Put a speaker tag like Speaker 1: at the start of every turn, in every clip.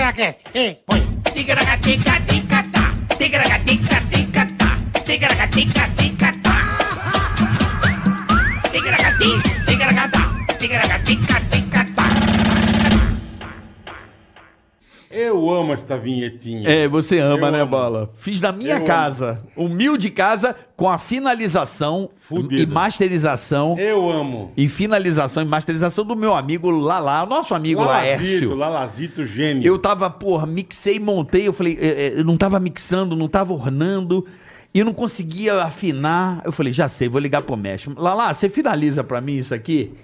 Speaker 1: Ticaracatacast. Ei, põe.
Speaker 2: Ticaracatica-ticatá, ticaracatica-ticatá, ticaracatica-ticatá. Ticaracati, ticaracatá, ticaracatica-ticatá.
Speaker 3: Eu amo esta vinhetinha.
Speaker 4: É, você ama,
Speaker 3: Eu
Speaker 4: né,
Speaker 3: amo.
Speaker 4: Bola? Fiz da minha
Speaker 3: Eu
Speaker 4: casa. Humilde casa com a finalização
Speaker 3: Fudido.
Speaker 4: e masterização.
Speaker 3: Eu amo.
Speaker 4: E finalização e masterização do meu amigo Lala, o nosso amigo Laércio.
Speaker 3: Lalazito, Lalazito gênio.
Speaker 4: Eu tava, porra, mixei, montei, eu falei, eh, eh, eu não tava mixando, não tava ornando, e eu não conseguia afinar. Eu falei, já sei, vou ligar pro mestre. Lala, você finaliza pra mim isso aqui?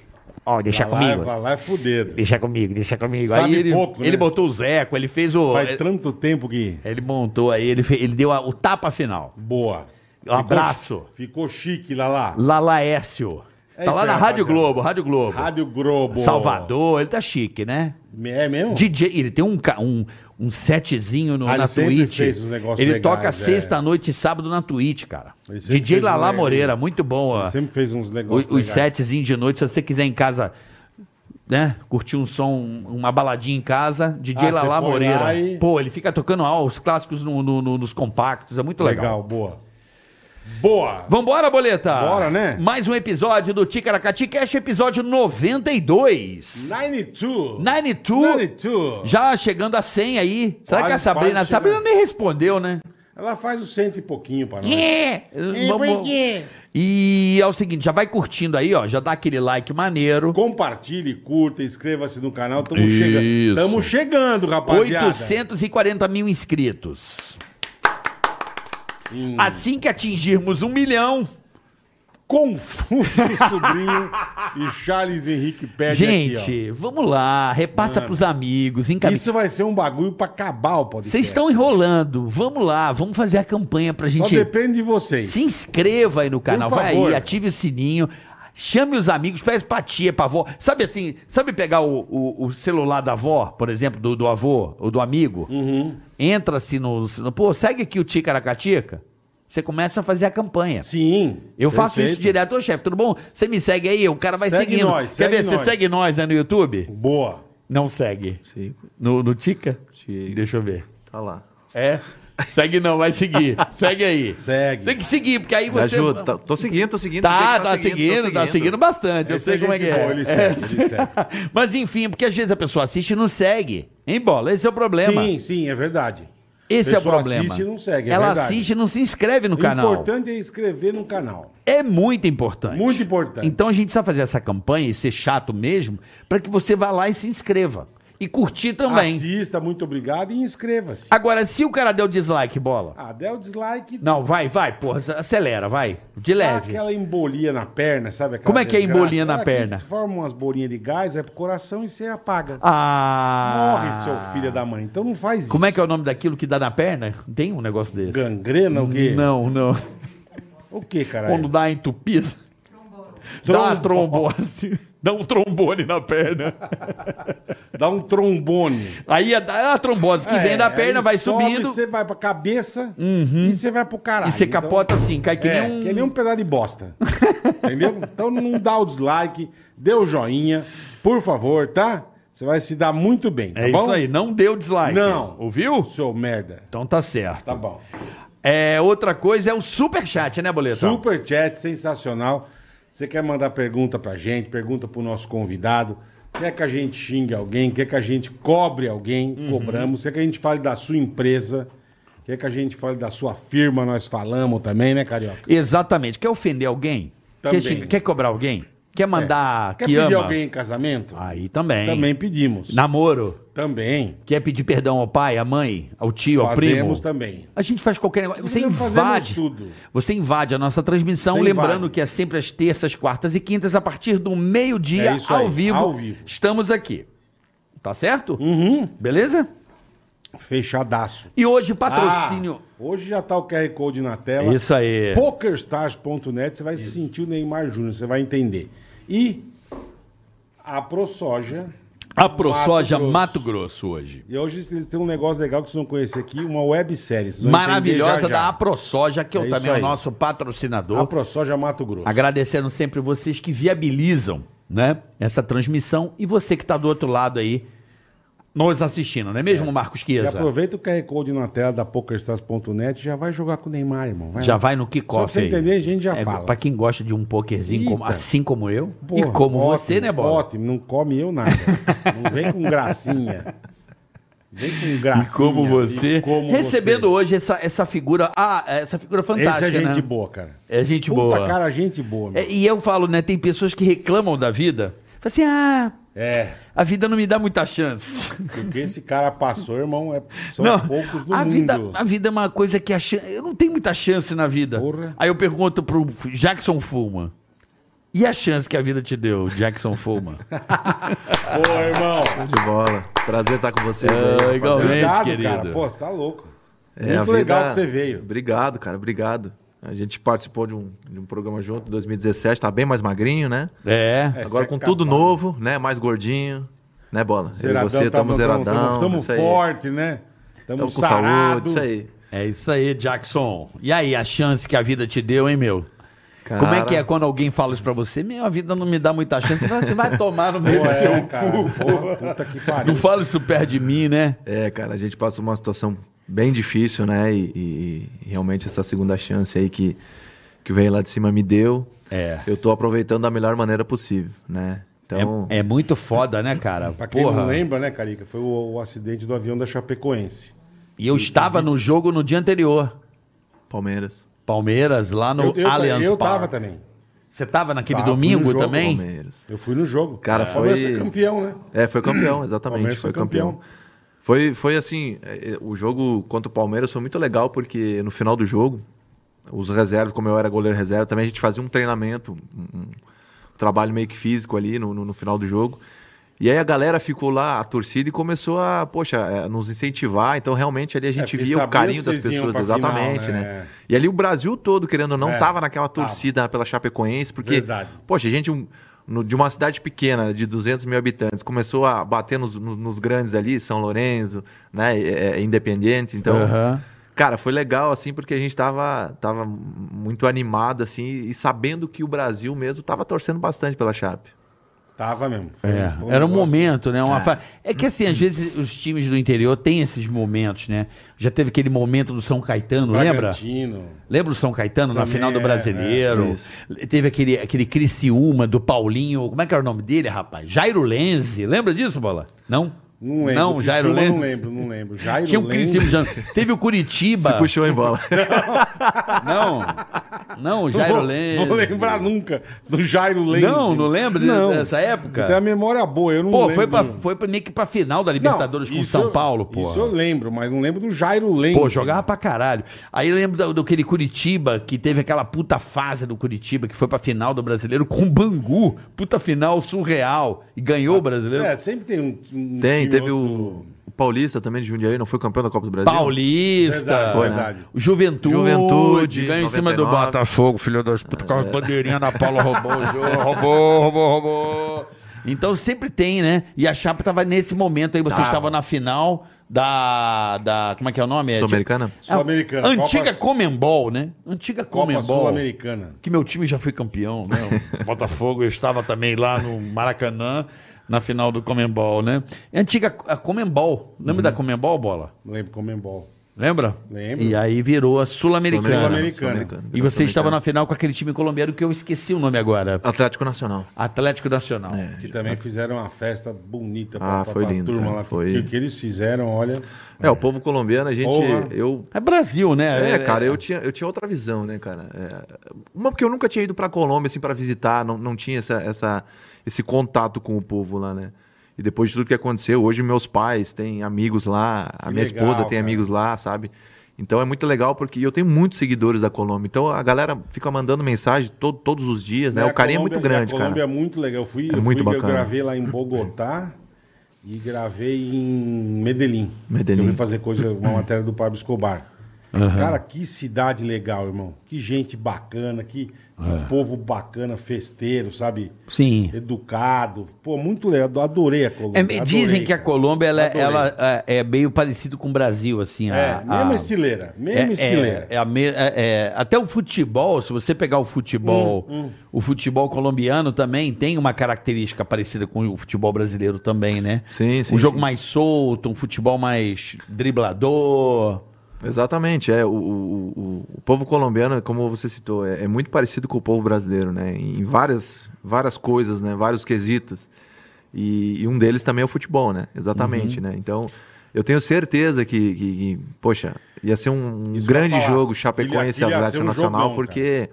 Speaker 4: Ó, deixa
Speaker 3: Vai lá, Vai lá, é fudido.
Speaker 4: Deixa comigo, deixa comigo.
Speaker 3: Sabe
Speaker 4: aí ele,
Speaker 3: pouco, né?
Speaker 4: ele botou o Zeco, ele fez o. eh,
Speaker 3: Faz tanto tempo que...
Speaker 4: Ele montou aí, ele, fe- ele deu a- o tapa final.
Speaker 3: Boa.
Speaker 4: Um abraço.
Speaker 3: Ficou chique, Lalá.
Speaker 4: Lalaércio.
Speaker 3: É
Speaker 4: tá
Speaker 3: isso
Speaker 4: lá
Speaker 3: aí,
Speaker 4: na Rádio
Speaker 3: rapaziada.
Speaker 4: Globo, Rádio Globo.
Speaker 3: Rádio Globo.
Speaker 4: Salvador, ele tá chique, né?
Speaker 3: É mesmo?
Speaker 4: DJ, ele tem um, ca- um, um setzinho no,
Speaker 3: Ah, ele
Speaker 4: na
Speaker 3: sempre
Speaker 4: Twitch.
Speaker 3: fez uns negócios
Speaker 4: ele
Speaker 3: legais,
Speaker 4: toca
Speaker 3: é.
Speaker 4: sexta-noite e sábado na Twitch, cara.
Speaker 3: Ele sempre
Speaker 4: DJ
Speaker 3: fez
Speaker 4: Lala
Speaker 3: um-
Speaker 4: Moreira, muito bom. ó.
Speaker 3: Ele sempre fez uns negócios
Speaker 4: Os, os é
Speaker 3: legais.
Speaker 4: setzinhos de noite, se você quiser em casa, né? Curtir um som, uma baladinha em casa, DJ
Speaker 3: Ah, você
Speaker 4: Lala
Speaker 3: põe
Speaker 4: Moreira.
Speaker 3: lá e-
Speaker 4: Pô, ele fica tocando ó, os clássicos no- no- no- nos compactos, é muito legal.
Speaker 3: Legal, boa. Boa.
Speaker 4: Vambora, boleta!
Speaker 3: Bora, né?
Speaker 4: Mais um episódio do Ticaracati Cash, episódio 92.
Speaker 3: 92.
Speaker 4: 92.
Speaker 3: 92.
Speaker 4: Já chegando a 100 aí. Será
Speaker 3: Quase,
Speaker 4: que a Sabrina. A
Speaker 3: quase
Speaker 4: Sabrina
Speaker 3: chegando.
Speaker 4: nem respondeu, né?
Speaker 3: Ela faz o cento e pouquinho pra nós.
Speaker 1: É,
Speaker 4: Vamos-
Speaker 1: por quê?
Speaker 4: E é o seguinte, já vai curtindo aí, ó. Já dá aquele like maneiro.
Speaker 3: Compartilhe, curta, inscreva-se no canal. Tamo,
Speaker 4: Isso.
Speaker 3: chegando. Tamo chegando, rapaziada.
Speaker 4: 840 mil inscritos.
Speaker 3: Em
Speaker 4: Assim que atingirmos um milhão,
Speaker 3: Confuso Sobrinho e Charles Henrique Pérez
Speaker 4: gente, vamos lá, repassa
Speaker 3: Mano.
Speaker 4: pros amigos, encaminha.
Speaker 3: Isso vai ser um bagulho pra acabar o podcast.
Speaker 4: Vocês estão enrolando, vamos lá, vamos fazer a campanha pra
Speaker 3: Só
Speaker 4: gente.
Speaker 3: depende de vocês.
Speaker 4: Se inscreva aí no canal,
Speaker 3: Por
Speaker 4: vai
Speaker 3: favor.
Speaker 4: aí, ative o sininho, chame os amigos, pede pra tia, pra avó. Sabe assim, sabe pegar o, o- o celular da avó, por exemplo, do, do avô ou do amigo?
Speaker 3: Uhum.
Speaker 4: Entra-se no, no- Pô, segue aqui o Ticaracatica. Você começa a fazer a campanha.
Speaker 3: Sim.
Speaker 4: Eu faço
Speaker 3: perfeito.
Speaker 4: isso direto, ô chefe, tudo bom? Você me segue aí, o cara vai
Speaker 3: Segue
Speaker 4: seguindo.
Speaker 3: nós,
Speaker 4: Quer
Speaker 3: segue
Speaker 4: ver, você
Speaker 3: nós.
Speaker 4: segue nós aí no YouTube?
Speaker 3: Boa.
Speaker 4: Não segue.
Speaker 5: Sim,
Speaker 4: No, no Tica?
Speaker 5: Tica.
Speaker 4: Deixa eu ver.
Speaker 5: tá lá.
Speaker 4: É? Segue não, vai seguir. segue aí.
Speaker 3: Segue.
Speaker 4: Tem que seguir, porque aí
Speaker 5: Me
Speaker 4: você...
Speaker 5: ajuda. Tá- tô seguindo, tô seguindo.
Speaker 4: Tá,
Speaker 5: tô
Speaker 4: tá seguindo, tá seguindo bastante. eu
Speaker 3: Esse
Speaker 4: sei
Speaker 3: é
Speaker 4: como é que
Speaker 3: gente
Speaker 4: é.
Speaker 3: boa, ele segue,
Speaker 4: É,
Speaker 3: ele segue.
Speaker 4: Mas enfim, porque às vezes a pessoa assiste e não segue. Hein, bola? Esse é o problema.
Speaker 3: Sim, sim, é verdade.
Speaker 4: Esse é o
Speaker 3: Pessoa
Speaker 4: problema.
Speaker 3: assiste e não segue, é
Speaker 4: Ela
Speaker 3: verdade.
Speaker 4: assiste e não se inscreve no
Speaker 3: O
Speaker 4: canal.
Speaker 3: importante é inscrever no canal.
Speaker 4: É muito importante.
Speaker 3: Muito importante.
Speaker 4: Então a gente precisa fazer essa campanha e ser chato mesmo, pra que você vá lá e se inscreva. E curtir também.
Speaker 3: Assista, muito obrigado e inscreva-se.
Speaker 4: Agora, se o cara der o dislike, bola.
Speaker 3: Ah, dá o dislike,
Speaker 4: Não, vai, vai, porra, acelera, vai. De
Speaker 3: dá
Speaker 4: leve.
Speaker 3: aquela embolia na perna, sabe? aquela
Speaker 4: Como é que é
Speaker 3: desgraça?
Speaker 4: embolia na
Speaker 3: Ah, que
Speaker 4: perna?
Speaker 3: Forma umas bolinhas de gás, vai pro coração e você apaga.
Speaker 4: Ah.
Speaker 3: Morre, seu filho da mãe. Então não faz isso.
Speaker 4: Como é que é o nome daquilo que dá na perna? Tem um negócio desse.
Speaker 3: Gangrena o quê?
Speaker 4: Não, não.
Speaker 3: O quê, caralho?
Speaker 4: Quando dá entupida. Dá uma trombose. Dá um trombone na perna.
Speaker 3: Dá um trombone.
Speaker 4: Aí a, a trombose que vem
Speaker 3: É,
Speaker 4: da perna
Speaker 3: aí
Speaker 4: vai
Speaker 3: sobe,
Speaker 4: subindo Uhum.
Speaker 3: Você vai pra cabeça e você vai pro caralho.
Speaker 4: e você
Speaker 3: Então-
Speaker 4: capota assim, cai que
Speaker 3: é,
Speaker 4: nem um...
Speaker 3: que nem um pedaço de bosta. Entendeu? Então não dá o dislike, dê o joinha, por favor, tá? Você vai se dar muito bem, tá
Speaker 4: É
Speaker 3: bom?
Speaker 4: isso aí, não deu dislike.
Speaker 3: Não.
Speaker 4: Ouviu?
Speaker 3: Seu merda.
Speaker 4: Então tá certo.
Speaker 3: Tá bom.
Speaker 4: É, outra coisa é o superchat, né, Boletão?
Speaker 3: Super chat sensacional. Você quer mandar pergunta pra gente, pergunta pro nosso convidado, quer que a gente xingue alguém, quer que a gente cobre alguém,
Speaker 4: Uhum.
Speaker 3: cobramos, quer que a gente fale da sua empresa, quer que a gente fale da sua firma, nós falamos também, né, Carioca?
Speaker 4: Exatamente. Quer ofender alguém?
Speaker 3: Também.
Speaker 4: Quer, xingar- quer cobrar alguém? Quer mandar
Speaker 3: É. Quer
Speaker 4: Ah, que
Speaker 3: pedir
Speaker 4: ama? Ah,
Speaker 3: alguém em casamento?
Speaker 4: Aí também.
Speaker 3: Também pedimos.
Speaker 4: Namoro?
Speaker 3: Também.
Speaker 4: Quer pedir perdão ao pai, à mãe, ao tio, ao primo?
Speaker 3: Fazemos também.
Speaker 4: A gente faz qualquer negócio. Você
Speaker 3: Fazemos
Speaker 4: invade.
Speaker 3: tudo.
Speaker 4: Você invade a nossa transmissão.
Speaker 3: Você
Speaker 4: lembrando
Speaker 3: invade.
Speaker 4: que é sempre às terças, quartas e quintas, a partir do meio-dia,
Speaker 3: É isso
Speaker 4: ao,
Speaker 3: aí,
Speaker 4: vivo,
Speaker 3: ao vivo.
Speaker 4: Estamos aqui. Tá certo?
Speaker 3: Uhum.
Speaker 4: Beleza?
Speaker 3: Fechadaço.
Speaker 4: E hoje, patrocínio.
Speaker 3: Ah, hoje já tá o QR Code na
Speaker 4: É
Speaker 3: tela.
Speaker 4: isso aí.
Speaker 3: PokerStars.net, você vai se sentir o Neymar Júnior, você vai entender. E a ProSoja.
Speaker 4: a ProSoja Mato,
Speaker 3: Grosso.
Speaker 4: Grosso hoje.
Speaker 3: E hoje eles têm um negócio legal que vocês vão conhecer aqui, uma websérie. vocês vão
Speaker 4: Maravilhosa
Speaker 3: entender já, já.
Speaker 4: da AproSoja, que
Speaker 3: É
Speaker 4: eu
Speaker 3: isso
Speaker 4: também é o
Speaker 3: aí.
Speaker 4: nosso patrocinador.
Speaker 3: A ProSoja Mato Grosso.
Speaker 4: Agradecendo sempre vocês tá que viabilizam né, essa transmissão e você que está do outro lado aí nos assistindo, não é mesmo, Marcos
Speaker 3: E
Speaker 4: Chiesa?
Speaker 3: aproveita o QR Code na tela da PokerStars.net e já vai jogar com o Neymar, irmão.
Speaker 4: Já
Speaker 3: lá.
Speaker 4: vai no
Speaker 3: É. Só pra
Speaker 4: kickoff
Speaker 3: você
Speaker 4: aí.
Speaker 3: entender, a gente já
Speaker 4: É,
Speaker 3: fala.
Speaker 4: Pra quem gosta de um pokerzinho como-
Speaker 3: Eita.
Speaker 4: assim como eu, e
Speaker 3: Porra,
Speaker 4: como
Speaker 3: ótimo,
Speaker 4: você, né, Bola?
Speaker 3: Ótimo, não come eu nada. não vem com gracinha. Vem com gracinha.
Speaker 4: Assim, E como você.
Speaker 3: e como
Speaker 4: Recebendo
Speaker 3: você.
Speaker 4: hoje essa, essa figura. Ah, essa figura fantástica.
Speaker 3: Esse é gente
Speaker 4: né?
Speaker 3: boa, cara.
Speaker 4: É gente
Speaker 3: Puta
Speaker 4: boa.
Speaker 3: cara, gente boa. meu.
Speaker 4: É, e eu falo, né? Tem pessoas que reclamam da vida. Fala assim, ah,
Speaker 3: É.
Speaker 4: a vida não me dá muita chance.
Speaker 3: O que esse cara passou, irmão, é, são poucos no
Speaker 4: a
Speaker 3: mundo.
Speaker 4: Vida, a vida é uma coisa que a chan- eu não tenho muita chance na vida.
Speaker 3: Porra.
Speaker 4: Aí eu pergunto pro Jackson Fulman. E a chance que a vida te deu, Jackson Fulman?
Speaker 3: Pô, irmão.
Speaker 1: Tá De bola. Prazer estar com vocês.
Speaker 4: É,
Speaker 1: aí, rapaziada.
Speaker 4: igualmente.
Speaker 3: Obrigado,
Speaker 4: querido.
Speaker 3: cara. Pô, você tá louco.
Speaker 1: É, a
Speaker 3: Muito
Speaker 1: vida- é
Speaker 3: legal que você veio.
Speaker 1: Obrigado, cara. Obrigado. A gente participou de um, de um programa junto em 2017. Tá bem mais magrinho, né?
Speaker 4: é.
Speaker 3: É,
Speaker 1: Agora
Speaker 3: você
Speaker 1: com
Speaker 3: é
Speaker 1: tudo
Speaker 3: capaz.
Speaker 1: novo, né? Mais gordinho. Né, Bola? Eu e
Speaker 3: Zeradão,
Speaker 1: você, tamo zeradão.
Speaker 3: Estamos
Speaker 1: isso aí.
Speaker 3: forte, né?
Speaker 1: Tamo
Speaker 3: Estamos
Speaker 1: com saúde, isso aí.
Speaker 4: É isso aí, Jackson. E aí, a chance que a vida te deu, hein, meu? Como é que é
Speaker 1: Cara,
Speaker 4: quando alguém fala isso pra você? Meu, a vida não me dá muita chance. Você fala, Você vai tomar no meio
Speaker 3: Pô,
Speaker 4: do seu
Speaker 1: um
Speaker 3: é,
Speaker 4: cu.
Speaker 3: cara. Pô, puta que pariu.
Speaker 4: Não fala isso perto de mim, né?
Speaker 1: É, cara, a gente passa uma situação bem difícil, né? E, e- e realmente essa segunda chance aí que, que veio lá de cima me deu.
Speaker 4: É.
Speaker 1: Eu tô aproveitando da melhor maneira possível, né? Então.
Speaker 4: É, é muito foda, né, cara?
Speaker 3: Pra quem
Speaker 4: Porra.
Speaker 3: não lembra, né, Carica? Foi o, o acidente do avião da Chapecoense.
Speaker 4: E eu estava no jogo no dia anterior.
Speaker 1: Palmeiras.
Speaker 4: Palmeiras, lá no
Speaker 3: eu, eu,
Speaker 4: Allianz
Speaker 3: eu
Speaker 4: Park.
Speaker 3: tava também.
Speaker 4: Você tava naquele
Speaker 3: Tava,
Speaker 4: domingo
Speaker 3: fui no jogo,
Speaker 4: também?
Speaker 1: Palmeiras.
Speaker 3: Eu fui no jogo.
Speaker 1: Cara,
Speaker 3: O Palmeiras
Speaker 1: foi-
Speaker 3: é campeão, né?
Speaker 1: É, foi campeão, exatamente.
Speaker 3: Palmeiras
Speaker 1: foi
Speaker 3: foi campeão.
Speaker 1: campeão. Foi, foi assim, é, é, o jogo contra o Palmeiras foi muito legal, porque no final do jogo, os reservas, como eu era goleiro reserva, também a gente fazia um treinamento, um, um trabalho meio que físico ali no, no- no final do jogo. E aí a galera ficou lá, a torcida, e começou a, poxa, é, nos incentivar. Então, realmente, ali a gente
Speaker 3: É, porque
Speaker 1: via o
Speaker 3: sabia
Speaker 1: carinho
Speaker 3: que
Speaker 1: das
Speaker 3: vocês iam
Speaker 1: pessoas,
Speaker 3: pra final,
Speaker 1: exatamente,
Speaker 3: né?
Speaker 1: né? E ali o Brasil todo, querendo ou não,
Speaker 3: É,
Speaker 1: tava naquela
Speaker 3: tava.
Speaker 1: torcida pela Chapecoense, porque,
Speaker 3: Verdade.
Speaker 1: poxa, a gente um- no- de uma cidade pequena, de 200 mil habitantes, começou a bater nos, nos- nos grandes ali, São Lourenço, né, é, é, Independente, então...
Speaker 4: Aham.
Speaker 1: Cara, foi legal, assim, porque a gente tava, tava muito animado, assim, e sabendo que o Brasil mesmo tava torcendo bastante pela Chape.
Speaker 3: Tava mesmo. Foi-
Speaker 4: É,
Speaker 3: foi
Speaker 4: era
Speaker 3: negócio.
Speaker 4: um momento, né? Uma fa- É que assim, às vezes os times do interior têm esses momentos, né? Já teve aquele momento do São Caetano, lembra?
Speaker 3: Bragantino.
Speaker 4: Lembra o São Caetano na
Speaker 3: Também,
Speaker 4: final do
Speaker 3: é,
Speaker 4: Brasileiro? Teve aquele, aquele Criciúma do Paulinho, como é que era o nome dele, rapaz? Jairo Lenzi, lembra disso, Bola? Não?
Speaker 3: Não lembro.
Speaker 4: Não, Jairo
Speaker 3: Criciúma,
Speaker 4: Lenzi.
Speaker 3: Não lembro, não lembro. Jairo
Speaker 4: Tinha um
Speaker 3: Lenzi.
Speaker 4: Criciúma, já- teve o Curitiba.
Speaker 1: Se puxou em bola.
Speaker 4: Não, não,
Speaker 3: Não
Speaker 4: o Jairo
Speaker 3: vou-
Speaker 4: Lenzi.
Speaker 3: Não vou lembrar nunca do Jairo Lenzi.
Speaker 4: Não, não lembra de-
Speaker 3: Não.
Speaker 4: dessa época?
Speaker 3: Você tem a memória boa, eu não
Speaker 4: Pô,
Speaker 3: lembro.
Speaker 4: foi, pra, foi pra, meio que pra final da Libertadores
Speaker 3: Não,
Speaker 4: com o
Speaker 3: isso
Speaker 4: São
Speaker 3: eu-
Speaker 4: Paulo, pô.
Speaker 3: Isso eu lembro, mas não lembro do Jairo Lenzi.
Speaker 4: Pô, jogava pra caralho. Aí eu lembro da- daquele Curitiba, que teve aquela puta fase do Curitiba, que foi pra final do Brasileiro com o Bangu. Puta final surreal. E ganhou o Brasileiro.
Speaker 3: É, sempre tem um, um
Speaker 1: Tem,
Speaker 3: time,
Speaker 1: teve
Speaker 3: outro-
Speaker 1: o, o Paulista também de Jundiaí, não foi campeão da Copa do Brasil?
Speaker 4: Paulista.
Speaker 3: Verdade,
Speaker 1: Foi, né?
Speaker 3: verdade.
Speaker 4: Juventude.
Speaker 1: Juventude,
Speaker 4: Ganhou em cima do
Speaker 1: 99.
Speaker 4: Botafogo, filho das putas.
Speaker 1: É.
Speaker 4: Com a bandeirinha na Paula roubou o jogo. Roubou, roubou, roubou. Então sempre tem, né? E a Chapa tava nesse momento aí. Vocês
Speaker 1: Tava.
Speaker 4: estavam na final da, da... Como é que é o nome? É,
Speaker 1: Sul-Americana?
Speaker 4: tipo-
Speaker 3: Sul-Americana.
Speaker 4: Antiga
Speaker 3: Copa,
Speaker 4: Comembol, né? Antiga
Speaker 3: Copa
Speaker 4: Comembol.
Speaker 3: Sul-Americana.
Speaker 4: Que meu time já foi campeão, né? O Botafogo, eu estava também lá no Maracanã, na final do Comembol, né? Antiga a Comembol. Lembra da Comembol, Bola?
Speaker 3: Não lembro como é bom.
Speaker 4: Lembra?
Speaker 3: Lembro.
Speaker 4: E aí virou a Sul-Americana.
Speaker 3: Sul-Americana.
Speaker 4: e você estava na final com aquele time colombiano que eu esqueci o nome agora.
Speaker 1: Atlético Nacional.
Speaker 4: Atlético Nacional.
Speaker 3: Que
Speaker 4: Ah.
Speaker 3: também fizeram uma festa bonita
Speaker 1: Ah, foi lindo,
Speaker 3: turma
Speaker 1: cara,
Speaker 3: lá.
Speaker 1: foi.
Speaker 3: Foi... O que eles fizeram, olha.
Speaker 1: É, o povo colombiano, a gente.
Speaker 3: Porra.
Speaker 1: Eu,
Speaker 4: É Brasil, né?
Speaker 1: é, cara, eu tinha, eu tinha outra visão, né, cara? É, uma porque eu nunca tinha ido pra Colômbia, assim, pra visitar, não, não tinha essa, essa, esse contato com o povo lá, né? E depois de tudo que aconteceu, hoje meus pais têm amigos lá, a
Speaker 3: Que
Speaker 1: minha
Speaker 3: legal,
Speaker 1: esposa tem
Speaker 3: cara.
Speaker 1: amigos lá, sabe? Então é muito legal porque eu tenho muitos seguidores da Colômbia. Então a galera fica mandando mensagem to- todos os dias, né?
Speaker 3: E
Speaker 1: O
Speaker 3: a
Speaker 1: carinho
Speaker 3: Colômbia-
Speaker 1: é muito grande,
Speaker 3: e a
Speaker 1: cara.
Speaker 3: Colômbia é muito legal. Eu fui, eu,
Speaker 1: muito
Speaker 3: fui eu
Speaker 1: bacana.
Speaker 3: gravei lá em Bogotá e gravei em Medellín.
Speaker 1: Medellín.
Speaker 3: Eu fui fazer coisa, uma matéria do Pablo Escobar. Cara, que cidade legal, irmão. Que gente bacana, que, que povo bacana, festeiro, sabe?
Speaker 4: Sim.
Speaker 3: Educado. Pô, muito legal. Adorei a Colômbia.
Speaker 4: É,
Speaker 3: adorei,
Speaker 4: dizem que a
Speaker 3: cara.
Speaker 4: Colômbia ela,
Speaker 3: Adorei.
Speaker 4: ela, é, é meio parecido com o Brasil, assim.
Speaker 3: É,
Speaker 4: a,
Speaker 3: mesma
Speaker 4: a-
Speaker 3: estileira.
Speaker 4: É,
Speaker 3: Mesma estileira.
Speaker 4: é, é a me- é- é, até o futebol, se você pegar o futebol,
Speaker 3: Hum,
Speaker 4: o futebol colombiano também tem uma característica parecida com o futebol brasileiro também, né?
Speaker 1: Sim, sim,
Speaker 4: Um jogo
Speaker 1: sim.
Speaker 4: mais solto, um futebol mais driblador.
Speaker 1: Exatamente, é. O, o, o- o povo colombiano, como você citou, é, é muito parecido com o povo brasileiro, né? Em várias, várias coisas, né? Vários quesitos. E, e um deles também é o futebol, né? Exatamente,
Speaker 3: Uhum.
Speaker 1: né? Então, eu tenho certeza que, que- que, poxa, ia ser um
Speaker 3: Isso que eu
Speaker 1: grande
Speaker 3: ia falar.
Speaker 1: jogo Chapecoense e
Speaker 3: Ele ia- ele ia
Speaker 1: Atlético
Speaker 3: ser um
Speaker 1: Nacional,
Speaker 3: jogão,
Speaker 1: porque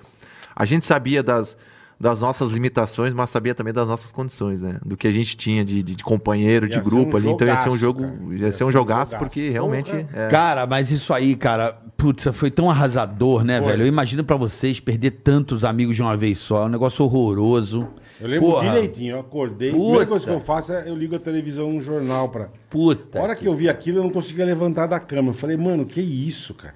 Speaker 1: a gente sabia das, das nossas limitações, mas sabia também das nossas condições, né? Do que a gente tinha de, de companheiro,
Speaker 3: Ia
Speaker 1: de
Speaker 3: ser
Speaker 1: grupo
Speaker 3: um
Speaker 1: ali. então ia ser um
Speaker 3: jogaço,
Speaker 1: jogo,
Speaker 3: cara.
Speaker 1: ia, ser um jogaço, porque realmente...
Speaker 3: Porra.
Speaker 1: é,
Speaker 4: Cara, mas isso aí, cara, putz, foi tão arrasador, né,
Speaker 3: Foi.
Speaker 4: velho? Eu imagino pra vocês perder tantos amigos de uma vez só, é um negócio horroroso.
Speaker 3: Eu lembro
Speaker 4: Porra,
Speaker 3: direitinho, eu acordei. A primeira
Speaker 4: Puta.
Speaker 3: coisa que eu faço é eu ligo a televisão um jornal pra.
Speaker 4: Puta.
Speaker 3: A hora que eu vi aquilo, eu não conseguia levantar da cama. Eu falei, mano, que isso, cara?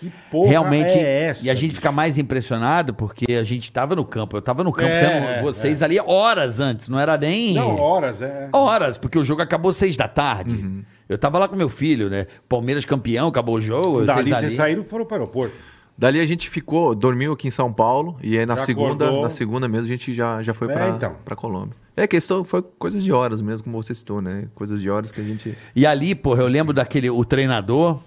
Speaker 3: Que porra
Speaker 4: Realmente,
Speaker 3: é essa?
Speaker 4: e a gente fica mais impressionado porque a gente tava no campo. Eu tava no campo,
Speaker 3: É,
Speaker 4: tamo- vocês ali horas antes, não era nem.
Speaker 3: Não, Uhum. horas, é.
Speaker 4: Horas, porque o jogo acabou seis da tarde. Eu tava lá com meu filho, né? Palmeiras campeão, acabou o jogo.
Speaker 3: Dali
Speaker 4: vocês
Speaker 3: vocês
Speaker 4: ali.
Speaker 3: saíram e foram pro aeroporto.
Speaker 1: Dali a gente ficou, dormiu aqui em São Paulo e aí na
Speaker 3: Já
Speaker 1: segunda,
Speaker 3: acordou.
Speaker 1: na segunda mesmo a gente já, já foi
Speaker 3: É,
Speaker 1: pra
Speaker 3: então.
Speaker 1: para Colômbia. É questão foi coisas de horas mesmo, como você citou, né? Coisas de horas que a gente
Speaker 4: E ali, porra, eu lembro daquele, o treinador.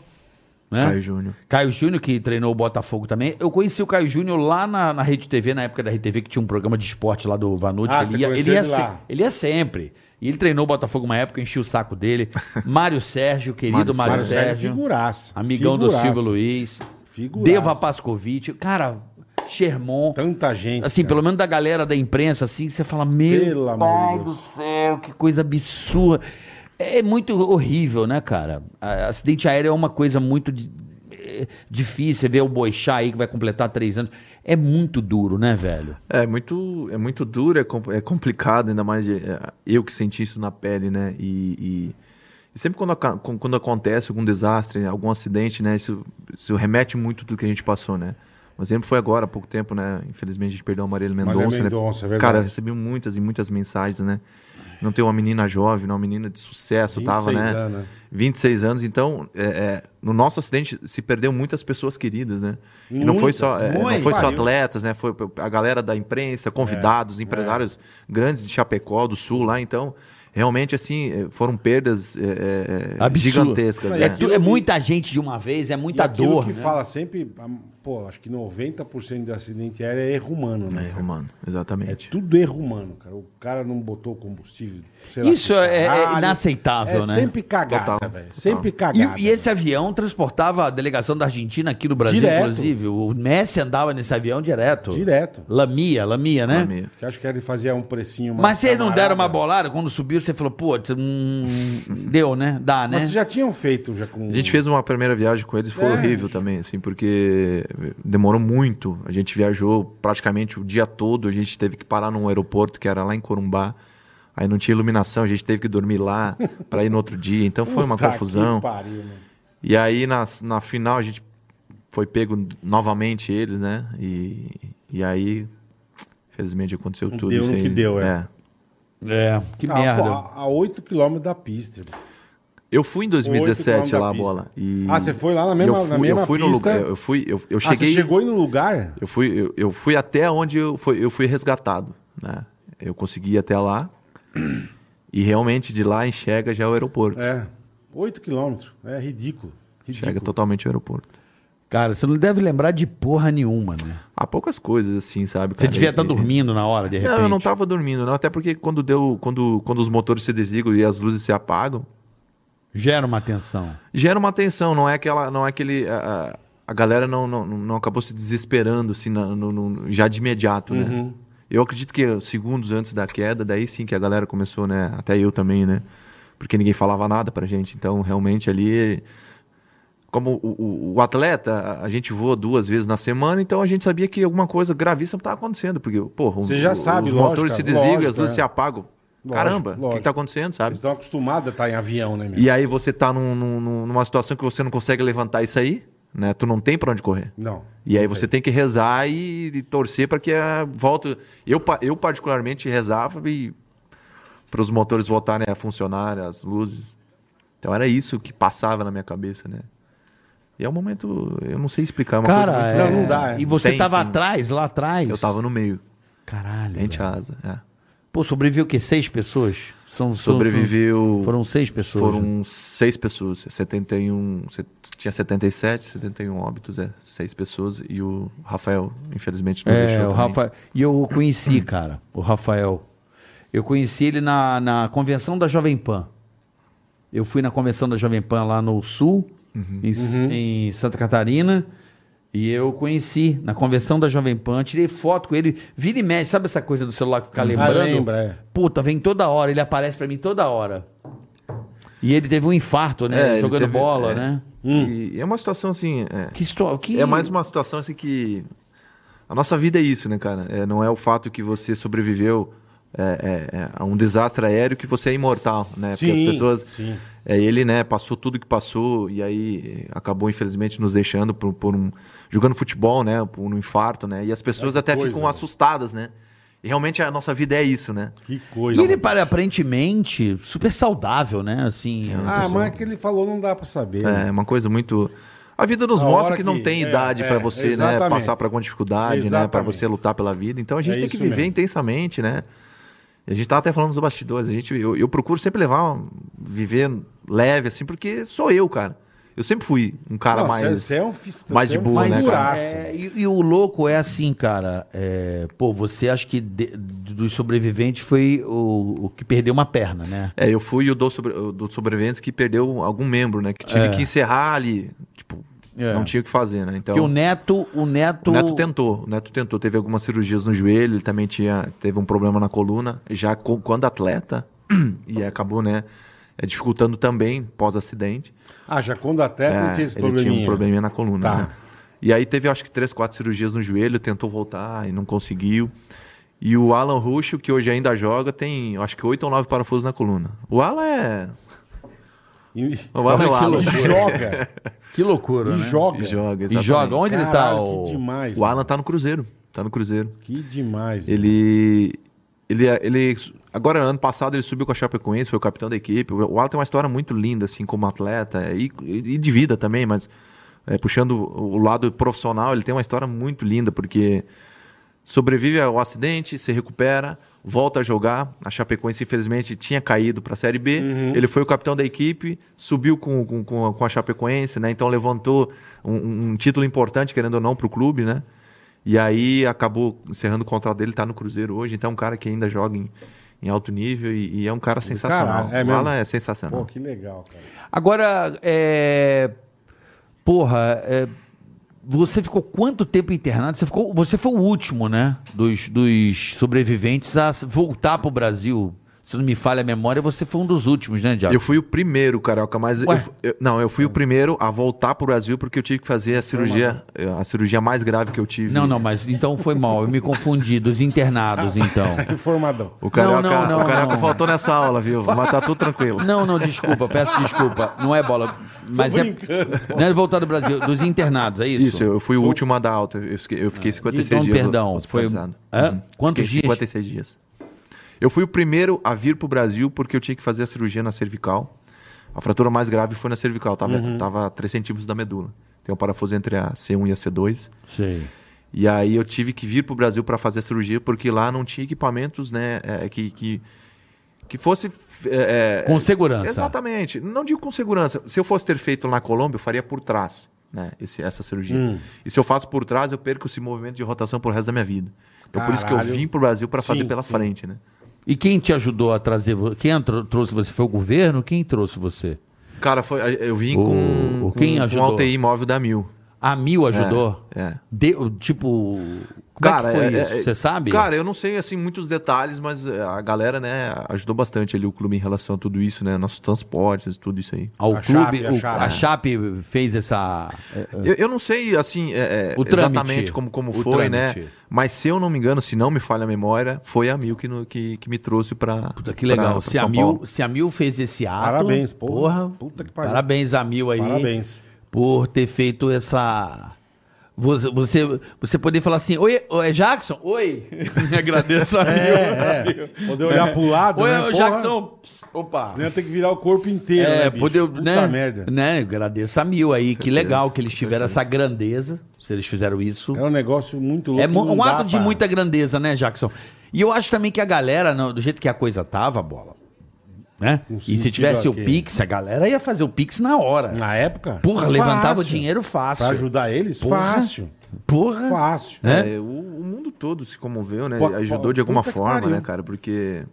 Speaker 4: Né?
Speaker 1: Caio Júnior.
Speaker 4: Caio Júnior, que treinou o Botafogo também. Eu conheci o Caio Júnior lá na, na Rede TV, na época da Rede TV, que tinha um programa de esporte lá do Vanucci.
Speaker 3: Ah,
Speaker 4: que
Speaker 3: você
Speaker 4: ele, ia,
Speaker 3: conheceu
Speaker 4: ele, ia
Speaker 3: ele lá.
Speaker 4: se- ele ia sempre. E ele treinou o Botafogo uma época, eu enchi o saco dele. Mário Sérgio, querido
Speaker 1: Mário
Speaker 4: Mário,
Speaker 3: Mário Sérgio,
Speaker 4: Sérgio.
Speaker 3: figuraça.
Speaker 4: é, Amigão
Speaker 3: Figuraça.
Speaker 4: do Silvio Luiz.
Speaker 3: Figuraça.
Speaker 4: Deva Pascovitch. Cara, Sherman.
Speaker 3: Tanta gente.
Speaker 4: Assim,
Speaker 3: cara.
Speaker 4: pelo menos da galera da imprensa, assim, que você fala, meu
Speaker 3: Pelo
Speaker 4: pai
Speaker 3: amor de
Speaker 4: do
Speaker 3: Deus.
Speaker 4: céu, que coisa absurda. É muito horrível, né, cara? A- acidente aéreo é uma coisa muito di- é, difícil. Você vê o Boixá aí, que vai completar três anos. É muito duro, né, velho?
Speaker 1: É muito, é muito duro, é, com- é complicado, ainda mais de- é, eu que senti isso na pele, né? E, e- e sempre quando, aca- com- quando acontece algum desastre, algum acidente, né? Isso, isso remete muito do que a gente passou, né? Mas sempre foi agora, há pouco tempo, né? Infelizmente a gente perdeu a Marília
Speaker 3: Marília
Speaker 1: Mendonça, né?
Speaker 3: Mendonça, é verdade.
Speaker 1: Cara, recebi muitas e muitas mensagens, né? Não tem uma menina jovem, não, uma menina de sucesso, tava,
Speaker 3: 26
Speaker 1: né?
Speaker 3: anos, né?
Speaker 1: 26 anos, então, é, é, no nosso acidente se perdeu muitas pessoas queridas, né? e não
Speaker 3: Muitas,
Speaker 1: foi só, é,
Speaker 3: muitas.
Speaker 1: não foi só
Speaker 3: Pariu.
Speaker 1: atletas, né? Foi a galera da imprensa,
Speaker 3: É,
Speaker 1: convidados, empresários grandes de Chapecó, do Sul lá, então, realmente, assim, eh, foram perdas eh, eh,
Speaker 4: Absurdo.
Speaker 1: gigantescas,
Speaker 3: É
Speaker 1: né?
Speaker 4: É, tu- é muita gente de uma vez, é
Speaker 3: E
Speaker 4: muita
Speaker 3: aquilo
Speaker 4: dor.
Speaker 3: que
Speaker 4: né?
Speaker 3: fala sempre, hum, pô, acho que 90% de acidente aéreo é erro humano, né?
Speaker 1: É,
Speaker 3: cara?
Speaker 1: Romano,
Speaker 3: É
Speaker 1: exatamente.
Speaker 3: tudo erro humano, cara. O cara não botou combustível. sei
Speaker 4: Isso
Speaker 3: pro
Speaker 4: é- é
Speaker 3: caralho.
Speaker 4: inaceitável,
Speaker 3: é
Speaker 4: né?
Speaker 3: Sempre cagada,
Speaker 1: Total,
Speaker 3: velho.
Speaker 1: total.
Speaker 3: Sempre cagada.
Speaker 4: E, e esse avião transportava a delegação da Argentina aqui do Brasil,
Speaker 3: Direto.
Speaker 4: inclusive. O Messi andava nesse avião direto.
Speaker 3: velho. Direto.
Speaker 4: Lamia, Lamia, né?
Speaker 1: Lamia.
Speaker 3: Que acho que ele fazia um precinho mais
Speaker 4: Mas vocês não
Speaker 3: camarada.
Speaker 4: deram uma bolada? Quando subiu, você falou, pô, tch, hum, deu, né? Dá, né?
Speaker 3: Mas vocês já tinham feito já com...
Speaker 1: A gente fez uma primeira viagem com eles, foi
Speaker 3: É.
Speaker 1: horrível também, assim, porque demorou muito. A gente viajou praticamente o dia todo, a gente teve que parar num aeroporto que era lá em Corumbá. Aí não tinha iluminação, a gente teve que dormir lá para ir no outro dia, então foi uma
Speaker 3: Puta
Speaker 1: confusão.
Speaker 3: que pariu, mano.
Speaker 1: E aí na, na final a gente foi pego novamente eles, né? E, e aí, infelizmente, aconteceu tudo
Speaker 3: Deu
Speaker 1: isso
Speaker 3: no
Speaker 1: aí.
Speaker 3: que deu, é.
Speaker 4: É, que
Speaker 3: Ah,
Speaker 4: merda.
Speaker 3: pô, A, a 8 km da pista. irmão.
Speaker 1: Eu fui em 2017
Speaker 3: Oito
Speaker 1: lá, a
Speaker 3: quilômetros da
Speaker 1: bola. E
Speaker 3: Ah, você foi lá na mesma-
Speaker 1: eu fui,
Speaker 3: na mesma
Speaker 1: eu fui no
Speaker 3: pista?
Speaker 1: lugar. Eu fui, eu, eu
Speaker 3: Ah, você
Speaker 1: cheguei.
Speaker 3: chegou aí no lugar?
Speaker 1: Eu fui, eu, eu fui até onde eu fui, eu fui resgatado, né? Eu consegui ir até lá e realmente de lá enxerga já o aeroporto.
Speaker 3: É. 8 km. É ridículo.
Speaker 1: enxerga
Speaker 3: Ridículo.
Speaker 1: totalmente o aeroporto.
Speaker 4: Cara, você não deve lembrar de porra nenhuma, né?
Speaker 1: Há poucas coisas assim, sabe?
Speaker 4: Você
Speaker 1: cara?
Speaker 4: devia estar
Speaker 1: E-
Speaker 4: dormindo na hora, de repente.
Speaker 1: Não, eu não tava dormindo, não. Até porque quando deu, quando, quando os motores se desligam e as luzes se apagam,
Speaker 4: Gera uma tensão.
Speaker 1: gera uma tensão. Não é aquela, não é aquele a, a- a galera não, não, não acabou se desesperando assim na- no- no- já de imediato,
Speaker 3: Uhum.
Speaker 1: né? Eu acredito que segundos antes da queda, daí sim que a galera começou, né? Até eu também, né? Porque ninguém falava nada pra gente. Então realmente ali como o, o- o atleta, a- a gente voa duas vezes na semana, então a gente sabia que alguma coisa gravíssima estava acontecendo, porque, porra,
Speaker 3: Você já
Speaker 1: os
Speaker 3: sabe, lógico,
Speaker 1: motores se
Speaker 3: cara,
Speaker 1: desligam,
Speaker 3: lógico,
Speaker 1: as luzes
Speaker 3: é.
Speaker 1: se apagam.
Speaker 3: Lógico,
Speaker 1: Caramba, o que
Speaker 3: lógico.
Speaker 1: está acontecendo,
Speaker 3: Vocês
Speaker 1: sabe?
Speaker 3: estão
Speaker 4: É.
Speaker 3: acostumados a estar em avião, né, meu?
Speaker 1: tá E aí você tá num- num- num- numa situação que você não consegue levantar isso aí. né? Tu não tem pra onde correr.
Speaker 3: Não.
Speaker 1: E aí você tá tem que rezar e, e torcer para que a volta. Eu, pa- eu particularmente rezava e para os motores voltarem a funcionar, as luzes. Então era isso que passava na minha cabeça, né? E é um momento, eu não sei explicar, é uma coisa
Speaker 4: Cara,
Speaker 1: muito-
Speaker 4: é...
Speaker 3: Não, não dá, é.
Speaker 4: E você
Speaker 1: Tem,
Speaker 4: tava
Speaker 1: sim.
Speaker 4: atrás, lá atrás.
Speaker 1: eu tava no meio,
Speaker 4: Caralho.
Speaker 1: pente
Speaker 4: velho.
Speaker 1: a asa. é.
Speaker 4: Pô, sobreviveu o quê? Seis pessoas? São, são-
Speaker 1: Sobreviveu.
Speaker 4: Foram seis pessoas. né?
Speaker 1: Foram seis pessoas, é 71, se- um, tinha 77, 71 óbitos, é, seis pessoas e o Rafael, infelizmente, nos
Speaker 4: É,
Speaker 1: deixou.
Speaker 4: o
Speaker 1: também.
Speaker 4: Rafael. E eu o conheci, cara, o Rafael. Eu conheci ele na, na convenção da Jovem Pan. Eu fui na convenção da Jovem Pan lá no Sul,
Speaker 1: Uhum.
Speaker 4: em, S- em Santa Catarina. E eu conheci na convenção da Jovem Pan, tirei foto com ele, vira e mexe, sabe essa coisa do celular que
Speaker 1: Uhum.
Speaker 4: fica lembrando?
Speaker 1: Ah,
Speaker 3: lembra, é.
Speaker 4: Puta, vem toda hora, ele aparece pra mim toda hora. E ele teve um infarto,
Speaker 1: É,
Speaker 4: né?
Speaker 1: ele
Speaker 4: Jogando
Speaker 1: teve-
Speaker 4: bola,
Speaker 1: é.
Speaker 4: né?
Speaker 1: E, e é uma situação assim. é,
Speaker 4: Que história. Que...
Speaker 1: É mais uma situação assim que. A nossa vida é isso, né, cara? É, não é o fato que você sobreviveu é, é, é, a um desastre aéreo que você é imortal, né? Porque
Speaker 3: Sim,
Speaker 1: as pessoas.
Speaker 3: sim.
Speaker 1: É, ele, né, passou tudo que passou e aí é, acabou, infelizmente, nos deixando por, por um. jogando futebol, né? Por um infarto, né? E as pessoas até
Speaker 3: coisa,
Speaker 1: ficam
Speaker 3: né?
Speaker 1: assustadas, né? E realmente a nossa vida é isso, né?
Speaker 3: Que
Speaker 4: E
Speaker 3: coisa.
Speaker 4: ele, para, aparentemente, super saudável, né? Assim.
Speaker 3: Ah, mas é que ele falou não dá pra saber. né?
Speaker 1: É uma coisa muito. A vida nos
Speaker 3: A
Speaker 1: mostra
Speaker 3: hora
Speaker 1: que, não
Speaker 3: que-
Speaker 1: tem
Speaker 3: é,
Speaker 1: idade
Speaker 3: é,
Speaker 1: pra você né,
Speaker 3: exatamente.
Speaker 1: passar por alguma dificuldade, né, para
Speaker 3: Exatamente.
Speaker 1: você lutar pela vida. Então a gente
Speaker 3: É
Speaker 1: tem que
Speaker 3: isso
Speaker 1: viver
Speaker 3: mesmo.
Speaker 1: intensamente, né? E a gente tava até falando nos bastidores. A gente, eu, eu procuro sempre levar, um- viver leve assim, porque sou eu, cara. Eu sempre fui um cara
Speaker 3: Não,
Speaker 1: mais.
Speaker 3: você é um fis-
Speaker 1: mais
Speaker 3: você
Speaker 1: de
Speaker 3: é um
Speaker 1: boa, né,
Speaker 3: figuraça.
Speaker 1: cara?
Speaker 4: É, e, e o louco é assim, cara. é, pô, você acha que de- dos sobreviventes foi o, o que perdeu uma perna, né?
Speaker 1: É, eu fui o do, sobre, o do sobreviventes que perdeu algum membro, né? Que tive que encerrar ali, tipo,
Speaker 4: É.
Speaker 1: não tinha o que fazer, né? Então
Speaker 4: Porque o neto, o neto.
Speaker 1: O Neto tentou, o Neto tentou, teve algumas cirurgias no joelho, ele também tinha, teve um problema na coluna, já co- quando atleta, e aí acabou, né, é, dificultando também pós-acidente.
Speaker 3: Ah, já quando até
Speaker 1: É,
Speaker 3: não tinha esse
Speaker 1: ele
Speaker 3: probleminha.
Speaker 1: tinha um probleminha na coluna,
Speaker 3: Tá.
Speaker 1: né? E aí teve, acho que, três, quatro cirurgias no joelho, tentou voltar e não conseguiu. E o Alan Ruxo, que hoje ainda joga, tem, acho que, oito ou nove parafusos na coluna. O Alan é...
Speaker 3: E,
Speaker 1: O Alan é o Alan.
Speaker 3: e joga.
Speaker 4: Que loucura,
Speaker 3: e
Speaker 4: né?
Speaker 3: joga.
Speaker 1: Joga,
Speaker 4: E joga.
Speaker 1: exatamente.
Speaker 4: Onde ele tá?
Speaker 3: Caralho,
Speaker 4: O...
Speaker 3: Que demais.
Speaker 1: O Alan tá no Cruzeiro, tá no Cruzeiro.
Speaker 3: mano. Que demais. mano.
Speaker 1: Ele, ele, ele. Agora, ano passado, ele subiu com a Chapecoense, foi o capitão da equipe. O Alan tem uma história muito linda, assim, como atleta e, e de vida também, mas é, puxando o lado profissional, ele tem uma história muito linda, porque sobrevive ao acidente, se recupera, volta a jogar. A Chapecoense, infelizmente, tinha caído para a Série B.
Speaker 3: Uhum.
Speaker 1: Ele foi o capitão da equipe, subiu com, com, com, a, com a Chapecoense, né? Então levantou um, um título importante, querendo ou não, para o clube, né? E aí acabou encerrando o contrato dele, tá no Cruzeiro hoje. Então é um cara que ainda joga em, em alto nível e, e é um cara sensacional.
Speaker 3: é
Speaker 1: o
Speaker 3: mesmo?
Speaker 1: Alan é sensacional.
Speaker 3: Pô, que legal, cara.
Speaker 4: Agora, é. Porra, é, você ficou quanto tempo internado? Você, ficou, você foi o último, né? Dos, dos sobreviventes a voltar pro Brasil. Se não me falha a memória, você foi um dos últimos, né, Diago?
Speaker 1: Eu fui o primeiro, Carioca, mas. eu
Speaker 4: Ué?
Speaker 1: fu- eu- não, eu
Speaker 3: É.
Speaker 1: fui o primeiro a voltar pro Brasil porque eu tive que fazer a cirurgia, a cirurgia mais grave que eu tive.
Speaker 4: Não, não, mas então foi mal. Eu me confundi dos internados, então.
Speaker 3: Informadão.
Speaker 1: O Carioca,
Speaker 4: Não, não, não,
Speaker 1: o carioca
Speaker 4: não.
Speaker 1: faltou nessa aula, viu? Mas tá tudo tranquilo.
Speaker 4: Não, não, desculpa, peço desculpa. Não é bola, mas é.
Speaker 3: brincando,
Speaker 4: Não é voltar do Brasil, dos internados, é isso?
Speaker 1: Isso, eu fui o último a dar alta. Eu fiquei, eu fiquei 56
Speaker 4: Então,
Speaker 1: dias
Speaker 4: perdão, foi-
Speaker 1: hospitalizado. Uhum.
Speaker 4: Hã? Quantos
Speaker 1: fiquei
Speaker 4: dias?
Speaker 1: 56 dias. Eu fui o primeiro a vir pro Brasil porque eu tinha que fazer a cirurgia na cervical. A fratura mais grave foi na cervical, tava,
Speaker 4: Uhum.
Speaker 1: tava a 3 centímetros da medula. Tem um parafuso entre a C1 e a C2.
Speaker 4: Sei.
Speaker 1: E aí eu tive que vir pro Brasil para fazer a cirurgia porque lá não tinha equipamentos, né, é, que, que que fosse é, é,
Speaker 4: Com segurança.
Speaker 1: Exatamente. Não digo com segurança. Se eu fosse ter feito na Colômbia, eu faria por trás, né? esse- essa cirurgia.
Speaker 4: Hum.
Speaker 1: E se eu faço por trás, eu perco esse movimento de rotação pro resto da minha vida. Então por isso que
Speaker 3: Caralho.
Speaker 1: eu vim pro Brasil para fazer
Speaker 3: Sim,
Speaker 1: pela
Speaker 3: sim.
Speaker 1: frente, né?
Speaker 4: E quem te ajudou a trazer? vo- Quem entrou- trouxe você? Foi o governo? Quem trouxe você?
Speaker 1: Cara, foi, eu vim
Speaker 4: O-
Speaker 1: com,
Speaker 4: o quem
Speaker 1: com, um com
Speaker 4: ajudou?
Speaker 1: a UTI móvel da Mil.
Speaker 4: A Mil ajudou?
Speaker 1: É, é.
Speaker 4: Deu- tipo. Como é que foi
Speaker 1: é-
Speaker 4: isso?
Speaker 1: é-
Speaker 4: Você sabe?
Speaker 1: Cara, eu não sei assim muitos detalhes, mas é, a galera, né, ajudou bastante ali o clube em relação a tudo isso, né? Nossos transportes, tudo isso aí.
Speaker 4: Ao
Speaker 3: A
Speaker 4: clube,
Speaker 3: Chape, a
Speaker 4: o-
Speaker 3: Chape.
Speaker 4: a Chape fez essa.
Speaker 1: É. Eu, eu não sei, assim, é, é,
Speaker 4: O trâmite.
Speaker 1: exatamente como, como
Speaker 4: O
Speaker 1: foi, né?
Speaker 4: trâmite.
Speaker 1: Mas se eu não me engano, se não me falha a memória, foi a Mil que, no- que, que me trouxe pra.
Speaker 4: Puta, que legal.
Speaker 1: pra- pra
Speaker 4: se, a
Speaker 1: São
Speaker 4: Mil,
Speaker 1: Paulo.
Speaker 4: se a Mil fez esse ato.
Speaker 3: Parabéns, porra. Puta que pariu.
Speaker 4: Parabéns a Mil aí.
Speaker 3: Parabéns.
Speaker 4: por ter feito essa. Você, você, você poder falar assim, oi, oi, Jackson, oi. Agradeço a
Speaker 5: É, é.
Speaker 3: Poder olhar pro lado,
Speaker 4: Oi,
Speaker 3: né? Porra,
Speaker 4: Jackson. Pss, Opa.
Speaker 3: Senão tem que virar o corpo inteiro,
Speaker 4: É,
Speaker 3: né, bicho?
Speaker 4: poder,
Speaker 3: Puta
Speaker 4: né,
Speaker 3: merda.
Speaker 4: né, agradeço a Mil aí, que legal que eles tiveram essa grandeza, se eles fizeram isso.
Speaker 3: É um negócio muito louco.
Speaker 4: É mo-
Speaker 3: não
Speaker 4: um
Speaker 3: dá
Speaker 4: ato de
Speaker 3: pra-
Speaker 4: muita grandeza, né, Jackson? E eu acho também que a galera, não, do jeito que a coisa tava, bola, né?
Speaker 3: No
Speaker 4: E se
Speaker 3: sentido
Speaker 4: tivesse o
Speaker 3: aqui.
Speaker 4: Pix, a galera ia fazer o Pix na hora.
Speaker 3: Na época?
Speaker 4: Porra, levantava o
Speaker 3: fácil.
Speaker 4: dinheiro fácil.
Speaker 3: Pra ajudar eles?
Speaker 4: Porra.
Speaker 3: Fácil.
Speaker 4: Porra.
Speaker 3: Fácil.
Speaker 4: né?
Speaker 1: É, o, o mundo todo se comoveu, né?
Speaker 3: Pô,
Speaker 1: Ajudou
Speaker 3: pô,
Speaker 1: de alguma
Speaker 3: puta que
Speaker 1: forma,
Speaker 3: pariu.
Speaker 1: né, cara? Porque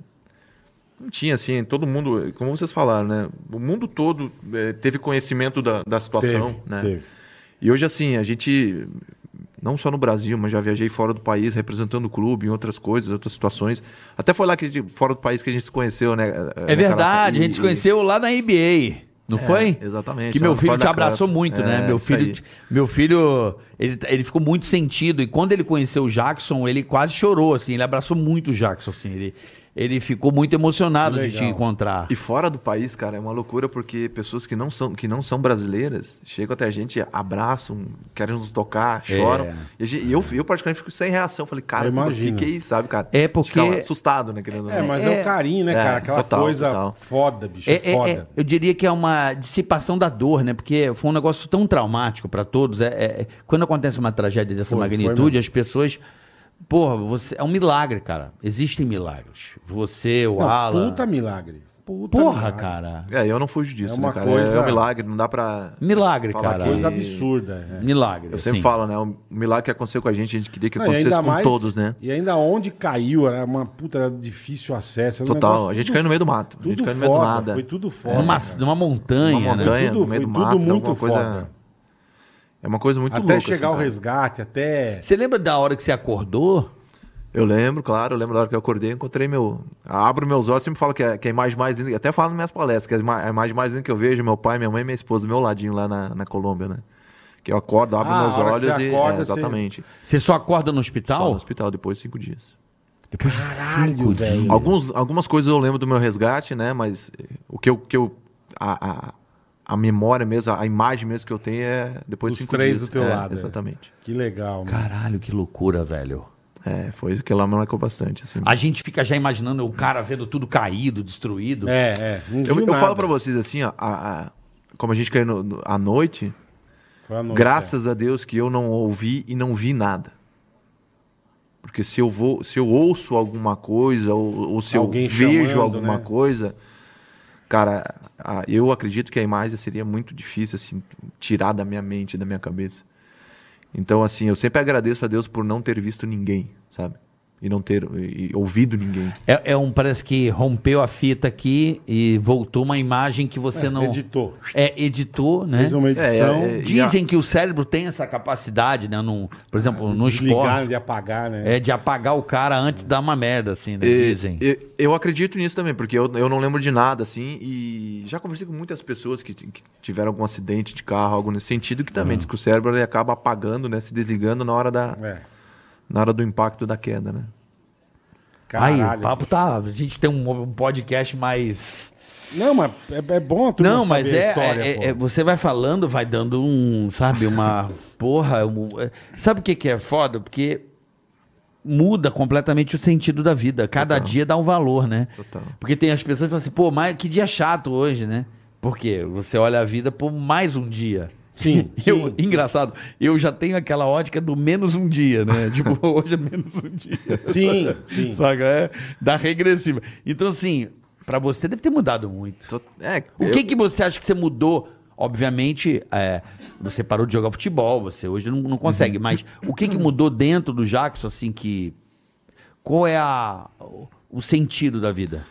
Speaker 1: não tinha, assim, todo mundo, como vocês falaram, né? O mundo todo eh, teve conhecimento da, da situação, né?
Speaker 3: teve.
Speaker 1: E hoje, assim, a gente, não só no Brasil, mas já viajei fora do país, representando o clube em outras coisas, outras situações. Até foi lá que a gente- fora do país que a gente se conheceu, né?
Speaker 4: É verdade, a gente se conheceu lá na NBA. Não foi?
Speaker 1: É, exatamente, é
Speaker 4: Que
Speaker 1: lá
Speaker 4: meu
Speaker 1: no
Speaker 4: filho te
Speaker 1: Fora da
Speaker 4: abraçou
Speaker 1: Copa.
Speaker 4: muito, né?
Speaker 1: É,
Speaker 4: Meu
Speaker 1: isso
Speaker 4: filho,
Speaker 1: aí.
Speaker 4: te- meu filho ele, ele ficou muito sentido. E quando ele conheceu o Jackson, ele quase chorou, assim. Ele abraçou muito o Jackson, assim. Ele, ele ficou muito emocionado de te
Speaker 3: Legal.
Speaker 4: encontrar.
Speaker 1: E fora do país, cara, é uma loucura porque pessoas que não são, que não são brasileiras chegam até a gente, abraçam, querem nos tocar,
Speaker 4: É.
Speaker 1: choram. E, a gente- e eu, eu praticamente fico sem reação. Falei, cara,
Speaker 3: Eu
Speaker 1: o que,
Speaker 3: imagino.
Speaker 1: que é isso, sabe, cara?
Speaker 4: É
Speaker 1: A gente
Speaker 4: porque-
Speaker 1: fica lá assustado, né, querendo ou
Speaker 3: É,
Speaker 1: não.
Speaker 3: mas é, o carinho, né,
Speaker 1: É,
Speaker 3: cara? Aquela
Speaker 1: total,
Speaker 3: coisa
Speaker 1: total.
Speaker 3: foda, bicho.
Speaker 4: É, é,
Speaker 3: foda.
Speaker 4: é, eu diria que é uma dissipação da dor, né? Porque foi um negócio tão traumático pra todos. É, é- é- quando acontece uma tragédia dessa
Speaker 3: Foi, foi
Speaker 4: magnitude,
Speaker 3: mesmo.
Speaker 4: as pessoas. Porra, você, é um milagre, cara. Existem milagres. Você, o
Speaker 3: Não,
Speaker 4: Alan.
Speaker 3: puta milagre. Puta
Speaker 4: porra,
Speaker 3: milagre.
Speaker 4: cara.
Speaker 1: É, eu não fujo disso,
Speaker 3: É uma
Speaker 1: né, cara?
Speaker 3: coisa-
Speaker 1: É um milagre, não dá pra.
Speaker 4: Milagre,
Speaker 1: Falar
Speaker 4: cara.
Speaker 3: Coisa
Speaker 1: E-
Speaker 3: absurda. é.
Speaker 4: Milagre.
Speaker 1: Eu sempre
Speaker 4: assim.
Speaker 1: falo, né? O milagre que aconteceu com a gente, a gente queria que
Speaker 3: Não,
Speaker 1: acontecesse com todos, né?
Speaker 3: E ainda onde caiu, era uma puta era difícil acesso. era um
Speaker 1: Total,
Speaker 3: negócio
Speaker 1: a gente
Speaker 3: tudo
Speaker 1: caiu no meio do mato, a gente
Speaker 3: tudo
Speaker 1: caiu no meio do
Speaker 3: foda,
Speaker 1: nada.
Speaker 3: Foi tudo foda.
Speaker 4: Numa,
Speaker 3: cara.
Speaker 4: numa montanha.
Speaker 1: Uma
Speaker 4: né?
Speaker 1: montanha,
Speaker 3: tudo-
Speaker 1: no meio do
Speaker 3: foi tudo
Speaker 1: mato,
Speaker 3: muito
Speaker 1: alguma coisa.
Speaker 3: foda.
Speaker 1: É uma coisa muito
Speaker 3: Até
Speaker 1: louca.
Speaker 3: chegar
Speaker 1: assim,
Speaker 3: o
Speaker 1: cara.
Speaker 3: resgate, até.
Speaker 4: Você lembra da hora que você acordou?
Speaker 1: Eu lembro, claro, eu lembro da hora que eu acordei, eu encontrei meu. Abro meus olhos, sempre falo que a, que a imagem mais linda, até falo nas minhas palestras, que a ima- a imagem mais linda que eu vejo, é meu pai, minha mãe e minha esposa do meu ladinho lá na, na Colômbia, né? Que eu acordo, abro
Speaker 3: Ah,
Speaker 1: meus
Speaker 3: a hora que
Speaker 1: olhos
Speaker 3: você
Speaker 1: e.
Speaker 3: acorda,
Speaker 1: é,
Speaker 3: você-
Speaker 1: exatamente.
Speaker 4: Você só acorda no
Speaker 1: Só no
Speaker 4: hospital?
Speaker 1: hospital, depois de cinco dias.
Speaker 4: Depois de
Speaker 3: velho.
Speaker 4: cinco dias.
Speaker 1: Alguns, algumas coisas eu lembro do meu resgate, né? Mas eh, o que eu. Que eu a, a, a memória mesmo, a imagem mesmo que eu tenho é depois
Speaker 3: Os
Speaker 1: de cinco
Speaker 3: três
Speaker 1: dias.
Speaker 3: do teu
Speaker 1: É,
Speaker 3: lado, é.
Speaker 1: Exatamente.
Speaker 3: Que legal, mano.
Speaker 4: Caralho, que loucura, velho.
Speaker 1: É, foi isso que lá me marcou bastante. Assim.
Speaker 4: A gente fica já imaginando o cara vendo tudo caído, destruído.
Speaker 3: É, é. Não
Speaker 1: Eu,
Speaker 3: viu
Speaker 1: eu
Speaker 3: nada.
Speaker 1: falo pra vocês assim, ó, a- a- como a gente caiu no- no- à noite,
Speaker 3: Foi a noite, é.
Speaker 1: graças a Deus que eu não ouvi e não vi nada. Porque se eu vou, se eu ouço alguma coisa ou, ou se
Speaker 3: Alguém
Speaker 1: eu vejo
Speaker 3: chamando,
Speaker 1: alguma
Speaker 3: né?
Speaker 1: coisa, cara, a- eu acredito que a imagem seria muito difícil assim tirar da minha mente, da minha cabeça. Então assim, eu sempre agradeço a Deus por não ter visto ninguém, sabe? E não ter e- e ouvido ninguém.
Speaker 4: É, é um, parece que rompeu a fita aqui e voltou uma imagem que você
Speaker 3: É,
Speaker 4: não.
Speaker 3: Editou.
Speaker 4: É, editou, né?
Speaker 3: Fez uma edição.
Speaker 1: É, é, é.
Speaker 4: Dizem que o cérebro tem essa capacidade, né? Num, por exemplo, no
Speaker 3: desligar,
Speaker 4: esporte.
Speaker 3: É, de apagar, né?
Speaker 4: É de apagar o cara antes de dar uma merda, assim, né?
Speaker 1: E-
Speaker 4: Dizem.
Speaker 1: e- eu acredito nisso também, porque eu, eu não lembro de nada, assim, e já conversei com muitas pessoas que, que tiveram algum acidente de carro, algo nesse sentido, que também diz que o cérebro ele acaba apagando, né? Se desligando na hora, da,
Speaker 3: É.
Speaker 1: na hora do impacto da queda, né?
Speaker 3: Caralho.
Speaker 4: Aí, o papo tá. A gente tem um, um podcast mais.
Speaker 3: Não, mas é, é bom a turma
Speaker 4: Não, mas
Speaker 3: saber a
Speaker 4: é,
Speaker 3: história,
Speaker 4: é-
Speaker 3: pô.
Speaker 4: é- Você vai falando, vai dando um. Sabe, uma. porra. um- é- sabe o que, que é foda? Porque muda completamente o sentido da vida. Cada
Speaker 1: Total.
Speaker 4: dia dá um valor, né?
Speaker 1: Total.
Speaker 4: Porque tem as pessoas que falam assim, pô, mas que dia chato hoje, né? Porque você olha a vida por mais um dia.
Speaker 3: Sim,
Speaker 4: Eu-
Speaker 3: sim.
Speaker 4: Engraçado, eu já tenho aquela ótica do menos um dia, né? tipo, hoje é menos um dia.
Speaker 3: Sim, sim.
Speaker 4: Saca? É da regressiva. Então, assim, pra você deve ter mudado muito.
Speaker 1: Tô- é,
Speaker 4: O
Speaker 1: eu-
Speaker 4: que, que você acha que você mudou? Obviamente, é, você parou de jogar futebol, você hoje não, não consegue,
Speaker 3: Uhum.
Speaker 4: mas o que, que mudou dentro do Jackson, assim, que. Qual é a, o- o sentido da vida?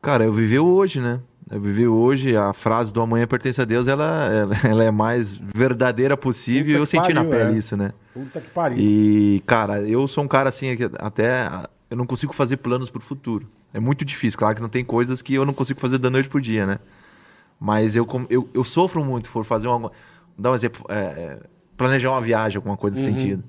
Speaker 1: Cara, eu vivi o hoje, né? Eu vivi o hoje, a frase do amanhã pertence a Deus, ela, ela, ela é mais verdadeira possível
Speaker 3: Puta
Speaker 1: e eu
Speaker 3: que
Speaker 1: senti na
Speaker 3: pariu,
Speaker 1: pele
Speaker 3: é.
Speaker 1: isso, né?
Speaker 3: Puta que pariu.
Speaker 1: E, cara, eu sou um cara assim, que até. ah, Eu não consigo fazer planos pro futuro. É muito difícil. Claro que não tem coisas que eu não consigo fazer da noite pro dia, né? Mas eu, com- eu, eu sofro muito por fazer uma. Dar um exemplo. é, é, planejar uma viagem, alguma coisa nesse sentido.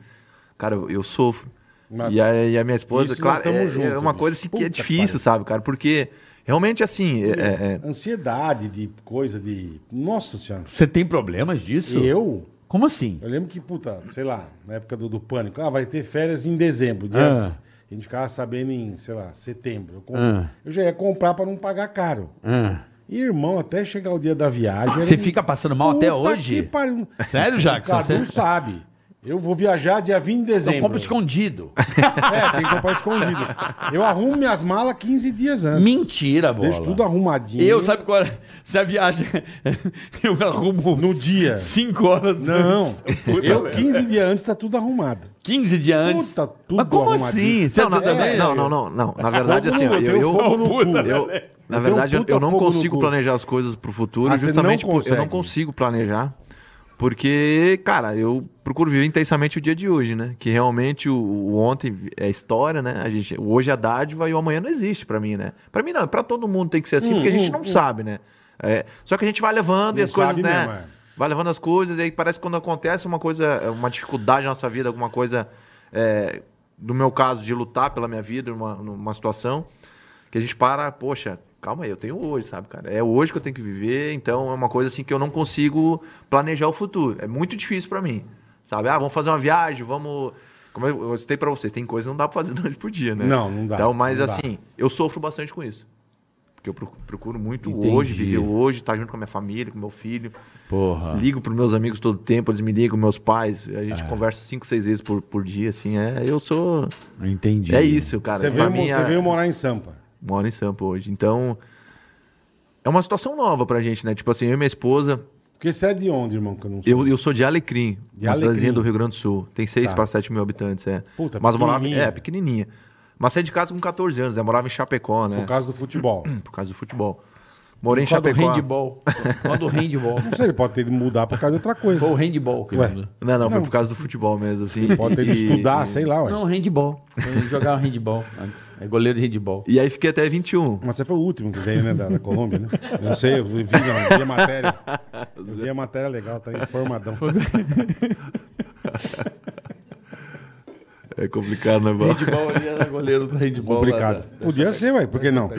Speaker 1: Cara, eu, eu sofro.
Speaker 3: Uhum. Mas
Speaker 1: e, a, e a minha esposa,
Speaker 3: isso nós
Speaker 1: claro,
Speaker 3: tamo
Speaker 1: é,
Speaker 3: junto,
Speaker 1: é uma coisa
Speaker 3: bicho.
Speaker 1: assim, que é
Speaker 3: Puta que
Speaker 1: difícil,
Speaker 3: pariu.
Speaker 1: sabe, cara? Porque Realmente, assim, é- é- é-
Speaker 3: Ansiedade de coisa de. Nossa senhora.
Speaker 4: Você tem problemas disso?
Speaker 3: Eu?
Speaker 4: Como assim?
Speaker 3: Eu lembro que, puta, sei lá, na época do, do pânico, ah, vai ter férias em dezembro. dia-
Speaker 4: Ah.
Speaker 3: A gente ficava sabendo em, sei lá, setembro. Eu, com-
Speaker 4: Ah.
Speaker 3: eu já ia comprar pra não pagar caro.
Speaker 4: Ah.
Speaker 3: E, irmão, até chegar o dia da viagem. era
Speaker 4: Você
Speaker 3: um-
Speaker 4: fica passando mal até
Speaker 3: Puta
Speaker 4: hoje?
Speaker 3: que pariu.
Speaker 4: Sério, Jackson?
Speaker 3: O Cadu
Speaker 4: Você-
Speaker 3: sabe. Eu vou viajar dia 20 de
Speaker 4: Eu
Speaker 3: dezembro.
Speaker 4: compro Então escondido.
Speaker 3: É, tem que comprar escondido. Eu arrumo minhas malas 15 dias antes.
Speaker 4: Mentira, bola.
Speaker 3: Deixo tudo arrumadinho.
Speaker 4: Eu, sabe qual é? Se a viagem. eu arrumo.
Speaker 3: No dia.
Speaker 4: 5 horas
Speaker 3: Não.
Speaker 4: antes.
Speaker 3: Eu, 15 dias antes, tá tudo arrumado.
Speaker 4: 15 dias antes.
Speaker 3: Puta, tudo
Speaker 4: Mas como
Speaker 3: arrumadinho.
Speaker 4: assim? Você
Speaker 1: Não, na-
Speaker 4: anda bem?
Speaker 1: não, não, não, não. Na verdade,
Speaker 3: Fogo
Speaker 1: assim,
Speaker 3: no-
Speaker 1: ó, eu,
Speaker 3: tenho
Speaker 1: eu-
Speaker 3: fogo no
Speaker 4: Puta,
Speaker 3: cu.
Speaker 1: eu-
Speaker 3: velho.
Speaker 1: na
Speaker 3: Eu
Speaker 1: verdade,
Speaker 3: tenho um
Speaker 1: eu,
Speaker 3: puta
Speaker 1: eu não
Speaker 3: fogo no
Speaker 1: consigo
Speaker 3: cu.
Speaker 1: planejar as coisas pro futuro,
Speaker 3: Ah, você
Speaker 1: justamente
Speaker 3: não
Speaker 1: porque eu não
Speaker 3: consegue.
Speaker 1: consigo planejar. Porque, cara, eu procuro viver intensamente o dia de hoje, né? Que realmente o, o ontem é história, né? A gente, o hoje é dádiva e o amanhã não existe pra mim, né? Pra mim não, pra todo mundo tem que ser assim, porque a gente não sabe, né? É, só que a gente vai levando
Speaker 3: Hum,
Speaker 1: e
Speaker 3: Não
Speaker 1: as coisas,
Speaker 3: sabe
Speaker 1: né?
Speaker 3: mesmo, é.
Speaker 1: vai levando as coisas, e aí parece que quando acontece uma coisa, uma dificuldade na nossa vida, alguma coisa, é, no meu caso, de lutar pela minha vida, numa, numa situação, que a gente para, poxa, calma aí, eu tenho hoje, sabe, cara? É hoje que eu tenho que viver, então é uma coisa assim que eu não consigo planejar o futuro. É muito difícil pra mim, sabe? Ah, vamos fazer uma viagem, vamos. Como eu eu citei pra vocês, tem coisa que não dá pra fazer durante por dia, né?
Speaker 3: Não, não dá,
Speaker 1: Então, mas
Speaker 3: não dá.
Speaker 1: assim, eu sofro bastante com isso. Porque eu procu- procuro muito
Speaker 4: Entendi.
Speaker 1: hoje, viver hoje, estar junto com a minha família, com meu filho.
Speaker 4: Porra.
Speaker 1: Ligo pros meus amigos todo tempo, eles me ligam, meus pais. A
Speaker 4: É.
Speaker 1: gente conversa cinco, seis vezes por, por dia, assim. É, eu sou.
Speaker 4: Entendi.
Speaker 1: É isso, cara.
Speaker 3: Você
Speaker 1: Pra
Speaker 3: veio,
Speaker 1: mim,
Speaker 3: você
Speaker 1: é-
Speaker 3: veio morar em Sampa.
Speaker 1: Moro em Sampa hoje. Então. É uma situação nova pra gente, né? Tipo assim, eu e minha esposa.
Speaker 3: Porque você é de onde, irmão? Que eu não sei.
Speaker 1: Eu, eu sou de Alecrim,
Speaker 3: De
Speaker 1: uma
Speaker 3: Alecrim.
Speaker 1: cidadezinha do Rio Grande do Sul. Tem 6
Speaker 3: Tá.
Speaker 1: para 7 mil habitantes, é.
Speaker 3: Puta,
Speaker 1: Mas morava.
Speaker 3: pequenininha.
Speaker 1: É, pequenininha. Mas saí de casa com 14 anos, né? Morava em Chapecó, né?
Speaker 3: Por causa do futebol. Não
Speaker 1: Por causa do futebol. Morei em
Speaker 4: Só do
Speaker 1: Chapecó.
Speaker 4: handball. Só do handball.
Speaker 3: sei, ele pode ter ido mudar por causa de outra coisa.
Speaker 4: Foi o handball, querido.
Speaker 3: Ué.
Speaker 1: Não, não, foi por causa do futebol mesmo, assim.
Speaker 3: Pode ter ido
Speaker 1: E-
Speaker 3: estudar,
Speaker 1: e-
Speaker 3: sei lá, ué.
Speaker 4: Não, handball. Foi Jogar o handball antes. É goleiro de handball.
Speaker 1: E um. aí fiquei até 21.
Speaker 3: Mas você foi o último que veio, né, da, da Colômbia, né? Eu Não sei, eu vi, não, eu vi a matéria. Eu vi a matéria legal, tá informadão.
Speaker 1: É complicado, né, Val?
Speaker 4: Handball ali era goleiro do handball.
Speaker 3: Complicado. Podia ser, ué, por que não?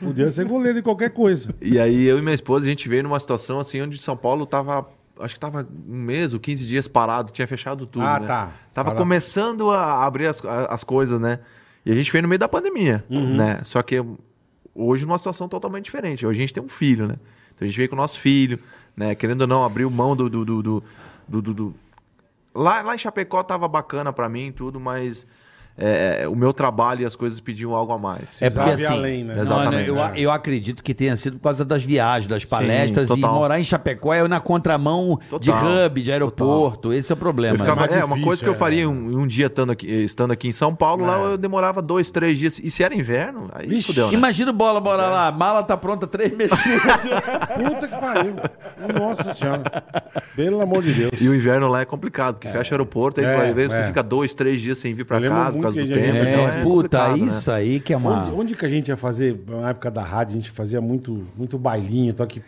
Speaker 3: Podia ser goleiro de qualquer coisa.
Speaker 1: E aí eu e minha esposa, a gente veio numa situação assim onde São Paulo tava. Acho que tava um mês ou 15 dias parado, tinha fechado tudo.
Speaker 3: Ah,
Speaker 1: né?
Speaker 3: tá.
Speaker 1: Tava
Speaker 3: Parado.
Speaker 1: começando a abrir as, a- as coisas, né? E a gente veio no meio da pandemia,
Speaker 3: Uhum.
Speaker 1: né? Só que hoje numa situação totalmente diferente. Hoje a gente tem um filho, né? Então a gente veio com o nosso filho, né? Querendo ou não, abriu mão do. do, do, do, do- do- do- Lá, lá em Chapecó tava bacana pra mim e tudo, mas é, o meu trabalho e as coisas pediam algo a mais.
Speaker 4: É
Speaker 3: Precisava
Speaker 4: porque
Speaker 3: ir
Speaker 4: assim,
Speaker 3: além, né?
Speaker 4: não,
Speaker 1: Exatamente.
Speaker 4: eu, eu acredito que tenha sido por causa das viagens, das palestras e
Speaker 1: total.
Speaker 4: morar em Chapecó é na contramão de
Speaker 1: Total,
Speaker 4: hub, de aeroporto. Esse é o problema.
Speaker 1: Eu
Speaker 4: né?
Speaker 1: ficava- é,
Speaker 3: mais
Speaker 1: uma
Speaker 3: difícil,
Speaker 1: coisa que eu
Speaker 3: é.
Speaker 1: faria um, um dia estando aqui, estando aqui em São Paulo, lá eu demorava dois, três dias. E se era inverno, aí
Speaker 3: Vixe,
Speaker 1: fudeu, né?
Speaker 4: Imagina o bola morar lá, a mala tá pronta três meses.
Speaker 3: Puta que pariu. Nossa senhora. Pelo amor de Deus.
Speaker 1: E o inverno lá é complicado, porque fecha o aeroporto, aí
Speaker 3: É,
Speaker 1: vai ver, você
Speaker 3: é.
Speaker 1: fica dois, três dias sem vir pra
Speaker 3: Eu lembro
Speaker 1: casa por
Speaker 3: muito
Speaker 1: causa do
Speaker 3: que a gente-
Speaker 1: tempo.
Speaker 3: É,
Speaker 1: então
Speaker 4: puta,
Speaker 1: complicado, né?
Speaker 4: isso aí que é uma.
Speaker 3: Onde, onde que a gente ia fazer, na época da rádio, a gente fazia muito, muito bailinho, tô aqui.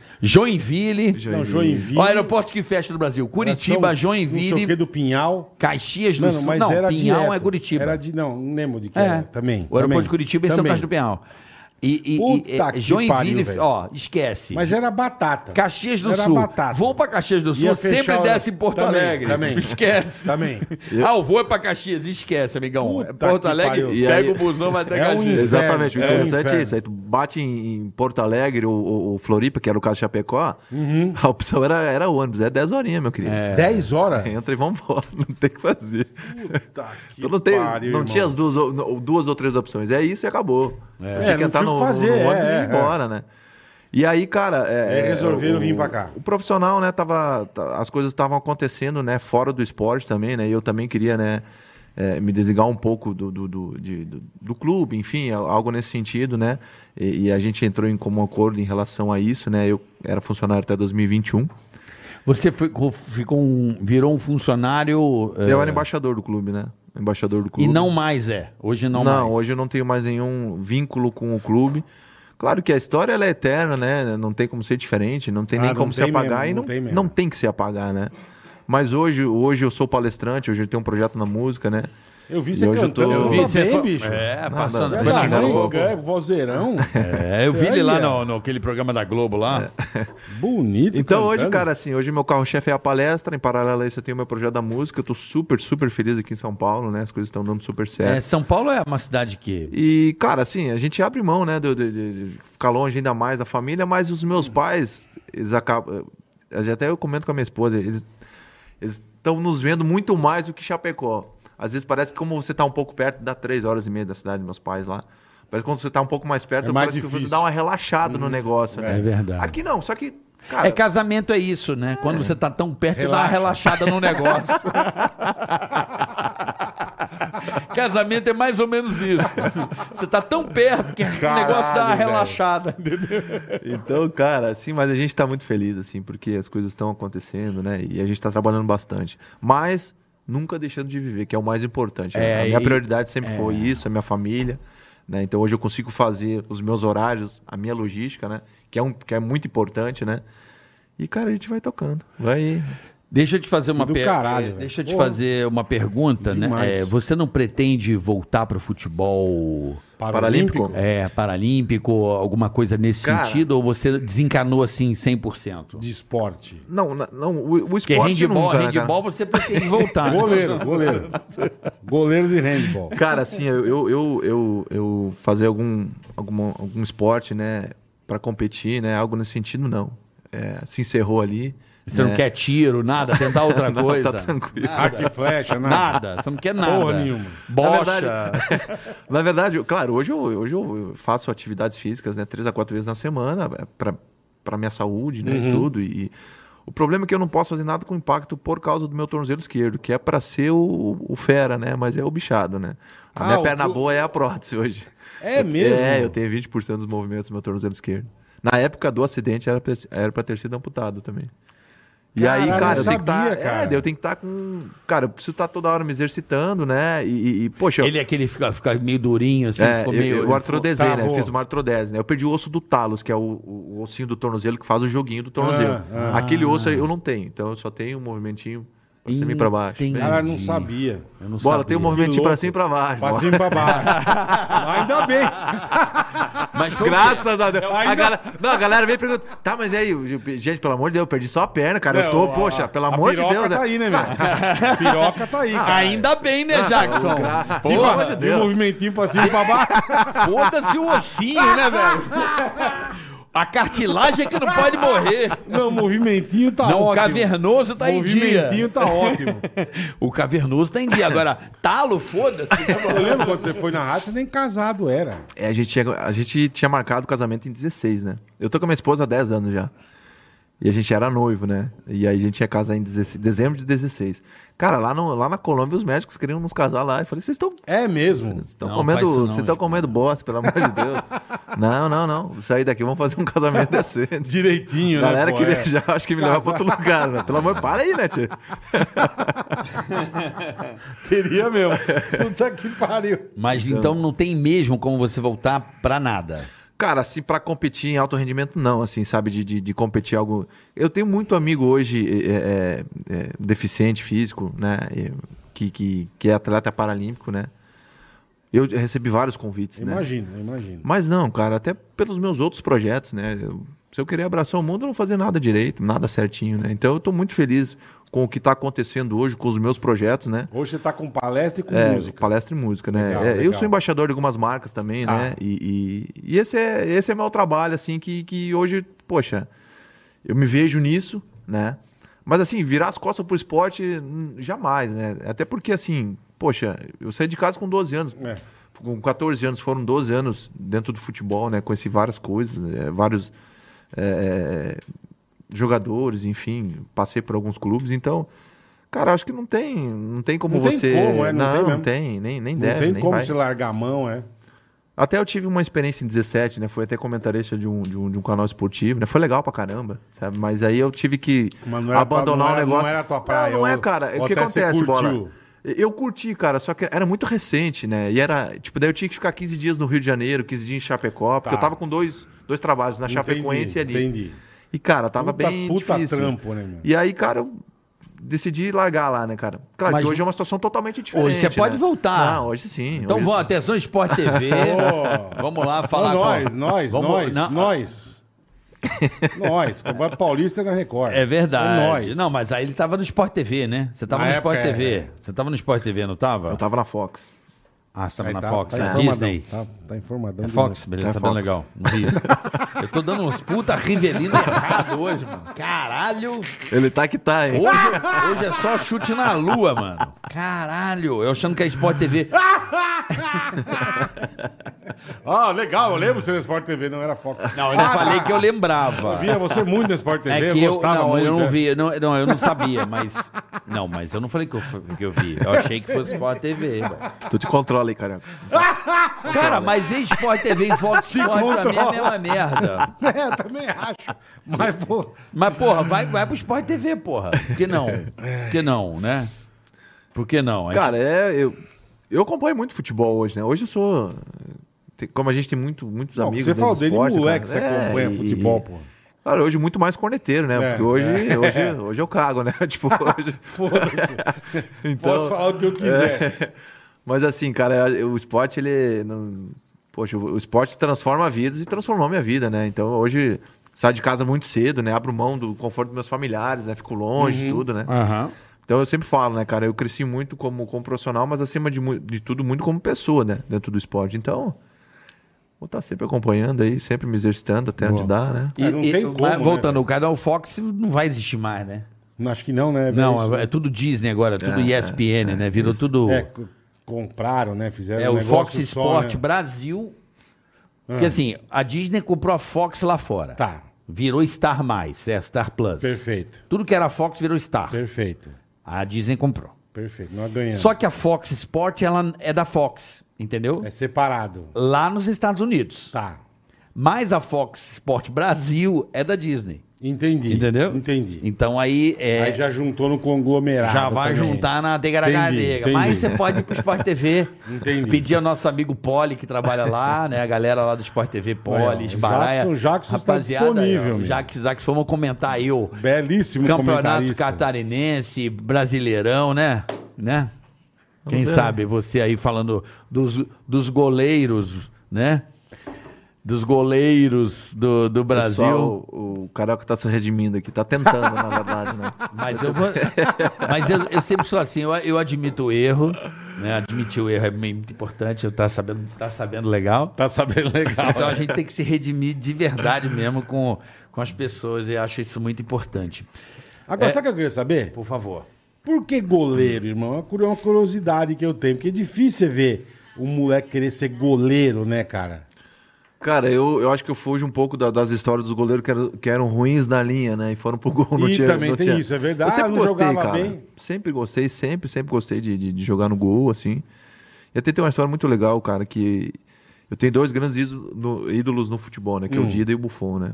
Speaker 4: Joinville.
Speaker 3: Não, Joinville.
Speaker 4: O aeroporto que fecha no Brasil. Curitiba,
Speaker 3: São- Não sei o que
Speaker 4: Joinville,
Speaker 3: do Pinhal.
Speaker 4: Caxias do
Speaker 3: Mano,
Speaker 4: Sul.
Speaker 3: mas
Speaker 4: não,
Speaker 3: era
Speaker 4: Pinhal
Speaker 3: direto.
Speaker 4: é Curitiba.
Speaker 3: Era de, não, não lembro de que
Speaker 4: É.
Speaker 3: era, também.
Speaker 4: O aeroporto
Speaker 3: também.
Speaker 4: de Curitiba e São
Speaker 3: Também.
Speaker 4: Carlos do Penhal. E, e,
Speaker 3: Puta
Speaker 4: e é,
Speaker 3: que
Speaker 4: Joinville,
Speaker 3: pariu, velho.
Speaker 4: ó, esquece.
Speaker 3: Mas era batata.
Speaker 4: Caxias do
Speaker 3: era
Speaker 4: Sul.
Speaker 3: batata.
Speaker 4: Vou pra Caxias do Sul,
Speaker 3: Ia
Speaker 4: sempre
Speaker 3: fechar o-
Speaker 4: desce em Porto
Speaker 3: Também,
Speaker 4: Alegre.
Speaker 3: também.
Speaker 4: Esquece.
Speaker 3: Também.
Speaker 4: Ah, o voo é pra Caxias, esquece, amigão.
Speaker 3: Puta
Speaker 4: É Porto
Speaker 3: que
Speaker 4: Alegre,
Speaker 3: pariu.
Speaker 1: E
Speaker 4: pega
Speaker 1: aí-
Speaker 4: o busão, vai até
Speaker 3: É um
Speaker 4: Caxias.
Speaker 3: inferno.
Speaker 1: Exatamente, o
Speaker 3: É,
Speaker 1: interessante é,
Speaker 3: inferno.
Speaker 1: isso. Aí tu bate em, em Porto Alegre ou, ou- ou Floripa, que era o caso de Chapecó,
Speaker 3: Uhum.
Speaker 1: a opção era, era ônibus, é 10 horinhas, meu querido.
Speaker 3: 10 horas?
Speaker 1: Entra e vambora, não tem o que fazer.
Speaker 3: Puta que
Speaker 1: Tu não tem,
Speaker 3: pariu,
Speaker 1: não
Speaker 3: irmão.
Speaker 1: tinha as duas, ou- não, duas ou três opções. É isso e acabou. Tu
Speaker 3: É,
Speaker 1: tinha que
Speaker 3: não
Speaker 1: entrar
Speaker 3: tinha o
Speaker 1: no,
Speaker 3: que fazer,
Speaker 1: no ônibus
Speaker 3: é,
Speaker 1: e ir embora, né? E aí, cara. É,
Speaker 3: Aí resolveram
Speaker 1: o-
Speaker 3: vir pra cá.
Speaker 1: O profissional, né, tava. tá- As coisas estavam acontecendo, né, fora do esporte também, né? E eu também queria, né, é, me desligar um pouco do, do, do, de- do, do clube, enfim, al- algo nesse sentido, né? E, e a gente entrou em comum acordo em relação a isso, né? Eu era funcionário até 2021.
Speaker 4: Você ficou, ficou um, virou um funcionário. eh,
Speaker 3: É.
Speaker 1: Eu era embaixador do clube, né? Embaixador do
Speaker 4: E
Speaker 1: clube.
Speaker 4: não mais é. Hoje não,
Speaker 1: Não,
Speaker 4: mais.
Speaker 1: hoje eu não tenho mais nenhum vínculo com o clube. Claro que a história ela é eterna, né? Não tem como ser diferente, não tem
Speaker 3: Ah,
Speaker 1: nem
Speaker 3: não
Speaker 1: como se
Speaker 3: tem mesmo,
Speaker 1: apagar e
Speaker 3: não
Speaker 1: não,
Speaker 3: tem mesmo.
Speaker 1: não tem que se apagar, né? Mas hoje, hoje eu sou palestrante, hoje eu tenho um projeto na música, né?
Speaker 3: Eu vi você
Speaker 1: E hoje eu
Speaker 3: cantando.
Speaker 1: tô-
Speaker 3: Eu
Speaker 1: Eu
Speaker 3: vi
Speaker 1: vi,
Speaker 3: bem,
Speaker 4: você foi-
Speaker 3: bicho.
Speaker 4: É,
Speaker 1: Nada,
Speaker 4: passando.
Speaker 1: foi
Speaker 3: Pela
Speaker 1: na
Speaker 3: mãe,
Speaker 1: Globo.
Speaker 3: é, vozeirão.
Speaker 4: É, eu vi ele lá
Speaker 3: Olha.
Speaker 4: no, naquele programa da Globo lá.
Speaker 3: Bonito.
Speaker 1: Então
Speaker 3: tá
Speaker 1: hoje,
Speaker 3: cantando.
Speaker 1: cara, assim, hoje meu carro-chefe é a palestra, em paralelo a isso eu tenho meu projeto da música, eu tô super, super feliz aqui em São Paulo, né? As coisas estão dando super certo.
Speaker 4: É, São Paulo é uma cidade que.
Speaker 1: E, cara, assim, a gente abre mão, né, de, de- de- de ficar longe ainda mais da família, mas os meus pais, eles acabam. eh, Até eu comento com a minha esposa, eles estão nos vendo muito mais do que Chapecó. Às vezes parece que, como você tá um pouco perto, dá três horas e meia da cidade, meus pais lá. Mas quando você tá um pouco mais perto,
Speaker 3: É mais
Speaker 1: parece que você
Speaker 3: difícil.
Speaker 1: dá uma relaxada no negócio, né?
Speaker 4: é verdade.
Speaker 1: Aqui não, só que. Cara,
Speaker 4: É casamento, é isso, né? Quando você tá tão perto, você dá uma relaxada no negócio. casamento é mais ou menos isso. Você tá tão perto que o negócio dá uma
Speaker 3: Caralho, velho.
Speaker 4: relaxada, entendeu?
Speaker 1: Então, cara, assim, mas a gente tá muito feliz, assim, porque as coisas estão acontecendo, né? E a gente tá trabalhando bastante. Mas nunca deixando de viver, que é o mais importante. né?
Speaker 4: É,
Speaker 1: a minha
Speaker 4: e-
Speaker 1: prioridade sempre foi isso, a minha família. Né? Então hoje eu consigo fazer os meus horários, a minha logística, né? Que é, um, que é muito importante, né? E, cara, a gente vai tocando. Vai.
Speaker 4: Deixa eu te fazer uma
Speaker 3: do
Speaker 4: per-
Speaker 3: caralho,
Speaker 4: eh,
Speaker 3: velho.
Speaker 4: Deixa eu te
Speaker 3: Porra.
Speaker 4: fazer uma pergunta,
Speaker 3: Demais.
Speaker 4: né? Eh, você não pretende voltar pro futebol
Speaker 1: Paralímpico?
Speaker 4: eh, paralímpico, alguma coisa nesse
Speaker 1: Cara.
Speaker 4: sentido? Ou você desencanou assim 100%?
Speaker 3: De esporte.
Speaker 1: Não, na- não, o, o
Speaker 4: Porque
Speaker 1: esporte
Speaker 4: handball,
Speaker 1: nunca, né, cara?
Speaker 4: handball você pretende voltar. né?
Speaker 3: Goleiro, goleiro. goleiro de handball.
Speaker 1: Cara, assim, eu, eu, eu, eu, eu fazer algum, algum, algum esporte, né, pra competir, né, algo nesse sentido, não. É, se encerrou ali.
Speaker 4: Você
Speaker 1: né?
Speaker 4: não quer tiro, nada, tentar outra
Speaker 1: Não,
Speaker 4: coisa.
Speaker 1: tá tranquilo.
Speaker 3: Arco e flecha, né? nada.
Speaker 4: Nada, você não quer nada.
Speaker 3: Porra nenhuma.
Speaker 4: Bocha.
Speaker 1: Na verdade, na verdade, eu- claro, hoje eu, hoje eu faço atividades físicas, né? Três a quatro vezes na semana é, pra- pra minha saúde, né?
Speaker 3: Uhum.
Speaker 1: E tudo. E o problema é que eu não posso fazer nada com impacto por causa do meu tornozelo esquerdo, que é pra ser o, o fera, né? Mas é o bichado, né? A
Speaker 3: Ah,
Speaker 1: minha
Speaker 3: o
Speaker 1: perna
Speaker 3: tu-
Speaker 1: boa é a prótese hoje.
Speaker 3: É
Speaker 1: Eu-
Speaker 3: mesmo?
Speaker 1: É, eu tenho 20% dos movimentos do meu tornozelo esquerdo. Na época do acidente era pra, era pra ter sido amputado também. E aí,
Speaker 3: Caralho, eu
Speaker 1: cara, eu tenho que
Speaker 3: sabia,
Speaker 1: estar.
Speaker 3: cara.
Speaker 1: É, eu tenho que estar com. Cara, eu preciso estar toda hora me exercitando, né? E, e- e, poxa.
Speaker 4: Ele é aquele que fica, fica meio durinho, assim,
Speaker 1: É,
Speaker 4: ficou
Speaker 1: eu-
Speaker 4: meio.
Speaker 1: eu, eu artrodesei, né?
Speaker 3: Travou.
Speaker 1: Fiz uma artrodese, né? Eu perdi o osso do talos, que é o, o- o ossinho do tornozelo que faz o joguinho do tornozelo.
Speaker 3: Ah,
Speaker 1: Aquele osso aí eu não tenho, então eu só tenho um movimentinho pra cima e pra baixo.
Speaker 4: Entendi.
Speaker 1: Bem-
Speaker 3: Cara, não sabia.
Speaker 4: Eu não
Speaker 1: Bola,
Speaker 4: sabia.
Speaker 1: tem um movimentinho
Speaker 3: louco.
Speaker 1: pra cima e pra baixo.
Speaker 3: Pra
Speaker 1: bola.
Speaker 3: cima e pra baixo. Ainda bem.
Speaker 4: Mas foi um o quê?
Speaker 1: Graças a Deus.
Speaker 3: ainda-
Speaker 1: A galera, não, a galera vem pergunta, tá, mas e aí, gente, pelo amor de Deus, eu perdi só a perna, cara. eu tô,
Speaker 3: Não, a-
Speaker 1: poxa, pelo amor de
Speaker 3: A
Speaker 1: Deus.
Speaker 3: piroca tá
Speaker 1: né?
Speaker 3: aí, né, meu? A piroca tá aí, cara.
Speaker 4: Ainda bem, né, Jackson?
Speaker 1: gra-
Speaker 3: E
Speaker 1: Pelo
Speaker 4: Porra,
Speaker 1: amor de
Speaker 3: um
Speaker 1: Deus.
Speaker 3: movimentinho pra cima e pra baixo.
Speaker 4: Foda-se o ossinho, né, velho? A cartilagem é que não pode morrer.
Speaker 3: Não, movimentinho tá
Speaker 4: não,
Speaker 3: ótimo.
Speaker 4: o cavernoso tá em dia.
Speaker 3: Movimentinho tá ótimo.
Speaker 4: O cavernoso tá em dia. Agora, talo, foda-se. né,
Speaker 3: Eu lembro quando você foi na rádio, você nem casado era.
Speaker 1: É, a, gente tinha, a gente tinha marcado o casamento em 16, né? Eu tô com a minha esposa há 10 anos já. E a gente era noivo, né? E aí a gente ia casar em 16 dezembro de 16. Cara, lá, no, lá na Colômbia os médicos queriam nos casar lá. Eu falei, vocês estão.
Speaker 3: É mesmo.
Speaker 1: Estão
Speaker 4: Não, faz
Speaker 1: comendo,
Speaker 4: isso não,
Speaker 1: vocês estão
Speaker 4: gente.
Speaker 1: comendo bosta, pelo amor de Deus. não, não, não. Sair daqui, vamos fazer um casamento decente.
Speaker 3: Direitinho,
Speaker 1: Galera
Speaker 3: né? pô?
Speaker 1: queria
Speaker 3: É.
Speaker 1: já, acho que me levar pra outro lugar, né? Pelo amor, para aí, né, tio?
Speaker 3: Queria mesmo. Puta que pariu.
Speaker 4: Mas então, não tem mesmo como você voltar pra nada.
Speaker 1: Cara, assim, pra competir em alto rendimento, não, assim, sabe, de, de, de competir algo. Eu tenho muito amigo hoje é, é, é, deficiente físico, né? e- Que, que, que é atleta paralímpico, né? Eu recebi vários convites, né?
Speaker 3: Imagina, imagina.
Speaker 1: Mas não, cara, até pelos meus outros projetos, né? Eu- se eu querer abraçar o mundo, eu não fazia nada direito, nada certinho, né? Então eu tô muito feliz com o que tá acontecendo hoje, com os meus projetos, né?
Speaker 3: Hoje você tá com palestra e com
Speaker 1: É,
Speaker 3: música.
Speaker 1: palestra e música, né?
Speaker 3: Legal,
Speaker 1: É,
Speaker 3: legal. Ah.
Speaker 1: Eu sou embaixador de algumas marcas também, né? E, e- e esse, é, esse é meu trabalho, assim, que, que hoje, poxa, eu me vejo nisso, né? Mas assim, virar as costas pro esporte, hum, jamais, né? Até porque, assim, poxa, eu saí de casa com 12 anos.
Speaker 3: É.
Speaker 1: Com 14 anos, foram 12 anos dentro do futebol, né? Conheci várias coisas, né? vários é, jogadores, enfim, passei por alguns clubes, então. Cara, acho que não tem, não tem como
Speaker 3: Não tem
Speaker 1: você.
Speaker 3: como, é, não
Speaker 1: não,
Speaker 3: tem
Speaker 1: não
Speaker 3: mesmo.
Speaker 1: tem, nem, nem
Speaker 3: Não
Speaker 1: deve.
Speaker 3: tem
Speaker 1: né, nem
Speaker 3: como
Speaker 1: vai.
Speaker 3: se largar a mão, é.
Speaker 1: Até eu tive uma experiência em 17, né? Fui até comentarista de um, de um, de um canal esportivo, né? Foi legal pra caramba, sabe? Mas aí eu tive que
Speaker 3: Mas não era tua- não
Speaker 1: abandonar o
Speaker 3: era-
Speaker 1: negócio.
Speaker 3: não era tua praia,
Speaker 1: Não, não é,
Speaker 3: ou-
Speaker 1: cara.
Speaker 3: ou
Speaker 1: o que
Speaker 3: até você
Speaker 1: acontece,
Speaker 3: curtiu?
Speaker 1: bola? Eu curti, cara, só que era muito recente, né? E era, tipo, daí eu tinha que ficar 15 dias no Rio de Janeiro, 15 dias em Chapecó, porque
Speaker 3: Tá.
Speaker 1: eu tava com dois, dois trabalhos, na
Speaker 3: Entendi,
Speaker 1: Chapecoense e ali.
Speaker 3: entendi.
Speaker 1: E, cara, tava
Speaker 3: Puta-
Speaker 1: bem
Speaker 3: puta
Speaker 1: difícil.
Speaker 3: trampo, né, meu?
Speaker 1: E aí, cara, eu decidi largar lá, né, cara? Claro
Speaker 4: Mas-
Speaker 1: que hoje é uma situação totalmente diferente.
Speaker 4: Hoje você pode
Speaker 1: né?
Speaker 4: voltar.
Speaker 1: Não, hoje sim.
Speaker 4: Então
Speaker 1: hoje...
Speaker 4: vamos, atenção Sport TV.
Speaker 3: Ô.
Speaker 4: vamos lá falar
Speaker 3: Não,
Speaker 4: com...
Speaker 3: nós, nós,
Speaker 4: Vamos-
Speaker 3: nós,
Speaker 4: não,
Speaker 3: nós. nós. Campeonato Paulista na Record.
Speaker 4: É verdade.
Speaker 3: É nós.
Speaker 4: Não, mas aí ele tava no Sport TV, né? Você tava
Speaker 3: Na
Speaker 4: no
Speaker 3: época,
Speaker 4: Sport TV.
Speaker 3: é.
Speaker 4: Você tava no Sport TV, não tava?
Speaker 1: Eu tava na Fox.
Speaker 4: Ah, você tava
Speaker 3: Aí
Speaker 4: na
Speaker 3: tá-
Speaker 4: Fox,
Speaker 3: tá
Speaker 4: na
Speaker 3: informadão,
Speaker 4: Disney.
Speaker 3: Tá, tá informadão.
Speaker 4: É
Speaker 3: de
Speaker 4: Fox,
Speaker 3: novo.
Speaker 4: beleza,
Speaker 1: É
Speaker 4: tá bem
Speaker 1: Fox.
Speaker 4: legal. Não vi. Eu tô dando uns puta rivelino errado hoje, mano. Caralho.
Speaker 1: Ele tá que tá, hein?
Speaker 4: Hoje, hoje é só chute na lua, mano. Caralho. Eu achando que é Sport TV.
Speaker 3: Ah, legal, eu lembro você na Sport TV, não era Fox. Ah, tá.
Speaker 4: Não, eu não falei que eu lembrava.
Speaker 3: Eu via você muito na Sport TV,
Speaker 4: É que eu,
Speaker 3: gostava
Speaker 4: não,
Speaker 3: muito.
Speaker 4: eu
Speaker 3: é.
Speaker 4: não vi, não, não, eu não sabia, mas. Não, mas eu não falei que eu, f- que eu vi. Eu achei que fosse Sport TV. velho.
Speaker 1: Tu te controla aí, careca.
Speaker 4: Cara, mas ver Sport TV em Fox Sport pra
Speaker 3: um.
Speaker 4: mim é a mesma merda.
Speaker 3: É, também acho. Mas, pô,
Speaker 4: Mas, porra, vai, vai pro Sport TV, porra. Por que não? Por que não, né? Por que não? A gente-
Speaker 1: Cara, é. Eu, eu acompanho muito futebol hoje, né? Hoje eu sou. tem- Como a gente tem muito, muitos
Speaker 3: Não, né,
Speaker 1: amigos.
Speaker 3: você
Speaker 1: dentro
Speaker 3: falou
Speaker 1: do
Speaker 3: dele,
Speaker 1: esporte,
Speaker 3: moleque,
Speaker 1: cara, é,
Speaker 3: você acompanha futebol, pô.
Speaker 1: Cara, hoje muito mais corneteiro, né?
Speaker 3: É,
Speaker 1: Porque hoje,
Speaker 3: é.
Speaker 1: hoje, hoje eu cago, né? tipo, hoje.
Speaker 3: foda-se.
Speaker 1: Então- é.
Speaker 3: Posso falar o que eu quiser.
Speaker 1: Mas assim, cara, o esporte, ele. Não... Poxa, o esporte transforma vidas e transformou minha vida, né? Então hoje saio de casa muito cedo, né? Abro mão do conforto dos meus familiares, né? Fico longe,
Speaker 3: Uhum.
Speaker 1: tudo, né?
Speaker 4: Aham.
Speaker 1: Então eu sempre falo, né, cara? Eu cresci muito como, como profissional, mas acima de, mu- de tudo, muito como pessoa, né? Dentro do esporte. Então, vou estar sempre acompanhando aí, sempre me exercitando até onde dá, né?
Speaker 4: E,
Speaker 3: É, não
Speaker 4: e-
Speaker 3: tem como,
Speaker 4: mas
Speaker 3: né,
Speaker 4: voltando, o canal Fox não vai existir mais, né?
Speaker 3: Não, Acho que não, né?
Speaker 4: Não,
Speaker 3: Verdade.
Speaker 4: é, é tudo Disney agora, tudo
Speaker 1: É,
Speaker 4: ESPN, né? Virou tudo.
Speaker 3: É, c- compraram, né? Fizeram
Speaker 4: É
Speaker 3: um
Speaker 4: o
Speaker 3: negócio
Speaker 4: Fox
Speaker 3: só,
Speaker 4: Sport
Speaker 3: né? Ah.
Speaker 4: Brasil. Porque assim, a Disney comprou a Fox lá fora.
Speaker 3: Tá,
Speaker 4: Virou Star Mais, é, Star Plus.
Speaker 3: perfeito.
Speaker 4: Tudo que era Fox virou Star.
Speaker 3: Perfeito. É.
Speaker 4: A Disney comprou.
Speaker 3: Perfeito. Nós ganhamos.
Speaker 4: Só que a Fox Sport, ela é da Fox, entendeu?
Speaker 3: É separado.
Speaker 4: Lá nos Estados Unidos.
Speaker 3: Tá.
Speaker 4: Mas a Fox Sport Brasil é da Disney.
Speaker 3: Entendi.
Speaker 4: Entendeu?
Speaker 3: Entendi.
Speaker 4: Então aí é.
Speaker 3: Aí já juntou no conglomerado.
Speaker 4: Já vai
Speaker 3: também.
Speaker 4: juntar na
Speaker 3: Entendi,
Speaker 4: Tegaragadeira.
Speaker 3: entendi.
Speaker 4: Mas você pode ir pro Sport TV,
Speaker 3: Entendi.
Speaker 4: pedir ao nosso amigo Poli, que trabalha lá, né? A galera lá do Sport TV,
Speaker 3: Olha, o
Speaker 4: Poli, Esbaraia.
Speaker 3: Jackson- o Jackson está disponível,
Speaker 4: aí, ó,
Speaker 3: meu.
Speaker 4: Jackson, Jackson, vamos comentar aí o
Speaker 3: Belíssimo
Speaker 4: Campeonato
Speaker 3: comentarista.
Speaker 4: Catarinense, Brasileirão, né? Né? Quem
Speaker 1: ver.
Speaker 4: sabe você aí falando dos, dos goleiros, né? Dos goleiros do, do Brasil.
Speaker 1: Pessoal, o, o Carioca tá se redimindo aqui, tá tentando, na verdade, né?
Speaker 4: Mas eu, vou- mas eu, eu sempre sou assim, eu, eu admito o erro, né? Admitir o erro é muito importante, eu tá sabendo, tá sabendo legal.
Speaker 3: Tá sabendo legal.
Speaker 4: Então a gente tem que se redimir de verdade mesmo com, com as pessoas, e eu acho isso muito importante.
Speaker 3: Agora, sabe o que eu queria saber?
Speaker 4: Por favor.
Speaker 3: Por que goleiro, irmão? É uma curio- uma curiosidade que eu tenho. Porque é difícil você ver um moleque querer ser goleiro, né, cara?
Speaker 1: Cara, eu, eu acho que eu fujo um pouco da- das histórias dos goleiros que, eram- que eram ruins na linha, né? E foram pro gol no
Speaker 3: E
Speaker 1: tiro.
Speaker 3: também
Speaker 1: no
Speaker 3: tem
Speaker 1: tiro.
Speaker 3: isso, é verdade.
Speaker 1: Eu
Speaker 3: Ah,
Speaker 1: sempre
Speaker 3: não
Speaker 1: gostei,
Speaker 3: jogava
Speaker 1: cara.
Speaker 3: bem.
Speaker 1: Sempre gostei, sempre, sempre gostei de, de, de jogar no gol, assim. E até tem uma história muito legal, cara, que eu tenho dois grandes ídolo- no- ídolos no futebol, né? Que
Speaker 3: Hum.
Speaker 1: é o Dida e o Buffon, né?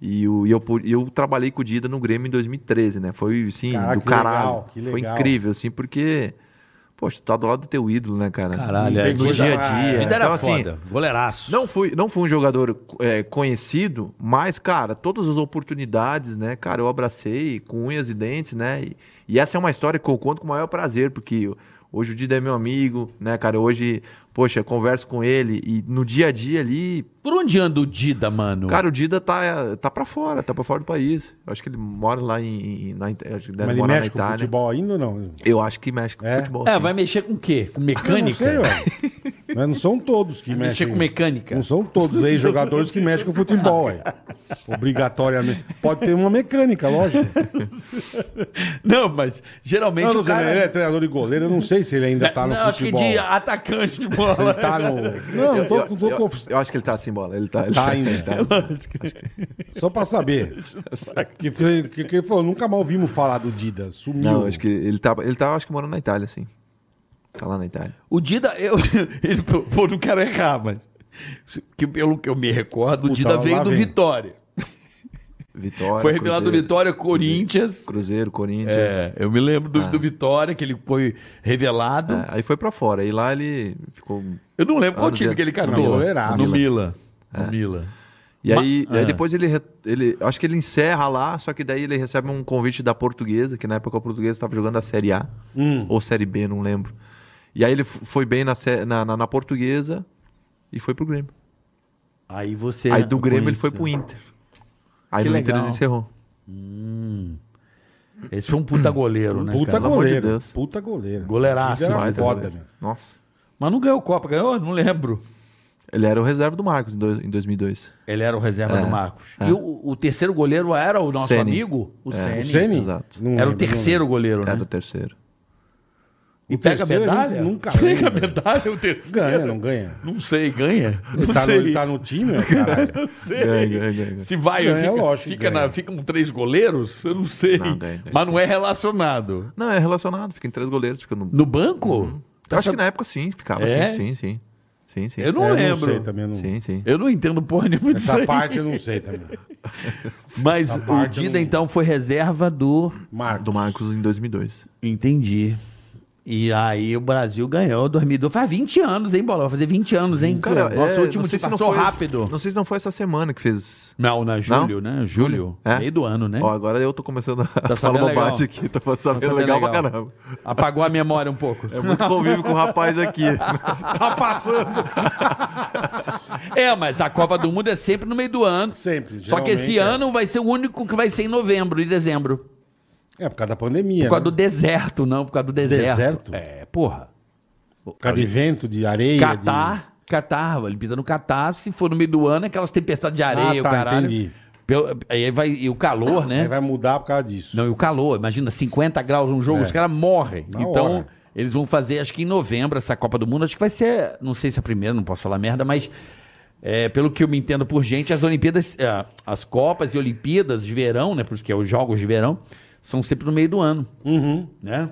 Speaker 1: E, o, e eu, pu- e eu trabalhei com o Dida no Grêmio em 2013, né? Foi, assim,
Speaker 3: Caraca,
Speaker 1: do
Speaker 3: que
Speaker 1: caralho.
Speaker 3: legal, que
Speaker 1: Foi
Speaker 3: legal.
Speaker 1: incrível, assim, porque... Poxa, tu tá do lado do teu ídolo, né, cara?
Speaker 4: Caralho, é.
Speaker 3: tem
Speaker 1: No
Speaker 3: coisa
Speaker 1: dia a
Speaker 3: mais.
Speaker 1: dia.
Speaker 4: Vida era
Speaker 1: Então, assim,
Speaker 4: foda, goleiraço.
Speaker 1: não fui, não fui um jogador é, conhecido, mas, cara, todas as oportunidades, né, cara, eu abracei com unhas e dentes, né? E, e essa é uma história que eu conto com o maior prazer, porque hoje o Dida é meu amigo, né, cara? Hoje, poxa, converso com ele e no dia a dia ali,
Speaker 4: Por onde anda o Dida, mano?
Speaker 1: cara, o Dida tá, tá pra fora, tá pra fora do país. Eu acho que ele mora lá em. em- na, Ita- acho que deve
Speaker 3: Mas ele
Speaker 1: morar na
Speaker 3: mexe com
Speaker 1: Itália.
Speaker 3: futebol ainda ou não?
Speaker 1: Eu acho que mexe com
Speaker 3: É?
Speaker 1: futebol.
Speaker 4: é,
Speaker 1: sim.
Speaker 4: vai mexer com o quê? Com
Speaker 3: Eu não
Speaker 4: mecânica?
Speaker 3: sei, ué. Mas não são todos que
Speaker 4: Vai mexer
Speaker 3: mexem.
Speaker 4: com mecânica.
Speaker 3: Não são todos aí jogadores que mexem com futebol, ué. Obrigatoriamente. Pode ter uma mecânica, lógico.
Speaker 4: Não, mas geralmente
Speaker 3: Não, não
Speaker 4: o
Speaker 3: sei,
Speaker 4: cara. é,
Speaker 3: ele é treinador de goleiro, eu não sei se ele ainda tá no
Speaker 4: não, acho que
Speaker 3: futebol.
Speaker 4: de atacante de
Speaker 3: Se ele
Speaker 4: bola. né?
Speaker 3: tá no. Não, eu tô, tô,
Speaker 1: Eu, eu, eu acho que ele tá sem bola. Ele tá. Ele
Speaker 3: Tá
Speaker 1: tá,
Speaker 3: ainda.
Speaker 1: ele tá.
Speaker 3: Só pra saber. Que, foi- que, que falou, nunca mais ouvimos falar do Dida. Sumiu.
Speaker 1: Não, acho que ele tá, ele tá, acho que morando na Itália, sim. Tá lá na Itália.
Speaker 4: O Dida, eu, ele, pô, não quero errar, mas que pelo que eu me recordo, o
Speaker 3: Puta,
Speaker 4: Dida
Speaker 3: lá
Speaker 4: veio do
Speaker 3: vem.
Speaker 4: Vitória.
Speaker 1: Vitória.
Speaker 4: foi revelado
Speaker 1: Cruzeiro,
Speaker 4: Vitória Corinthians.
Speaker 1: Cruzeiro, Corinthians.
Speaker 4: É, eu me lembro
Speaker 3: Ah.
Speaker 4: do, do Vitória, que ele foi revelado.
Speaker 1: É, aí foi pra fora. E lá ele ficou.
Speaker 4: Eu não lembro qual
Speaker 1: Ah,
Speaker 3: Tá
Speaker 1: no
Speaker 4: time
Speaker 1: Zé-
Speaker 4: que ele
Speaker 1: no
Speaker 4: cantou.
Speaker 3: Milan.
Speaker 4: No Mila. No Mila.
Speaker 1: E
Speaker 4: Ma-
Speaker 1: aí, e aí
Speaker 4: Ah.
Speaker 1: depois ele, re- ele. Acho que ele encerra lá, só que daí ele recebe um convite da portuguesa, que na época a portuguesa estava jogando a Série A.
Speaker 4: Hum.
Speaker 1: Ou Série B, não lembro. E aí ele f- foi bem na, sé- na, na- na portuguesa e foi pro Grêmio.
Speaker 4: Aí você.
Speaker 1: aí do
Speaker 4: com
Speaker 1: Grêmio ele
Speaker 4: isso.
Speaker 1: foi pro Inter. Aí
Speaker 4: É, Que
Speaker 1: no Inter ele
Speaker 4: legal.
Speaker 1: encerrou.
Speaker 4: Esse foi um puta goleiro, né?
Speaker 3: Puta
Speaker 4: cara?
Speaker 1: amor de
Speaker 3: goleiro.
Speaker 1: Deus.
Speaker 3: puta goleiro.
Speaker 4: Goleiraço,
Speaker 3: Diga, Era
Speaker 1: Baita
Speaker 3: foda, né?
Speaker 1: goleiro.
Speaker 4: né?
Speaker 3: meu.
Speaker 1: Nossa.
Speaker 4: Mas não ganhou Copa, ganhou? Não lembro.
Speaker 1: Ele era o reserva do Marcos em, dois- em 2002.
Speaker 4: Ele era o
Speaker 3: É,
Speaker 4: reserva do Marcos. E o, o terceiro goleiro era o nosso
Speaker 1: Ceni.
Speaker 4: amigo? O Ceni.
Speaker 3: É. O Ceni?
Speaker 1: Exato.
Speaker 3: Não
Speaker 4: Era o
Speaker 3: lembro,
Speaker 4: terceiro goleiro, né?
Speaker 1: Era o É, terceiro.
Speaker 4: E
Speaker 3: O
Speaker 4: pega a
Speaker 3: terceiro a gente
Speaker 4: medalha?
Speaker 3: nunca
Speaker 4: Pega a
Speaker 3: lembra.
Speaker 4: medalha, o terceiro.
Speaker 3: não lembro. Ganha, não ganha.
Speaker 4: Não sei, ganha?
Speaker 3: Ele
Speaker 4: Não
Speaker 3: tá, no,
Speaker 4: sei.
Speaker 3: ele tá no time, meu caralho.
Speaker 4: Não sei.
Speaker 1: Ganha, ganha, ganha.
Speaker 4: Se vai,
Speaker 3: Ganha,
Speaker 4: fica,
Speaker 3: lógico que
Speaker 4: fica
Speaker 3: ganha.
Speaker 4: na- ficam três goleiros, eu não sei.
Speaker 1: Não, ganha, ganha,
Speaker 4: Mas não é relacionado.
Speaker 1: Não, é relacionado, fica em três goleiros, fica no.
Speaker 4: No banco?
Speaker 3: Uhum.
Speaker 4: Tá
Speaker 1: Eu acho
Speaker 4: sab-
Speaker 1: que na época sim, ficava
Speaker 4: É?
Speaker 1: sim, sim, sim. Sim, sim.
Speaker 4: Eu não
Speaker 3: É,
Speaker 4: lembro.
Speaker 3: sei também. Não...
Speaker 1: Sim, sim.
Speaker 4: Eu não entendo porra nenhuma disso
Speaker 3: Essa
Speaker 4: aí.
Speaker 3: parte eu não sei também.
Speaker 4: Mas
Speaker 3: essa
Speaker 4: o
Speaker 3: parte eu
Speaker 4: Dida,
Speaker 3: não-
Speaker 4: então, foi reserva do...
Speaker 3: Marcos.
Speaker 1: Do Marcos em 2002.
Speaker 4: Entendi. E aí o Brasil ganhou 2002. Faz 20 anos, hein, Bola? Vai fazer 20 anos, hein? Nosso
Speaker 1: é,
Speaker 4: último
Speaker 1: não
Speaker 4: time
Speaker 1: sei se não
Speaker 4: passou
Speaker 1: foi-
Speaker 4: rápido.
Speaker 1: Não sei se não foi essa semana que fez.
Speaker 4: Não, na julho, né? Julho.
Speaker 1: É?
Speaker 4: Meio do ano, né? Tá
Speaker 1: Ó, agora eu tô começando a falar
Speaker 4: sabendo legal.
Speaker 1: bobagem aqui, tô sabendo,
Speaker 4: Tá sabendo
Speaker 1: legal, pra
Speaker 4: legal.
Speaker 1: caramba.
Speaker 4: Apagou a memória um pouco.
Speaker 1: É muito convívio com o rapaz aqui.
Speaker 4: Tá passando. é, mas a Copa do Mundo é sempre no meio do ano.
Speaker 3: Sempre.
Speaker 4: Só que esse
Speaker 3: geralmente é.
Speaker 4: ano vai ser o único que vai ser em novembro e dezembro.
Speaker 3: É por causa da pandemia.
Speaker 4: Por causa do
Speaker 3: né?
Speaker 4: deserto, não, por causa do deserto.
Speaker 3: Deserto?
Speaker 4: É, porra.
Speaker 3: Por causa de vento, de areia.
Speaker 4: Catar, Catar, a Olimpíada no Catar, se for no meio do ano, é aquelas tempestades de areia,
Speaker 3: Ah, tá,
Speaker 4: o caralho.
Speaker 3: entendi.
Speaker 4: Pelo- aí vai, e o calor,
Speaker 3: De...
Speaker 4: né?
Speaker 3: Ah, Aí vai mudar por causa disso.
Speaker 4: Não, e o calor, imagina, 50 graus um jogo,
Speaker 3: É.
Speaker 4: os caras morrem.
Speaker 3: Na
Speaker 4: então,
Speaker 3: hora.
Speaker 4: eles vão fazer, acho que em novembro, essa Copa do Mundo. Acho que vai ser, não sei se é a primeira, não posso falar merda, mas é, pelo que eu me entendo por gente, as Olimpíadas, é, as Copas e Olimpíadas de verão, né? Por isso que é os Jogos de Verão, são sempre no meio do ano,
Speaker 3: Uhum.
Speaker 4: né?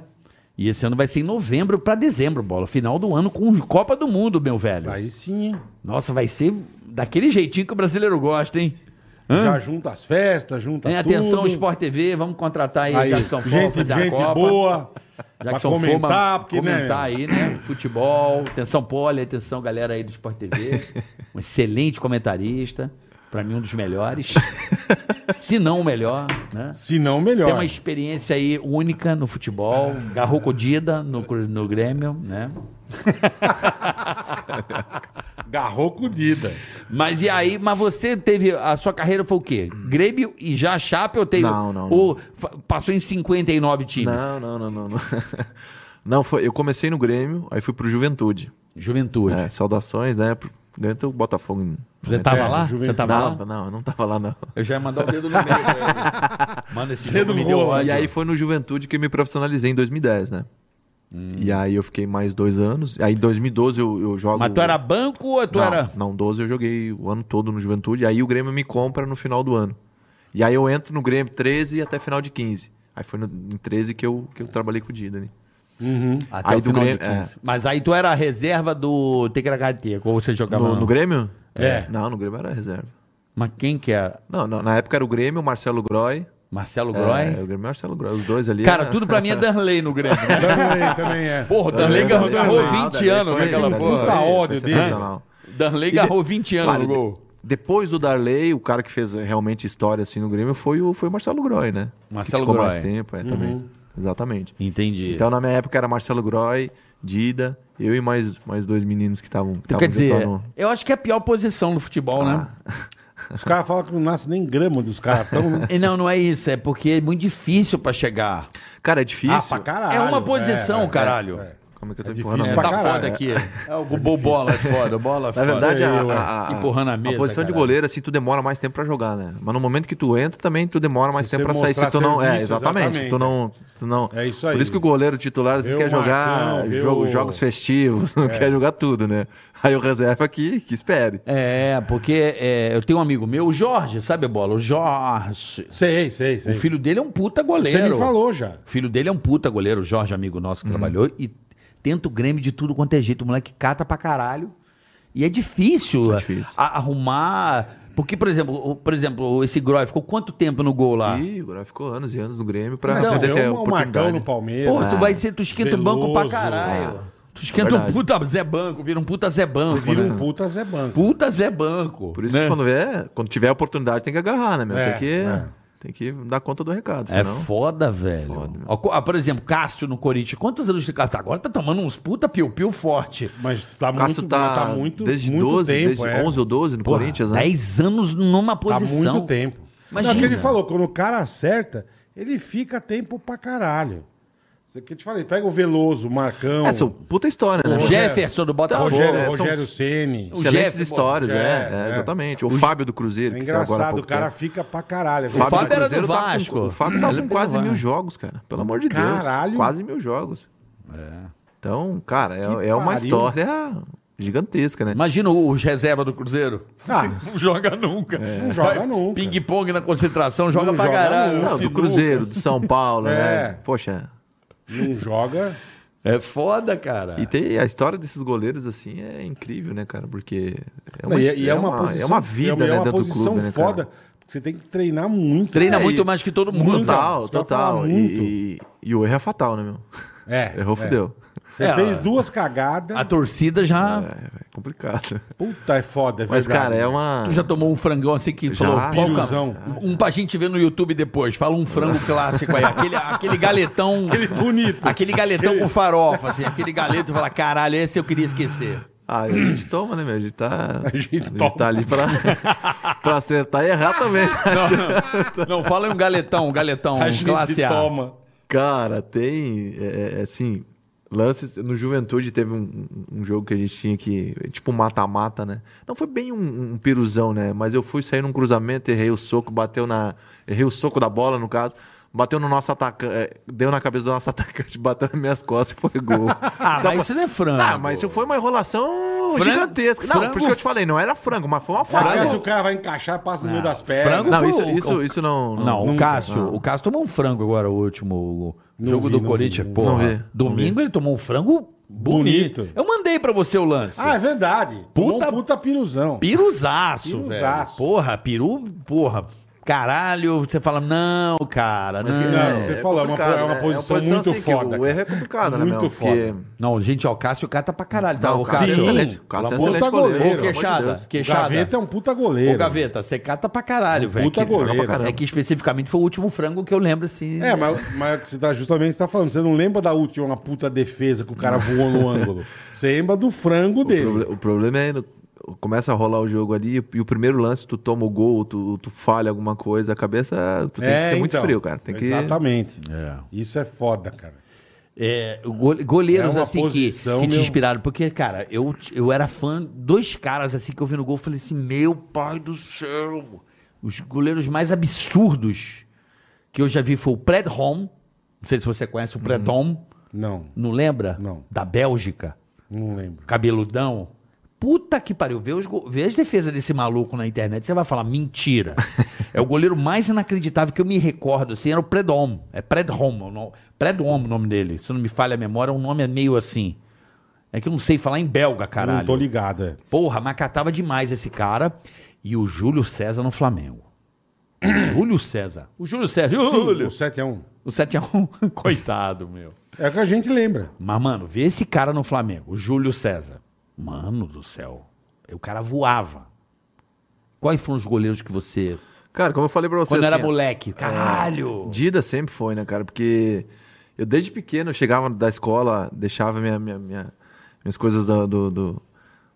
Speaker 4: E esse ano vai ser em novembro pra dezembro, bola. Final do ano com Copa do Mundo, meu velho.
Speaker 3: Aí sim, hein?
Speaker 4: Nossa, vai ser daquele jeitinho que o brasileiro gosta, hein?
Speaker 3: Já junta as festas, junta
Speaker 4: Hein,
Speaker 3: Tá tudo.
Speaker 4: atenção, Sport TV, vamos contratar aí,
Speaker 3: Aí,
Speaker 4: Jackson Ford
Speaker 3: gente,
Speaker 4: fazer a
Speaker 3: gente
Speaker 4: Copa.
Speaker 3: boa.
Speaker 4: Já
Speaker 3: pra
Speaker 4: que são
Speaker 3: comentar,
Speaker 4: comentar,
Speaker 3: porque,
Speaker 4: comentar
Speaker 3: né?
Speaker 4: aí, né? Futebol, atenção Poli, atenção galera aí do Sport TV. Um excelente comentarista, pra mim um dos melhores, se não o melhor, né?
Speaker 3: Se não, melhor.
Speaker 4: Tem uma experiência aí única no futebol, garrou codida no, Cru- no Grêmio, né?
Speaker 3: Garrou com o Dida.
Speaker 4: Mas e aí, mas você teve, a sua carreira foi o quê? Grêmio e já Chape eu tenho?
Speaker 1: Não, não,
Speaker 4: Ou fa- passou em 59 times?
Speaker 1: não, não, não, não. Não, não foi, eu comecei no Grêmio, aí fui pro Juventude.
Speaker 4: Juventude.
Speaker 1: É, saudações, né? pro- Ganhou o Botafogo. em-
Speaker 4: Você tava
Speaker 3: É,
Speaker 4: lá?
Speaker 3: Juventude.
Speaker 4: Você tava lá?
Speaker 1: não, não, eu não tava lá, não.
Speaker 4: Eu já ia mandar o dedo no meio. velho. Mano, esse
Speaker 3: Dedo
Speaker 4: dedo me
Speaker 3: no
Speaker 4: deu
Speaker 3: rolo.
Speaker 4: ódio.
Speaker 1: E aí foi no Juventude que eu me profissionalizei em 2010, né?
Speaker 4: Hum.
Speaker 1: E aí eu fiquei mais dois anos. Aí em 2012 eu, eu jogo.
Speaker 4: Mas tu era banco ou tu
Speaker 1: não,
Speaker 4: era...
Speaker 1: Não, 12 eu joguei o ano todo no Juventude. Aí o Grêmio me compra no final do ano. E aí eu entro no Grêmio 13 e até final de 15. Aí foi no, em 13 que eu, que eu trabalhei com o Dida, né? Aí do Grêmio, é.
Speaker 4: Mas aí tu era a reserva do Tecracateco, ou você jogava...
Speaker 1: No,
Speaker 4: não?
Speaker 1: no Grêmio?
Speaker 3: É.
Speaker 1: Não, no Grêmio era reserva.
Speaker 4: Mas quem que era?
Speaker 1: Não, na- na época era o Grêmio, o Marcelo Groy.
Speaker 4: Marcelo
Speaker 1: É, o
Speaker 4: Groy?
Speaker 1: Grêmio e o Marcelo Groy. Os dois ali.
Speaker 4: Cara,
Speaker 1: era-
Speaker 4: tudo pra mim é Danley no Grêmio. né?
Speaker 3: Também, também é.
Speaker 4: Porra, o Danley
Speaker 1: Danley,
Speaker 4: garrou
Speaker 1: Danley,
Speaker 4: garrou
Speaker 1: Danley,
Speaker 4: 20
Speaker 1: Danley
Speaker 4: anos
Speaker 1: foi-
Speaker 4: naquela
Speaker 1: Danley
Speaker 4: porra.
Speaker 3: né, Puta
Speaker 1: foi
Speaker 3: ódio dele.
Speaker 1: sensacional.
Speaker 4: Danley
Speaker 1: de-
Speaker 4: garrou 20 anos
Speaker 1: Claro,
Speaker 4: no gol.
Speaker 1: de- Depois do Darley, o cara que fez realmente história assim no Grêmio foi o, foi o Marcelo Groy, né?
Speaker 4: Marcelo
Speaker 1: que ficou
Speaker 4: Groy.
Speaker 1: mais tempo, é, também. Exatamente.
Speaker 4: Entendi.
Speaker 1: Então, na minha época, era Marcelo Groy, Dida, eu e mais, mais dois meninos que estavam...
Speaker 4: Então, quer dizer, eu acho que é a pior posição no futebol, né?
Speaker 1: Ah,
Speaker 3: Os caras falam que não nasce nem grama dos caras tão.
Speaker 4: E não, não é isso. É porque é muito difícil pra chegar.
Speaker 1: Cara, é difícil.
Speaker 3: Ah, caralho.
Speaker 4: É uma posição, caralho.
Speaker 1: Como é que eu tô
Speaker 3: É
Speaker 1: empurrando?
Speaker 3: difícil
Speaker 4: É,
Speaker 1: a
Speaker 3: pra
Speaker 1: bola?
Speaker 4: tá
Speaker 3: caralho.
Speaker 4: foda aqui. o bo- bola é foda, bola é
Speaker 1: Na
Speaker 4: foda.
Speaker 1: verdade, a,
Speaker 4: Eu, é.
Speaker 1: a- a-
Speaker 4: empurrando a mesa.
Speaker 1: a posição de
Speaker 4: caralho.
Speaker 1: goleiro, assim, tu demora mais tempo pra jogar, né? Mas no momento que tu entra, também tu demora mais
Speaker 3: Se
Speaker 1: tempo
Speaker 3: você
Speaker 1: pra sair. Se tu
Speaker 3: mostrar
Speaker 1: não... É,
Speaker 3: serviço,
Speaker 1: exatamente. Se tu
Speaker 3: exatamente.
Speaker 1: não, se tu não...
Speaker 3: É isso aí.
Speaker 1: Por isso que o goleiro titular, às vezes,
Speaker 3: Vê
Speaker 1: quer
Speaker 3: o
Speaker 1: jogar
Speaker 3: Marcão, vê
Speaker 1: jogo-
Speaker 3: o- É.
Speaker 1: jogos festivos, não quer jogar tudo, né? Aí o reserva aqui, que espere.
Speaker 4: É, porque é, eu tenho um amigo meu, o Jorge, sabe, bola? O Jorge.
Speaker 3: Sei, sei,
Speaker 4: O
Speaker 3: sei.
Speaker 4: filho dele é um puta goleiro.
Speaker 3: Você me falou já.
Speaker 4: O filho dele é um puta goleiro, o Jorge, amigo nosso que trabalhou, e tenta o Grêmio de tudo quanto é jeito. O moleque cata pra caralho. E é difícil,
Speaker 1: É difícil.
Speaker 4: a- arrumar. Porque, por exemplo, o- por exemplo, esse Groy ficou quanto tempo no gol lá?
Speaker 1: E o Grêmio ficou anos e anos no Grêmio pra
Speaker 3: Não,
Speaker 1: poder
Speaker 3: eu-
Speaker 4: é
Speaker 1: ter
Speaker 3: o Marcão
Speaker 1: é oportunidade.
Speaker 3: no Palmeiras.
Speaker 4: Porra, tu vai ser, tu esquenta o banco pra
Speaker 3: Veloso.
Speaker 4: caralho. Tu esquenta um
Speaker 1: Ah, Verdade.
Speaker 4: puta Zé Banco, vira um puta Zé Banco.
Speaker 3: Vira
Speaker 4: né?
Speaker 3: um puta Zé Banco.
Speaker 4: puta Zé Banco.
Speaker 1: Por isso
Speaker 4: né?
Speaker 1: que quando, vê, quando tiver a oportunidade tem que agarrar, né, meu?
Speaker 3: É,
Speaker 1: tem, que,
Speaker 3: é.
Speaker 1: tem que dar conta do recado,
Speaker 4: É
Speaker 1: senão...
Speaker 4: foda, velho.
Speaker 1: Foda, meu.
Speaker 4: Ó, co- ah, por exemplo, Cássio no Corinthians. Quantas anos de Cássio tá agora? Tá tomando uns puta piu-piu forte.
Speaker 3: Mas tá
Speaker 1: o Cássio
Speaker 3: muito,
Speaker 1: tá,
Speaker 3: tá muito,
Speaker 1: desde
Speaker 3: muito
Speaker 1: 12,
Speaker 3: tempo,
Speaker 1: desde
Speaker 3: é.
Speaker 1: 11 ou 12 no
Speaker 4: Porra,
Speaker 1: Corinthians, né?
Speaker 4: 10 anos numa
Speaker 3: Há
Speaker 4: posição.
Speaker 3: muito tempo. Mas
Speaker 4: Imagina.
Speaker 3: é que ele falou, quando o cara acerta, ele fica tempo pra caralho. Isso aqui eu te falei, pega o Veloso, o Marcão,
Speaker 1: Essa
Speaker 3: o
Speaker 1: É, puta história, né?
Speaker 4: O Jefferson do
Speaker 1: Então,
Speaker 4: Botafogo.
Speaker 3: Rogério,
Speaker 1: é, são- é
Speaker 3: Rogério Ceni.
Speaker 4: o
Speaker 1: Excelentes
Speaker 4: Jeff,
Speaker 1: histórias,
Speaker 3: pô.
Speaker 1: é,
Speaker 3: É,
Speaker 1: é,
Speaker 3: é.
Speaker 1: Exatamente. O, Fábio do Cruzeiro,
Speaker 3: É
Speaker 1: que saiu agora há
Speaker 3: engraçado,
Speaker 1: pouco
Speaker 3: o cara
Speaker 1: tempo.
Speaker 3: fica pra caralho.
Speaker 1: O Fábio,
Speaker 4: Fábio
Speaker 1: do
Speaker 4: era do
Speaker 1: Cruzeiro tá com-
Speaker 4: Vasco.
Speaker 1: o Fábio tá
Speaker 4: Ele
Speaker 1: com
Speaker 4: pegou
Speaker 1: quase
Speaker 4: lá.
Speaker 1: mil jogos, cara. Pelo amor de Deus.
Speaker 3: Caralho. É.
Speaker 1: Quase mil jogos. Então, cara, é, é uma
Speaker 3: pariu.
Speaker 1: história gigantesca, né?
Speaker 4: Imagina os reserva do Cruzeiro.
Speaker 3: Ah.
Speaker 4: Não joga nunca.
Speaker 1: É.
Speaker 3: Não joga nunca.
Speaker 4: Ping-pong na concentração, joga
Speaker 3: Não
Speaker 4: pra
Speaker 3: joga
Speaker 4: caralho.
Speaker 3: nunca.
Speaker 1: Não, do
Speaker 3: sinuca.
Speaker 1: Cruzeiro, do São Paulo,
Speaker 3: É.
Speaker 1: né? Poxa.
Speaker 3: Não joga.
Speaker 4: É foda, cara.
Speaker 3: É.
Speaker 1: E tem a história desses goleiros, assim, é incrível, né, cara? Porque é
Speaker 3: Não,
Speaker 1: uma,
Speaker 3: e,
Speaker 1: his-
Speaker 3: e é uma, posição,
Speaker 1: é uma vida,
Speaker 3: é uma,
Speaker 1: né,
Speaker 3: é uma
Speaker 1: dentro do
Speaker 3: posição
Speaker 1: clube, né, cara?
Speaker 3: foda, porque você tem que treinar muito.
Speaker 4: Treina
Speaker 1: É,
Speaker 4: muito
Speaker 1: e-
Speaker 4: mais que todo mundo.
Speaker 1: Total,
Speaker 3: Isso que eu ia falar,
Speaker 1: total.
Speaker 3: muito.
Speaker 1: E, e- e o erro é fatal, né, meu?
Speaker 3: É,
Speaker 1: Errou,
Speaker 3: é.
Speaker 1: fudeu.
Speaker 3: Você
Speaker 4: É,
Speaker 3: fez
Speaker 4: ó.
Speaker 3: duas cagadas.
Speaker 4: A torcida já.
Speaker 1: É, é complicado.
Speaker 3: Puta, é foda, é
Speaker 1: Mas,
Speaker 3: verdade.
Speaker 1: cara, é uma.
Speaker 4: Tu já tomou um frangão assim que
Speaker 1: Já.
Speaker 4: falou "Pau, cara,
Speaker 3: Piruzão.
Speaker 4: Um pra gente ver no YouTube depois. Fala um frango clássico aí. Aquele, aquele galetão. aquele
Speaker 3: bonito.
Speaker 4: galetão com farofa, assim. Aquele galeto fala, caralho, esse eu queria esquecer.
Speaker 1: Ah, a gente toma, né, meu? A gente tá.
Speaker 3: A gente
Speaker 1: tá
Speaker 3: toma.
Speaker 1: ali pra, pra acertar e errar também.
Speaker 4: Não, fala aí um galetão, um galetão,
Speaker 3: A
Speaker 4: um
Speaker 3: gente
Speaker 4: classe A.
Speaker 3: toma.
Speaker 1: Cara, tem. é, é, assim, lances. No Juventude teve um, um- um jogo que a gente tinha que. Tipo um mata-mata, né? Não foi bem um, um piruzão, né? Mas eu fui sair num cruzamento, errei o soco, bateu na. Errei o soco da bola, no caso. Bateu no nosso atacante. é, Deu na cabeça do nosso atacante, bateu nas minhas costas e foi gol.
Speaker 4: Ah, mas isso não é frango.
Speaker 1: Ah, mas isso foi uma enrolação
Speaker 4: Frango-
Speaker 1: gigantesca. Não,
Speaker 4: frango-
Speaker 1: por isso que eu te falei, não era frango, Ah, mas foi uma
Speaker 3: Às
Speaker 1: falha.
Speaker 3: vezes o cara vai encaixar, passa no meio das pernas.
Speaker 4: frango
Speaker 1: Não,
Speaker 4: foi
Speaker 1: isso,
Speaker 4: o-
Speaker 1: isso, isso não.
Speaker 4: Não, o
Speaker 3: Nunca.
Speaker 4: Cássio, o Cássio tomou um frango agora, o último o
Speaker 3: Não
Speaker 4: jogo
Speaker 3: vi,
Speaker 4: do
Speaker 3: não
Speaker 4: Corinthians,
Speaker 3: vi,
Speaker 4: porra.
Speaker 1: não vi, não
Speaker 4: Domingo ele tomou um frango bonito.
Speaker 3: Bonito.
Speaker 4: Eu mandei pra você o lance.
Speaker 3: Ah, é verdade. Tomou
Speaker 4: Puta-
Speaker 3: um puta piruzão.
Speaker 4: Piruzaço,
Speaker 3: Piruzaço.
Speaker 4: velho. Porra, peru, porra. Caralho, você fala, não, cara,
Speaker 1: que-
Speaker 4: não.
Speaker 3: Não, você falou, é uma-
Speaker 1: complicado,
Speaker 3: é uma
Speaker 1: né?
Speaker 3: posição muito
Speaker 1: que
Speaker 3: foda,
Speaker 1: O erro é
Speaker 3: cara.
Speaker 1: complicado, né,
Speaker 3: Muito
Speaker 1: meu?
Speaker 3: foda.
Speaker 4: Não, gente, ó, o Cássio cata pra caralho, tá?
Speaker 1: Não,
Speaker 4: o
Speaker 1: o Cássio é
Speaker 4: Cássio.
Speaker 1: excelente. O Cássio é excelente goleiro.
Speaker 4: Ô,
Speaker 1: pelo amor de
Speaker 4: queixada,
Speaker 1: Deus.
Speaker 3: O
Speaker 4: queixada.
Speaker 3: Gaveta é um puta goleiro.
Speaker 4: Ô, Gaveta, você cata pra caralho, velho.
Speaker 3: Um puta
Speaker 4: Que-
Speaker 3: goleiro.
Speaker 4: É que especificamente foi o último frango que eu lembro, assim.
Speaker 3: É, mas, mas você tá, justamente você tá falando, você não lembra da última uma puta defesa que o cara voou no ângulo. Você lembra do frango
Speaker 1: O,
Speaker 3: dele.
Speaker 1: proble- o problema é no- começa a rolar o jogo ali e o primeiro lance tu toma o gol, tu, tu falha alguma coisa, a cabeça tu tem que ser muito
Speaker 3: então.
Speaker 1: frio, cara. Tem que
Speaker 3: Exatamente.
Speaker 4: É.
Speaker 3: Isso é foda, cara.
Speaker 4: É, gole- goleiros
Speaker 3: É uma
Speaker 4: assim que-
Speaker 3: posição,
Speaker 4: que, te
Speaker 3: meu-
Speaker 4: inspiraram. Porque, cara, eu, eu era fã, dois caras assim que eu vi no gol, eu falei assim: meu pai do céu! Os goleiros mais absurdos que eu já vi foi o Fred Home. Não sei se você conhece o Fred
Speaker 3: Uhum.
Speaker 4: Home,
Speaker 3: Não,
Speaker 4: não lembra?
Speaker 3: Não.
Speaker 4: Da Bélgica,
Speaker 3: não lembro.
Speaker 4: cabeludão. Puta que pariu, vê, os go- vê as defesas desse maluco na internet, você vai falar, mentira. é o goleiro mais inacreditável que eu me recordo, assim, era o Predom. É Predom, o nome- Predom o nome dele. Se não me falha a memória, o nome é meio assim. É que eu não sei falar em belga, caralho.
Speaker 3: Não tô é. ligada.
Speaker 4: Porra, macatava demais esse cara. E o Júlio César no Flamengo. O Júlio César. O Júlio César. Júlio.
Speaker 3: O 7 é 1.
Speaker 4: O 7x1. Coitado, meu.
Speaker 3: É o que a gente lembra.
Speaker 4: Mas, mano, vê esse cara no Flamengo, o Júlio César. Mano do céu. O cara voava. Quais foram os goleiros que você.
Speaker 1: Cara, como eu falei pra você.
Speaker 4: Quando era
Speaker 1: assim, ó,
Speaker 4: moleque. Caralho!
Speaker 1: É, Dida sempre foi, né, cara? Porque eu desde pequeno eu chegava da escola, deixava minha, minha- minha- minhas coisas da, do- do-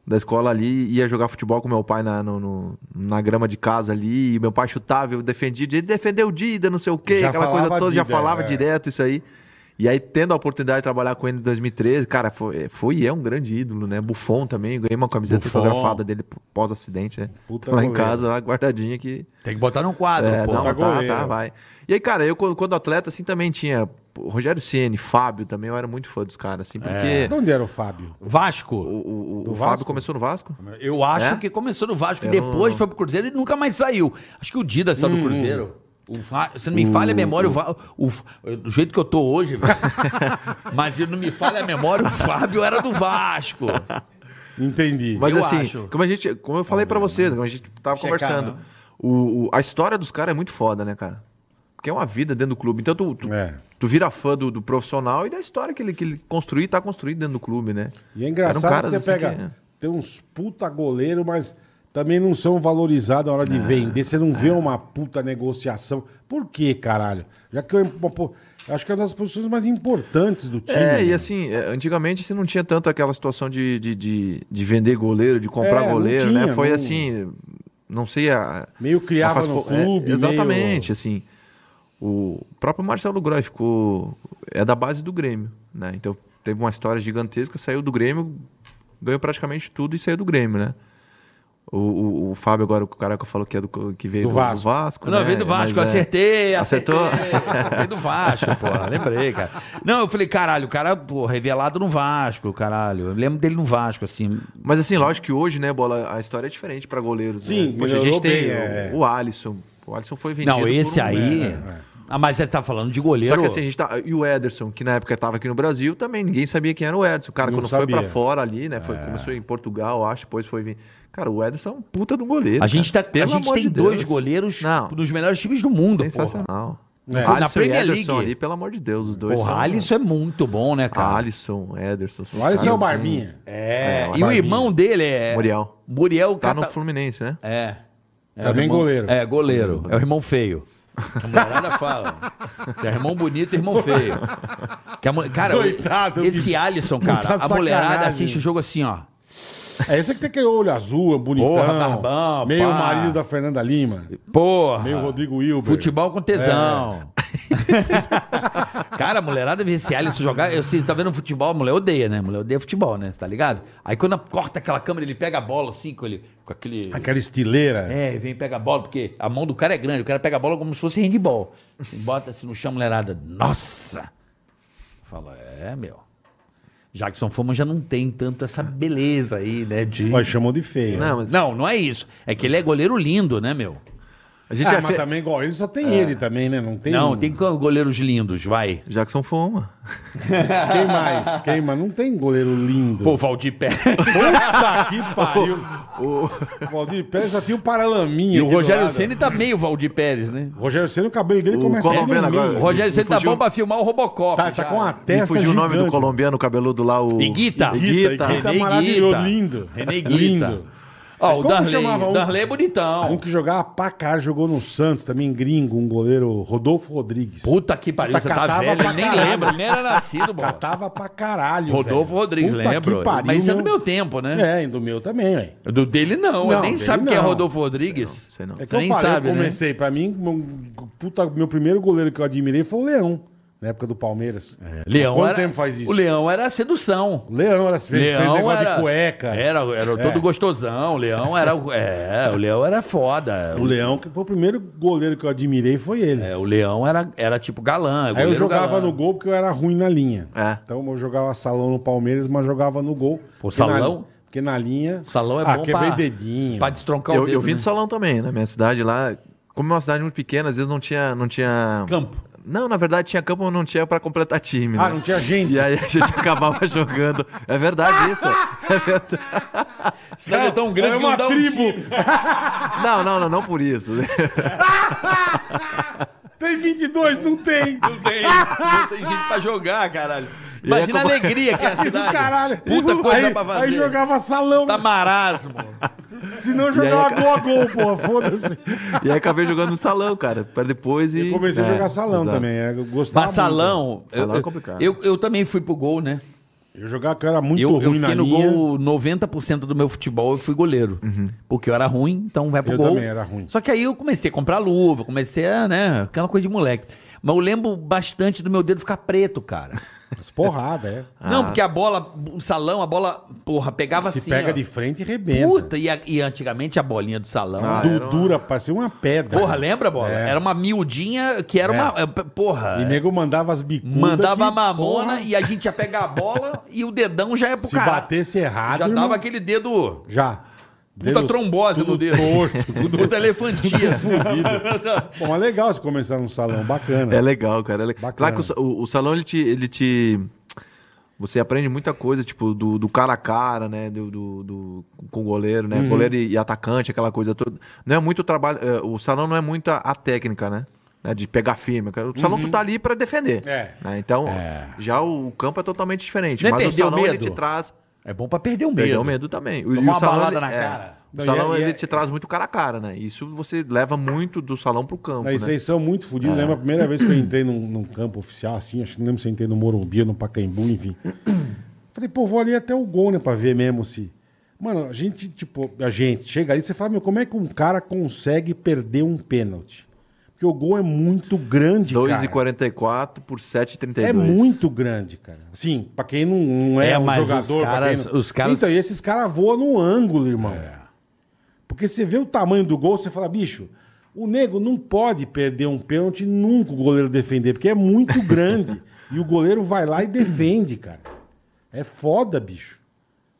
Speaker 1: da escola ali, ia jogar futebol com meu pai na, no- no- na grama de casa ali, e meu pai chutava, eu defendia, ele defendeu o Dida, não sei o quê,
Speaker 3: Já
Speaker 1: aquela
Speaker 3: falava
Speaker 1: coisa toda, já
Speaker 3: Dida,
Speaker 1: falava
Speaker 3: é.
Speaker 1: direto isso aí. E aí, tendo a oportunidade de trabalhar com ele em 2013, cara, foi, foi e é um grande ídolo, né? Buffon também, ganhei uma camiseta
Speaker 4: Buffon.
Speaker 1: fotografada dele pós-acidente, né?
Speaker 3: Puta
Speaker 1: lá em
Speaker 3: goleiro.
Speaker 1: casa, lá guardadinha que
Speaker 4: Tem que botar num quadro,
Speaker 1: é,
Speaker 4: pô.
Speaker 1: não,
Speaker 3: Tá
Speaker 1: tá,
Speaker 3: goleiro.
Speaker 1: tá, vai. E aí, cara, eu quando, quando atleta, assim, também tinha pô, Rogério Ceni, Fábio também, eu era muito fã dos caras, assim, porque
Speaker 3: De onde era o Fábio?
Speaker 1: o,
Speaker 4: Vasco.
Speaker 1: o- o-
Speaker 3: É. Do
Speaker 1: o Fábio
Speaker 3: Vasco?
Speaker 1: começou no Vasco.
Speaker 4: Eu acho
Speaker 1: É?
Speaker 4: que começou no Vasco,
Speaker 1: Eu
Speaker 4: depois
Speaker 1: não- Hum.
Speaker 4: foi pro Cruzeiro e nunca mais saiu. Acho que o Dida saiu do Cruzeiro. O Fa- Se não me falha a memória, o Va- o F- do jeito que eu tô hoje, velho. mas se não me falha a memória, o Fábio era do Vasco.
Speaker 3: Entendi.
Speaker 1: Mas
Speaker 4: Eu
Speaker 1: assim,
Speaker 4: acho.
Speaker 1: como a gente, como eu falei pra vocês, como a gente tava
Speaker 4: Checar,
Speaker 1: conversando,
Speaker 4: não.
Speaker 1: o, o- a história dos caras é muito foda, né, cara? Porque porque é uma vida dentro do clube. Então tu, tu,
Speaker 3: É.
Speaker 1: tu vira fã do, do profissional e da história que ele, que ele construiu e tá construído dentro do clube, né?
Speaker 3: E é
Speaker 1: Eram
Speaker 3: engraçado que
Speaker 1: caras
Speaker 3: você
Speaker 1: assim
Speaker 3: pega. Tem uns puta goleiro, mas também não são valorizados na hora
Speaker 1: É.
Speaker 3: de vender. Você não vê uma puta negociação. Por quê, caralho? Já que eu. pô, pô, acho que é uma das posições mais importantes do time.
Speaker 1: É,
Speaker 3: né?
Speaker 1: e assim, é, antigamente você não tinha tanto aquela situação de, de, de, de vender goleiro, de comprar
Speaker 3: É, não
Speaker 1: goleiro,
Speaker 3: tinha,
Speaker 1: né? Foi
Speaker 3: não-
Speaker 1: assim, não sei a...
Speaker 3: Meio criava
Speaker 1: a fase
Speaker 3: no
Speaker 1: po- é,
Speaker 3: clube,
Speaker 1: exatamente,
Speaker 3: meio-
Speaker 1: assim. O próprio Marcelo Groy ficou... É da base do Grêmio, né? Então teve uma história gigantesca, saiu do Grêmio, ganhou praticamente tudo e saiu do Grêmio, né? O, o, o Fábio agora, o cara que falou que, é do, que veio
Speaker 3: Do
Speaker 1: do, do
Speaker 3: Vasco.
Speaker 1: Vasco.
Speaker 4: Não,
Speaker 1: né?
Speaker 4: veio do Vasco,
Speaker 1: Mas, é,
Speaker 4: acertei, acertei.
Speaker 1: Acertou?
Speaker 4: veio do Vasco, porra, lembrei, cara. Não, eu falei, caralho, o cara, pô, revelado no Vasco, caralho. Eu lembro dele no Vasco, assim.
Speaker 1: Mas assim, lógico que hoje, né, Bola, a história é diferente para goleiros.
Speaker 3: Sim,
Speaker 1: né? Poxa, a
Speaker 3: melhorou
Speaker 1: gente tem
Speaker 3: bem,
Speaker 1: o,
Speaker 3: é.
Speaker 1: o Alisson. O Alisson foi vendido.
Speaker 4: Não,
Speaker 1: por
Speaker 4: esse
Speaker 1: um-
Speaker 4: aí.
Speaker 3: é, é.
Speaker 4: Ah, mas você tá falando de goleiro.
Speaker 1: Só que assim, a gente tá. E o Ederson, que na época estava aqui no Brasil, também ninguém sabia quem era o Ederson. O cara,
Speaker 3: Não
Speaker 1: quando foi
Speaker 3: sabia. É.
Speaker 1: para fora ali, né? foi- Começou em Portugal, acho, depois foi vir. Cara, o Ederson é um puta de um goleiro.
Speaker 4: A gente, tá,
Speaker 1: cara.
Speaker 4: a gente
Speaker 1: amor
Speaker 4: tem
Speaker 1: de
Speaker 4: dois
Speaker 1: Deus.
Speaker 4: goleiros
Speaker 1: Não.
Speaker 4: dos melhores times do mundo, porra.
Speaker 1: Sensacional.
Speaker 3: É.
Speaker 1: Alisson
Speaker 4: Na Premier
Speaker 1: e
Speaker 4: League.
Speaker 1: Ederson ali, pelo amor de Deus, os dois.
Speaker 4: Porra,
Speaker 1: são-
Speaker 4: Alisson é muito bom, né, cara?
Speaker 1: Alisson, Ederson. são
Speaker 3: O
Speaker 1: os
Speaker 3: Alisson é o
Speaker 1: caras, assim.
Speaker 3: Barbinha.
Speaker 4: É, e
Speaker 1: É,
Speaker 4: o
Speaker 1: Barbinha.
Speaker 4: irmão dele é.
Speaker 1: Muriel.
Speaker 4: Muriel
Speaker 1: Tá no
Speaker 4: Cata-
Speaker 1: Fluminense, né?
Speaker 4: É. É
Speaker 3: Também
Speaker 4: o irmão-
Speaker 3: Tá goleiro.
Speaker 4: É, goleiro. É o irmão feio. A mulherada fala. Que é irmão bonito e irmão feio. Que a mu- cara,
Speaker 3: Coitado,
Speaker 4: esse
Speaker 3: bicho.
Speaker 4: Alisson,
Speaker 3: Muita
Speaker 4: cara, a mulherada
Speaker 3: sacanagem.
Speaker 4: assiste o jogo assim, ó.
Speaker 3: É esse que tem aquele olho azul, é bonitão.
Speaker 4: Porra, barbão,
Speaker 3: meio
Speaker 4: pá.
Speaker 3: marido da Fernanda Lima.
Speaker 4: Porra.
Speaker 3: Meio Rodrigo Wilber.
Speaker 4: Futebol com tesão.
Speaker 3: É.
Speaker 4: cara, a mulherada vê esse Alisson jogar. Eu sei, tá vendo futebol, a mulher odeia, né? A mulher odeia futebol, né? Você Tá ligado? Aí quando corta aquela câmera, ele pega a bola assim, com, ele, com aquele.
Speaker 3: Aquela estileira.
Speaker 4: É, vem pega a bola, porque a mão do cara é grande, o cara pega a bola como se fosse handball. E bota assim no chão, a mulherada. Nossa! Fala, é, meu. Jackson Foma já não tem tanto essa beleza aí, né? De...
Speaker 3: Mas chamou de feio. Ah,
Speaker 1: Não, mas
Speaker 4: Não, não é isso. É que ele é goleiro lindo, né, meu?
Speaker 1: a gente
Speaker 3: ah,
Speaker 1: já
Speaker 3: mas
Speaker 1: fe-
Speaker 3: também igual ele, só
Speaker 1: É.
Speaker 3: tem ele também, né? Não tem.
Speaker 4: Não, tem co- goleiros lindos, vai.
Speaker 1: Jackson Foma.
Speaker 3: Quem mais? Quem mais? Não tem goleiro lindo.
Speaker 4: Pô, Valdir Pérez.
Speaker 3: Puta que pariu. O Valdir Pérez só tinha o né? paralaminha.
Speaker 4: E o
Speaker 3: aqui do
Speaker 4: Rogério
Speaker 3: lado.
Speaker 4: Ceni tá meio Valdir Pérez, né?
Speaker 3: O Rogério Senna, o cabelo dele
Speaker 1: O
Speaker 3: começa no meio.
Speaker 1: colombiano
Speaker 4: O
Speaker 1: agora.
Speaker 4: Rogério
Speaker 1: Me
Speaker 4: Ceni tá
Speaker 1: fugiu.
Speaker 4: bom pra filmar o Robocop.
Speaker 3: Tá, tá
Speaker 4: já.
Speaker 3: com a
Speaker 1: Me
Speaker 3: testa
Speaker 1: fugiu o nome do
Speaker 3: gigante.
Speaker 1: colombiano cabeludo lá, o.
Speaker 4: Iguita.
Speaker 1: Iguita.
Speaker 3: Iguita, Iguita.
Speaker 4: René
Speaker 3: maravilhoso,
Speaker 4: Guita.
Speaker 3: lindo.
Speaker 4: René Guita.
Speaker 3: Lindo. Mas
Speaker 4: Ó, o
Speaker 3: como
Speaker 4: Darley.
Speaker 3: chamava um-
Speaker 4: O Darley é
Speaker 3: Um
Speaker 4: bonitão.
Speaker 3: que jogava pra cá, jogou no Santos, também gringo, um goleiro, Rodolfo Rodrigues.
Speaker 4: Puta que pariu,
Speaker 3: Puta,
Speaker 4: você tá
Speaker 3: catava
Speaker 4: velho,
Speaker 3: pra
Speaker 4: ele nem
Speaker 3: caralho.
Speaker 4: lembra, nem era nascido, bom.
Speaker 3: Catava pra caralho,
Speaker 4: Rodolfo
Speaker 3: velho.
Speaker 4: Rodrigues,
Speaker 3: Puta
Speaker 4: lembro.
Speaker 3: que pariu,
Speaker 4: Mas isso é do meu tempo, né?
Speaker 3: É, e do meu também, velho.
Speaker 4: Do dele não,
Speaker 3: Não,
Speaker 4: eu nem
Speaker 3: dele
Speaker 4: sabe quem é
Speaker 3: não.
Speaker 4: Rodolfo Rodrigues.
Speaker 1: Sei não.
Speaker 3: É que
Speaker 4: Você
Speaker 3: eu
Speaker 4: nem
Speaker 3: falei,
Speaker 4: sabe,
Speaker 3: eu
Speaker 4: né?
Speaker 3: comecei, pra mim, meu, puta, meu primeiro goleiro que eu admirei foi o Leão, na época do Palmeiras.
Speaker 4: Leão
Speaker 3: Quanto
Speaker 4: era-
Speaker 3: tempo faz isso?
Speaker 4: O Leão era a sedução.
Speaker 3: Leão era, fez, fez negócio de cueca.
Speaker 4: Era, era
Speaker 3: É.
Speaker 4: todo gostosão. O leão era. É, o leão era foda.
Speaker 3: O Leão, que foi o primeiro goleiro que eu admirei, foi ele.
Speaker 4: É, o leão era, era tipo galã.
Speaker 3: Aí eu jogava no
Speaker 4: gol.
Speaker 3: gol porque eu era ruim na linha.
Speaker 1: É.
Speaker 3: Então eu jogava salão no Palmeiras, mas jogava no gol.
Speaker 4: Pô,
Speaker 3: Porque na-
Speaker 4: salão?
Speaker 3: porque na linha.
Speaker 4: Salão é
Speaker 3: ah,
Speaker 4: bom
Speaker 3: quebrei
Speaker 4: pra,
Speaker 3: dedinho.
Speaker 4: pra destroncar o
Speaker 1: Eu,
Speaker 4: dedo.
Speaker 1: eu vim
Speaker 4: né?
Speaker 1: do salão também, na minha cidade lá. Como é uma cidade muito pequena, às vezes não tinha. Não tinha...
Speaker 4: Campo.
Speaker 1: Não, na verdade tinha campo, mas não tinha pra completar time.
Speaker 3: Ah,
Speaker 1: né?
Speaker 3: não tinha gente.
Speaker 1: E aí a gente acabava jogando. É verdade isso. É verdade.
Speaker 4: Cidade é tão grande
Speaker 3: é
Speaker 4: que não
Speaker 3: uma
Speaker 4: dá um
Speaker 3: tribo.
Speaker 4: time.
Speaker 1: Não, não, não, não por isso.
Speaker 3: Tem 22, não tem.
Speaker 4: Não tem, não tem gente pra jogar, caralho. Imagina a
Speaker 1: como-
Speaker 4: alegria que é a cidade.
Speaker 3: Caralho.
Speaker 4: Puta coisa
Speaker 3: aí,
Speaker 4: pra fazer.
Speaker 3: Aí jogava salão.
Speaker 4: Tá marasmo.
Speaker 3: Se não
Speaker 1: aí,
Speaker 3: jogava
Speaker 1: cara-
Speaker 3: gol a gol, porra. Foda-se.
Speaker 1: E aí acabei jogando no salão, cara. Pra depois e.
Speaker 3: Eu comecei a
Speaker 1: é,
Speaker 3: jogar salão
Speaker 1: exato.
Speaker 3: também. é, Eu gostava.
Speaker 4: Mas
Speaker 3: muito.
Speaker 4: salão.
Speaker 1: Salão
Speaker 4: eu-
Speaker 1: é complicado.
Speaker 4: Eu, eu também fui pro gol, né?
Speaker 3: Eu jogava que eu era muito
Speaker 4: Eu, eu
Speaker 3: ruim Um na
Speaker 4: fiquei no
Speaker 3: linha. Uhum.
Speaker 4: gol 90% do meu futebol, eu fui goleiro. Porque eu era ruim, então vai pro
Speaker 3: Eu
Speaker 4: gol.
Speaker 3: também era ruim.
Speaker 4: Só que aí eu comecei a comprar luva, comecei a, né, aquela coisa de moleque. Mas eu lembro bastante do meu dedo ficar preto, cara.
Speaker 3: Mas porrada, é.
Speaker 4: Não, porque a bola, o salão, a bola, porra, pegava
Speaker 3: Se
Speaker 4: assim,
Speaker 3: pega
Speaker 4: ó.
Speaker 3: de frente e rebenta.
Speaker 4: Puta, e, a- e antigamente a bolinha do salão.
Speaker 1: Ah,
Speaker 4: du-
Speaker 1: era
Speaker 3: Du-
Speaker 1: uma-
Speaker 3: Dura, parecia uma pedra.
Speaker 4: Porra, lembra a bola?
Speaker 3: É.
Speaker 4: Era uma miudinha que era
Speaker 3: É.
Speaker 4: uma, é, p- porra.
Speaker 3: E nego mandava as bicudas.
Speaker 4: Mandava
Speaker 3: que,
Speaker 4: a mamona
Speaker 3: porra,
Speaker 4: e a gente ia pegar a bola e o dedão já ia pro
Speaker 3: Se
Speaker 4: cara.
Speaker 3: batesse errado,
Speaker 4: Já
Speaker 3: irmão.
Speaker 4: dava aquele dedo
Speaker 3: Já.
Speaker 4: Puta
Speaker 3: Dedo
Speaker 4: trombose no dedo.
Speaker 3: Torto, tudo
Speaker 4: Puta elefantia.
Speaker 3: fudido. Bom, é legal você começar num salão bacana.
Speaker 1: É legal, cara. É le-
Speaker 3: Bacana.
Speaker 1: Claro que o sa- o, o salão ele te, ele te. Você aprende muita coisa, tipo, do, do cara a cara, né? Do, do, do- com o goleiro, né? Goleiro e, e atacante, aquela coisa toda. Não é muito trabalho. é, o salão não é muito a, a técnica, né? né, de pegar firme. O salão tu tá ali para defender.
Speaker 3: É.
Speaker 1: né? Então,
Speaker 4: É.
Speaker 1: já o, o campo é totalmente diferente.
Speaker 4: Nem
Speaker 1: mas o
Speaker 4: perdeu
Speaker 1: salão ele
Speaker 4: medo.
Speaker 1: te traz.
Speaker 4: É bom pra perder o medo.
Speaker 3: né?
Speaker 1: Perdeu o medo também.
Speaker 4: Tomar
Speaker 1: O, e o
Speaker 4: uma
Speaker 1: salão,
Speaker 4: balada
Speaker 1: ele-
Speaker 4: na
Speaker 1: é,
Speaker 4: cara.
Speaker 1: O
Speaker 3: Não, e
Speaker 1: salão
Speaker 3: é- e
Speaker 1: ele
Speaker 3: é-
Speaker 1: te traz muito cara a cara, né? Isso você leva muito do salão pro campo.
Speaker 3: Aí
Speaker 1: né?
Speaker 3: vocês são muito fodidos. Lembra a primeira vez que eu entrei num, num campo oficial, assim, acho que não lembro se eu entrei no Morumbi ou no Pacaembu, enfim. Falei, pô, vou ali até o gol, né, pra ver mesmo se. Mano, a gente, tipo, a gente chega ali, você fala, meu, como é que um cara consegue perder um pênalti? Porque o gol é muito grande, cara.
Speaker 1: 2,44 por 7,32.
Speaker 3: É muito grande, cara. Sim, pra quem não, não é,
Speaker 4: É,
Speaker 3: um
Speaker 4: mas os
Speaker 3: jogador. pra
Speaker 4: caras-
Speaker 3: quem não-
Speaker 4: os caras- É.
Speaker 3: Então, e esses caras voam no ângulo, irmão. Porque você vê o tamanho do gol, você fala, bicho, o nego não pode perder um pênalti nunca o goleiro defender, porque é muito grande. e o goleiro vai lá e defende, cara. É foda, bicho.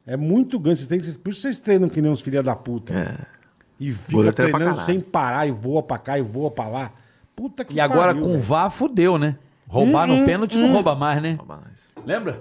Speaker 3: É muito grande. Vocês têm que... Por isso vocês treinam que nem uns filha da puta.
Speaker 1: É.
Speaker 3: E fica
Speaker 1: Goleiro treina pra
Speaker 3: treinando
Speaker 1: caralho.
Speaker 3: sem parar, e voa pra cá, e voa pra lá. Puta que
Speaker 4: E agora
Speaker 3: pariu,
Speaker 4: com o
Speaker 3: velho. Uhum,
Speaker 4: VAR fudeu, né? Roubar no pênalti não rouba mais, né?
Speaker 1: Mas-
Speaker 4: Lembra?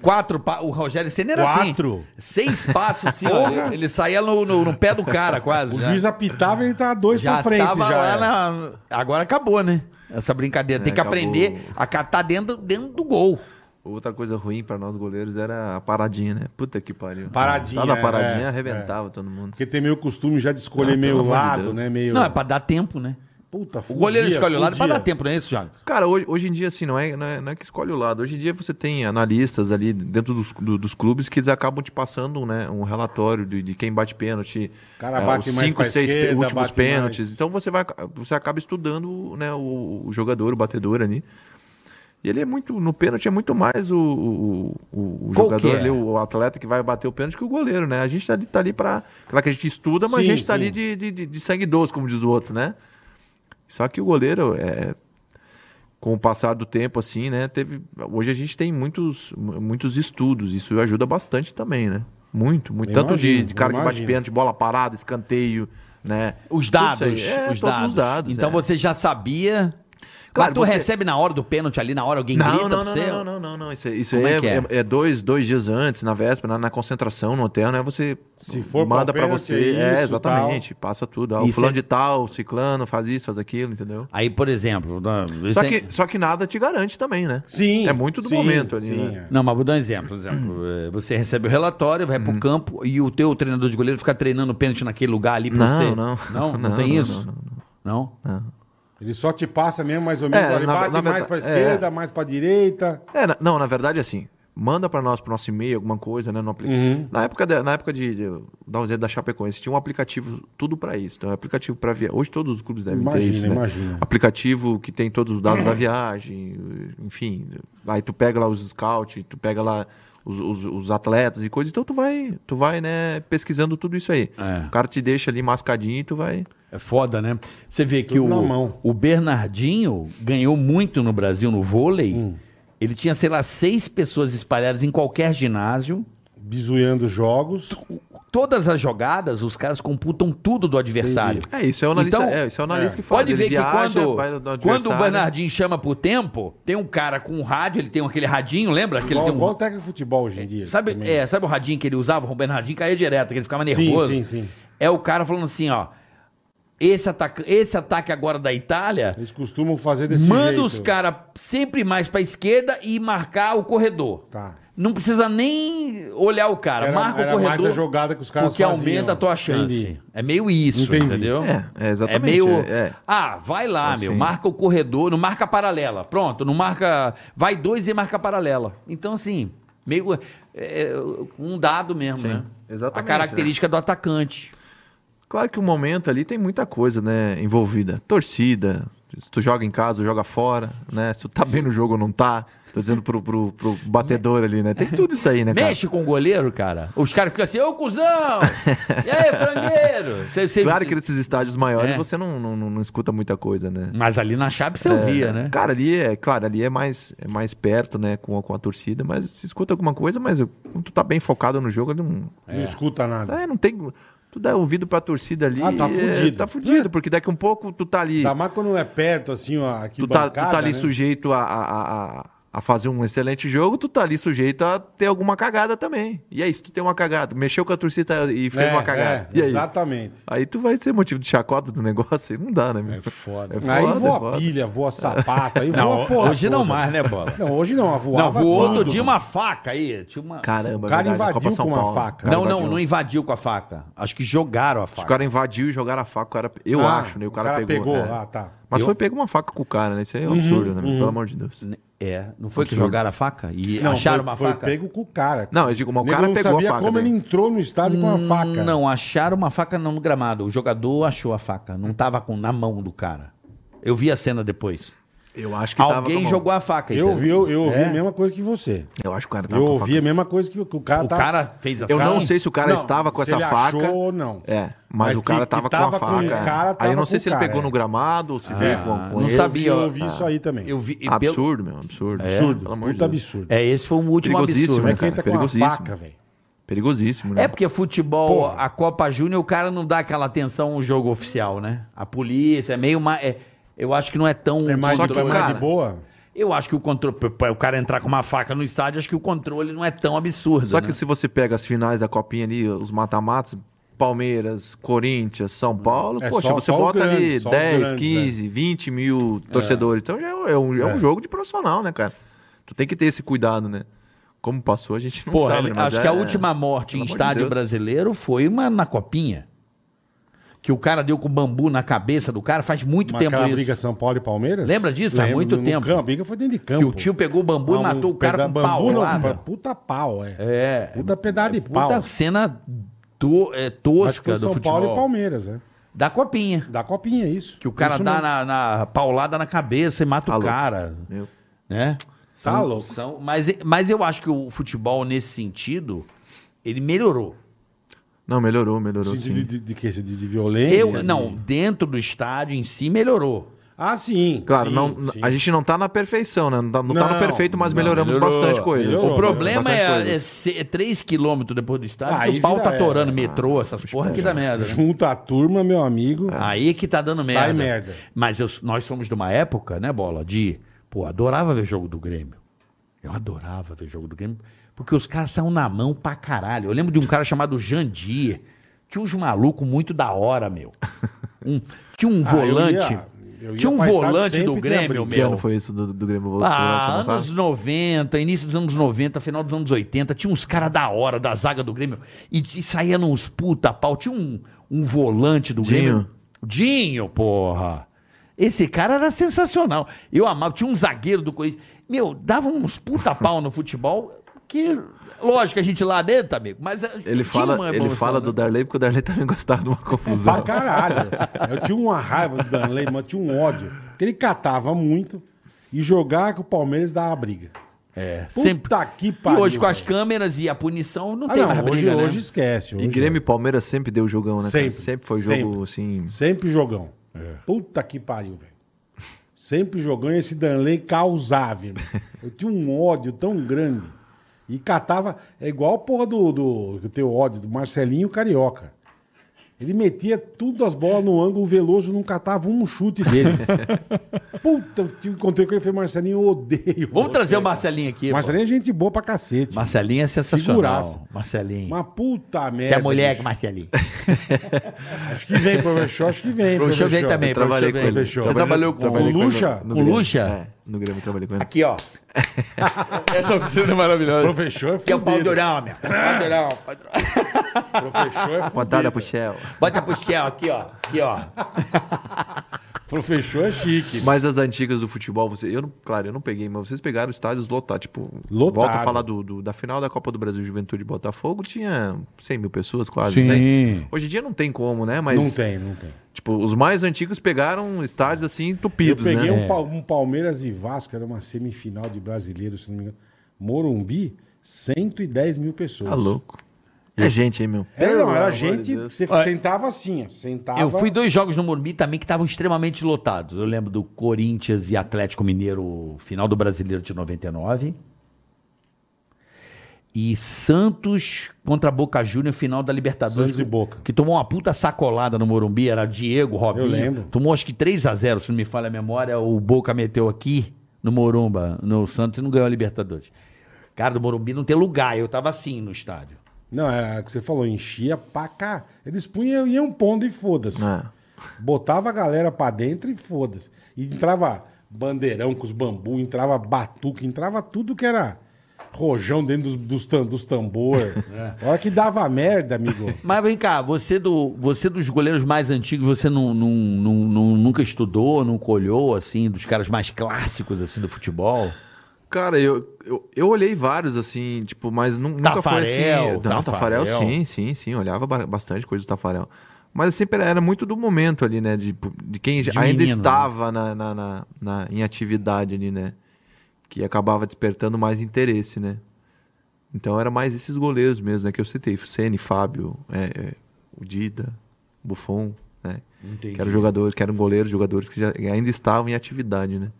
Speaker 4: Quatro, pa- o Rogério Senna era
Speaker 3: Hum. Quatro.
Speaker 4: assim. Seis passos, assim, ó. ele saía no, no- no pé do cara quase.
Speaker 3: O
Speaker 4: já.
Speaker 3: juiz apitava e ele tá dois
Speaker 4: já
Speaker 3: pra frente.
Speaker 4: tava
Speaker 3: já é.
Speaker 4: lá
Speaker 3: era.
Speaker 4: na... Agora acabou, né? Essa brincadeira. Tem
Speaker 1: É,
Speaker 4: que
Speaker 1: acabou.
Speaker 4: aprender a catar dentro, dentro do gol.
Speaker 1: Outra coisa ruim pra nós goleiros era a paradinha, né? Puta que pariu.
Speaker 3: Paradinha,
Speaker 1: Cada paradinha
Speaker 3: é,
Speaker 1: arrebentava todo mundo.
Speaker 3: Porque tem meio costume já de escolher
Speaker 1: Ah,
Speaker 3: meio
Speaker 1: pelo amor de
Speaker 3: lado,
Speaker 1: Deus.
Speaker 3: né? Meio.
Speaker 4: Não, é pra dar tempo, né?
Speaker 3: Puta,
Speaker 4: O
Speaker 3: fudia,
Speaker 4: goleiro escolhe o lado pra
Speaker 3: fudia.
Speaker 4: dar tempo, não é isso, Thiago?
Speaker 1: Cara, hoje, hoje em dia, assim, não é, não, é, não é que escolhe o lado. Hoje em dia você tem analistas ali dentro dos, do- dos clubes que eles acabam te passando né, um relatório de, de quem bate pênalti. é,
Speaker 3: cara bate
Speaker 1: os
Speaker 3: mais
Speaker 1: cinco,
Speaker 3: pra
Speaker 1: seis
Speaker 3: esquerda,
Speaker 1: últimos
Speaker 3: bate
Speaker 1: pênaltis.
Speaker 3: mais.
Speaker 1: Então você, vai, você acaba estudando né, o, o jogador, o batedor ali. E ele é muito. No pênalti é muito mais o, o, o- o
Speaker 4: Qual que
Speaker 1: jogador
Speaker 4: é?
Speaker 1: ali, o, o atleta que vai bater o pênalti que o goleiro, né? A gente tá ali, tá ali pra. Claro que a gente estuda, mas
Speaker 3: Sim,
Speaker 1: a gente tá
Speaker 3: sim.
Speaker 1: ali de, de, de- de sangue doce, como diz o outro, né? Só que o goleiro é, com o passar do tempo, assim, né? Teve, hoje a gente tem muitos, mu- muitos estudos, isso ajuda bastante também, né? Muito, muito.
Speaker 3: Eu
Speaker 1: Tanto de-
Speaker 3: imagino,
Speaker 1: de, cara
Speaker 3: eu
Speaker 1: que bate
Speaker 3: imagino.
Speaker 1: pênalti, bola parada, escanteio, né?
Speaker 4: Os
Speaker 1: Tudo isso
Speaker 4: dados.
Speaker 1: aí. É,
Speaker 4: os,
Speaker 1: todos
Speaker 4: dados.
Speaker 1: os dados.
Speaker 4: Então
Speaker 1: é.
Speaker 4: você já sabia.
Speaker 1: Claro,
Speaker 4: Mas tu
Speaker 1: você-
Speaker 4: recebe na hora do pênalti ali, na hora alguém grita pra
Speaker 1: Não, não, não,
Speaker 4: você.
Speaker 1: não, não, não, não. Isso, isso
Speaker 4: Como
Speaker 1: aí
Speaker 4: é
Speaker 1: é,
Speaker 4: que é?
Speaker 1: é- é dois, dois dias antes, na véspera, na, na concentração, no hotel, né? Você
Speaker 3: Se for
Speaker 1: manda
Speaker 3: pra
Speaker 1: pra
Speaker 3: pênalti,
Speaker 1: você.
Speaker 3: é isso,
Speaker 1: é, exatamente. Passa tudo. Ah, o
Speaker 4: Isso
Speaker 1: fulano
Speaker 4: é-
Speaker 1: de tal, o ciclano, faz isso, faz aquilo, entendeu?
Speaker 4: Aí, por exemplo. dá-
Speaker 1: Só
Speaker 4: você-
Speaker 1: que, só que nada te garante também, né?
Speaker 3: Sim.
Speaker 1: É muito do
Speaker 3: sim,
Speaker 1: momento ali,
Speaker 3: sim,
Speaker 1: né?
Speaker 3: é.
Speaker 4: Não, mas vou dar um exemplo. por exemplo. Eh, Você recebe o relatório, vai
Speaker 1: Uhum.
Speaker 4: pro campo e o teu treinador de goleiro fica treinando pênalti naquele lugar ali pra
Speaker 1: Não,
Speaker 4: você.
Speaker 1: não.
Speaker 4: não. Não,
Speaker 1: Não,
Speaker 4: tem
Speaker 1: não,
Speaker 4: isso?
Speaker 1: não,
Speaker 4: Não?
Speaker 3: Ele só te passa mesmo, mais ou menos.
Speaker 1: É,
Speaker 3: olha, ele
Speaker 1: na-
Speaker 3: bate
Speaker 1: na
Speaker 3: mais
Speaker 1: verdade-
Speaker 3: pra esquerda,
Speaker 1: é.
Speaker 3: mais pra direita.
Speaker 1: É, na- não, na verdade é assim. Manda pra nós, pro nosso e-mail, alguma coisa, né? No apli-
Speaker 4: Uhum.
Speaker 1: Na época, da, na época de, de dar um exemplo da Chapecoense, tinha um aplicativo tudo pra isso. Então, é aplicativo para viagem. Hoje todos os clubes devem
Speaker 3: Imagina,
Speaker 1: ter isso, né?
Speaker 3: imagina.
Speaker 1: Aplicativo que tem todos os dados da viagem, enfim. Aí tu pega lá os scouts, tu pega lá os, os- os atletas e coisa. Então tu vai, tu vai, né, pesquisando tudo isso aí.
Speaker 4: É.
Speaker 1: O cara te deixa ali mascadinho e tu vai.
Speaker 4: É foda, né? Você vê que
Speaker 3: Tudo na
Speaker 4: o,
Speaker 3: mão.
Speaker 4: o Bernardinho ganhou muito no Brasil no vôlei.
Speaker 1: Hum.
Speaker 4: Ele tinha, sei lá, seis pessoas espalhadas em qualquer ginásio.
Speaker 3: Bizuiando jogos.
Speaker 4: Todas as jogadas, os caras computam tudo do adversário.
Speaker 1: É, isso é o analista,
Speaker 4: Então,
Speaker 1: é, isso é o analista
Speaker 3: é.
Speaker 1: que fala.
Speaker 4: Pode
Speaker 1: Ele
Speaker 4: ver
Speaker 1: viaja,
Speaker 4: que
Speaker 1: vai no- no
Speaker 4: quando, quando o
Speaker 1: adversário.
Speaker 4: Bernardinho chama pro tempo, tem um cara com um rádio, ele tem aquele radinho, lembra? Que ele
Speaker 3: Igual,
Speaker 4: tem
Speaker 3: igual o
Speaker 4: um...
Speaker 3: técnico de futebol hoje em dia.
Speaker 4: sabe,
Speaker 3: também.
Speaker 4: é, sabe o radinho que ele usava? O Bernardinho caía direto, que ele ficava nervoso.
Speaker 3: sim, sim.
Speaker 4: É o cara falando assim, ó. Esse ataque, esse ataque agora da Itália,
Speaker 3: Eles costumam fazer desse
Speaker 4: manda
Speaker 3: jeito.
Speaker 4: os caras sempre mais pra esquerda e marcar o corredor.
Speaker 3: Tá.
Speaker 4: Não precisa nem olhar o cara,
Speaker 3: Era-
Speaker 4: marca
Speaker 3: era
Speaker 4: o corredor.
Speaker 3: mais a jogada que os caras
Speaker 4: Porque
Speaker 3: faziam.
Speaker 4: aumenta a tua chance.
Speaker 3: Entendi.
Speaker 4: É meio isso,
Speaker 3: Entendi.
Speaker 4: entendeu?
Speaker 1: É, é exatamente,
Speaker 4: É meio.
Speaker 1: é, é.
Speaker 4: Ah, vai lá,
Speaker 1: Assim.
Speaker 4: meu. Marca o corredor, não marca a paralela. Pronto, não marca. Vai dois e marca a paralela. Então, assim, meio. é, um dado mesmo,
Speaker 1: Sim,
Speaker 4: né?
Speaker 1: exatamente, né?
Speaker 4: A característica do atacante.
Speaker 1: Claro que o momento ali tem muita coisa, né, envolvida. Torcida, se tu joga em casa, joga fora, né? Se tu tá bem no jogo ou não tá. Tô dizendo pro, pro, pro batedor ali, né? Tem tudo isso aí, né, cara?
Speaker 4: É. Mexe com o goleiro, cara. Os caras ficam assim, ô cuzão! E aí, frangueiro? Cê- cê-
Speaker 1: Claro que nesses estádios maiores
Speaker 4: É.
Speaker 1: você não, não, não- não escuta muita coisa, né?
Speaker 4: Mas ali na chave você ouvia, né?
Speaker 1: Cara, ali é, claro, ali é mais, é mais perto, né, com, a- com a torcida, mas se escuta alguma coisa, mas quando tu tá bem focado no jogo, ele não,
Speaker 3: Não escuta nada.
Speaker 4: Tá
Speaker 1: É, não tem. Tu dá ouvido pra torcida ali.
Speaker 3: Ah, tá
Speaker 1: é,
Speaker 3: fudido.
Speaker 1: Tá fudido, porque daqui a um pouco tu tá ali. tá,
Speaker 3: Ainda mais quando é perto, assim, ó, aqui
Speaker 1: tu, tá, tu tá ali sujeito a, a- a- a- a fazer um excelente jogo, tu tá ali sujeito a ter alguma cagada também. E aí, se tu tem uma cagada, mexeu com a torcida e fez
Speaker 3: É,
Speaker 1: uma cagada.
Speaker 3: é,
Speaker 1: e aí?
Speaker 3: Exatamente.
Speaker 1: Aí tu vai ser motivo de chacota do negócio, aí não dá, né, meu?
Speaker 3: É foda.
Speaker 1: É
Speaker 3: aí
Speaker 1: foda, é
Speaker 3: voa
Speaker 1: foda.
Speaker 3: pilha, voa sapato, aí voa
Speaker 4: Não,
Speaker 3: porra
Speaker 4: hoje não
Speaker 3: toda.
Speaker 4: mais, né, Bola?
Speaker 3: Não, hoje não, a
Speaker 4: Não,
Speaker 3: voava
Speaker 4: voou
Speaker 3: tudo.
Speaker 4: outro dia uma faca aí. Tinha uma...
Speaker 1: Caramba,
Speaker 3: O cara
Speaker 1: verdade,
Speaker 3: invadiu
Speaker 1: Copa São
Speaker 3: com uma
Speaker 1: Paulo.
Speaker 3: faca.
Speaker 1: O cara
Speaker 4: Não, não,
Speaker 1: invadiu.
Speaker 4: não invadiu com a faca. Acho que jogaram a
Speaker 1: Os
Speaker 4: faca.
Speaker 1: caras invadiu e jogaram a faca, o cara, eu
Speaker 3: Ah,
Speaker 1: acho, né? O cara, pegou. é.
Speaker 3: Ah, tá. Uhum,
Speaker 1: Mas
Speaker 4: Eu-
Speaker 1: foi pego uma faca com o cara, né? Isso aí é um absurdo, né? Pelo amor de Deus.
Speaker 4: É, não foi que jogaram a faca? E
Speaker 3: Não,
Speaker 4: acharam
Speaker 3: foi,
Speaker 4: uma
Speaker 3: foi
Speaker 4: faca?
Speaker 3: pego com o cara.
Speaker 1: Não, eu digo, mas o
Speaker 3: nego
Speaker 1: cara
Speaker 3: não
Speaker 1: pegou a
Speaker 3: sabia
Speaker 1: faca né? Hum,
Speaker 3: como
Speaker 1: dele.
Speaker 3: ele entrou no estádio com a faca.
Speaker 4: Não, acharam uma faca não no gramado. O jogador achou a faca. Não tava com, na mão do cara. Eu vi a cena depois.
Speaker 1: Eu acho que tava com
Speaker 4: Alguém
Speaker 1: a mão.
Speaker 4: jogou a faca.
Speaker 3: Eu
Speaker 4: entendeu?
Speaker 3: ouvi, eu, eu ouvi
Speaker 4: É.
Speaker 3: a mesma coisa que você.
Speaker 1: Eu acho que o cara tava
Speaker 3: Eu
Speaker 1: com a
Speaker 3: ouvi a
Speaker 1: faca.
Speaker 3: mesmo coisa que o que o cara
Speaker 4: O
Speaker 3: tá-
Speaker 4: cara fez assim.
Speaker 1: Eu não sei se o cara
Speaker 3: Não,
Speaker 1: estava com
Speaker 3: se
Speaker 1: essa
Speaker 3: ele
Speaker 1: faca.
Speaker 3: achou ou não.
Speaker 1: É, mas,
Speaker 3: Mas
Speaker 1: o
Speaker 3: que-
Speaker 1: cara
Speaker 3: que
Speaker 1: tava,
Speaker 3: tava
Speaker 1: com
Speaker 3: com
Speaker 1: a faca.
Speaker 3: o
Speaker 1: é.
Speaker 3: cara,
Speaker 1: aí eu
Speaker 3: tava
Speaker 1: não sei
Speaker 3: com
Speaker 1: se
Speaker 3: o
Speaker 1: ele
Speaker 3: cara,
Speaker 1: pegou
Speaker 3: é.
Speaker 1: no gramado ou se veio com, com
Speaker 4: não
Speaker 1: ele.
Speaker 4: sabia.
Speaker 3: Eu ouvi isso aí também.
Speaker 4: Eu vi, e pelo-
Speaker 1: Absurdo, meu, absurdo.
Speaker 3: Absurdo.
Speaker 1: Ah. Pelo amor de
Speaker 3: Puta
Speaker 1: Deus.
Speaker 3: absurdo.
Speaker 4: É, esse foi um último
Speaker 1: Perigosíssimo,
Speaker 4: absurdo.
Speaker 1: né,
Speaker 3: Mas
Speaker 1: cara,
Speaker 3: quem tá com uma
Speaker 1: perigosíssimo.
Speaker 3: faca, velho?
Speaker 1: Perigosíssimo, né?
Speaker 4: É porque futebol,
Speaker 3: Porra.
Speaker 4: a Copa Júnior, o cara não dá aquela atenção ao jogo oficial, né? A polícia é meio uma. é- eu acho que não é tão.
Speaker 3: É mais,
Speaker 1: Só
Speaker 3: de,
Speaker 1: que
Speaker 3: é
Speaker 1: o
Speaker 3: mais
Speaker 1: cara-
Speaker 3: de boa?
Speaker 4: Eu acho que o controle. O cara entrar com uma faca no estádio, acho que o controle não é tão absurdo.
Speaker 1: Só
Speaker 4: né?
Speaker 1: que se você pega as finais da Copinha ali, os mata-matas, Palmeiras, Corinthians, São Paulo,
Speaker 3: É
Speaker 1: poxa,
Speaker 3: só-
Speaker 1: você
Speaker 3: só os
Speaker 1: bota ali
Speaker 3: grandes, só os
Speaker 1: 10,
Speaker 3: grandes, né?
Speaker 1: 15, 20 mil torcedores. Então já é, é um, é um
Speaker 3: É.
Speaker 1: jogo de profissional, né, cara? Tu tem que ter esse cuidado, né? Como passou, a gente não
Speaker 4: Porra,
Speaker 1: sabe.
Speaker 4: ele-
Speaker 1: mas
Speaker 4: acho
Speaker 1: é-
Speaker 4: que a última morte
Speaker 1: Pelo
Speaker 4: em
Speaker 1: amor de
Speaker 4: estádio
Speaker 1: Deus.
Speaker 4: brasileiro foi uma na copinha. Que o cara deu com bambu na cabeça do cara faz muito
Speaker 3: Mas
Speaker 4: tempo
Speaker 3: aquela
Speaker 4: isso.
Speaker 3: briga São Paulo e Palmeiras?
Speaker 4: Lembra disso? Faz muito
Speaker 3: no
Speaker 4: tempo.
Speaker 3: Campo, a briga foi dentro de campo.
Speaker 4: que o tio pegou o bambu
Speaker 3: Ah,
Speaker 4: e
Speaker 3: um
Speaker 4: matou o cara
Speaker 3: peda-
Speaker 4: com
Speaker 3: bambu,
Speaker 4: pau.
Speaker 3: não,
Speaker 4: lá. né?
Speaker 3: pa- Puta pau, é.
Speaker 4: É.
Speaker 3: Puta pedaço de pau.
Speaker 4: Puta cena do, é,
Speaker 3: Acho que
Speaker 4: tosca
Speaker 3: foi
Speaker 4: do
Speaker 3: São
Speaker 4: futebol.
Speaker 3: Paulo e Palmeiras, né?
Speaker 4: Da copinha.
Speaker 3: Da copinha, isso.
Speaker 4: Que o cara
Speaker 3: Isso
Speaker 4: dá
Speaker 3: mesmo.
Speaker 4: na, na paulada na cabeça e mata
Speaker 1: Tá
Speaker 4: o
Speaker 1: louco.
Speaker 4: cara.
Speaker 1: Meu.
Speaker 4: Né?
Speaker 3: Tá
Speaker 4: São-
Speaker 3: louco.
Speaker 4: são- mas, mas eu acho que o futebol, nesse sentido, ele melhorou.
Speaker 1: Não, melhorou, melhorou.
Speaker 3: De, de,
Speaker 1: Sim.
Speaker 3: de, de quê? De, de violência?
Speaker 4: Eu,
Speaker 3: de-
Speaker 4: não, dentro do estádio em si melhorou.
Speaker 3: Ah, sim.
Speaker 1: Claro,
Speaker 3: sim,
Speaker 1: não,
Speaker 3: sim.
Speaker 1: a gente não tá na perfeição, né? Não tá, não né? tá
Speaker 3: Não,
Speaker 1: no perfeito, mas melhoramos
Speaker 4: melhorou.
Speaker 1: bastante coisas.
Speaker 3: Melhorou,
Speaker 4: O problema
Speaker 1: Bastante
Speaker 4: é, é,
Speaker 1: coisas.
Speaker 4: ser- é 3 km depois do estádio,
Speaker 3: Aí
Speaker 4: que o pau
Speaker 3: vira-
Speaker 4: tá atorando
Speaker 3: é.
Speaker 4: metrô, essas porra que dá merda. né?
Speaker 3: Junta a turma, meu amigo.
Speaker 4: Aí que tá dando merda.
Speaker 3: É. Sai merda.
Speaker 4: Mas eu- nós somos de uma época, né, Bola, de... Pô, adorava ver jogo do Grêmio. Eu adorava ver jogo do Grêmio, porque os caras saíam na mão pra caralho. Eu lembro de um cara chamado Jandir. Tinha uns malucos muito da hora, meu. Um- tinha um
Speaker 3: Ah, eu ia-
Speaker 4: volante...
Speaker 3: eu ia
Speaker 4: tinha um
Speaker 3: pra estádio
Speaker 4: volante
Speaker 3: sempre
Speaker 4: do
Speaker 3: que
Speaker 4: Grêmio,
Speaker 3: abria.
Speaker 1: Que
Speaker 4: meu.
Speaker 1: ano foi isso do, do Grêmio Volante?
Speaker 4: Ah,
Speaker 1: Você não
Speaker 4: anos
Speaker 1: sabe?
Speaker 4: 90, início dos anos 90, final dos anos 80, tinha uns caras da hora da zaga do Grêmio e, e saía nos puta pau. Tinha um, um volante do
Speaker 1: Dinho.
Speaker 4: Grêmio. Dinho, porra. Esse cara era sensacional. Eu amava. Tinha um zagueiro do Corinthians. Meu, dava uns puta pau no futebol que, lógico, a gente lá dentro, amigo, mas eh,
Speaker 1: Ele
Speaker 4: tinha uma
Speaker 1: fala, ele
Speaker 4: emoção,
Speaker 1: fala
Speaker 4: né?
Speaker 1: do Darley porque o Darley também gostava de uma confusão.
Speaker 3: Pra caralho. Eu tinha uma raiva do Danley, mas eu tinha um ódio. Porque ele catava muito e jogar com o Palmeiras dava briga.
Speaker 4: É,
Speaker 3: Puta
Speaker 4: sempre.
Speaker 3: que
Speaker 4: E
Speaker 3: pariu.
Speaker 4: hoje com as
Speaker 3: velho.
Speaker 4: câmeras e a punição não
Speaker 3: Ah,
Speaker 4: tem
Speaker 3: não,
Speaker 4: mais
Speaker 3: hoje,
Speaker 4: briga, né?
Speaker 3: hoje esquece.
Speaker 1: E
Speaker 3: Hoje
Speaker 1: Grêmio e Palmeiras sempre deu jogão, né? cara?
Speaker 3: Sempre,
Speaker 1: sempre foi
Speaker 3: sempre.
Speaker 1: jogo assim.
Speaker 3: Sempre jogão.
Speaker 4: É.
Speaker 3: Puta que pariu, velho. Sempre jogão e esse Danley causava, irmão. Eu tinha um ódio tão grande. E catava. É igual a porra do, do, do teu ódio, do Marcelinho Carioca. Ele metia tudo as bolas no ângulo, o Veloso não catava um chute dele. Puta, eu te encontrei com ele e falei, Marcelinho, eu odeio.
Speaker 4: Vamos
Speaker 3: você,
Speaker 4: trazer o
Speaker 3: cara."
Speaker 4: Marcelinho aqui. pô.
Speaker 3: Marcelinho é gente boa pra cacete.
Speaker 4: Marcelinho é sensacional.
Speaker 3: Figuraça.
Speaker 4: Marcelinho.
Speaker 3: Uma puta merda.
Speaker 4: Você é moleque,
Speaker 3: bicho.
Speaker 4: Marcelinho.
Speaker 3: Acho que vem, professor, acho que vem.
Speaker 4: Professor vem
Speaker 3: professor.
Speaker 4: também,
Speaker 1: Eu trabalhei
Speaker 4: professor
Speaker 1: com
Speaker 4: vem.
Speaker 1: ele.
Speaker 3: Você
Speaker 4: trabalhou com
Speaker 1: trabalhei
Speaker 3: o
Speaker 1: ele
Speaker 3: Lucha?
Speaker 1: no- no
Speaker 4: O
Speaker 1: Grêmio.
Speaker 4: Lucha?
Speaker 1: É, no Grêmio eu trabalhei com ele.
Speaker 4: Aqui, ó. Essa oficina é maravilhosa.
Speaker 3: Professor é
Speaker 4: Que é o pau
Speaker 3: fudido.
Speaker 4: durão, meu. Pau durão, pau durão.
Speaker 3: Professor é
Speaker 1: Contada
Speaker 3: fudido.
Speaker 1: pro Shell.
Speaker 4: Bota pro céu, aqui, ó. Aqui, ó.
Speaker 3: Professor é chique.
Speaker 1: Mas as antigas do futebol, você, eu não, claro, eu não peguei, mas vocês pegaram estádios lotados. Tipo,
Speaker 3: Lotado.
Speaker 1: volta a falar do, do- da final da Copa do Brasil Juventude e Botafogo, tinha 100 mil pessoas, quase.
Speaker 4: Sim.
Speaker 1: 100. Hoje em dia não tem como, né? Mas,
Speaker 3: Não tem, não tem.
Speaker 1: tipo, os mais antigos pegaram estádios assim
Speaker 3: Eu
Speaker 1: entupidos,
Speaker 3: peguei
Speaker 1: né?
Speaker 3: um, Pal- um Palmeiras e Vasco, era uma semifinal de brasileiro, se não me engano. Morumbi, 110 mil pessoas.
Speaker 1: Tá louco. É gente, hein, meu?
Speaker 3: Era, não,
Speaker 1: Pelo
Speaker 3: era
Speaker 1: amor
Speaker 3: gente.
Speaker 1: de Deus.
Speaker 3: você
Speaker 4: Olha,
Speaker 3: sentava assim, ó. Sentava.
Speaker 4: Eu fui dois jogos no Morumbi também que estavam extremamente lotados. Eu lembro do Corinthians e Atlético Mineiro, final do Brasileiro de 99. E Santos contra Boca Júnior, final da Libertadores.
Speaker 3: Santos e Boca.
Speaker 4: Que tomou uma puta sacolada no Morumbi, era Diego, Robinho.
Speaker 3: Eu lembro.
Speaker 4: Tomou acho que 3 a 0 se não me falha a memória. O Boca meteu aqui, no Morumba, no Santos, e não ganhou a Libertadores. Cara, do Morumbi não tem lugar. Eu tava assim no estádio.
Speaker 3: Não, era o que você falou, enchia pra cá. Eles punham, iam pondo e
Speaker 4: Ah.
Speaker 3: foda-se.
Speaker 1: É.
Speaker 3: Botava a galera pra dentro e foda-se. E entrava bandeirão com os bambu, entrava batuque, entrava tudo que era rojão dentro dos, dos, tam- dos tambor.
Speaker 4: É.
Speaker 3: A hora que dava merda, amigo.
Speaker 4: Mas vem cá, você, do, você dos goleiros mais antigos, você não, não- não- não- nunca estudou, nunca olhou, assim, dos caras mais clássicos, assim, do futebol?
Speaker 1: Cara, eu, eu, eu olhei vários, assim, tipo, mas nu- nunca
Speaker 4: Tafarel,
Speaker 1: foi assim. Não,
Speaker 4: Tafarel.
Speaker 1: Tafarel, sim, sim, sim. Olhava ba- bastante coisa do Tafarel. Mas sempre era- era muito do momento ali, né? De, de quem
Speaker 4: De
Speaker 1: ainda
Speaker 4: menino, né?
Speaker 1: estava na, na, na- na- em atividade ali, né? Que acabava despertando mais interesse, né? Então era mais esses goleiros mesmo, né? Que eu citei. Sene, Fábio, é, é, o Dida, Buffon, né?
Speaker 4: Entendi.
Speaker 1: Que eram jogadores, que eram goleiros, jogadores que já, ainda estavam em atividade, né?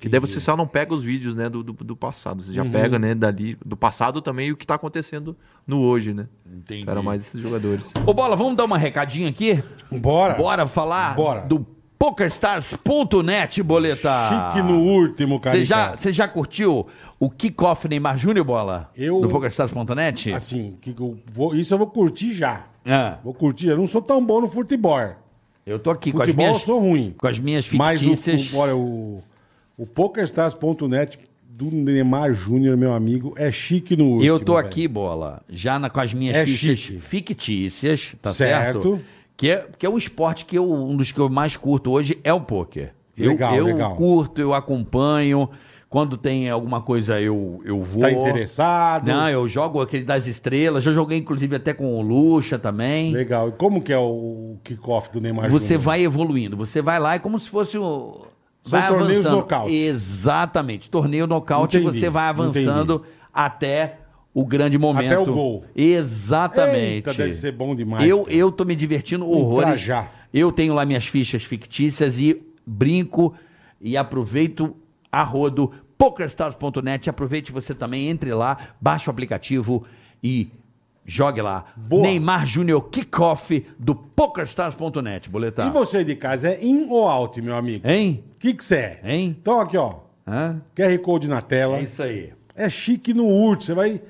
Speaker 1: Que daí você só não pega os vídeos, né, do, do, do passado. Você já pega, né, dali, do passado também o que tá acontecendo no hoje, né?
Speaker 4: Entendi.
Speaker 1: Era mais esses jogadores.
Speaker 4: Ô, Bola, vamos dar uma recadinha aqui?
Speaker 3: Bora.
Speaker 4: Bora falar
Speaker 3: Bora.
Speaker 4: do PokerStars.net, boleta.
Speaker 3: Chique no último, cara.
Speaker 4: Você já, você já curtiu o kickoff Neymar Júnior, Bola?
Speaker 3: Eu-
Speaker 4: Do PokerStars.net?
Speaker 3: Assim, que eu vou- isso eu vou curtir já.
Speaker 4: Ah,
Speaker 3: Vou curtir. Eu não sou tão bom no futebol.
Speaker 4: eu tô aqui com as
Speaker 3: Futebol
Speaker 4: minhas...
Speaker 3: eu sou ruim.
Speaker 4: Com as minhas
Speaker 3: Mas o,
Speaker 4: fictícias.
Speaker 3: o, um olha, o, o PokerStars.net do Neymar Júnior, meu amigo, é chique no último.
Speaker 4: eu tô
Speaker 3: velho.
Speaker 4: aqui, bola, já na- com as minhas
Speaker 3: É
Speaker 4: fichas
Speaker 3: chique.
Speaker 4: fictícias, tá certo?
Speaker 3: Certo.
Speaker 4: Que, é, que é um esporte que eu, um dos que eu mais curto hoje é o pôquer. Eu-
Speaker 3: Legal,
Speaker 4: eu,
Speaker 3: legal.
Speaker 4: curto, eu acompanho. Quando tem alguma coisa, eu, eu vou.
Speaker 3: Tá interessado?
Speaker 4: Não, eu jogo aquele das estrelas. Já joguei, inclusive, até com o Lucha também.
Speaker 3: Legal. E como que é o kickoff do Neymar
Speaker 4: Você
Speaker 3: Júnior?
Speaker 4: vai evoluindo, você vai lá, é como se fosse o.
Speaker 3: São
Speaker 4: vai
Speaker 3: torneios
Speaker 4: avançando.
Speaker 3: nocaute.
Speaker 4: Exatamente. Torneio nocaute,
Speaker 3: Entendi,
Speaker 4: você vai avançando até o grande momento.
Speaker 3: Até o gol.
Speaker 4: Exatamente.
Speaker 3: Eita, deve ser bom demais.
Speaker 4: eu,
Speaker 3: cara.
Speaker 4: eu tô me divertindo horrores.
Speaker 3: já.
Speaker 4: Eu tenho lá minhas fichas fictícias e brinco e aproveito a rodo. PokerStars.net, aproveite você também, entre lá, baixe o aplicativo e jogue lá.
Speaker 3: Boa.
Speaker 4: Neymar Júnior Kickoff do PokerStars.net, boletar.
Speaker 3: E você de casa, é in ou out, meu amigo?
Speaker 4: Hein?
Speaker 3: O que que você é?
Speaker 4: Hein?
Speaker 3: Então aqui, ó.
Speaker 4: Hã?
Speaker 3: QR Code na tela.
Speaker 4: É isso aí.
Speaker 3: É chique no último. Você vai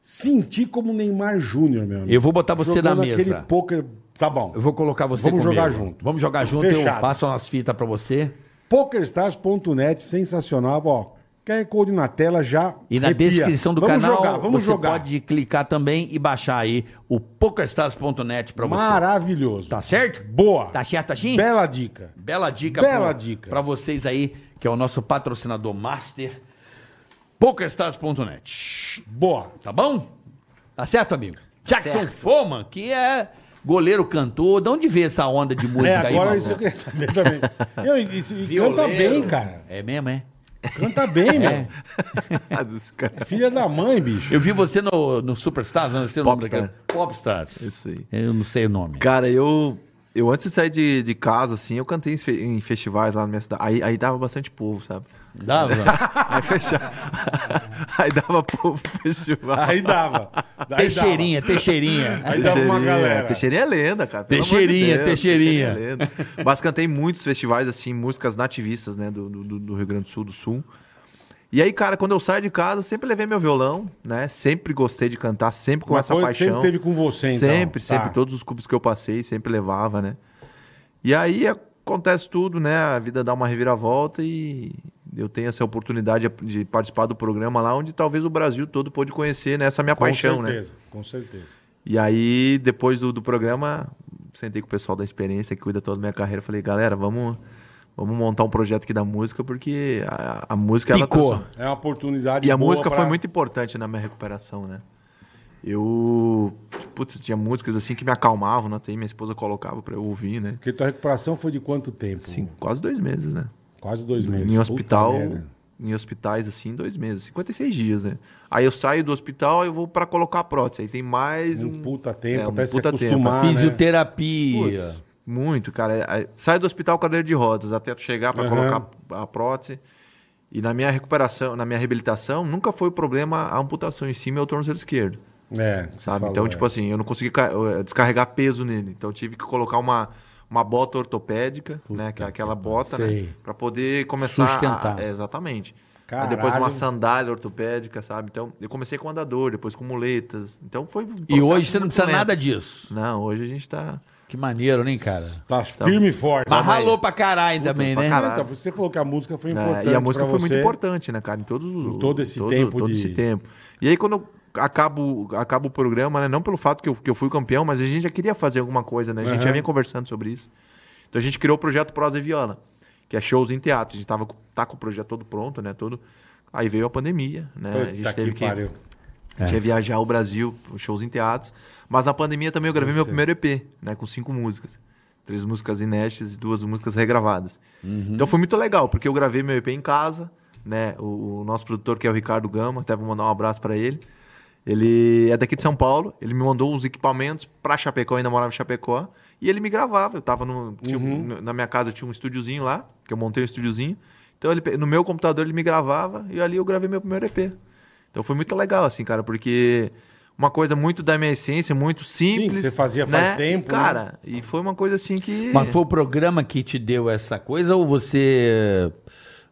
Speaker 3: sentir como o Neymar Júnior, meu amigo.
Speaker 4: Eu vou botar você
Speaker 3: Jogando
Speaker 4: na mesa.
Speaker 3: aquele poker... Tá bom.
Speaker 4: Eu vou colocar você
Speaker 3: Vamos
Speaker 4: comigo.
Speaker 3: jogar junto.
Speaker 4: Vamos jogar junto, eu
Speaker 3: Fechado.
Speaker 4: passo umas fitas pra você.
Speaker 3: PokerStars.net, sensacional, ó. QR Code na tela já.
Speaker 4: E na
Speaker 3: arrepia.
Speaker 4: descrição do
Speaker 3: vamos
Speaker 4: canal
Speaker 3: Jogar, vamos
Speaker 4: você
Speaker 3: jogar,
Speaker 4: pode clicar também e baixar aí o pokerstars.net pra você.
Speaker 3: Maravilhoso.
Speaker 4: Tá certo?
Speaker 3: Boa.
Speaker 4: Tá certo assim?
Speaker 3: Bela dica.
Speaker 4: Bela dica,
Speaker 3: Bela
Speaker 4: pra-
Speaker 3: dica.
Speaker 4: pra vocês aí, que é o nosso patrocinador master, pokerstars.net.
Speaker 3: Boa.
Speaker 4: Tá bom? Tá certo, amigo? Jackson
Speaker 1: certo.
Speaker 4: Foman, que é goleiro cantor, de onde vê essa onda de música
Speaker 3: É,
Speaker 4: aí,
Speaker 3: agora
Speaker 4: maluco?
Speaker 3: isso eu queria saber também. Eu, isso- e canta
Speaker 4: Violeiro.
Speaker 3: bem, cara.
Speaker 4: É mesmo, é?
Speaker 3: Canta bem, meu.
Speaker 1: Esse cara-
Speaker 3: Filha da mãe, bicho.
Speaker 4: Eu vi você no, no Superstars, não sei o nome
Speaker 1: Popstar.
Speaker 4: daquele. Popstars.
Speaker 1: Isso aí.
Speaker 4: Eu não sei o nome.
Speaker 1: Cara, eu. Eu antes de sair de, de casa, assim, eu cantei em, fe- em festivais lá na minha cidade. Aí, aí dava bastante povo, sabe?
Speaker 4: Dava?
Speaker 1: Aí fechava. aí dava povo pro festival.
Speaker 3: Aí dava. Daí
Speaker 4: Teixeirinha, Teixeirinha.
Speaker 3: Aí dava uma galera.
Speaker 1: Teixeirinha é lenda, cara. pelo amor de
Speaker 4: Teixeirinha,
Speaker 1: Deus,
Speaker 4: Teixeirinha.
Speaker 1: é lenda. Mas cantei em muitos festivais, assim, músicas nativistas, né? Do, do, do Rio Grande do Sul, do Sul. E aí, cara, quando eu saio de casa, sempre levei meu violão, né? Sempre gostei de cantar, sempre com
Speaker 3: Uma
Speaker 1: essa
Speaker 3: coisa que
Speaker 1: paixão.
Speaker 3: sempre teve com você, então.
Speaker 1: Sempre,
Speaker 3: Tá.
Speaker 1: sempre. Todos os clubes que eu passei, sempre levava, né? E aí acontece tudo, né? A vida dá uma reviravolta e eu tenho essa oportunidade de participar do programa lá, onde talvez o Brasil todo pôde conhecer, né? Essa minha
Speaker 3: Com
Speaker 1: paixão, né?
Speaker 3: certeza, com certeza.
Speaker 1: E aí, depois do, do programa, sentei com o pessoal da experiência que cuida toda a minha carreira. Falei, galera, vamos, vamos montar um projeto aqui da música, porque a, a música. ela
Speaker 4: Picou.
Speaker 1: transforma-
Speaker 3: É uma oportunidade
Speaker 1: e a
Speaker 3: boa
Speaker 1: música
Speaker 3: pra-
Speaker 1: foi muito importante na minha recuperação, né? Eu. Putz, tinha músicas assim que me acalmavam, né? Até minha esposa colocava pra eu ouvir, né?
Speaker 3: Porque tua recuperação foi de quanto tempo?
Speaker 1: Assim, quase dois meses, né?
Speaker 3: Quase dois meses.
Speaker 1: Em
Speaker 3: Puta
Speaker 1: hospital.
Speaker 3: merda.
Speaker 1: Em hospitais, assim, dois meses, 56 dias, né? Aí eu saio do hospital e vou pra colocar a prótese. Aí tem mais um.
Speaker 3: Um puta tempo,
Speaker 1: é,
Speaker 3: até se
Speaker 1: puta tempo.
Speaker 3: acostumar. Né?
Speaker 4: Fisioterapia.
Speaker 1: Putz, muito, cara. É, é, Sai do hospital cadeira de rodas até tu chegar pra
Speaker 3: Aham.
Speaker 1: colocar a prótese. E na minha recuperação, na minha reabilitação, nunca foi problema a amputação em cima e o tornozelo esquerdo,
Speaker 3: É, você
Speaker 1: sabe?
Speaker 3: falou,
Speaker 1: então,
Speaker 3: é.
Speaker 1: tipo assim, eu não consegui ca- eh, descarregar peso nele. Então, eu tive que colocar uma, uma bota ortopédica, né? Que é aquela bota, né?
Speaker 3: Sei.
Speaker 1: Pra poder começar. a-
Speaker 4: Sustentar.
Speaker 1: é, exatamente. Aí
Speaker 3: Caralho.
Speaker 1: depois uma sandália ortopédica, sabe? Então, eu comecei com andador, depois com muletas. Então foi. um
Speaker 4: E hoje você
Speaker 1: processo
Speaker 4: não
Speaker 1: muito
Speaker 4: precisa
Speaker 1: lento.
Speaker 4: nada disso.
Speaker 1: Não, hoje a gente tá.
Speaker 4: Que maneiro, hein, cara?
Speaker 3: Tá firme e forte.
Speaker 4: Mas
Speaker 1: aí.
Speaker 4: ralou pra caralho também,
Speaker 1: pra
Speaker 4: né?
Speaker 1: caralho.
Speaker 3: Então, você falou que a música foi
Speaker 1: É,
Speaker 3: importante.
Speaker 1: e a música
Speaker 3: pra
Speaker 1: foi muito
Speaker 3: você.
Speaker 1: importante, né, cara? Em todo,
Speaker 3: Em todo esse tempo
Speaker 1: Todo
Speaker 3: de-
Speaker 1: esse tempo. E aí, quando eu acabo, acabo o programa, né? Não pelo fato que eu, que eu fui campeão, mas a gente já queria fazer alguma coisa, né? A gente
Speaker 3: Aham.
Speaker 1: já vinha conversando sobre isso. Então a gente criou o projeto Prosa e Viola, que é shows em teatro. A gente tava, com- tá com o projeto todo pronto, né? Todo... Aí veio a pandemia, né? a
Speaker 3: Puta
Speaker 1: gente
Speaker 3: que
Speaker 1: teve que,
Speaker 3: pariu.
Speaker 1: a gente ia viajar o Brasil, shows em teatros. Mas na pandemia também eu gravei meu
Speaker 3: Isso.
Speaker 1: primeiro EP, né? Com cinco músicas. Três músicas inéditas e duas músicas regravadas. Então foi muito legal, porque eu gravei meu EP em casa, né? O, o nosso produtor, que é o Ricardo Gama, até vou mandar um abraço pra ele. Ele é daqui de São Paulo, ele me mandou os equipamentos pra Chapecó, eu ainda morava em Chapecó, e ele me gravava. Eu tava no, tinha um- na minha casa, eu tinha um estúdiozinho lá, que eu montei um estúdiozinho. Então ele, pe- no meu computador ele me gravava e ali eu gravei meu primeiro EP. Então foi muito legal, assim, cara, porque uma coisa muito da minha essência, muito simples.
Speaker 3: que você fazia faz
Speaker 1: né?
Speaker 3: tempo,
Speaker 1: Cara, e foi uma coisa assim que.
Speaker 5: Mas foi o programa que te deu essa coisa ou você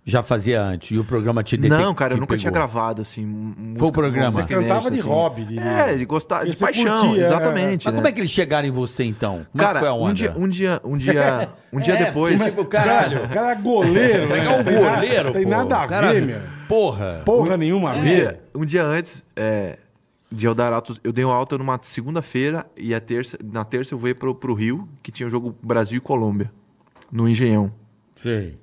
Speaker 5: já fazia antes e o programa te detectou?
Speaker 1: Não, cara, eu nunca tinha gravado, assim. m- Música,
Speaker 5: programa.
Speaker 1: música
Speaker 3: Você cantava
Speaker 1: inédita,
Speaker 3: de hobby, de-
Speaker 1: É, de gostar,
Speaker 3: Porque
Speaker 1: de
Speaker 3: você
Speaker 1: paixão,
Speaker 3: curtia, é.
Speaker 1: exatamente.
Speaker 5: Mas
Speaker 1: né?
Speaker 5: como é que eles chegaram em você então? Como é que
Speaker 1: Cara,
Speaker 5: foi a onda?
Speaker 1: um dia, um dia, um dia, um dia
Speaker 5: É,
Speaker 1: depois.
Speaker 5: como é que o caralho?
Speaker 3: O cara é goleiro, né?
Speaker 5: Pegar um
Speaker 3: Tem nada-
Speaker 5: goleiro,
Speaker 3: Tem
Speaker 5: pô.
Speaker 3: nada a
Speaker 5: Cara,
Speaker 3: ver, meu.
Speaker 5: Porra.
Speaker 3: Porra nenhuma a
Speaker 1: Um
Speaker 3: ver.
Speaker 1: dia, um dia antes é, de eu dar alta, eu dei uma alta numa segunda-feira e a terça, na terça eu fui pro, pro Rio, que tinha o jogo Brasil e Colômbia, no Engenhão.
Speaker 3: Sei.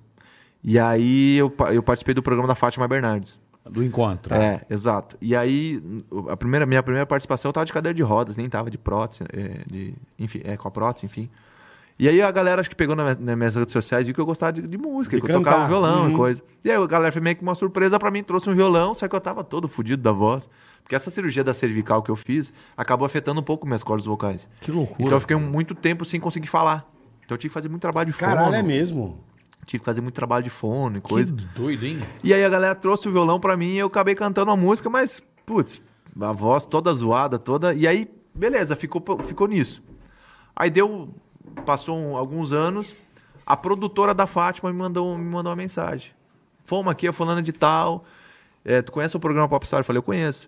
Speaker 1: E aí eu, pa- eu participei do programa da Fátima Bernardes.
Speaker 5: Do encontro.
Speaker 3: Tá.
Speaker 1: É, exato. E aí, a primeira, minha primeira participação eu tava de cadeira de rodas, nem tava de prótese, é, de, enfim, é, com a prótese, enfim. E aí a galera acho que pegou na minha- nas minhas redes sociais viu que eu gostava de, de música,
Speaker 3: De
Speaker 1: que eu tocava
Speaker 3: cantar.
Speaker 1: violão
Speaker 3: Uhum.
Speaker 1: e coisa. E aí a galera foi meio que uma surpresa pra mim, trouxe um violão, só que eu tava todo fudido da voz. Porque essa cirurgia da cervical que eu fiz acabou afetando um pouco minhas cordas vocais.
Speaker 5: Que loucura,
Speaker 1: Então eu fiquei muito tempo sem conseguir falar. Então eu tive que fazer muito trabalho de
Speaker 3: Caralho,
Speaker 1: fono.
Speaker 3: é mesmo.
Speaker 1: Tive que fazer muito trabalho de fono e coisa.
Speaker 5: Doido, hein?
Speaker 1: E aí a galera trouxe o violão pra mim e eu acabei cantando uma música, mas, putz, a voz toda zoada, toda. E aí, beleza, ficou, ficou nisso. Aí deu. Passou um- alguns anos, a produtora da Fátima me mandou, me mandou uma mensagem. Fomos aqui, a fulana de tal. é, tu conhece o programa Popstar? Eu falei, eu conheço.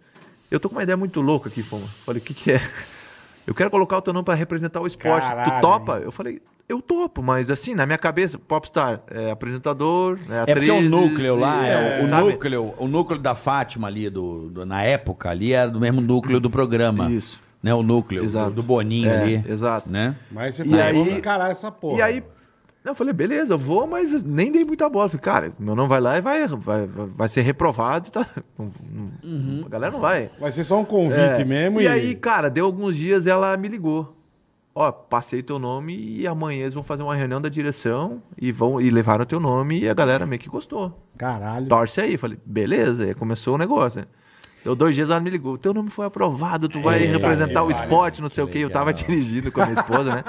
Speaker 1: Eu tô com uma ideia muito louca aqui, Foma. Falei, o que, que é? Eu quero colocar o teu nome pra representar o esporte.
Speaker 3: Caralho,
Speaker 1: tu topa? Eu falei, eu topo, mas assim, na minha cabeça, Popstar é apresentador, é
Speaker 4: É porque o
Speaker 1: atrizes
Speaker 4: núcleo
Speaker 1: e-
Speaker 4: lá, é, o- o,
Speaker 1: sabe?
Speaker 4: núcleo, o núcleo da Fátima ali, do, do- na época ali, era do mesmo núcleo do programa.
Speaker 1: Isso.
Speaker 4: Né, o núcleo
Speaker 1: Exato.
Speaker 4: do, do Boninho
Speaker 1: É,
Speaker 4: ali.
Speaker 1: exato.
Speaker 4: Né?
Speaker 3: Mas você
Speaker 1: E
Speaker 3: falou,
Speaker 1: aí-
Speaker 3: vamos encarar essa porra.
Speaker 1: E aí, eu falei, beleza, eu vou, mas nem dei muita bola. Falei, cara, meu nome vai lá e vai, vai, vai ser reprovado e tá. não- não- A galera não vai.
Speaker 3: Vai ser só um convite
Speaker 1: É,
Speaker 3: mesmo
Speaker 1: e,
Speaker 3: e...
Speaker 1: aí, cara, deu alguns dias ela me ligou. Ó, passei teu nome e amanhã eles vão fazer uma reunião da direção e vão e levaram teu nome e a galera meio que gostou.
Speaker 3: Caralho.
Speaker 1: Torce aí. Falei, beleza, aí começou o negócio, né? Deu dois dias, ela me ligou. Teu nome foi aprovado, tu
Speaker 3: É,
Speaker 1: vai representar o
Speaker 4: vale.
Speaker 1: esporte, não sei o quê. Eu tava
Speaker 4: Legal.
Speaker 1: dirigindo com a minha esposa, né?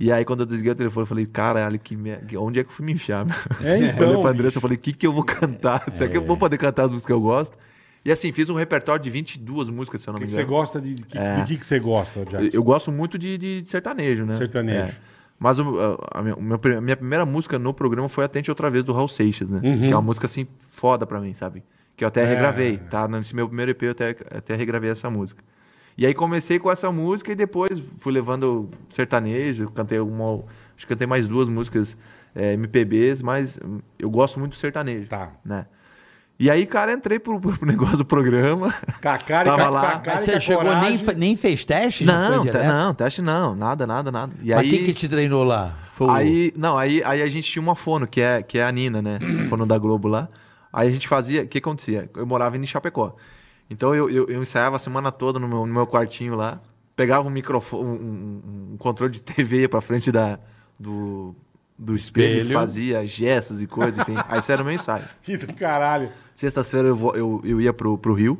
Speaker 1: E aí, quando eu desliguei o telefone, eu falei, caralho, que mer- que- onde é que eu fui me enfiar? meu?
Speaker 3: É, então, É.
Speaker 1: falei pra Andressa, eu falei, o que, que eu vou cantar? Será que eu vou poder cantar as músicas que eu gosto? E assim, fiz um repertório de 22 músicas, se
Speaker 3: O
Speaker 1: eu não
Speaker 3: que,
Speaker 1: me
Speaker 3: que você
Speaker 1: engano.
Speaker 3: gosta de... de que, de que que você gosta,
Speaker 1: Eu-
Speaker 3: Jack?
Speaker 1: Eu gosto muito de, de- de sertanejo, né?
Speaker 3: Sertanejo.
Speaker 1: Mas o- a, a minha, o meu pri- a minha primeira música no programa foi Atente Outra Vez, do Raul Seixas, né?
Speaker 3: Uhum.
Speaker 1: Que é uma música, assim, foda pra mim, sabe? Que eu até
Speaker 3: É.
Speaker 1: regravei, tá? Nesse meu primeiro EP eu até, até regravei essa música. E aí comecei com essa música e depois fui levando sertanejo, cantei alguma... Acho que cantei mais duas músicas eh, MPBs, mas hum, eu gosto muito do sertanejo,
Speaker 3: Tá.
Speaker 1: né? E aí, cara, entrei pro, pro negócio do programa.
Speaker 3: Com a cara e
Speaker 1: Tava
Speaker 3: com a-
Speaker 1: lá.
Speaker 3: com a cara
Speaker 5: Mas
Speaker 3: e com
Speaker 5: você
Speaker 3: a
Speaker 5: chegou,
Speaker 3: coragem.
Speaker 5: nem, fe- nem fez teste? Já foi
Speaker 1: Não, te-
Speaker 5: direto?
Speaker 1: não, teste não, nada, nada, nada. E
Speaker 5: Mas
Speaker 1: aí,
Speaker 5: quem que te treinou lá? Foi o-
Speaker 1: aí, não, aí, aí a gente tinha uma fono, que é, que é a Nina, né? A fono da Globo lá. Aí a gente fazia, o que acontecia? Eu morava em Chapecó. Então eu, eu, eu ensaiava a semana toda no meu, no meu quartinho lá, pegava um microfone, um, um- um controle de TV pra frente da, do, do espelho,
Speaker 5: Espelho.
Speaker 1: e fazia gestos e coisas, enfim. aí isso era o meu ensaio.
Speaker 3: Que do caralho.
Speaker 1: Sexta-feira eu, vo- eu, eu ia pro, pro Rio,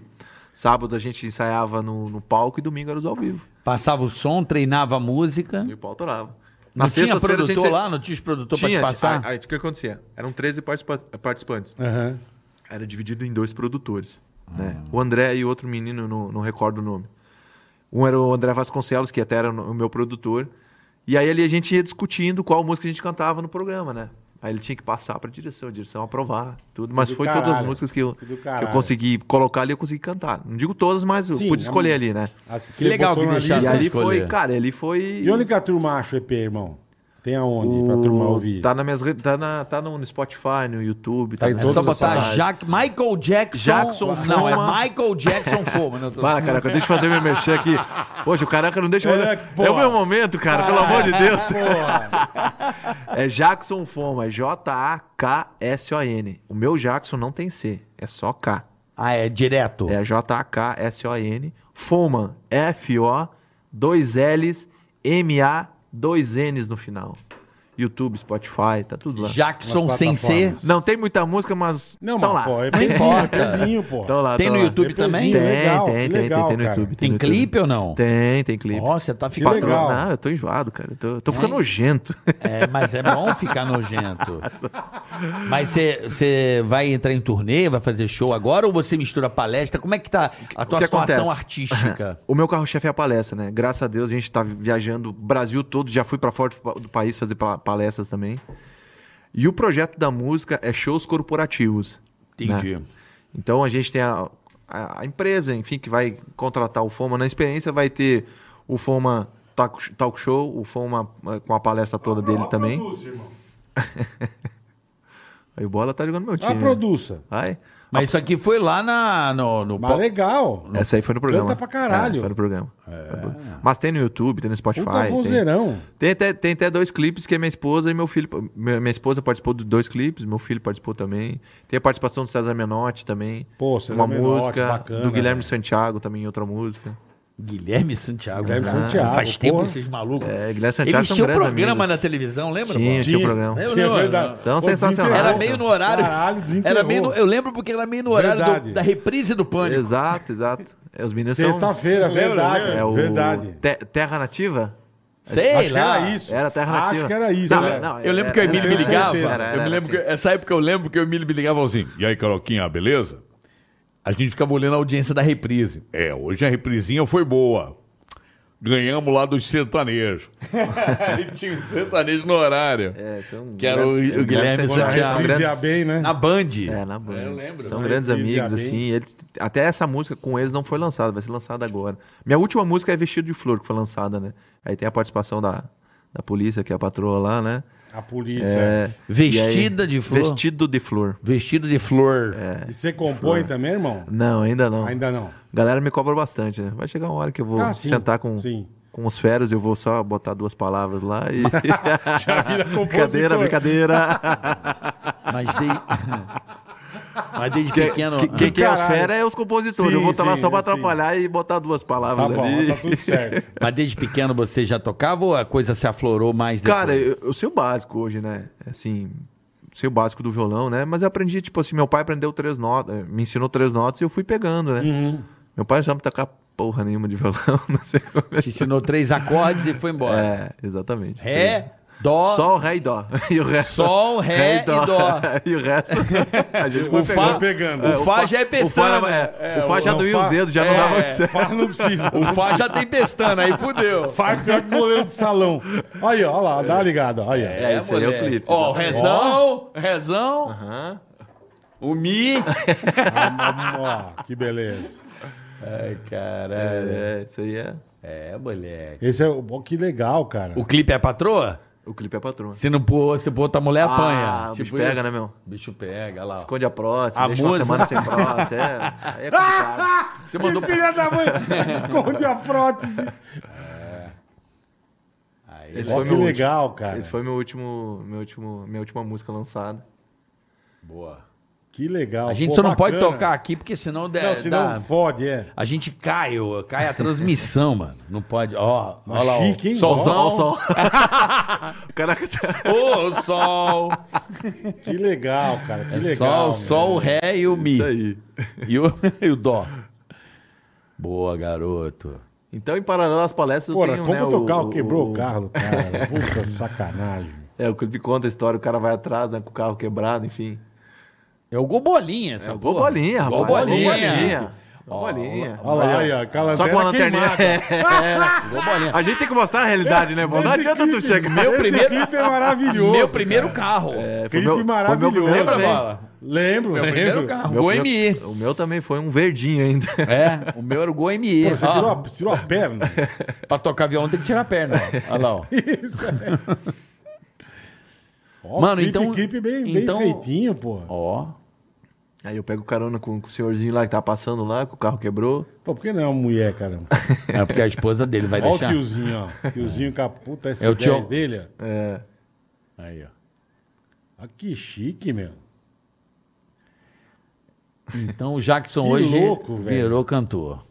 Speaker 1: sábado a gente ensaiava no, no palco e domingo era os ao vivo.
Speaker 5: Passava o som, treinava a música.
Speaker 1: E o pau torava.
Speaker 5: Não tinha
Speaker 1: sexta-feira, a
Speaker 5: produtor
Speaker 1: gente se-
Speaker 5: lá? Não tinha os produtor
Speaker 1: Tinha,
Speaker 5: pra te passar?
Speaker 1: a- a- O que acontecia? Eram 13 participa- participantes.
Speaker 3: Aham.
Speaker 1: Era dividido em dois produtores. Né? O André e outro menino, não, não recordo o nome. Um era o André Vasconcelos, que até era o meu produtor. E aí ali a gente ia discutindo qual música a gente cantava no programa, né? Aí ele tinha que passar pra direção, a direção aprovar, tudo. Mas
Speaker 3: do
Speaker 1: foi todas as
Speaker 3: caralho,
Speaker 1: músicas que eu,
Speaker 3: do
Speaker 1: que
Speaker 3: caralho.
Speaker 1: eu consegui colocar ali, eu consegui cantar. Não digo todas, mas eu
Speaker 3: Sim,
Speaker 1: pude
Speaker 3: é
Speaker 1: escolher
Speaker 3: muito-
Speaker 1: ali, né?
Speaker 3: As
Speaker 4: Que
Speaker 3: você
Speaker 4: legal
Speaker 3: botou
Speaker 4: que
Speaker 3: na
Speaker 4: deixaram.
Speaker 1: E
Speaker 4: Essa
Speaker 3: lista.
Speaker 1: ali
Speaker 4: escolher.
Speaker 1: foi, cara, ali foi.
Speaker 3: E onde que a turma acha o EP, irmão? Tem aonde pra
Speaker 1: O-
Speaker 3: turma ouvir?
Speaker 1: Tá, na minhas, re- tá, na, tá no Spotify, no YouTube.
Speaker 3: Tá em
Speaker 1: na-
Speaker 4: É
Speaker 3: todas
Speaker 4: só
Speaker 3: as
Speaker 4: botar
Speaker 1: paradas.
Speaker 4: Jack, Michael Jackson.
Speaker 1: Jackson
Speaker 4: Não, é
Speaker 1: Foma.
Speaker 4: Michael Jackson Foma. né? Eu tô-
Speaker 1: Para, caraca, deixa eu fazer meu mexer aqui. Hoje, o caraca não deixa eu
Speaker 3: É,
Speaker 1: fazer.
Speaker 3: porra.
Speaker 1: É, o meu momento, cara, pelo amor de Deus. é Jackson Foma, é J-A-K-S-O-N. O meu Jackson não tem C, é só K.
Speaker 4: Ah, é direto.
Speaker 1: É J-A-K-S-O-N. Foma, F-O, dois L's, M-A, dois N's no final. YouTube, Spotify, tá tudo lá.
Speaker 4: Jackson
Speaker 3: Nas
Speaker 4: sem C.
Speaker 3: plataformas.
Speaker 1: Não tem muita música, mas.
Speaker 3: Não,
Speaker 1: tão
Speaker 3: mas,
Speaker 1: lá.
Speaker 3: pô, é
Speaker 4: Não importa.
Speaker 3: EPzinho, pô.
Speaker 1: Tão Então, lá,
Speaker 4: Tem
Speaker 1: tão
Speaker 4: no
Speaker 1: lá.
Speaker 4: YouTube também?
Speaker 1: Tem,
Speaker 3: Depois- Legal,
Speaker 1: tem,
Speaker 3: que
Speaker 1: tem,
Speaker 3: legal,
Speaker 1: tem no
Speaker 3: cara.
Speaker 1: YouTube.
Speaker 4: Tem
Speaker 1: no
Speaker 4: clipe
Speaker 1: YouTube.
Speaker 4: ou não?
Speaker 1: Tem, tem clipe.
Speaker 4: Nossa, tá
Speaker 1: Que
Speaker 4: ficando.
Speaker 1: patrão-
Speaker 3: legal.
Speaker 1: Não, eu tô enjoado, cara. Eu tô, tô ficando nojento.
Speaker 4: É, mas é bom ficar nojento. Mas você vai entrar em turnê, vai fazer show agora ou você mistura palestra? Como é que tá a tua
Speaker 1: que
Speaker 4: situação
Speaker 1: acontece?
Speaker 4: artística?
Speaker 1: o meu carro-chefe é a palestra, né? Graças a Deus a gente tá viajando o Brasil todo. Já fui pra fora do país fazer pa- palestras também. E o projeto da música é shows corporativos.
Speaker 4: Entendi.
Speaker 1: né? Então a gente tem a, a- a empresa, enfim, que vai contratar o Foma. Na experiência vai ter o Foma talk talk show, o Foma eh, com a palestra toda dele também. Aí o Bola tá jogando meu time.
Speaker 3: A
Speaker 1: né?
Speaker 3: produça.
Speaker 1: Vai.
Speaker 4: Mas isso aqui foi lá na, no, no
Speaker 3: Mas legal.
Speaker 1: Essa aí foi no programa.
Speaker 3: Canta pra caralho. É.
Speaker 1: É, foi no programa. Foi no programa. Mas tem no YouTube, tem no Spotify.
Speaker 3: Puta vozeirão.
Speaker 1: Tem, tem, até, tem até dois clipes que é minha esposa e meu filho. Minha, minha esposa participou dos dois clipes, meu filho participou também. Tem a participação do César Menotti também.
Speaker 3: Pô, César
Speaker 1: Uma
Speaker 3: Menotti,
Speaker 1: música.
Speaker 3: bacana,
Speaker 1: do Guilherme
Speaker 3: né?
Speaker 1: Santiago também, em outra música.
Speaker 4: Guilherme Santiago.
Speaker 3: Guilherme
Speaker 4: Ah,
Speaker 3: Santiago,
Speaker 4: Faz tempo
Speaker 3: porra.
Speaker 4: esses malucos.
Speaker 1: É, Guilherme Santiago
Speaker 4: Eles
Speaker 1: são
Speaker 4: tinham um
Speaker 1: grandes
Speaker 4: programa
Speaker 1: amigos.
Speaker 4: na televisão, lembra?
Speaker 1: Tinha,
Speaker 4: Bola?
Speaker 1: tinha o programa.
Speaker 4: Lembra,
Speaker 3: Tinha,
Speaker 4: mano?
Speaker 3: verdade.
Speaker 1: São
Speaker 3: Pô,
Speaker 1: sensacionais.
Speaker 3: desenterrou.
Speaker 4: Era meio no horário.
Speaker 3: Caralho, desenterrou.
Speaker 4: era meio no- eu lembro porque era meio no horário
Speaker 3: Verdade.
Speaker 4: do- da reprise do pânico.
Speaker 1: Exato, exato. É, os meninos são-
Speaker 3: Sexta-feira, verdade.
Speaker 1: É o
Speaker 3: Verdade.
Speaker 1: Te- Terra Nativa?
Speaker 4: Sei
Speaker 3: Acho que
Speaker 4: lá.
Speaker 3: era isso.
Speaker 1: Era Terra Nativa. é,
Speaker 3: Acho que era isso. né?
Speaker 4: Eu lembro que o Emílio me
Speaker 3: era,
Speaker 4: ligava.
Speaker 3: certeza.
Speaker 4: eu me
Speaker 1: assim.
Speaker 4: lembro que, essa época eu lembro que o Emílio me ligava e falava assim: E aí, Caroquinha, beleza? A gente ficava olhando a audiência da reprise. É, hoje a reprisinha foi boa. Ganhamos lá dos sertanejos. e tinha um sertanejo no horário.
Speaker 1: É, são
Speaker 4: Que era o-
Speaker 1: grandes-
Speaker 4: o Guilherme
Speaker 1: grandes-
Speaker 4: Santiago.
Speaker 1: são
Speaker 3: Reprise ia
Speaker 1: grandes-
Speaker 3: bem, né?
Speaker 4: Na Band.
Speaker 1: É, na Band.
Speaker 4: eu lembro. né?
Speaker 1: São
Speaker 3: Na
Speaker 1: grandes
Speaker 3: Reprise ia
Speaker 1: amigos,
Speaker 3: bem.
Speaker 1: assim. Eles, até essa música com eles não foi lançada, vai ser lançada agora. Minha última música é Vestido de Flor, que foi lançada, né? Aí tem a participação da, da polícia, que é a patroa lá, né?
Speaker 3: A polícia.
Speaker 1: É,
Speaker 4: Vestida
Speaker 1: e aí-
Speaker 4: de flor?
Speaker 1: Vestido de flor.
Speaker 4: Vestido de flor.
Speaker 1: É.
Speaker 3: E você compõe também, irmão?
Speaker 1: Não, ainda não.
Speaker 3: Ainda não. Tá
Speaker 1: Galera me cobra bastante, né? Vai chegar uma hora que eu vou
Speaker 3: Ah, sim,
Speaker 1: sentar com,
Speaker 3: sim.
Speaker 1: com os feras, eu vou só botar duas palavras lá e.
Speaker 3: vira
Speaker 1: brincadeira,
Speaker 3: compositor.
Speaker 1: brincadeira.
Speaker 4: Mas, de... Mas desde
Speaker 1: Que-
Speaker 4: pequeno. né?
Speaker 1: que- Quem que é os
Speaker 3: Caralho.
Speaker 1: feras é os compositores.
Speaker 3: Sim,
Speaker 1: eu vou estar lá
Speaker 3: sim,
Speaker 1: só pra
Speaker 3: sim.
Speaker 1: atrapalhar e botar duas
Speaker 3: Tá
Speaker 1: palavras
Speaker 3: bom,
Speaker 1: ali.
Speaker 3: tá tudo certo.
Speaker 4: Mas desde pequeno você já tocava ou a coisa se aflorou mais depois?
Speaker 1: Cara, eu, eu sei o básico hoje, né? Assim, sei o básico do violão, né? Mas eu aprendi, tipo assim, meu pai aprendeu três notas, eh, me ensinou três notas e eu fui pegando, né?
Speaker 3: Uhum.
Speaker 1: Meu pai já me tocar porra nenhuma de violão, não sei como é.
Speaker 4: Te ensinou três acordes e foi embora.
Speaker 1: É, exatamente.
Speaker 4: Ré, dó.
Speaker 1: Sol, ré e dó. E o resto.
Speaker 4: Sol, ré e dó.
Speaker 1: e o resto. A gente
Speaker 3: O
Speaker 1: foi
Speaker 3: Fá-
Speaker 1: pegando.
Speaker 3: pegando.
Speaker 1: É,
Speaker 4: O Fá já é
Speaker 1: O Fá,
Speaker 4: pestana.
Speaker 1: era- é,
Speaker 3: É,
Speaker 1: o Fá já
Speaker 3: o-
Speaker 1: doía
Speaker 3: o Fá-
Speaker 1: os dedos, já não
Speaker 4: é,
Speaker 1: dava muito certo.
Speaker 3: Fá não precisa.
Speaker 4: O Fá já tem pestana, aí fudeu.
Speaker 3: Fá é pior que goleiro de salão. Aí, ó, lá, dá uma ligada. ó, Aí, ó.
Speaker 1: É, esse aí é o
Speaker 4: moleque.
Speaker 1: clipe.
Speaker 4: Ó, o
Speaker 1: exatamente.
Speaker 4: rezão, rezão, o mi.
Speaker 3: Ó, Ah, que beleza.
Speaker 4: Ai, caralho.
Speaker 1: É, isso aí é.
Speaker 4: É, moleque.
Speaker 3: Esse é o. ó, Que legal, cara.
Speaker 4: O clipe é a patroa?
Speaker 1: O clipe é patrão.
Speaker 4: Se não pôr, se pôr outra mulher,
Speaker 1: Ah,
Speaker 4: apanha.
Speaker 1: o bicho pega, né, meu?
Speaker 4: O bicho pega, lá. ó.
Speaker 1: Esconde a prótese,
Speaker 4: A
Speaker 1: deixa
Speaker 4: musa.
Speaker 1: uma semana sem prótese. É, aí é complicado.
Speaker 4: Você mandou...
Speaker 3: Que filha da mãe, esconde a prótese.
Speaker 4: Aí,
Speaker 1: Esse
Speaker 3: Ó,
Speaker 1: foi
Speaker 3: que
Speaker 1: meu último.
Speaker 3: legal, cara.
Speaker 1: Esse foi meu último, meu último, minha última música lançada.
Speaker 4: boa.
Speaker 3: Que legal.
Speaker 4: A gente
Speaker 3: Ah, pô,
Speaker 4: só não pode
Speaker 3: bacana.
Speaker 4: tocar aqui, porque senão... der-
Speaker 3: Não, senão
Speaker 4: dá-
Speaker 3: fode, é.
Speaker 4: A gente cai, ô, cai a transmissão, mano. Não pode. Ó, ó lá, ó.
Speaker 3: Tá chique, hein?
Speaker 4: Solzão.
Speaker 1: Ó, o sol. Caraca, tá...
Speaker 4: Ô, sol.
Speaker 3: Que legal, cara. Que
Speaker 4: É
Speaker 3: legal. É
Speaker 4: sol, sol, o ré e o mi.
Speaker 1: isso aí.
Speaker 4: E o, e o dó. Boa, garoto.
Speaker 1: Então, em paralelo às palestras,
Speaker 3: Porra,
Speaker 1: eu tenho,
Speaker 3: como
Speaker 1: né,
Speaker 3: teu carro quebrou o carro, cara? Puta sacanagem.
Speaker 1: É, o clipe conta a história, o cara vai atrás, né, com o carro quebrado, enfim.
Speaker 4: É o Gobolinha, essa
Speaker 1: É o
Speaker 4: porra.
Speaker 1: Gobolinha, rapaz.
Speaker 4: Gobolinha.
Speaker 1: Gobolinha. bolinha.
Speaker 3: Olha lá, aí, ó, com a
Speaker 1: Só com a
Speaker 3: lanterna
Speaker 1: lanterninha.
Speaker 3: queimada.
Speaker 1: É. A gente tem que mostrar a realidade, né, irmão? Não
Speaker 3: Esse
Speaker 1: adianta tu
Speaker 3: clipe-
Speaker 1: chegar.
Speaker 4: Meu
Speaker 3: Esse
Speaker 4: primeiro-
Speaker 3: clipe é maravilhoso.
Speaker 4: Meu primeiro carro.
Speaker 1: É,
Speaker 3: clipe
Speaker 1: Foi
Speaker 3: maravilhoso.
Speaker 1: meu primeiro
Speaker 4: Lembra,
Speaker 1: também.
Speaker 4: bola?
Speaker 3: Lembro,
Speaker 4: Meu
Speaker 3: lembro.
Speaker 4: primeiro carro.
Speaker 1: Meu
Speaker 4: Gol
Speaker 1: primeiro-
Speaker 4: MI.
Speaker 1: O meu também foi um verdinho ainda.
Speaker 4: É, o meu era o Gol MI.
Speaker 3: Pô, Você
Speaker 4: Ó,
Speaker 3: tirou a, tirou a perna.
Speaker 6: Pra tocar violão tem que tirar a perna. ó. Olha lá, ó.
Speaker 3: Isso é. Ó,
Speaker 4: Mano,
Speaker 3: clipe,
Speaker 4: então-
Speaker 3: clipe bem,
Speaker 4: então-
Speaker 3: bem feitinho, pô.
Speaker 4: Ó.
Speaker 1: Aí eu pego carona com, com o senhorzinho lá que tá passando lá, que o carro quebrou.
Speaker 3: Pô, por que não é uma mulher, caramba?
Speaker 6: É porque a esposa dele vai
Speaker 3: Olha o
Speaker 6: deixar.
Speaker 3: tiozinho, ó. Tiozinho com a puta S10
Speaker 6: É o tio-
Speaker 3: dele, ó.
Speaker 1: É.
Speaker 6: Aí, ó.
Speaker 3: Ah, que chique, meu.
Speaker 6: Então o Jackson
Speaker 3: Que
Speaker 6: hoje
Speaker 3: louco, velho.
Speaker 6: virou cantor.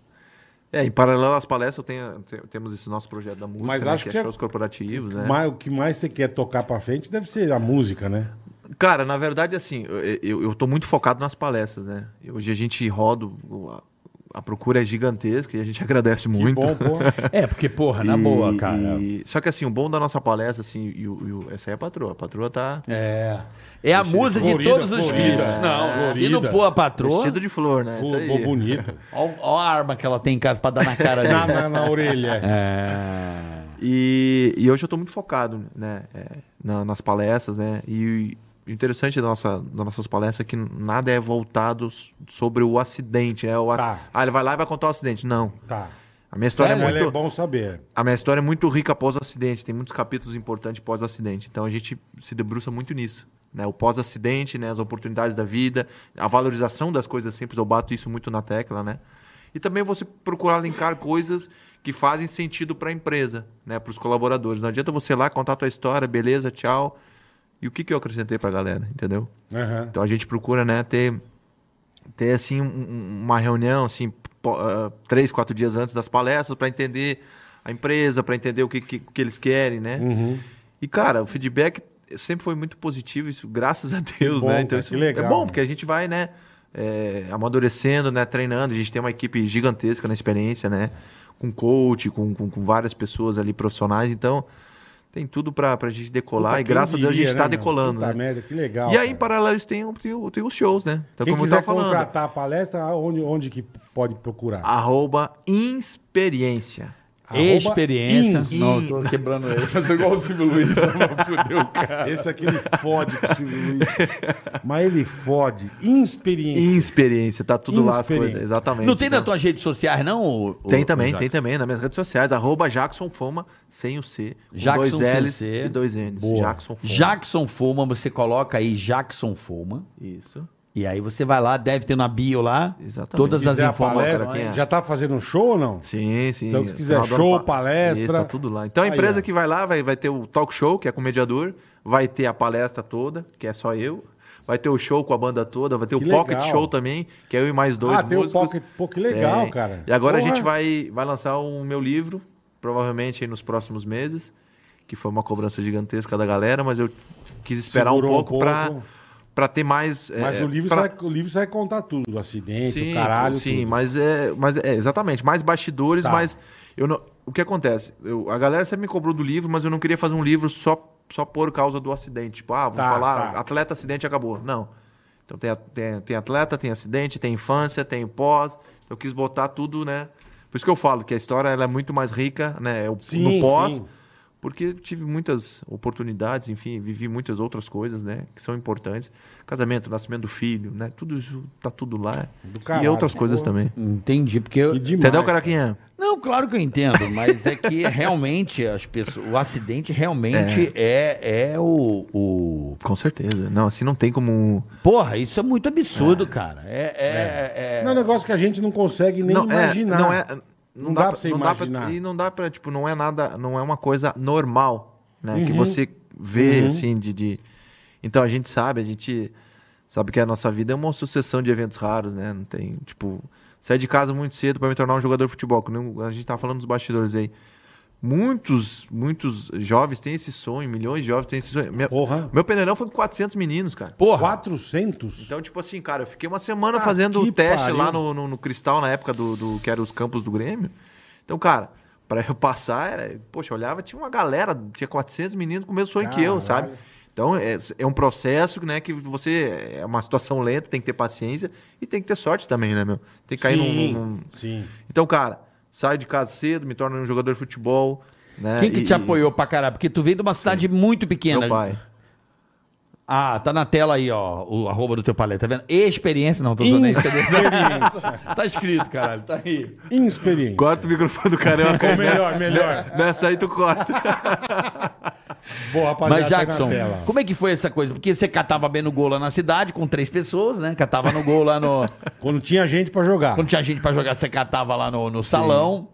Speaker 1: É, em paralelo às palestras, eu tenho- te- temos esse nosso projeto da música,
Speaker 3: Mas
Speaker 1: né,
Speaker 3: acho
Speaker 1: que
Speaker 3: que
Speaker 1: é
Speaker 3: você-
Speaker 1: shows corporativos, né?
Speaker 3: Mas o que mais você quer tocar pra frente deve ser a música, né?
Speaker 1: Cara, na verdade, assim, eu, eu, eu tô muito focado nas palestras, né? Hoje a gente roda, o- a, a procura é gigantesca e a gente agradece
Speaker 3: Que
Speaker 1: muito.
Speaker 3: bom, porra.
Speaker 4: É, porque, porra, na
Speaker 1: E-
Speaker 4: boa, cara.
Speaker 1: e- só que assim, o bom da nossa palestra, assim, e o- e o- essa aí é a patroa. A patroa tá
Speaker 4: É. É a musa de
Speaker 3: Florida,
Speaker 4: todos os
Speaker 3: Florida. É.
Speaker 4: filhos. Não, se
Speaker 3: Florida.
Speaker 4: não pôr a patroa,
Speaker 1: vestida de flor, né?
Speaker 3: Pô,
Speaker 1: Essa aí.
Speaker 3: pô, bonito.
Speaker 4: ó, ó a arma que ela tem em casa pra dar na cara
Speaker 3: Na,
Speaker 4: dele.
Speaker 3: na, na orelha.
Speaker 4: É.
Speaker 1: E, e hoje eu tô muito focado, né? é, na- nas palestras, né? E o interessante da nossa, das nossas palestras é que nada é voltado s- sobre o acidente, né? O ac-
Speaker 3: Tá.
Speaker 1: Ah, ele vai lá e vai contar o acidente. Não.
Speaker 3: Tá.
Speaker 1: A minha história
Speaker 3: Mas
Speaker 1: é
Speaker 3: é
Speaker 1: muito.
Speaker 3: bom saber.
Speaker 1: A minha história é muito rica após o acidente, tem muitos capítulos importantes pós acidente. Então a gente se debruça muito nisso, né? O pós acidente, né, as oportunidades da vida, a valorização das coisas simples, eu bato isso muito na tecla, né? E também você procurar linkar coisas que fazem sentido para a empresa, né, para os colaboradores. Não adianta você ir lá contar a tua história, beleza, tchau. E o que que eu acrescentei para a galera, entendeu?
Speaker 3: Aham.
Speaker 1: Então a gente procura, né, ter, ter assim, um- um- uma reunião, assim, po- ah, três, quatro dias antes das palestras para entender a empresa, para entender o que, que, que eles querem, né?
Speaker 3: Uhum.
Speaker 1: E, cara, o feedback sempre foi muito positivo, isso, graças a Deus,
Speaker 3: bom,
Speaker 1: né?
Speaker 3: cara,
Speaker 1: isso
Speaker 3: que legal.
Speaker 1: é bom, porque a gente vai, né, é, amadurecendo, né, treinando, a gente tem uma equipe gigantesca na experiência, né? Com coach, com, com, com várias pessoas ali profissionais, então tem tudo para a gente decolar
Speaker 3: Puta,
Speaker 1: e graças a
Speaker 3: quem
Speaker 1: Deus a gente
Speaker 3: diria,
Speaker 1: está
Speaker 3: né, meu?
Speaker 1: decolando.
Speaker 3: Puta
Speaker 1: né?
Speaker 3: merda, que legal.
Speaker 1: E aí, em
Speaker 3: cara.
Speaker 1: paralelo, isso tem, tem, tem os shows, né? Então,
Speaker 3: Quem
Speaker 1: como eu tava
Speaker 3: quiser
Speaker 1: falando,
Speaker 3: contratar a palestra, onde, onde que pode procurar?
Speaker 1: arroba experiência.
Speaker 3: Arroba
Speaker 4: Experiência.
Speaker 3: ins.
Speaker 4: Não, eu tô quebrando ele.
Speaker 5: Fazer igual o Silvio Luiz, fudeu, cara.
Speaker 3: Esse aqui ele fode com o Silvio Luiz. Mas ele fode. Inexperiência.
Speaker 1: Experiência, tá tudo lá as
Speaker 3: Inexperiência.
Speaker 1: coisas. Exatamente.
Speaker 4: Não tem
Speaker 1: né?
Speaker 4: nas tuas redes sociais, não? o- o-
Speaker 1: Tem
Speaker 4: o
Speaker 1: também,
Speaker 4: Jackson?
Speaker 1: tem também nas minhas redes sociais. Arroba Jackson Foma, sem o C. Com
Speaker 4: Jackson
Speaker 1: dois
Speaker 4: sem
Speaker 1: L's
Speaker 4: C.
Speaker 1: e dois N's.
Speaker 3: Boa.
Speaker 1: Jackson Foma.
Speaker 4: Jackson Foma, você coloca aí Jackson Foma.
Speaker 1: Isso.
Speaker 4: E aí você vai lá, deve ter na bio lá.
Speaker 1: Exatamente.
Speaker 4: Todas
Speaker 1: Quiser
Speaker 4: as
Speaker 3: Quiser a
Speaker 4: informações.
Speaker 3: palestra,
Speaker 1: cara, quem é?
Speaker 3: já tá fazendo um show ou não?
Speaker 1: Sim, sim.
Speaker 3: Então, se quiser
Speaker 1: Final do ano
Speaker 3: show,
Speaker 1: pa-
Speaker 3: palestra.
Speaker 1: Isso, tá tudo lá. Então, a
Speaker 3: Aí,
Speaker 1: empresa
Speaker 3: ó.
Speaker 1: que vai lá vai, vai ter o talk show, que é com o mediador, vai ter a palestra toda, que é só eu, vai ter o show com a banda toda, vai ter
Speaker 3: Que
Speaker 1: o pocket
Speaker 3: legal.
Speaker 1: show também, que é eu e mais dois
Speaker 3: Ah, tem o
Speaker 1: músicos.
Speaker 3: pocket- pô, que legal,
Speaker 1: Tem.
Speaker 3: cara.
Speaker 1: E agora
Speaker 3: Porra.
Speaker 1: a gente vai, vai lançar o meu livro, provavelmente aí nos próximos meses, que foi uma cobrança gigantesca da galera, mas eu quis esperar
Speaker 3: Segurou um
Speaker 1: um pouco, pra
Speaker 3: pouco.
Speaker 1: para ter mais...
Speaker 3: Mas
Speaker 1: é,
Speaker 3: o, livro
Speaker 1: pra-
Speaker 3: sai, o livro sai contar tudo. O acidente,
Speaker 1: Sim,
Speaker 3: o caralho.
Speaker 1: Sim,
Speaker 3: tudo.
Speaker 1: mas é, mas é exatamente, mais bastidores,
Speaker 3: Tá.
Speaker 1: mas eu não, o que acontece? Eu, a galera sempre me cobrou do livro, mas eu não queria fazer um livro só só por causa do acidente. Tipo, ah, vou
Speaker 3: Tá,
Speaker 1: falar
Speaker 3: tá.
Speaker 1: atleta acidente acabou. Não. Então tem, a- tem, tem atleta, tem acidente, tem infância, tem pós. Eu quis botar tudo, né? Por isso que eu falo que a história ela é muito mais rica, né? Eu-
Speaker 3: Sim,
Speaker 1: no pós,
Speaker 3: sim.
Speaker 1: porque tive muitas oportunidades, enfim, vivi muitas outras coisas, né? Que são importantes. Casamento, nascimento do filho, né? Tudo isso tá tudo lá.
Speaker 3: Do caralho,
Speaker 1: e outras
Speaker 3: pô.
Speaker 1: coisas também.
Speaker 4: Entendi, porque eu,
Speaker 3: Que demais.
Speaker 1: Entendeu, Caraquinha?
Speaker 4: Não, claro que eu entendo, mas é que realmente as pessoas, o acidente realmente é, é, o, o-
Speaker 1: Com certeza. Não, assim não tem como.
Speaker 4: Porra, isso é muito absurdo, cara. É, é, é.
Speaker 3: Não é um negócio que a gente não consegue nem
Speaker 1: não,
Speaker 3: imaginar.
Speaker 1: É, não é.
Speaker 3: Não
Speaker 1: Não,
Speaker 3: dá
Speaker 1: dá,
Speaker 3: pra
Speaker 1: pra
Speaker 3: você
Speaker 1: não dá pra-
Speaker 3: imaginar.
Speaker 1: e não dá pra, tipo, não é nada. Não é uma coisa normal, né?
Speaker 3: Uhum.
Speaker 1: Que você vê, assim, de, de- Então a gente sabe, a gente sabe que a nossa vida é uma sucessão de eventos raros, né? Não tem, tipo. Sair de casa muito cedo pra me tornar um jogador de futebol. que nem- A gente tá falando dos bastidores aí. Muitos, muitos jovens têm esse sonho, milhões de jovens têm esse sonho. Minha-
Speaker 3: Porra.
Speaker 1: Meu peneirão foi com 400 meninos, cara.
Speaker 4: Porra,
Speaker 3: 400?
Speaker 1: Então, tipo assim, cara, eu fiquei uma semana
Speaker 3: Ah,
Speaker 1: fazendo
Speaker 3: que
Speaker 1: o teste
Speaker 3: pariu.
Speaker 1: lá no, no, no Cristal, na época do, do- que era os campos do Grêmio. Então, cara, é, pra eu passar, era, poxa, eu olhava, tinha uma galera, tinha 400 meninos com o mesmo sonho que eu,
Speaker 3: Caralho.
Speaker 1: sabe? Então, é, é um processo né, que você. É uma situação lenta, tem que ter paciência e tem que ter sorte também, né, meu? Tem que cair num-
Speaker 3: Sim,
Speaker 1: num-
Speaker 3: sim.
Speaker 1: Então, cara, saio de casa cedo, me torno um jogador de futebol. Né,
Speaker 4: Quem que
Speaker 1: e-
Speaker 4: te
Speaker 1: e-
Speaker 4: apoiou pra caralho? Porque tu veio de uma cidade muito pequena.
Speaker 3: né?
Speaker 1: Meu pai.
Speaker 4: Ah, tá na tela aí, ó, o arroba do teu paleta, tá vendo? Experiência, não, tô usando
Speaker 3: Inexperiência.
Speaker 4: Tá escrito, caralho, tá aí.
Speaker 3: Inexperiência.
Speaker 1: Corta o microfone do carioca. né?
Speaker 3: Ou melhor, melhor.
Speaker 1: Nessa aí tu corta.
Speaker 3: Boa, rapaziada,
Speaker 4: Mas,
Speaker 3: tá na
Speaker 4: Jackson,
Speaker 3: tela.
Speaker 4: como é que foi essa coisa? Porque você catava bem no gol lá na cidade, com três pessoas, né? Catava no gol lá no...
Speaker 3: Quando tinha gente pra jogar.
Speaker 4: Quando tinha gente pra jogar, você catava lá no, no salão.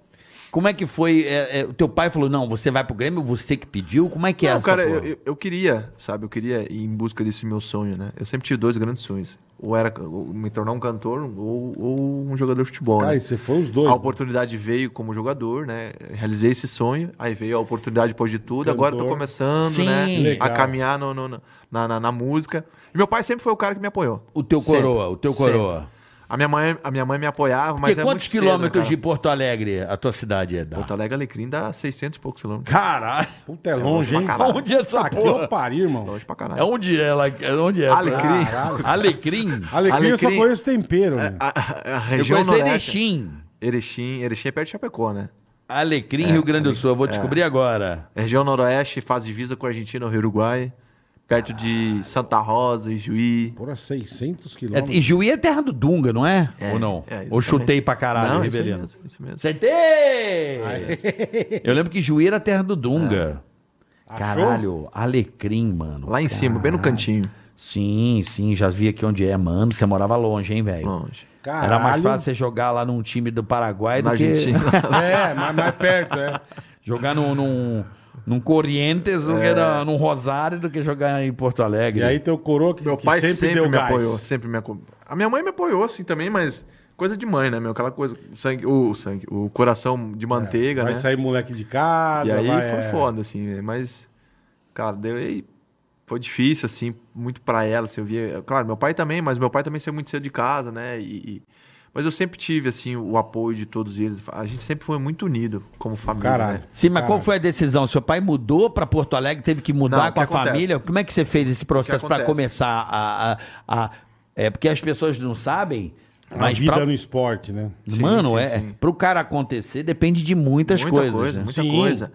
Speaker 4: Como é que foi? É, é, o teu pai falou, não, você vai pro Grêmio, você que pediu? Como é que é
Speaker 1: Não,
Speaker 4: essa
Speaker 1: cara,
Speaker 4: porra?
Speaker 1: eu, eu- eu queria, sabe? Eu queria ir em busca desse meu sonho, né? Eu sempre tive dois grandes sonhos. Ou era ou me tornar um cantor ou, ou um jogador de futebol,
Speaker 3: Cara,
Speaker 1: né?
Speaker 3: e você foi os dois.
Speaker 1: A
Speaker 3: né?
Speaker 1: oportunidade veio como jogador, né? Realizei esse sonho, aí veio a oportunidade depois de tudo. Agora tô
Speaker 3: Cantor.
Speaker 1: começando,
Speaker 4: Sim.
Speaker 1: né?
Speaker 3: Legal.
Speaker 1: A caminhar no- no- no- na, na- na música. E meu pai sempre foi o cara que me apoiou.
Speaker 4: O teu
Speaker 1: Sempre,
Speaker 4: coroa, o teu
Speaker 1: sempre.
Speaker 4: coroa.
Speaker 1: A minha mãe, a minha mãe me apoiava, mas
Speaker 4: Porque
Speaker 1: é
Speaker 4: quantos
Speaker 1: muito cedo,
Speaker 4: quilômetros
Speaker 1: né,
Speaker 4: de Porto Alegre a tua cidade é
Speaker 1: cara?
Speaker 4: dar?
Speaker 1: Porto Alegre Alecrim dá 600 e poucos quilômetros.
Speaker 4: Caralho!
Speaker 3: Puta, é longe,
Speaker 1: pra
Speaker 3: hein?
Speaker 1: caralho. um
Speaker 4: Onde é essa
Speaker 3: Aqui
Speaker 4: porra?
Speaker 3: eu pariu, irmão.
Speaker 1: Longe pra caralho.
Speaker 4: É onde é? Lá, é onde é?
Speaker 1: Alecrim.
Speaker 4: Caralho. Alecrim?
Speaker 3: Alecrim, eu só
Speaker 1: Alecrim. É.
Speaker 3: conheço tempero. né?
Speaker 1: A, a- a
Speaker 4: Eu
Speaker 1: região
Speaker 4: conheci
Speaker 1: noroeste.
Speaker 4: Erechim.
Speaker 1: Erechim, Erechim é perto de Chapecó, né?
Speaker 4: Alecrim, Rio Grande do Sul. Eu vou
Speaker 1: É.
Speaker 4: descobrir agora.
Speaker 1: A região noroeste faz divisa com a Argentina e o Uruguai. Perto de Santa Rosa, Juí.
Speaker 3: Porra, 600
Speaker 4: É,
Speaker 3: quilômetros.
Speaker 4: e Juí é terra do Dunga, não é?
Speaker 1: É,
Speaker 4: Ou não?
Speaker 1: é,
Speaker 4: Ou
Speaker 1: exatamente.
Speaker 4: chutei pra caralho,
Speaker 1: Não, isso aí
Speaker 4: Rivelino?
Speaker 1: mesmo, isso mesmo.
Speaker 4: Acertei! Eu lembro que Juí era terra do Dunga. Caralho, Alecrim, mano.
Speaker 1: Ah. Lá em cima, bem no cantinho.
Speaker 4: Sim, sim, já vi aqui onde é. Mano, você morava longe, hein, velho?
Speaker 1: Longe.
Speaker 3: Caralho.
Speaker 4: Era mais fácil você jogar lá num time do Paraguai
Speaker 1: Na
Speaker 4: do que
Speaker 1: Argentina.
Speaker 3: É, mais, mais perto, é.
Speaker 4: jogar num, num, num Corrientes, do
Speaker 1: É.
Speaker 4: que na- num Rosário, do que jogar em Porto Alegre.
Speaker 3: E aí teu coroa que,
Speaker 1: Meu
Speaker 3: que
Speaker 1: pai
Speaker 3: sempre,
Speaker 1: sempre,
Speaker 3: deu
Speaker 1: me
Speaker 3: gás.
Speaker 1: apoiou, sempre me apoiou. A minha mãe me apoiou, assim, também, mas coisa de mãe, né, meu? Aquela coisa, sangue, o sangue, o coração de manteiga,
Speaker 3: Vai
Speaker 1: né?
Speaker 3: sair moleque de casa.
Speaker 1: e aí
Speaker 3: vai,
Speaker 1: foi
Speaker 3: é.
Speaker 1: foda, assim, né? mas, cara, deu, e foi difícil, assim, muito pra ela, assim, eu via, claro, meu pai também, mas meu pai também saiu muito cedo de casa, né, e, e- mas eu sempre tive, assim, o apoio de todos eles, a gente sempre foi muito unido como família,
Speaker 3: Caralho.
Speaker 1: né?
Speaker 4: Sim, mas qual
Speaker 3: Caralho.
Speaker 4: foi a decisão? Seu pai mudou pra Porto Alegre, teve que mudar
Speaker 1: Não, o
Speaker 4: com a
Speaker 1: que acontece?
Speaker 4: família? Como é que você fez esse processo pra
Speaker 1: acontece?
Speaker 4: começar a, a, a- É porque as pessoas não sabem,
Speaker 3: A
Speaker 4: mas
Speaker 3: vida
Speaker 4: pra...
Speaker 3: no esporte, né?
Speaker 1: Sim,
Speaker 4: Mano,
Speaker 1: sim,
Speaker 4: é,
Speaker 1: sim.
Speaker 4: pro cara acontecer depende de muitas
Speaker 1: muita
Speaker 4: coisas.
Speaker 1: coisa,
Speaker 4: né?
Speaker 1: muita
Speaker 3: Sim.
Speaker 1: coisa.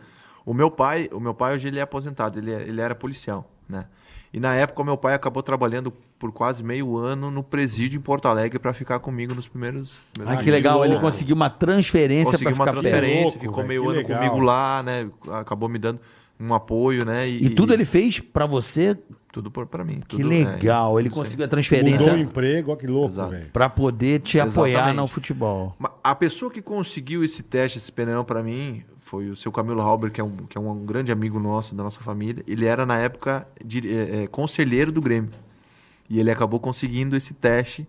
Speaker 1: O meu pai, o meu pai hoje ele é aposentado, ele, é- ele era policial, né? E na época o meu pai acabou trabalhando por quase meio ano no presídio em Porto Alegre pra ficar comigo nos primeiros.
Speaker 4: Ai,
Speaker 1: primeiros
Speaker 4: que
Speaker 1: dias.
Speaker 4: legal, ele
Speaker 3: louco.
Speaker 4: conseguiu uma transferência
Speaker 1: Consegui
Speaker 4: pra
Speaker 1: uma
Speaker 4: ficar
Speaker 1: transferência,
Speaker 3: Louco,
Speaker 1: ficou
Speaker 3: velho,
Speaker 1: meio
Speaker 3: que
Speaker 1: ano
Speaker 3: legal.
Speaker 1: comigo lá, né? Acabou me dando um apoio, né?
Speaker 4: perto. E tudo ele fez pra você?
Speaker 1: tudo por- pra mim.
Speaker 4: Que
Speaker 1: tudo, né?
Speaker 4: legal, ele
Speaker 1: Tudo
Speaker 4: conseguiu
Speaker 3: Mudou
Speaker 4: a
Speaker 3: o
Speaker 4: transferência
Speaker 3: emprego, ó que louco,
Speaker 1: Exato.
Speaker 3: velho.
Speaker 4: pra poder te apoiar
Speaker 1: Exatamente.
Speaker 4: no futebol.
Speaker 1: Ma- A pessoa que conseguiu esse teste, esse pneu pra mim, foi o seu Camilo Halber, que é, um, que é um grande amigo nosso, da nossa família. Ele era, na época, dire- é, é, conselheiro do Grêmio. E ele acabou conseguindo esse teste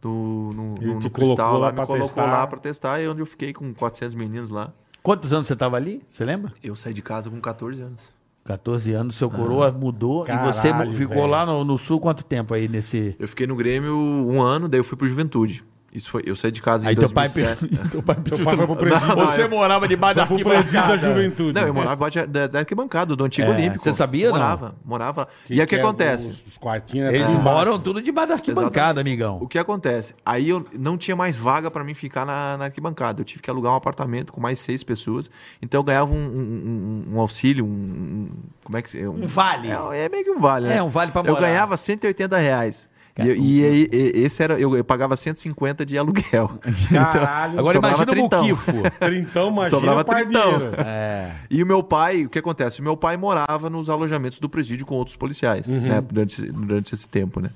Speaker 1: do, no,
Speaker 3: Ele
Speaker 1: no-
Speaker 3: te colocou
Speaker 1: no cristal
Speaker 3: lá
Speaker 1: lá, me
Speaker 3: pra
Speaker 1: colocou
Speaker 3: testar.
Speaker 1: lá pra testar, e onde eu fiquei com 400 meninos lá.
Speaker 4: Quantos anos você tava ali? Você lembra?
Speaker 1: Eu saí de casa com 14 anos.
Speaker 4: 14 anos, seu
Speaker 6: Ah,
Speaker 4: coroa mudou
Speaker 3: Caralho,
Speaker 4: e você mu- ficou
Speaker 3: velho.
Speaker 4: lá no, no sul quanto tempo aí nesse.
Speaker 1: Eu fiquei no Grêmio um ano, daí eu fui pro Juventude. Isso foi, eu saí de casa em
Speaker 4: Aí teu pai, pe-
Speaker 1: 2007.
Speaker 4: teu pai pediu.
Speaker 3: Teu pai foi pro presídio.
Speaker 1: não,
Speaker 4: você
Speaker 1: eu-
Speaker 4: morava debaixo da
Speaker 3: Foi pro presídio da
Speaker 4: arquibancada.
Speaker 3: juventude. né?
Speaker 1: Não, eu morava embaixo da, da arquibancada, do antigo
Speaker 4: né? É,
Speaker 1: Olímpico.
Speaker 4: você sabia, não?
Speaker 1: Morava, morava.
Speaker 3: Que
Speaker 1: e aí o que
Speaker 3: que é
Speaker 1: acontece?
Speaker 3: Os, os quartinhos né?
Speaker 4: Eles
Speaker 3: Ah.
Speaker 4: moram tudo debaixo da arquibancada,
Speaker 1: Exatamente.
Speaker 4: amigão.
Speaker 1: O que acontece? Aí eu não tinha mais vaga pra mim ficar na, na arquibancada. Eu tive que alugar um apartamento com mais seis pessoas. Então eu ganhava um, um- um- um auxílio, um, um- Como é que se. Um,
Speaker 4: vale.
Speaker 1: É, é meio que um vale, né?
Speaker 4: É, um vale pra
Speaker 1: Eu
Speaker 4: morar. um
Speaker 1: ganhava 180 reais. E, eu- e aí, e- esse era. Eu, eu pagava 150 de aluguel.
Speaker 3: Caralho.
Speaker 4: Agora imagina
Speaker 1: Sobrava
Speaker 4: o
Speaker 1: trintão.
Speaker 4: Muquifo.
Speaker 3: Trintão, imagina
Speaker 1: Então, Sobrava
Speaker 3: o par de
Speaker 1: trintão.
Speaker 3: dinheiro.
Speaker 1: E o meu pai, o que acontece? O meu pai morava nos alojamentos do presídio com outros policiais,
Speaker 3: Uhum.
Speaker 1: né? Durante, esse- durante esse tempo, né?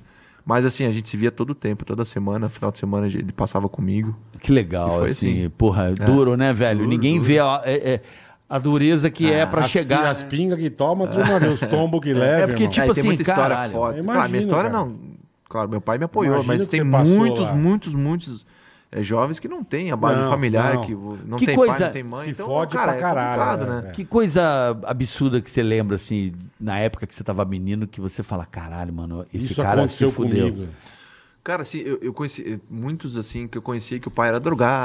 Speaker 1: Mas assim, a gente se via todo o tempo, toda semana, final de semana ele passava comigo.
Speaker 6: Que legal,
Speaker 1: E foi
Speaker 6: assim,
Speaker 1: assim.
Speaker 4: É.
Speaker 6: porra, duro, né, velho?
Speaker 1: Duro,
Speaker 6: Ninguém
Speaker 1: duro.
Speaker 6: vê a, é- é a dureza que
Speaker 4: Ah,
Speaker 6: é pra
Speaker 3: As-
Speaker 6: chegar.
Speaker 3: As
Speaker 1: né?
Speaker 3: pingas que toma, tu não vê os tombos que leva,
Speaker 6: É porque,
Speaker 3: irmão.
Speaker 6: tipo,
Speaker 1: Aí tem
Speaker 6: assim,
Speaker 1: muita história
Speaker 6: caralho.
Speaker 1: foda.
Speaker 3: Eu
Speaker 1: claro,
Speaker 3: imagino,
Speaker 1: minha história
Speaker 3: cara.
Speaker 1: não. Claro, meu pai me apoiou,
Speaker 3: Imagino
Speaker 1: mas
Speaker 3: que
Speaker 1: tem
Speaker 3: você passou
Speaker 1: muitos,
Speaker 3: lá.
Speaker 1: muitos, muitos é, jovens que não têm a base
Speaker 3: Não,
Speaker 1: familiar,
Speaker 3: não.
Speaker 1: que não
Speaker 6: Que
Speaker 1: tem pai,
Speaker 6: coisa-
Speaker 1: não tem mãe.
Speaker 3: se fode
Speaker 1: cara,
Speaker 3: pra
Speaker 1: é
Speaker 3: caralho,
Speaker 1: complicado,
Speaker 3: né,
Speaker 1: né?
Speaker 6: Que coisa absurda que você lembra, assim, na época que você tava menino, que você fala, caralho, mano, esse
Speaker 3: Isso
Speaker 6: cara se
Speaker 3: aconteceu
Speaker 6: fudeu.
Speaker 3: comigo.
Speaker 1: Cara, assim, eu, eu conheci eh, muitos, assim, que eu conheci que o pai era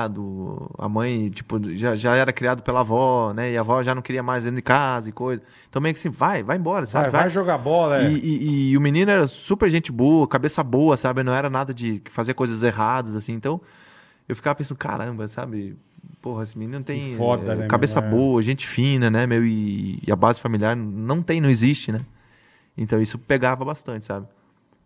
Speaker 1: drogado, a mãe, tipo, já, já era criado pela avó, né? E a avó já não queria mais dentro de casa e coisa. Então meio que assim, vai, vai embora, sabe?
Speaker 3: Vai, vai jogar bola, é.
Speaker 1: tá. E, e- e o menino era super gente boa, cabeça boa, sabe? Não era nada de fazer coisas erradas, assim. Então, eu ficava pensando, caramba, sabe? Porra, esse menino tem
Speaker 3: Que foda,
Speaker 1: eh,
Speaker 3: né,
Speaker 1: cabeça
Speaker 3: meu? É.
Speaker 1: boa, gente fina, né, meu? E, e a base familiar não tem, não existe, né? Então, isso pegava bastante, sabe?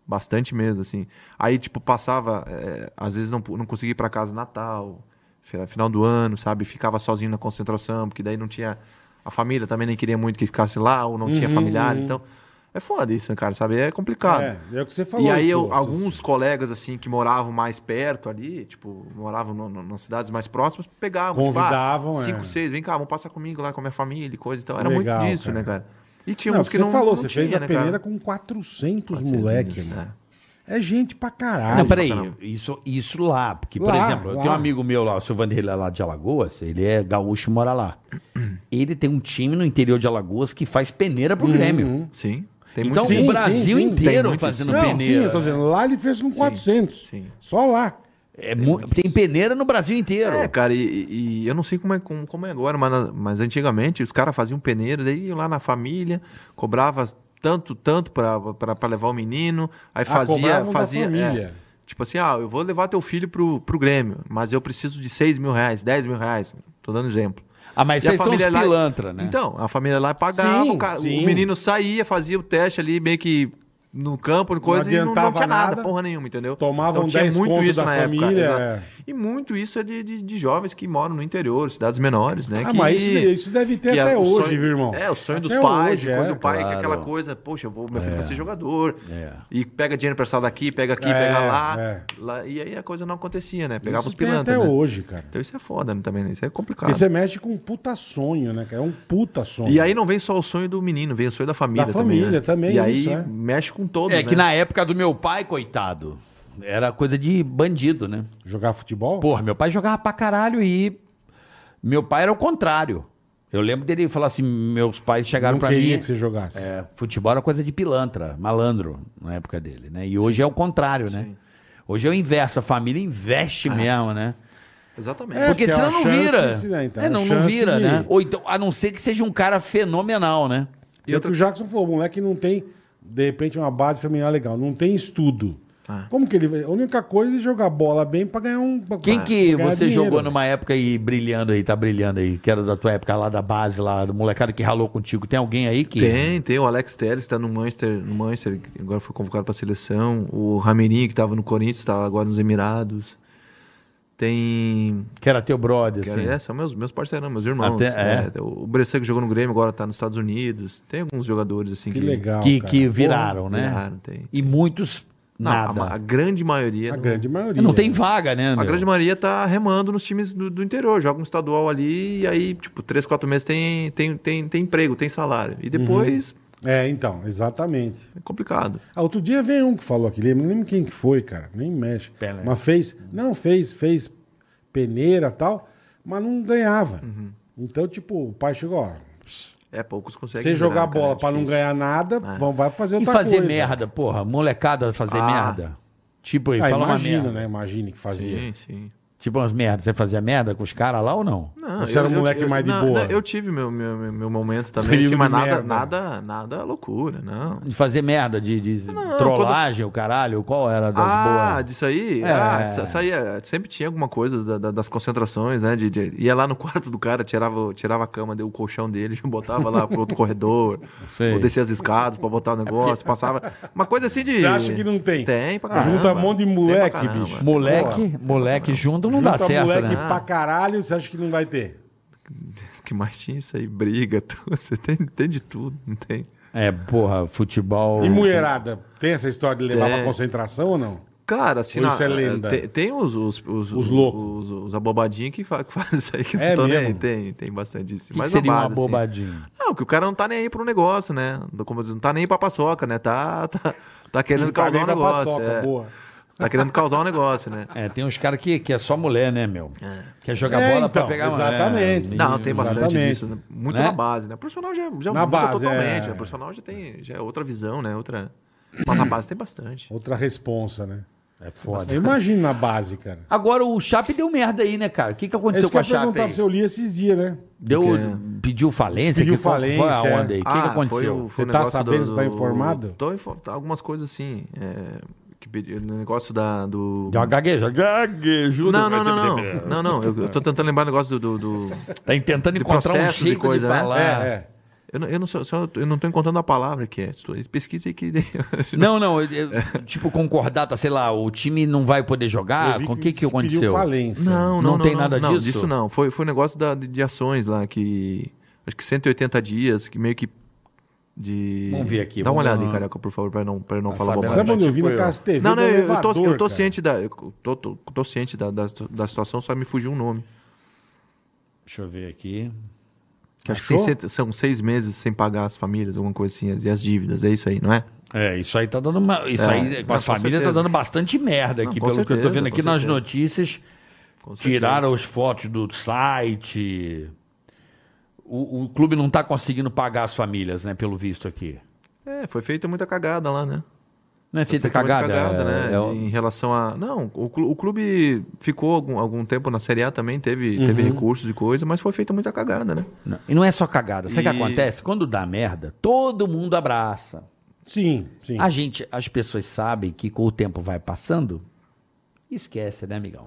Speaker 1: Bastante mesmo, assim. Aí, tipo, passava... eh, às vezes não, pu- não conseguia ir pra casa Natal, fina- final do ano, sabe? Ficava sozinho na concentração, porque daí não tinha... A família também nem queria muito que ficasse lá, ou não
Speaker 3: Uhum,
Speaker 1: tinha familiares, então... É foda isso, né, cara, sabe? É complicado.
Speaker 3: É, é o que você falou,
Speaker 1: E aí, eu-
Speaker 3: pô,
Speaker 1: alguns
Speaker 3: você-
Speaker 1: colegas, assim, que moravam mais perto ali, tipo, moravam no- no- nas cidades mais próximas, pegavam.
Speaker 3: Convidavam,
Speaker 1: tipo, ah,
Speaker 3: é.
Speaker 1: Cinco, seis, vem cá, vamos passar comigo lá com a minha família e coisa. Então, era
Speaker 3: Legal,
Speaker 1: muito disso,
Speaker 3: cara.
Speaker 1: né, cara? E tinha
Speaker 3: Não,
Speaker 1: uns
Speaker 3: que
Speaker 1: que
Speaker 3: você
Speaker 1: não
Speaker 3: falou,
Speaker 1: não
Speaker 3: você
Speaker 1: tinha,
Speaker 3: fez a
Speaker 1: né, cara?
Speaker 3: peneira com 400
Speaker 1: Vocês
Speaker 3: moleque,
Speaker 1: meninos,
Speaker 3: mano.
Speaker 1: né?
Speaker 3: É gente pra caralho.
Speaker 4: Não, peraí,
Speaker 1: caramba.
Speaker 4: isso, isso lá, porque, por
Speaker 3: Lá,
Speaker 4: exemplo, eu
Speaker 3: lá.
Speaker 4: tenho um amigo meu lá, o seu Vanderlei lá de Alagoas, ele é gaúcho e mora lá. Ele tem um time no interior de Alagoas que faz peneira
Speaker 3: Uhum.
Speaker 4: pro
Speaker 1: é
Speaker 4: Grêmio.
Speaker 1: Sim. Tem
Speaker 4: Então
Speaker 1: muito
Speaker 4: o
Speaker 3: sim,
Speaker 4: Brasil
Speaker 3: sim, sim.
Speaker 1: Tem
Speaker 4: inteiro
Speaker 1: muito
Speaker 4: fazendo
Speaker 1: isso.
Speaker 3: Não, sim,
Speaker 4: peneira. né?
Speaker 3: eu tô dizendo, lá ele fez com 400.
Speaker 1: né? sim.
Speaker 3: Só lá.
Speaker 4: É mu- tem, peneira no Brasil inteiro.
Speaker 1: É, cara, e, e- e eu não sei como é, como, como é agora, mas, na- mas antigamente os caras faziam peneira, daí iam lá na família, cobrava tanto, tanto pra, pra, pra levar o menino, aí fazia.
Speaker 3: Ah, cobravam da
Speaker 1: fazia
Speaker 3: família.
Speaker 1: é, tipo assim, ah, eu vou levar teu filho pro, pro Grêmio, mas eu preciso de 6 mil reais, 10 mil reais. Tô dando exemplo.
Speaker 4: Ah, mas
Speaker 1: E a
Speaker 4: vocês são uns
Speaker 3: é
Speaker 1: família lá-
Speaker 4: pilantra, né?
Speaker 1: Então, a família lá pagava,
Speaker 3: Sim,
Speaker 1: o, cara- o
Speaker 3: sim.
Speaker 1: menino saía, fazia o teste ali, meio que no campo, coisa, e não, não
Speaker 3: adiantava
Speaker 1: tinha nada,
Speaker 3: nada.
Speaker 1: porra nenhuma, entendeu? Então,
Speaker 3: Tomavam 10 conto da família.
Speaker 1: exato. E muito isso é de, de, de jovens que moram no interior, cidades menores, né?
Speaker 3: Ah,
Speaker 1: que,
Speaker 3: mas isso- isso deve ter
Speaker 1: que
Speaker 3: até
Speaker 1: o
Speaker 3: hoje,
Speaker 1: sonho-
Speaker 3: viu, irmão?
Speaker 1: É, o sonho dos
Speaker 3: Até
Speaker 1: pais,
Speaker 3: hoje,
Speaker 1: e coisa,
Speaker 3: é,
Speaker 1: o pai que é
Speaker 4: claro.
Speaker 1: aquela coisa, poxa, eu vou, meu filho vai ser jogador, e pega dinheiro emprestado aqui, pega aqui,
Speaker 3: É,
Speaker 1: pega lá,
Speaker 3: é.
Speaker 1: lá, e aí a coisa não acontecia, né? Pegava
Speaker 3: Isso
Speaker 1: os
Speaker 3: tem
Speaker 1: pilantras,
Speaker 3: até
Speaker 1: né?
Speaker 3: hoje, cara.
Speaker 1: Então isso é foda né, também, né? Isso é complicado.
Speaker 3: Porque você mexe com um puta sonho, né, cara? É um puta sonho.
Speaker 1: E aí não vem só o sonho do menino, vem o sonho da família
Speaker 3: Da
Speaker 1: também.
Speaker 3: família
Speaker 1: né?
Speaker 3: também,
Speaker 1: E aí
Speaker 3: isso, é.
Speaker 1: mexe com todos,
Speaker 4: É que
Speaker 1: né?
Speaker 4: na época do meu pai, coitado, era coisa de bandido, né?
Speaker 3: Jogar futebol?
Speaker 4: Porra, meu pai jogava pra caralho e meu pai era o contrário. Eu lembro dele falar assim, meus pais chegaram
Speaker 3: não
Speaker 4: pra
Speaker 3: queria
Speaker 4: mim...
Speaker 3: que você jogasse.
Speaker 4: É, futebol era coisa de pilantra, malandro, na época dele, né? E hoje é o contrário, né? Hoje é o inverso, a família investe mesmo, né?
Speaker 1: Exatamente.
Speaker 3: Ah. É,
Speaker 1: Porque
Speaker 4: Porque
Speaker 3: porque é
Speaker 4: senão
Speaker 3: uma chance,
Speaker 4: não vira.
Speaker 3: se- né, então,
Speaker 4: é,
Speaker 3: é
Speaker 4: não,
Speaker 3: uma
Speaker 4: não
Speaker 3: chance
Speaker 4: vira,
Speaker 3: de-
Speaker 4: né? Ou então, a não ser que seja um cara fenomenal, né?
Speaker 3: E o que o Jackson falou, o moleque não tem, de repente, uma base familiar legal, não tem estudo.
Speaker 4: Ah.
Speaker 3: Como que ele vai? A única coisa é jogar bola bem pra ganhar um. pra-
Speaker 4: Quem
Speaker 3: pra
Speaker 4: que
Speaker 3: ganhar
Speaker 4: você
Speaker 3: dinheiro. né?
Speaker 4: jogou numa época aí brilhando aí, tá brilhando aí, que era da tua época lá da base, lá do molecada que ralou contigo? Tem alguém aí que.
Speaker 1: tem, tem o Alex Telles que tá no Manchester, no Manchester, que agora foi convocado pra seleção. O Ramirinho, que tava no Corinthians, tá agora nos Emirados. Tem.
Speaker 4: Que era teu brother,
Speaker 1: que
Speaker 4: assim.
Speaker 1: é, são meus, meus parceirão, meus irmãos.
Speaker 4: Até- é.
Speaker 1: né? O Bressan que jogou no Grêmio agora tá nos Estados Unidos. Tem alguns jogadores assim
Speaker 3: Que legal.
Speaker 4: que,
Speaker 3: cara.
Speaker 4: que viraram, né?
Speaker 1: viraram, tem.
Speaker 4: E muitos
Speaker 1: Não,
Speaker 4: nada.
Speaker 1: a ma- A, grande maioria.
Speaker 3: A
Speaker 1: não-
Speaker 3: grande maioria.
Speaker 4: Não tem vaga, né?
Speaker 1: A
Speaker 4: meu?
Speaker 1: grande maioria tá remando nos times do, do interior, joga um estadual ali e aí, tipo, três, quatro meses tem, tem, tem, tem emprego, tem salário. E depois
Speaker 3: É, então, exatamente.
Speaker 1: é complicado.
Speaker 3: Ah, outro dia veio um que falou aqui, lembra- não lembro quem que foi, cara, nem mexe. Mas fez, não, fez, fez peneira e tal, mas não ganhava.
Speaker 4: Uhum.
Speaker 3: Então, tipo, o pai chegou, ó,
Speaker 1: É, poucos conseguem.
Speaker 3: você
Speaker 1: virar,
Speaker 3: jogar
Speaker 1: cara,
Speaker 3: bola
Speaker 1: é
Speaker 3: pra não
Speaker 1: difícil.
Speaker 3: ganhar nada, vão, vai fazer
Speaker 4: Ah. E
Speaker 3: outra
Speaker 4: fazer
Speaker 3: coisa.
Speaker 4: merda, porra. Molecada fazer
Speaker 1: Ah.
Speaker 4: merda. Tipo, aí,
Speaker 3: Ah,
Speaker 4: fala uma
Speaker 3: imagina,
Speaker 4: merda.
Speaker 3: né? Imagina que fazia.
Speaker 1: Sim, sim.
Speaker 4: Tipo umas merdas. Você fazia merda com os caras lá ou não?
Speaker 1: Não,
Speaker 3: Você era um moleque mais de boa.
Speaker 1: eu tive meu, meu, meu- meu momento também,
Speaker 3: Período
Speaker 1: assim, mas
Speaker 3: de
Speaker 1: nada,
Speaker 3: merda.
Speaker 1: nada, nada loucura, não.
Speaker 4: De fazer merda, de, de trollagem, o caralho. Qual era das
Speaker 1: ah,
Speaker 4: boas?
Speaker 1: disso aí?
Speaker 4: É.
Speaker 1: Ah, isso- isso aí é- sempre tinha alguma coisa da- da- das concentrações, né? De, de- ia lá no quarto do cara, tirava, o- tirava a cama, deu o colchão dele, botava lá pro outro corredor,
Speaker 4: Sei.
Speaker 1: ou descia as escadas pra botar o negócio, passava. Uma coisa assim de.
Speaker 3: É Você acha que não tem?
Speaker 1: Tem, pra
Speaker 3: Ah,
Speaker 1: caramba.
Speaker 3: junta um monte de
Speaker 1: Tem pra
Speaker 3: moleque,
Speaker 1: caramba.
Speaker 3: bicho.
Speaker 4: Moleque, moleque junto não dá
Speaker 3: Junta
Speaker 4: certo,
Speaker 3: moleque
Speaker 4: né?
Speaker 3: pra caralho, você acha que não vai ter?
Speaker 1: O que mais tinha isso aí? Briga, tudo. Você tem, tem de tudo, não tem?
Speaker 4: É, porra, futebol...
Speaker 3: E mulherada, tem essa história de levar
Speaker 1: Tem.
Speaker 3: pra concentração ou não?
Speaker 1: Cara, assim,
Speaker 3: Ou
Speaker 1: na-
Speaker 3: isso é lenda?
Speaker 1: Tem, tem os, os, os,
Speaker 3: Os loucos.
Speaker 1: Os, os abobadinhos que fa- que fazem isso aí que
Speaker 3: É
Speaker 1: não tão nem aí.
Speaker 3: mesmo?
Speaker 1: Tem, tem bastante isso.
Speaker 4: que que
Speaker 1: Mas
Speaker 4: seria uma
Speaker 1: bobada, assim.
Speaker 4: bobadinha?
Speaker 1: Não, que o cara não tá nem aí pro negócio, né? Como diz, não tá nem aí pra paçoca, né? Tá, tá, tá querendo
Speaker 3: Não tá
Speaker 1: causar
Speaker 3: nem
Speaker 1: um
Speaker 3: pra
Speaker 1: negócio.
Speaker 3: paçoca,
Speaker 1: é.
Speaker 3: boa.
Speaker 1: Tá querendo causar um negócio, né?
Speaker 4: É, tem uns caras que, que é só mulher, né, meu? Quer jogar
Speaker 3: É,
Speaker 4: bola pra
Speaker 3: então,
Speaker 4: pegar É,
Speaker 3: exatamente.
Speaker 4: mulher.
Speaker 1: Não, tem bastante
Speaker 3: Exatamente.
Speaker 1: disso. né? Muito
Speaker 4: Né?
Speaker 1: na base, né? O profissional já, já
Speaker 3: Na
Speaker 1: muda
Speaker 3: base,
Speaker 1: totalmente.
Speaker 3: é.
Speaker 1: né? O profissional já tem já é outra visão, né? Outra... Mas a base tem bastante.
Speaker 3: Outra responsa, né? É foda. Imagina na base, cara.
Speaker 6: Agora o Chape deu merda aí, né, cara? O que, que
Speaker 3: É isso
Speaker 6: aconteceu
Speaker 3: que
Speaker 6: com a
Speaker 3: eu ia
Speaker 6: Chape?
Speaker 3: perguntar
Speaker 6: aí?
Speaker 3: pra você, eu li esses dias, né?
Speaker 6: Deu,
Speaker 1: Porque-
Speaker 6: Pediu falência?
Speaker 3: Pediu
Speaker 6: que foi- Qual
Speaker 3: falência,
Speaker 6: foi
Speaker 3: é.
Speaker 6: a onda aí? O que,
Speaker 1: Ah,
Speaker 6: que aconteceu?
Speaker 1: foi o- foi
Speaker 3: Você
Speaker 1: o
Speaker 3: tá
Speaker 1: negócio
Speaker 3: sabendo?
Speaker 1: do-
Speaker 3: Você tá
Speaker 1: do-
Speaker 3: informado?
Speaker 1: Tô info- algumas coisas assim. É, que pedi- o negócio da, do.
Speaker 4: Já gagueja, gaguejo.
Speaker 1: Não,
Speaker 3: né?
Speaker 1: não, não, não. Não, não. Eu, eu tô tentando lembrar o negócio do. do, do-
Speaker 4: Tá tentando
Speaker 1: De
Speaker 4: encontrar um
Speaker 1: processo, de
Speaker 4: jeito de,
Speaker 1: coisa, né?
Speaker 4: falar.
Speaker 3: É, é.
Speaker 1: Eu, não- eu não sou, só- eu não tô encontrando a palavra que é. Estou- Pesquisa aí que.
Speaker 4: Não, não, eu- eu- tipo concordata, sei lá, o time não vai poder jogar,
Speaker 3: Eu vi
Speaker 4: Ah, com o que que
Speaker 3: pediu
Speaker 4: aconteceu?
Speaker 3: falência.
Speaker 1: Não, não,
Speaker 4: Não
Speaker 1: não.
Speaker 4: tem nada
Speaker 1: não,
Speaker 4: disso?
Speaker 1: Isso não. Foi, foi um negócio da, de, de ações lá que. Acho que 180 dias, que meio que. De...
Speaker 4: Vamos ver aqui,
Speaker 1: Dá uma
Speaker 4: vamos
Speaker 1: olhada
Speaker 4: lá.
Speaker 1: aí, Carioca, por favor, pra não, pra não falar
Speaker 4: sabendo.
Speaker 1: bobagem.
Speaker 3: Sabe onde eu vi
Speaker 5: Tipo
Speaker 3: na
Speaker 5: eu.
Speaker 3: Casa TV?
Speaker 1: Não,
Speaker 3: do
Speaker 1: não, eu, eu tô,
Speaker 3: elevador,
Speaker 1: eu tô
Speaker 3: cara.
Speaker 1: ciente da. Eu tô, tô- tô ciente da, da, da situação, só me fugiu um nome.
Speaker 4: Deixa eu ver aqui.
Speaker 1: Que acho que tem cento- são seis meses sem pagar as famílias, alguma coisa assim, as- e as dívidas, é isso aí, não é?
Speaker 4: É, isso aí tá dando uma. Isso
Speaker 1: É,
Speaker 4: aí, com a
Speaker 1: mas com
Speaker 4: família tá
Speaker 1: certeza.
Speaker 4: dando bastante merda
Speaker 1: Não,
Speaker 4: aqui,
Speaker 1: com
Speaker 4: pelo que eu tô
Speaker 1: certeza,
Speaker 4: vendo
Speaker 1: com
Speaker 4: aqui nas
Speaker 1: certeza.
Speaker 4: notícias.
Speaker 1: Com certeza.
Speaker 4: Tiraram as fotos do site. O, o clube não tá conseguindo pagar as famílias, né? Pelo visto aqui.
Speaker 1: É, foi feita muita cagada lá, né?
Speaker 4: Não é
Speaker 1: Foi
Speaker 4: feita
Speaker 1: feita muita
Speaker 4: cagada.
Speaker 1: né?
Speaker 4: é- é o-
Speaker 1: Em relação a. Não, o clu- o clube ficou algum, algum tempo na Série A também, teve, teve
Speaker 4: Uhum.
Speaker 1: recursos e coisa, mas foi feita muita cagada, né?
Speaker 4: não, e não é só cagada. Sabe o que
Speaker 1: E-
Speaker 4: acontece? Quando dá merda, todo mundo abraça.
Speaker 3: Sim, sim.
Speaker 4: A gente, as pessoas sabem que com o tempo vai passando, esquece, né, amigão?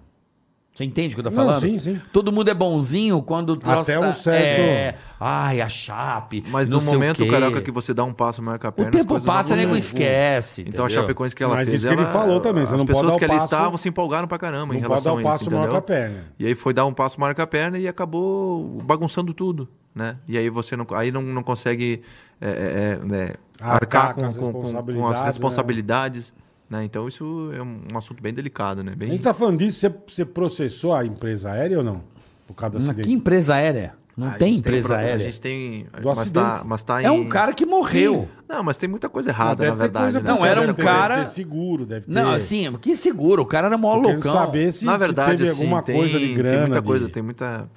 Speaker 4: Você entende o que eu
Speaker 3: Não,
Speaker 4: tô falando?
Speaker 3: sim, sim.
Speaker 4: Todo mundo é bonzinho quando o troço
Speaker 3: Até um certo-
Speaker 4: É, ai, a chape.
Speaker 1: Mas
Speaker 4: não
Speaker 1: no
Speaker 4: sei o
Speaker 1: momento,
Speaker 4: quê.
Speaker 1: Carioca, que você dá um passo, marca a
Speaker 4: O
Speaker 1: perna, as
Speaker 4: tempo
Speaker 1: coisas não
Speaker 4: passa, nego
Speaker 1: mudam.
Speaker 4: esquece.
Speaker 1: Então a
Speaker 4: entendeu?
Speaker 1: Chapecoense que ela
Speaker 3: Mas
Speaker 1: fez.
Speaker 3: isso que ele
Speaker 1: ela-
Speaker 3: falou também, você
Speaker 1: As
Speaker 3: não pode
Speaker 1: pessoas
Speaker 3: dar o
Speaker 1: que ali
Speaker 3: passo-
Speaker 1: estavam se empolgaram pra caramba em
Speaker 3: Não pode
Speaker 1: relação
Speaker 3: dar o
Speaker 1: a
Speaker 3: passo
Speaker 1: isso,
Speaker 3: maior
Speaker 1: entendeu?
Speaker 3: que a perna.
Speaker 1: E aí foi dar um passo maior que a perna e acabou bagunçando tudo, né? E aí você não, aí não, não consegue é, é, é, né,
Speaker 3: Arcar
Speaker 1: arcar
Speaker 3: com
Speaker 1: com,
Speaker 3: as
Speaker 1: com- com- com
Speaker 3: responsabilidades, né?
Speaker 1: as responsabilidades, né? Então isso é um um assunto bem delicado, né?
Speaker 3: A
Speaker 1: Bem...
Speaker 3: gente tá falando disso, você, você processou a empresa aérea ou não? Por causa do
Speaker 4: Mas que
Speaker 3: acidente?
Speaker 4: empresa aérea? Não
Speaker 1: Ah, a
Speaker 4: tem
Speaker 1: gente
Speaker 4: empresa é, né?
Speaker 1: problema,
Speaker 4: aérea.
Speaker 1: A gente tem...
Speaker 3: Do
Speaker 1: mas tá,
Speaker 3: acidente.
Speaker 1: mas tá em...
Speaker 4: É um cara que morreu.
Speaker 1: Não, mas tem muita coisa
Speaker 3: Ah,
Speaker 1: errada,
Speaker 3: deve
Speaker 1: na
Speaker 3: ter
Speaker 1: verdade.
Speaker 3: coisa
Speaker 1: né?
Speaker 3: por
Speaker 4: Não, era
Speaker 3: trás,
Speaker 4: um
Speaker 3: deve ter-
Speaker 4: cara-
Speaker 3: Deve ter seguro, deve ter...
Speaker 4: Não, assim, que seguro. O cara era mó
Speaker 3: Tô querendo
Speaker 4: loucão.
Speaker 3: saber se,
Speaker 1: Na
Speaker 3: se
Speaker 1: verdade,
Speaker 3: teve
Speaker 1: assim,
Speaker 3: alguma
Speaker 1: tem,
Speaker 3: coisa de grana.
Speaker 1: Tem muita
Speaker 3: de-
Speaker 1: coisa, tem muita.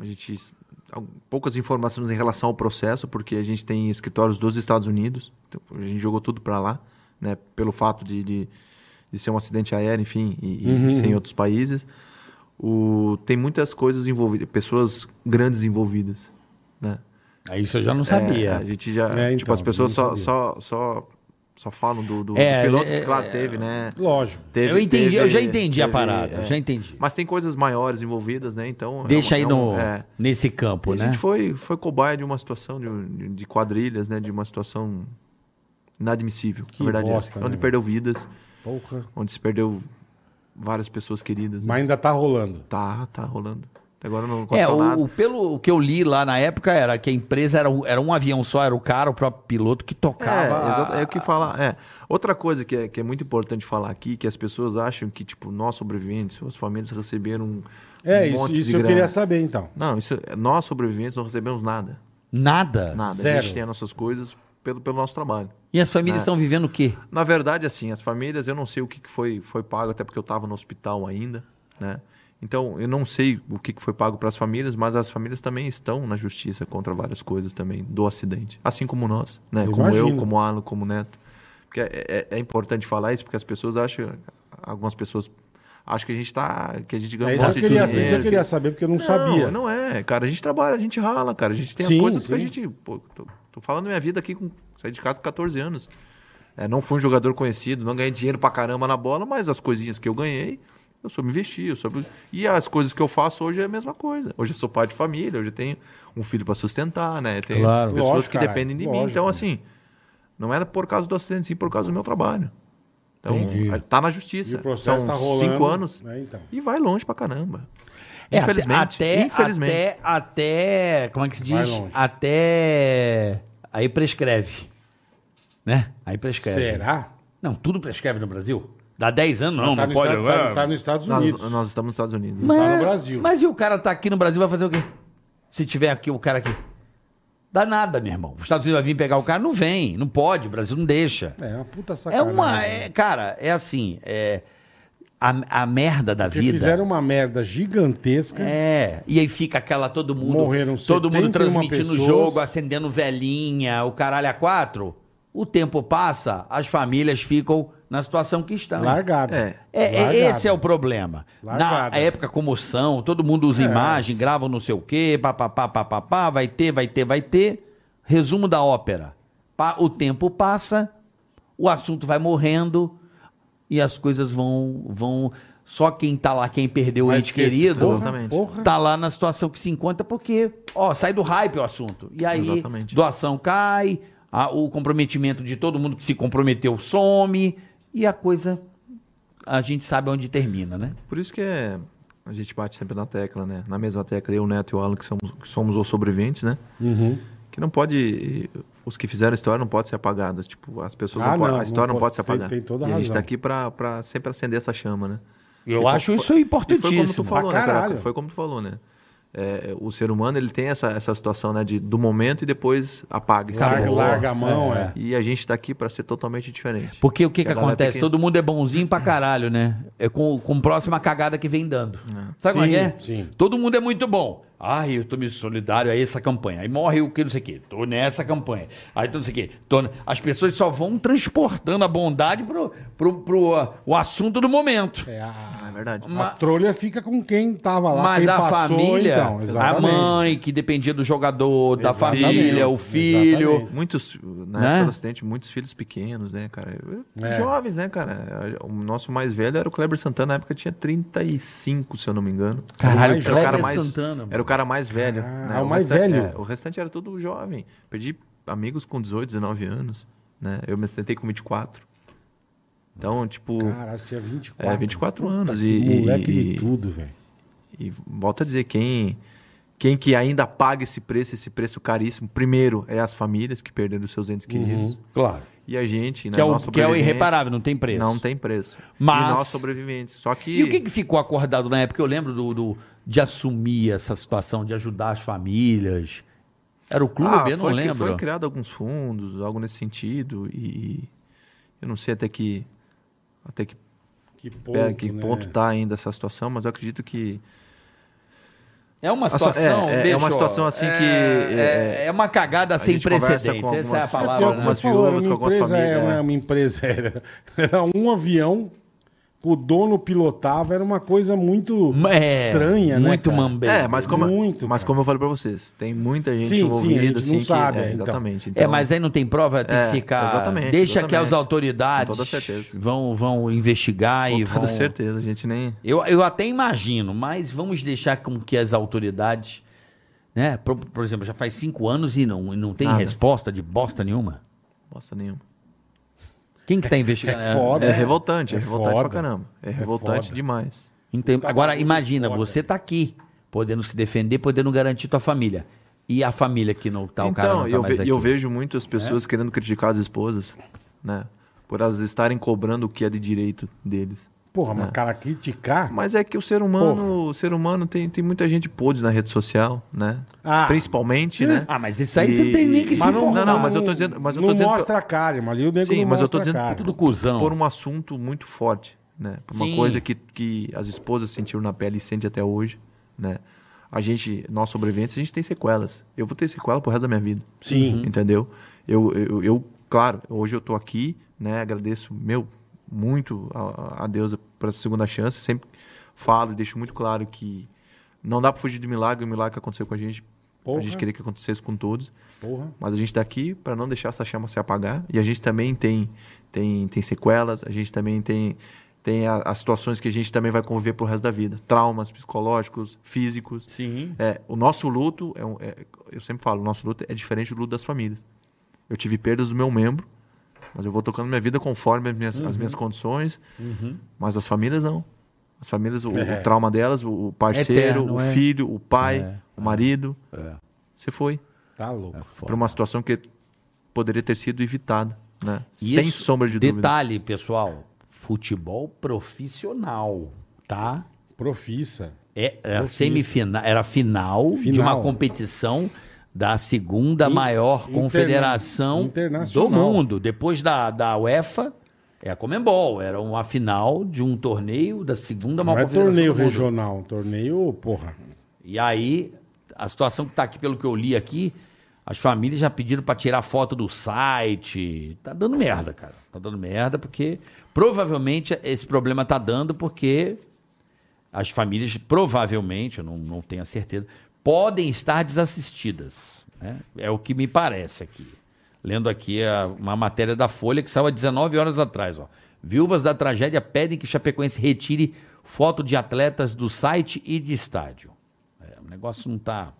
Speaker 1: A gente. al- Poucas informações em relação ao processo, porque a gente tem escritórios dos Estados Unidos, então, a gente jogou tudo para lá, né? Pelo fato de, de, de ser um acidente aéreo, enfim, e, e
Speaker 3: Uhum,
Speaker 1: ser em outros países. O, tem muitas coisas envolvidas, pessoas grandes envolvidas, né?
Speaker 4: Aí isso eu já não
Speaker 1: É,
Speaker 4: sabia.
Speaker 1: a gente já.
Speaker 3: É,
Speaker 1: tipo,
Speaker 3: então,
Speaker 1: as pessoas
Speaker 3: não
Speaker 1: só, só, só, só falam do, do,
Speaker 4: É,
Speaker 1: do piloto,
Speaker 4: é,
Speaker 1: que claro, teve, né?
Speaker 3: Lógico.
Speaker 1: Teve-
Speaker 4: eu entendi, eu já
Speaker 1: teve-
Speaker 4: entendi a
Speaker 1: teve,
Speaker 4: parada.
Speaker 1: é.
Speaker 4: Já entendi.
Speaker 1: Mas tem coisas maiores envolvidas, né? Então. é
Speaker 4: Deixa
Speaker 1: uma-
Speaker 4: aí
Speaker 1: é
Speaker 4: no,
Speaker 1: um- é.
Speaker 4: nesse campo,
Speaker 1: a
Speaker 4: né?
Speaker 1: gente foi, foi cobaia de uma situação de, de quadrilhas, né? De uma situação inadmissível.
Speaker 3: Que
Speaker 1: na verdade, é.
Speaker 3: bosta, né,
Speaker 1: onde
Speaker 3: meu?
Speaker 1: perdeu vidas,
Speaker 3: Porra.
Speaker 1: onde se perdeu várias pessoas queridas. né?
Speaker 3: Mas ainda tá rolando.
Speaker 1: Tá, tá rolando. Até agora não
Speaker 4: É,
Speaker 1: aconteceu nada.
Speaker 4: o, o- pelo que eu li lá na época era que a empresa era, o- era um avião só, era o cara, o próprio piloto que
Speaker 1: É,
Speaker 4: tocava.
Speaker 1: exato, é o que fala. É. Outra coisa que é, que é muito importante falar aqui, que as pessoas acham que, tipo, nós sobreviventes, suas famílias receberam um,
Speaker 3: É,
Speaker 1: um
Speaker 3: isso,
Speaker 1: monte de
Speaker 3: isso eu
Speaker 1: grana.
Speaker 3: queria saber, então.
Speaker 1: Não, isso, nós sobreviventes não recebemos nada.
Speaker 4: Nada.
Speaker 1: Nada. A
Speaker 3: Zero.
Speaker 1: gente tem as nossas coisas pelo, pelo nosso trabalho.
Speaker 4: E as
Speaker 1: É.
Speaker 4: famílias estão vivendo o quê?
Speaker 1: Na verdade, assim, as famílias, eu não sei o que que foi, foi pago, até porque eu estava no hospital ainda, né? Então, eu não sei o que que foi pago para as famílias, mas as famílias também estão na justiça contra várias coisas também do acidente. Assim como nós, né?
Speaker 3: Eu
Speaker 1: como eu,
Speaker 3: imagino.
Speaker 1: como Alan, como Neto. Porque é, é- é importante falar isso, porque as pessoas acham, algumas pessoas acham que a gente tá, que a gente ganha
Speaker 3: É
Speaker 1: um
Speaker 3: isso, eu
Speaker 1: monte de
Speaker 3: queria,
Speaker 1: dinheiro.
Speaker 3: isso eu
Speaker 1: que-
Speaker 3: queria saber, porque eu não, sabia.
Speaker 1: não é, cara. A gente trabalha, a gente rala, cara. A gente tem
Speaker 3: Sim,
Speaker 1: as coisas que a
Speaker 3: sim.
Speaker 1: gente. Pô, tô, tô falando minha vida aqui com. Saí de casa com 14 anos. É, não fui um jogador conhecido, não ganhei dinheiro pra caramba na bola, mas as coisinhas que eu ganhei, eu soube investir. Eu soube... E as coisas que eu faço hoje é a mesma coisa. Hoje eu sou pai de família, hoje eu tenho um filho pra sustentar, né? Tem
Speaker 4: Claro.
Speaker 1: pessoas
Speaker 3: Lógico,
Speaker 1: que
Speaker 3: cara,
Speaker 1: dependem de mim.
Speaker 3: lógico.
Speaker 1: Então, assim, não era por causa do acidente, sim por causa do meu trabalho. Então, tá na justiça.
Speaker 3: E o processo
Speaker 1: São
Speaker 3: tá rolando.
Speaker 1: cinco anos.
Speaker 3: É, então.
Speaker 1: E vai longe pra caramba.
Speaker 4: É, até-
Speaker 1: infelizmente.
Speaker 4: Até,
Speaker 1: infelizmente.
Speaker 4: Até, até- Como é que se
Speaker 3: Vai
Speaker 4: diz?
Speaker 3: longe.
Speaker 4: Até. Aí prescreve. Né? Aí prescreve.
Speaker 3: Será?
Speaker 4: Não, tudo prescreve no Brasil. Dá 10 anos, não,
Speaker 3: tá,
Speaker 4: não
Speaker 3: no
Speaker 4: pode
Speaker 3: Estado-
Speaker 5: agora.
Speaker 3: tá- tá nos Estados Unidos.
Speaker 1: Nós, nós estamos nos Estados Unidos.
Speaker 3: Mas- tá no Brasil.
Speaker 4: Mas e o cara tá aqui no Brasil, vai fazer o quê? Se tiver aqui o cara aqui. Dá nada, meu irmão. Os Estados Unidos vai vir pegar o cara, não vem, não pode, o Brasil não deixa.
Speaker 3: É uma puta
Speaker 4: É
Speaker 3: sacanagem.
Speaker 4: uma. é- cara, é assim. É, a, a merda da
Speaker 3: Porque
Speaker 4: vida.
Speaker 3: fizeram uma merda gigantesca.
Speaker 4: É, e aí fica aquela todo mundo.
Speaker 3: Morreram
Speaker 4: todo mundo
Speaker 3: 71
Speaker 4: transmitindo o
Speaker 3: pessoas.
Speaker 4: jogo, acendendo velhinha, o caralho a quatro. O tempo passa, as famílias ficam na situação que estamos.
Speaker 3: Largado.
Speaker 1: É.
Speaker 4: É, é,
Speaker 3: Largado.
Speaker 4: esse é o problema.
Speaker 3: Largada.
Speaker 4: Na época, comoção, todo mundo usa imagem, grava não sei o quê, papapá, papapá, vai ter, vai ter, vai ter. Resumo da ópera. Pa- o tempo passa, o assunto vai morrendo e as coisas vão. vão só quem tá lá, quem perdeu o
Speaker 3: Vai
Speaker 4: ente
Speaker 3: esquecer.
Speaker 4: querido,
Speaker 3: Porra,
Speaker 1: Exatamente.
Speaker 3: porra.
Speaker 4: tá lá na situação que se encontra, porque, ó, sai do hype o assunto. E aí,
Speaker 1: Exatamente.
Speaker 4: doação cai, a- o comprometimento de todo mundo que se comprometeu some, e a coisa, a gente sabe onde termina, né?
Speaker 1: Por isso que é, a gente bate sempre na tecla, né? Na mesma tecla, eu, o Neto e o Alan, que somos, que somos os sobreviventes, né?
Speaker 3: Uhum.
Speaker 1: Que não pode. Os que fizeram a história não pode ser apagados. Tipo, as pessoas
Speaker 3: Ah,
Speaker 1: não, podem.
Speaker 3: não,
Speaker 1: A história
Speaker 3: não
Speaker 1: não
Speaker 3: pode
Speaker 1: pode,
Speaker 3: ser,
Speaker 1: se apagar.
Speaker 3: tem toda
Speaker 1: e a gente
Speaker 3: razão.
Speaker 1: tá aqui pra, pra sempre acender essa chama, né?
Speaker 4: Eu
Speaker 1: E co-
Speaker 4: acho isso
Speaker 1: foi- e Foi como tu
Speaker 4: importantíssimo.
Speaker 1: falou,
Speaker 3: Pra
Speaker 1: né, Caraca?
Speaker 3: caralho.
Speaker 1: Foi como tu falou, né? É, o ser humano ele tem essa, essa situação né, de, do momento e depois apaga.
Speaker 3: Larga,
Speaker 1: esquece.
Speaker 3: larga a mão, é.
Speaker 1: E a gente tá aqui pra ser totalmente diferente.
Speaker 4: Porque o que, que
Speaker 1: a galera
Speaker 4: acontece?
Speaker 1: tem que-
Speaker 4: Todo mundo é bonzinho pra caralho, né? É com, com a próxima cagada que vem dando. Sabe como é
Speaker 3: Sim,
Speaker 4: que é?
Speaker 3: sim.
Speaker 4: Todo mundo é muito bom. Ai, eu tô me solidário a essa campanha. Aí morre o que não sei o quê. Tô nessa campanha. Aí tô não sei o quê. Tô... As pessoas só vão transportando a bondade pro, pro, pro, ah, o assunto do momento.
Speaker 3: É, a,
Speaker 1: É verdade.
Speaker 3: a trolha fica com quem tava lá.
Speaker 4: Mas
Speaker 3: quem
Speaker 4: a
Speaker 3: passou,
Speaker 4: família,
Speaker 3: então,
Speaker 4: a
Speaker 3: exatamente.
Speaker 4: mãe que dependia do jogador, da
Speaker 3: Exatamente,
Speaker 4: família, o filho.
Speaker 3: exatamente.
Speaker 1: Muitos, na
Speaker 4: Né?
Speaker 1: época do acidente, muitos filhos pequenos, né, cara? Eu-
Speaker 3: É.
Speaker 1: Jovens, né, cara? O nosso mais velho era o Kleber Santana, na época tinha 35, se eu não me engano.
Speaker 4: Caralho,
Speaker 1: era o cara
Speaker 4: Kleber
Speaker 1: mais,
Speaker 4: Santana, mano.
Speaker 1: Era o cara mais velho.
Speaker 3: Ah,
Speaker 1: né?
Speaker 3: o mais
Speaker 1: restante-
Speaker 3: velho.
Speaker 1: é, o restante era tudo jovem. Perdi amigos com 18, 19 anos, né? Eu me acidentei com 24. Então, tipo,
Speaker 3: Caralho, você tinha 24.
Speaker 1: É, 24
Speaker 3: Puta
Speaker 1: anos
Speaker 3: que
Speaker 1: e-
Speaker 3: moleque
Speaker 1: e-
Speaker 3: de tudo, velho.
Speaker 1: e volta a dizer, quem, quem que ainda paga esse preço, esse preço caríssimo, primeiro é as famílias que perderam seus entes queridos.
Speaker 4: Claro.
Speaker 1: E a gente, né?
Speaker 4: Uhum. Que é, o,
Speaker 1: nós
Speaker 4: que é o
Speaker 1: sobreviventes,
Speaker 4: irreparável, não tem preço.
Speaker 1: Não tem preço.
Speaker 4: Mas-
Speaker 1: E nós sobreviventes. Só que.
Speaker 4: E o que, que ficou acordado na época? Eu lembro do, do- de assumir essa situação, de ajudar as famílias. Era o clube,
Speaker 1: Ah,
Speaker 4: eu não
Speaker 1: foi, que-
Speaker 4: lembro.
Speaker 1: Foi criado alguns fundos, algo nesse sentido. E, e eu não sei até que. Até que
Speaker 3: Que ponto,
Speaker 1: ponto, que
Speaker 3: né?
Speaker 1: ponto tá ainda essa situação, mas eu acredito que.
Speaker 4: É uma
Speaker 1: Asso-
Speaker 4: situação.
Speaker 1: é, é, é
Speaker 4: bicho,
Speaker 1: uma
Speaker 4: ó,
Speaker 1: situação assim que,
Speaker 4: É,
Speaker 1: é,
Speaker 4: é uma cagada sem
Speaker 1: gente conversa
Speaker 4: precedentes. Essa
Speaker 1: com
Speaker 4: é a
Speaker 1: algumas-
Speaker 3: É,
Speaker 4: palavra.
Speaker 3: porque é o que
Speaker 4: né?
Speaker 1: algumas
Speaker 3: você falou, era
Speaker 1: viúvas
Speaker 3: uma
Speaker 1: com algumas
Speaker 3: empresa, é,
Speaker 1: famílias,
Speaker 3: uma-
Speaker 1: é.
Speaker 3: uma empresa era, era um avião que o dono pilotava, era uma coisa muito
Speaker 4: É,
Speaker 3: estranha, né?
Speaker 4: muito
Speaker 3: cara?
Speaker 4: mambé.
Speaker 1: É, mas como,
Speaker 3: Muito,
Speaker 1: mas
Speaker 3: cara.
Speaker 1: como eu falei pra vocês, tem muita gente
Speaker 3: Sim, sim, a
Speaker 1: envolvida,
Speaker 3: gente não
Speaker 1: assim, que-
Speaker 3: sabe,
Speaker 1: é,
Speaker 3: então.
Speaker 1: exatamente.
Speaker 4: É,
Speaker 1: Então,
Speaker 4: mas aí não tem prova, tem
Speaker 1: É,
Speaker 4: que ficar.
Speaker 1: exatamente,
Speaker 4: Deixa que
Speaker 1: exatamente.
Speaker 4: as autoridades
Speaker 1: Com toda certeza.
Speaker 4: vão, vão investigar e
Speaker 1: com
Speaker 4: vão.
Speaker 1: toda certeza, a gente nem.
Speaker 4: Eu, eu até imagino, mas vamos deixar com que as autoridades, né? Por, por exemplo, já faz cinco anos e não, e não tem
Speaker 1: Nada.
Speaker 4: resposta de bosta nenhuma.
Speaker 1: Bosta nenhuma.
Speaker 4: Quem que tá investigando?
Speaker 3: É foda.
Speaker 1: É, revoltante, é,
Speaker 3: É
Speaker 1: revoltante
Speaker 3: foda.
Speaker 1: pra caramba. É,
Speaker 3: É
Speaker 1: revoltante
Speaker 3: foda.
Speaker 1: demais.
Speaker 4: Então, agora
Speaker 3: bagulho
Speaker 4: imagina,
Speaker 3: Tá foda.
Speaker 4: você tá aqui, podendo se defender, podendo garantir tua família. E a família que não tá, o cara não
Speaker 1: então,
Speaker 4: tá
Speaker 1: eu,
Speaker 4: mais
Speaker 1: ve-
Speaker 4: aqui.
Speaker 1: eu vejo muitas pessoas querendo criticar as esposas, né? Por elas estarem cobrando o que é de direito deles.
Speaker 3: Porra, mas cara, criticar.
Speaker 1: É. Mas é que o ser humano, o ser humano tem, tem muita gente podre na rede social, né?
Speaker 3: Ah.
Speaker 1: Principalmente, né?
Speaker 4: Ah, mas isso aí você tem nem que se
Speaker 1: Mas não,
Speaker 4: importar.
Speaker 1: não, não, mas eu tô dizendo, mas eu tô
Speaker 3: não
Speaker 1: dizendo
Speaker 3: mostra a cara, irmão. Ali o nego
Speaker 1: Sim,
Speaker 3: não
Speaker 1: mas eu tô
Speaker 3: mostra a
Speaker 1: dizendo
Speaker 3: cara.
Speaker 4: Tudo cuzão.
Speaker 1: por um assunto muito forte, né? Por uma
Speaker 4: Sim.
Speaker 1: coisa que, que as esposas sentiram na pele e sentem até hoje, né? A gente, nós sobreviventes, a gente tem sequelas. Eu vou ter sequela pro resto da minha vida.
Speaker 3: Sim.
Speaker 1: Entendeu? Eu, eu, eu, claro, hoje eu tô aqui, né? Agradeço, meu, muito a, a Deus por essa segunda chance. Sempre falo e deixo muito claro que não dá pra fugir do milagre, o milagre que aconteceu com a gente.
Speaker 3: Porra.
Speaker 1: A gente queria que acontecesse com todos.
Speaker 3: Porra.
Speaker 1: Mas a gente tá aqui para não deixar essa chama se apagar. E a gente também tem, tem, tem sequelas, a gente também tem, tem a- as situações que a gente também vai conviver pro resto da vida. Traumas psicológicos, físicos.
Speaker 5: Sim.
Speaker 1: É, o nosso luto, é, um- é- eu sempre falo, o nosso luto é diferente do luto das famílias. Eu tive perdas do meu membro, mas eu vou tocando minha vida conforme as minhas, as
Speaker 4: Uhum.
Speaker 1: minhas condições. Mas as famílias não. As famílias, o, o trauma delas, o o parceiro,
Speaker 4: É. Eterno,
Speaker 1: o
Speaker 4: é.
Speaker 1: filho, o pai, o marido.
Speaker 4: É.
Speaker 1: Você foi
Speaker 3: Tá louco.
Speaker 1: para uma situação que poderia ter sido evitada, né?
Speaker 4: E
Speaker 1: Sem
Speaker 4: isso-
Speaker 1: sombra de dúvida.
Speaker 4: Detalhe, pessoal, futebol profissional, tá?
Speaker 3: Profissa.
Speaker 4: É, era
Speaker 3: Profissional.
Speaker 4: semifinal, era final, de
Speaker 3: Final.
Speaker 4: uma competição da segunda maior
Speaker 3: interna-
Speaker 4: confederação do
Speaker 3: internacional.
Speaker 4: mundo. Depois da, da UEFA, é a Comembol. Era uma final de um torneio da segunda
Speaker 3: Não
Speaker 4: maior
Speaker 3: é
Speaker 4: confederação
Speaker 3: torneio
Speaker 4: do mundo.
Speaker 3: regional, torneio, porra.
Speaker 4: tá E aí, a situação que está aqui, pelo que eu li aqui, As famílias já pediram pra tirar foto do site. Tá dando merda, cara. Tá dando merda porque provavelmente esse problema tá dando porque as famílias provavelmente, eu não, não tenho a certeza, podem estar desassistidas. né? É o que me parece aqui. Lendo aqui a- uma matéria da Folha que saiu há 19 horas atrás. Ó. Viúvas da tragédia pedem que Chapecoense retire foto de atletas do site e de estádio. É, o negócio não está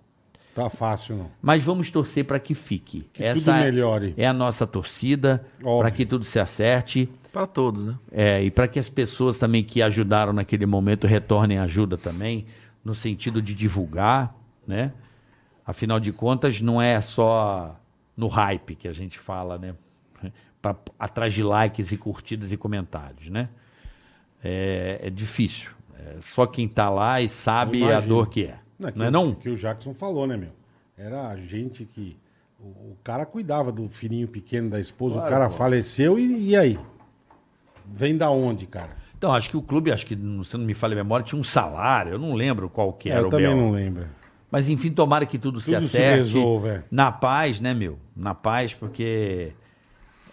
Speaker 3: Tá fácil, não.
Speaker 4: mas vamos torcer para que fique.
Speaker 3: Que tudo melhore.
Speaker 4: é a nossa torcida,
Speaker 3: Óbvio.
Speaker 4: para que tudo se acerte
Speaker 1: Para todos, né?
Speaker 4: é, e para que as pessoas também que ajudaram naquele momento retornem à ajuda também, no sentido de divulgar, né? Afinal de contas, não é só no hype que a gente fala, né? Pra, atrás de likes e curtidas e comentários, né? É, é difícil. É só quem tá lá e sabe a
Speaker 3: Imagino.
Speaker 4: dor que é.
Speaker 3: que
Speaker 4: não é
Speaker 3: o-
Speaker 4: não?
Speaker 3: Que o Jackson falou, né, meu? Era a gente que. O, o cara cuidava do filhinho pequeno da esposa, o cara faleceu e, e aí? Vem da onde, cara?
Speaker 4: Então, acho que o clube, acho que, não- se não me falha a memória, tinha um salário, eu não lembro qual que
Speaker 3: É,
Speaker 4: era
Speaker 3: eu
Speaker 4: o
Speaker 3: também
Speaker 4: Bel.
Speaker 3: não lembro.
Speaker 4: Mas enfim, tomara que tudo, se
Speaker 3: Tudo se
Speaker 4: acerte.
Speaker 3: resolva. é.
Speaker 4: Na paz, né, meu? Na paz, porque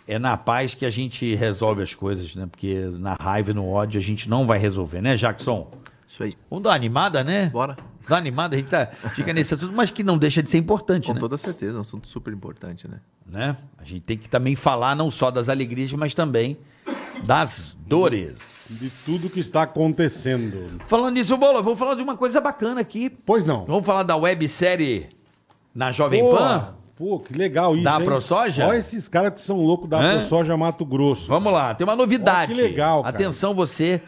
Speaker 4: é na paz que a gente resolve as coisas, né? Porque na raiva e no ódio a gente não vai resolver, né, Jackson?
Speaker 1: Isso aí.
Speaker 4: Vamos dar uma animada, né?
Speaker 1: Bora.
Speaker 4: Dar uma animada, a gente tá, fica nesse assunto, mas que não deixa de ser importante,
Speaker 1: Com
Speaker 4: né?
Speaker 1: toda certeza, é um assunto super importante, né?
Speaker 4: né? A gente tem que também falar não só das alegrias, mas também das dores.
Speaker 3: De tudo que está acontecendo.
Speaker 4: Falando nisso, Bola, vou falar de uma coisa bacana aqui.
Speaker 3: Pois não.
Speaker 4: Vamos falar da websérie na Jovem
Speaker 3: Pô,
Speaker 4: Pan?
Speaker 3: Pô, que legal isso.
Speaker 4: Da
Speaker 3: hein?
Speaker 4: ProSoja?
Speaker 3: Olha esses caras que são loucos da
Speaker 4: Hã?
Speaker 3: ProSoja Mato Grosso.
Speaker 4: Vamos lá, tem uma novidade.
Speaker 3: Ó, que legal, cara.
Speaker 4: Atenção você,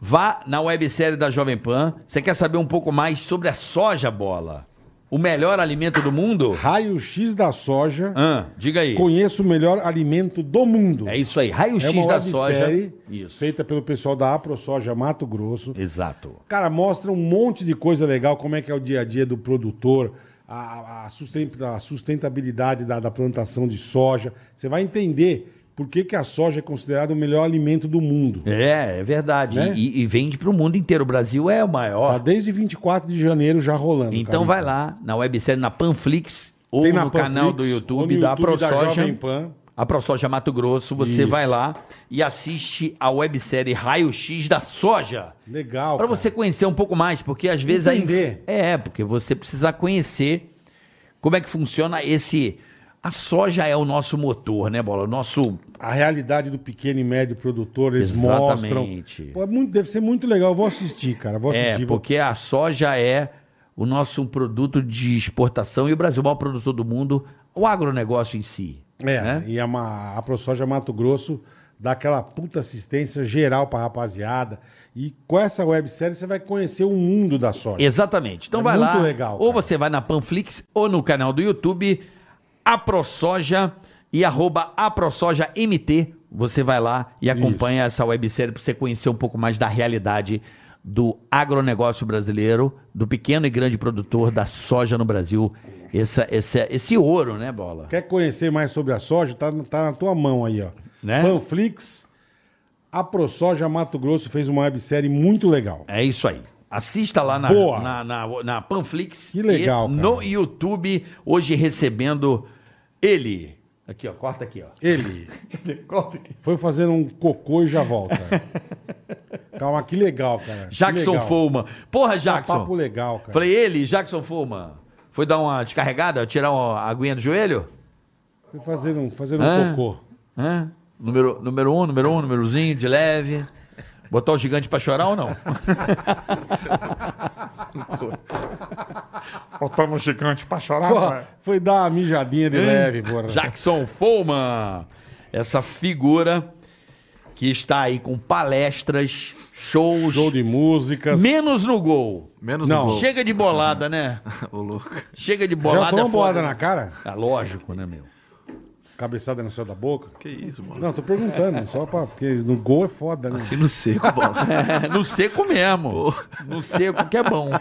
Speaker 4: vá na websérie da Jovem Pan. Você quer saber um pouco mais sobre a soja, Bola? O melhor alimento do mundo?
Speaker 3: Raio X da soja.
Speaker 4: Hã, diga aí.
Speaker 3: Conheço o melhor alimento do mundo.
Speaker 4: É isso aí, raio-x da soja. Isso.
Speaker 3: feita pelo pessoal da AproSoja Mato Grosso.
Speaker 4: Exato.
Speaker 3: Cara, mostra um monte de coisa legal, como é que é o dia a dia do produtor, a, a susten- a sustentabilidade da, da plantação de soja. Você vai entender por que, que a soja é considerada o melhor alimento do mundo.
Speaker 4: É, é verdade.
Speaker 3: Né?
Speaker 4: E, e vende para o mundo inteiro. O Brasil é o maior.
Speaker 3: Tá desde 24 de janeiro já rolando. Carlinhos.
Speaker 4: Então vai lá na websérie, na Panflix, ou
Speaker 3: Tem
Speaker 4: no
Speaker 3: na Panflix,
Speaker 4: canal do
Speaker 3: ou no
Speaker 4: YouTube da
Speaker 3: YouTube da
Speaker 4: ProSoja.
Speaker 3: Jovem Pan.
Speaker 4: A ProSoja Mato Grosso, você
Speaker 3: Isso.
Speaker 4: vai lá e assiste a websérie Raio X da Soja.
Speaker 3: Legal.
Speaker 4: Pra
Speaker 3: cara.
Speaker 4: você conhecer um pouco mais, porque às vezes... a inf-
Speaker 3: Entender.
Speaker 4: É, porque você precisa conhecer como é que funciona esse... A soja é o nosso motor, né, Bola? O nosso...
Speaker 3: A realidade do pequeno e médio produtor, eles
Speaker 4: Exatamente.
Speaker 3: mostram. Pô, é muito- deve ser muito legal. Eu vou assistir, cara. Vou
Speaker 4: É,
Speaker 3: assistir. vou-
Speaker 4: porque a soja é o nosso produto de exportação e o Brasil é o maior produtor do mundo, o agronegócio em si.
Speaker 3: É,
Speaker 4: né?
Speaker 3: e a, Ma- a ProSoja Mato Grosso dá aquela puta assistência geral pra rapaziada. E com essa websérie você vai conhecer o mundo da soja.
Speaker 4: Exatamente. Então
Speaker 3: É
Speaker 4: vai
Speaker 3: muito
Speaker 4: lá.
Speaker 3: legal,
Speaker 4: ou
Speaker 3: cara.
Speaker 4: você vai na Panflix ou no canal do YouTube, a ProSoja e arroba a ProSoja MT. Você vai lá e acompanha essa websérie para você conhecer um pouco mais da realidade do agronegócio brasileiro, do pequeno e grande produtor da soja no Brasil. Essa, esse, esse ouro, né, Bola?
Speaker 3: Quer conhecer mais sobre a soja? Tá, tá na tua mão aí, ó.
Speaker 4: Né?
Speaker 3: Panflix, a ProSoja Mato Grosso fez uma websérie muito legal.
Speaker 4: É isso aí. Assista lá na,
Speaker 3: Boa.
Speaker 4: na, na, na Panflix.
Speaker 3: Que legal,
Speaker 4: e No YouTube, hoje recebendo ele. Aqui, ó. Corta aqui, ó.
Speaker 3: Ele
Speaker 4: Corta aqui.
Speaker 3: foi fazendo um cocô e já volta. Calma, que legal, cara. Que
Speaker 4: Jackson
Speaker 3: legal.
Speaker 4: Fulman. Porra, Jackson.
Speaker 3: papo legal, cara.
Speaker 4: Falei, ele, Jackson Fulman. Foi dar uma descarregada, tirar uma aguinha do joelho?
Speaker 3: Foi fazer um, fazer um
Speaker 4: Ah.
Speaker 3: cocô.
Speaker 4: Hã? Número, número um, número um, númerozinho, de leve. Botar o gigante pra chorar ou não?
Speaker 7: Botamos gigante pra chorar, é?
Speaker 3: Pô,
Speaker 7: velho.
Speaker 3: foi dar uma mijadinha de leve, porra.
Speaker 4: Jackson Fulman. Essa figura que está aí com palestras, shows.
Speaker 3: Show de músicas.
Speaker 4: Menos no gol.
Speaker 1: Menos
Speaker 3: Não,
Speaker 1: o gol.
Speaker 4: Chega de bolada, né?
Speaker 1: Ô, louco.
Speaker 4: Chega de
Speaker 3: Já
Speaker 4: bolada.
Speaker 3: tomou
Speaker 4: é
Speaker 3: uma bolada
Speaker 4: foda,
Speaker 3: na
Speaker 4: né?
Speaker 3: cara?
Speaker 4: Ah, lógico, né, meu?
Speaker 3: Cabeçada no céu da boca?
Speaker 1: Que isso, bola.
Speaker 3: Não, tô perguntando, só pra. Porque no gol é foda, né?
Speaker 1: Assim no seco, bola.
Speaker 4: É, no seco mesmo. No seco que é bom.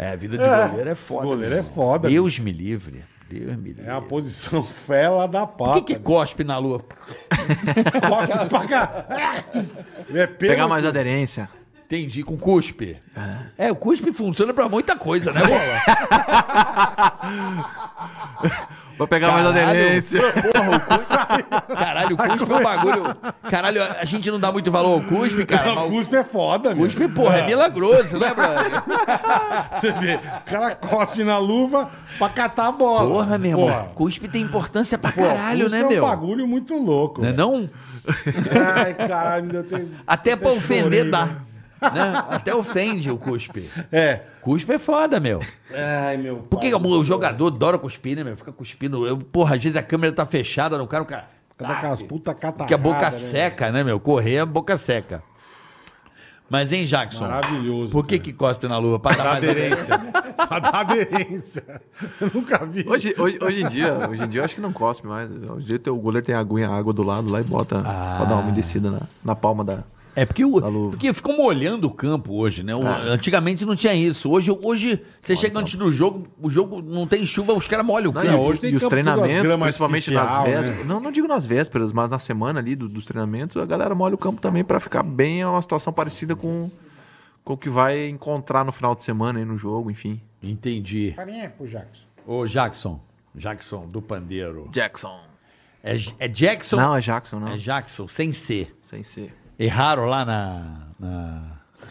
Speaker 4: É, a vida de goleiro é foda. né?
Speaker 3: Goleiro é
Speaker 4: meu irmão.
Speaker 3: foda.
Speaker 4: Deus me livre. Deus me livre.
Speaker 3: É a posição fela da
Speaker 4: Por
Speaker 3: pata.
Speaker 4: que, que cospe na lua?
Speaker 3: Costas pra cá. É pênalti.
Speaker 1: Pegar mais aderência.
Speaker 4: Entendi, com cuspe. É, o cuspe funciona pra muita coisa, né, Bola?
Speaker 1: Vou pegar mais
Speaker 4: Caralho.
Speaker 1: aderência.
Speaker 4: Porra, o cuspe... Caralho, o cuspe é um bagulho... Caralho, a gente não dá muito valor ao cuspe, cara.
Speaker 3: O
Speaker 4: mas
Speaker 3: cuspe é foda,
Speaker 4: O
Speaker 3: meu.
Speaker 4: cuspe, é porra, é milagroso, né, brother?
Speaker 3: Você vê, o cara cospe na luva pra catar a bola.
Speaker 4: Porra, meu irmão.
Speaker 3: Porra.
Speaker 4: Cuspe tem importância pra
Speaker 3: Pô,
Speaker 4: caralho,
Speaker 3: isso
Speaker 4: né,
Speaker 3: é um
Speaker 4: meu?
Speaker 3: bagulho muito louco.
Speaker 4: Não é
Speaker 3: velho.
Speaker 4: não?
Speaker 3: Ai, caralho, ainda tem...
Speaker 4: Até pra ofender
Speaker 3: chorei,
Speaker 4: dá. Né? Até ofende o cuspe.
Speaker 3: É.
Speaker 4: Cuspe é foda, meu.
Speaker 3: Ai, meu
Speaker 4: Por que
Speaker 3: pai.
Speaker 4: o jogador adora cuspir, né, meu? Fica cuspindo. Eu, porra, às vezes a câmera tá fechada no cara, o cara.
Speaker 3: Cada
Speaker 4: Tac.
Speaker 3: aquelas Tá puta catarrada,
Speaker 4: Porque a boca
Speaker 3: né, velho?
Speaker 4: seca, né, meu? Correr é boca seca. Mas, hein, Jackson?
Speaker 3: Maravilhoso,
Speaker 4: Por que,
Speaker 3: cara.
Speaker 4: que cospe na luva? Pra dar mais aderência.
Speaker 3: Pra dar aderência. Eu nunca vi.
Speaker 1: Hoje, hoje, hoje em dia, hoje em dia eu acho que não cospe mais. Hoje em dia o goleiro tem a aguinha, a água do lado lá e bota pra
Speaker 4: Ah.
Speaker 1: dar uma umedecida na, na palma da.
Speaker 4: É porque, o,
Speaker 1: luva.
Speaker 4: porque ficam molhando o campo hoje, né? O- antigamente não tinha isso. Hoje, hoje você chega antes do jogo, o jogo não tem chuva, os caras molham o
Speaker 1: Não,
Speaker 4: campo.
Speaker 1: e,
Speaker 3: hoje
Speaker 1: e
Speaker 3: tem
Speaker 1: os
Speaker 3: campo tudo, as
Speaker 1: treinamentos,
Speaker 3: grama
Speaker 1: principalmente nas
Speaker 3: artificial, né?
Speaker 1: vésperas. Não, não digo nas vésperas, mas na semana ali do- dos treinamentos, a galera molha o campo também pra ficar bem. É uma situação parecida com, com o que vai encontrar no final de semana aí no jogo, enfim.
Speaker 4: Entendi.
Speaker 3: Pra mim é pro Jackson.
Speaker 4: Ô, Jackson. Jackson, do pandeiro.
Speaker 1: Jackson.
Speaker 4: É, é Jackson?
Speaker 1: Não, é Jackson, não.
Speaker 4: É Jackson, sem C.
Speaker 1: Sem ser.
Speaker 4: Erraram lá na. na...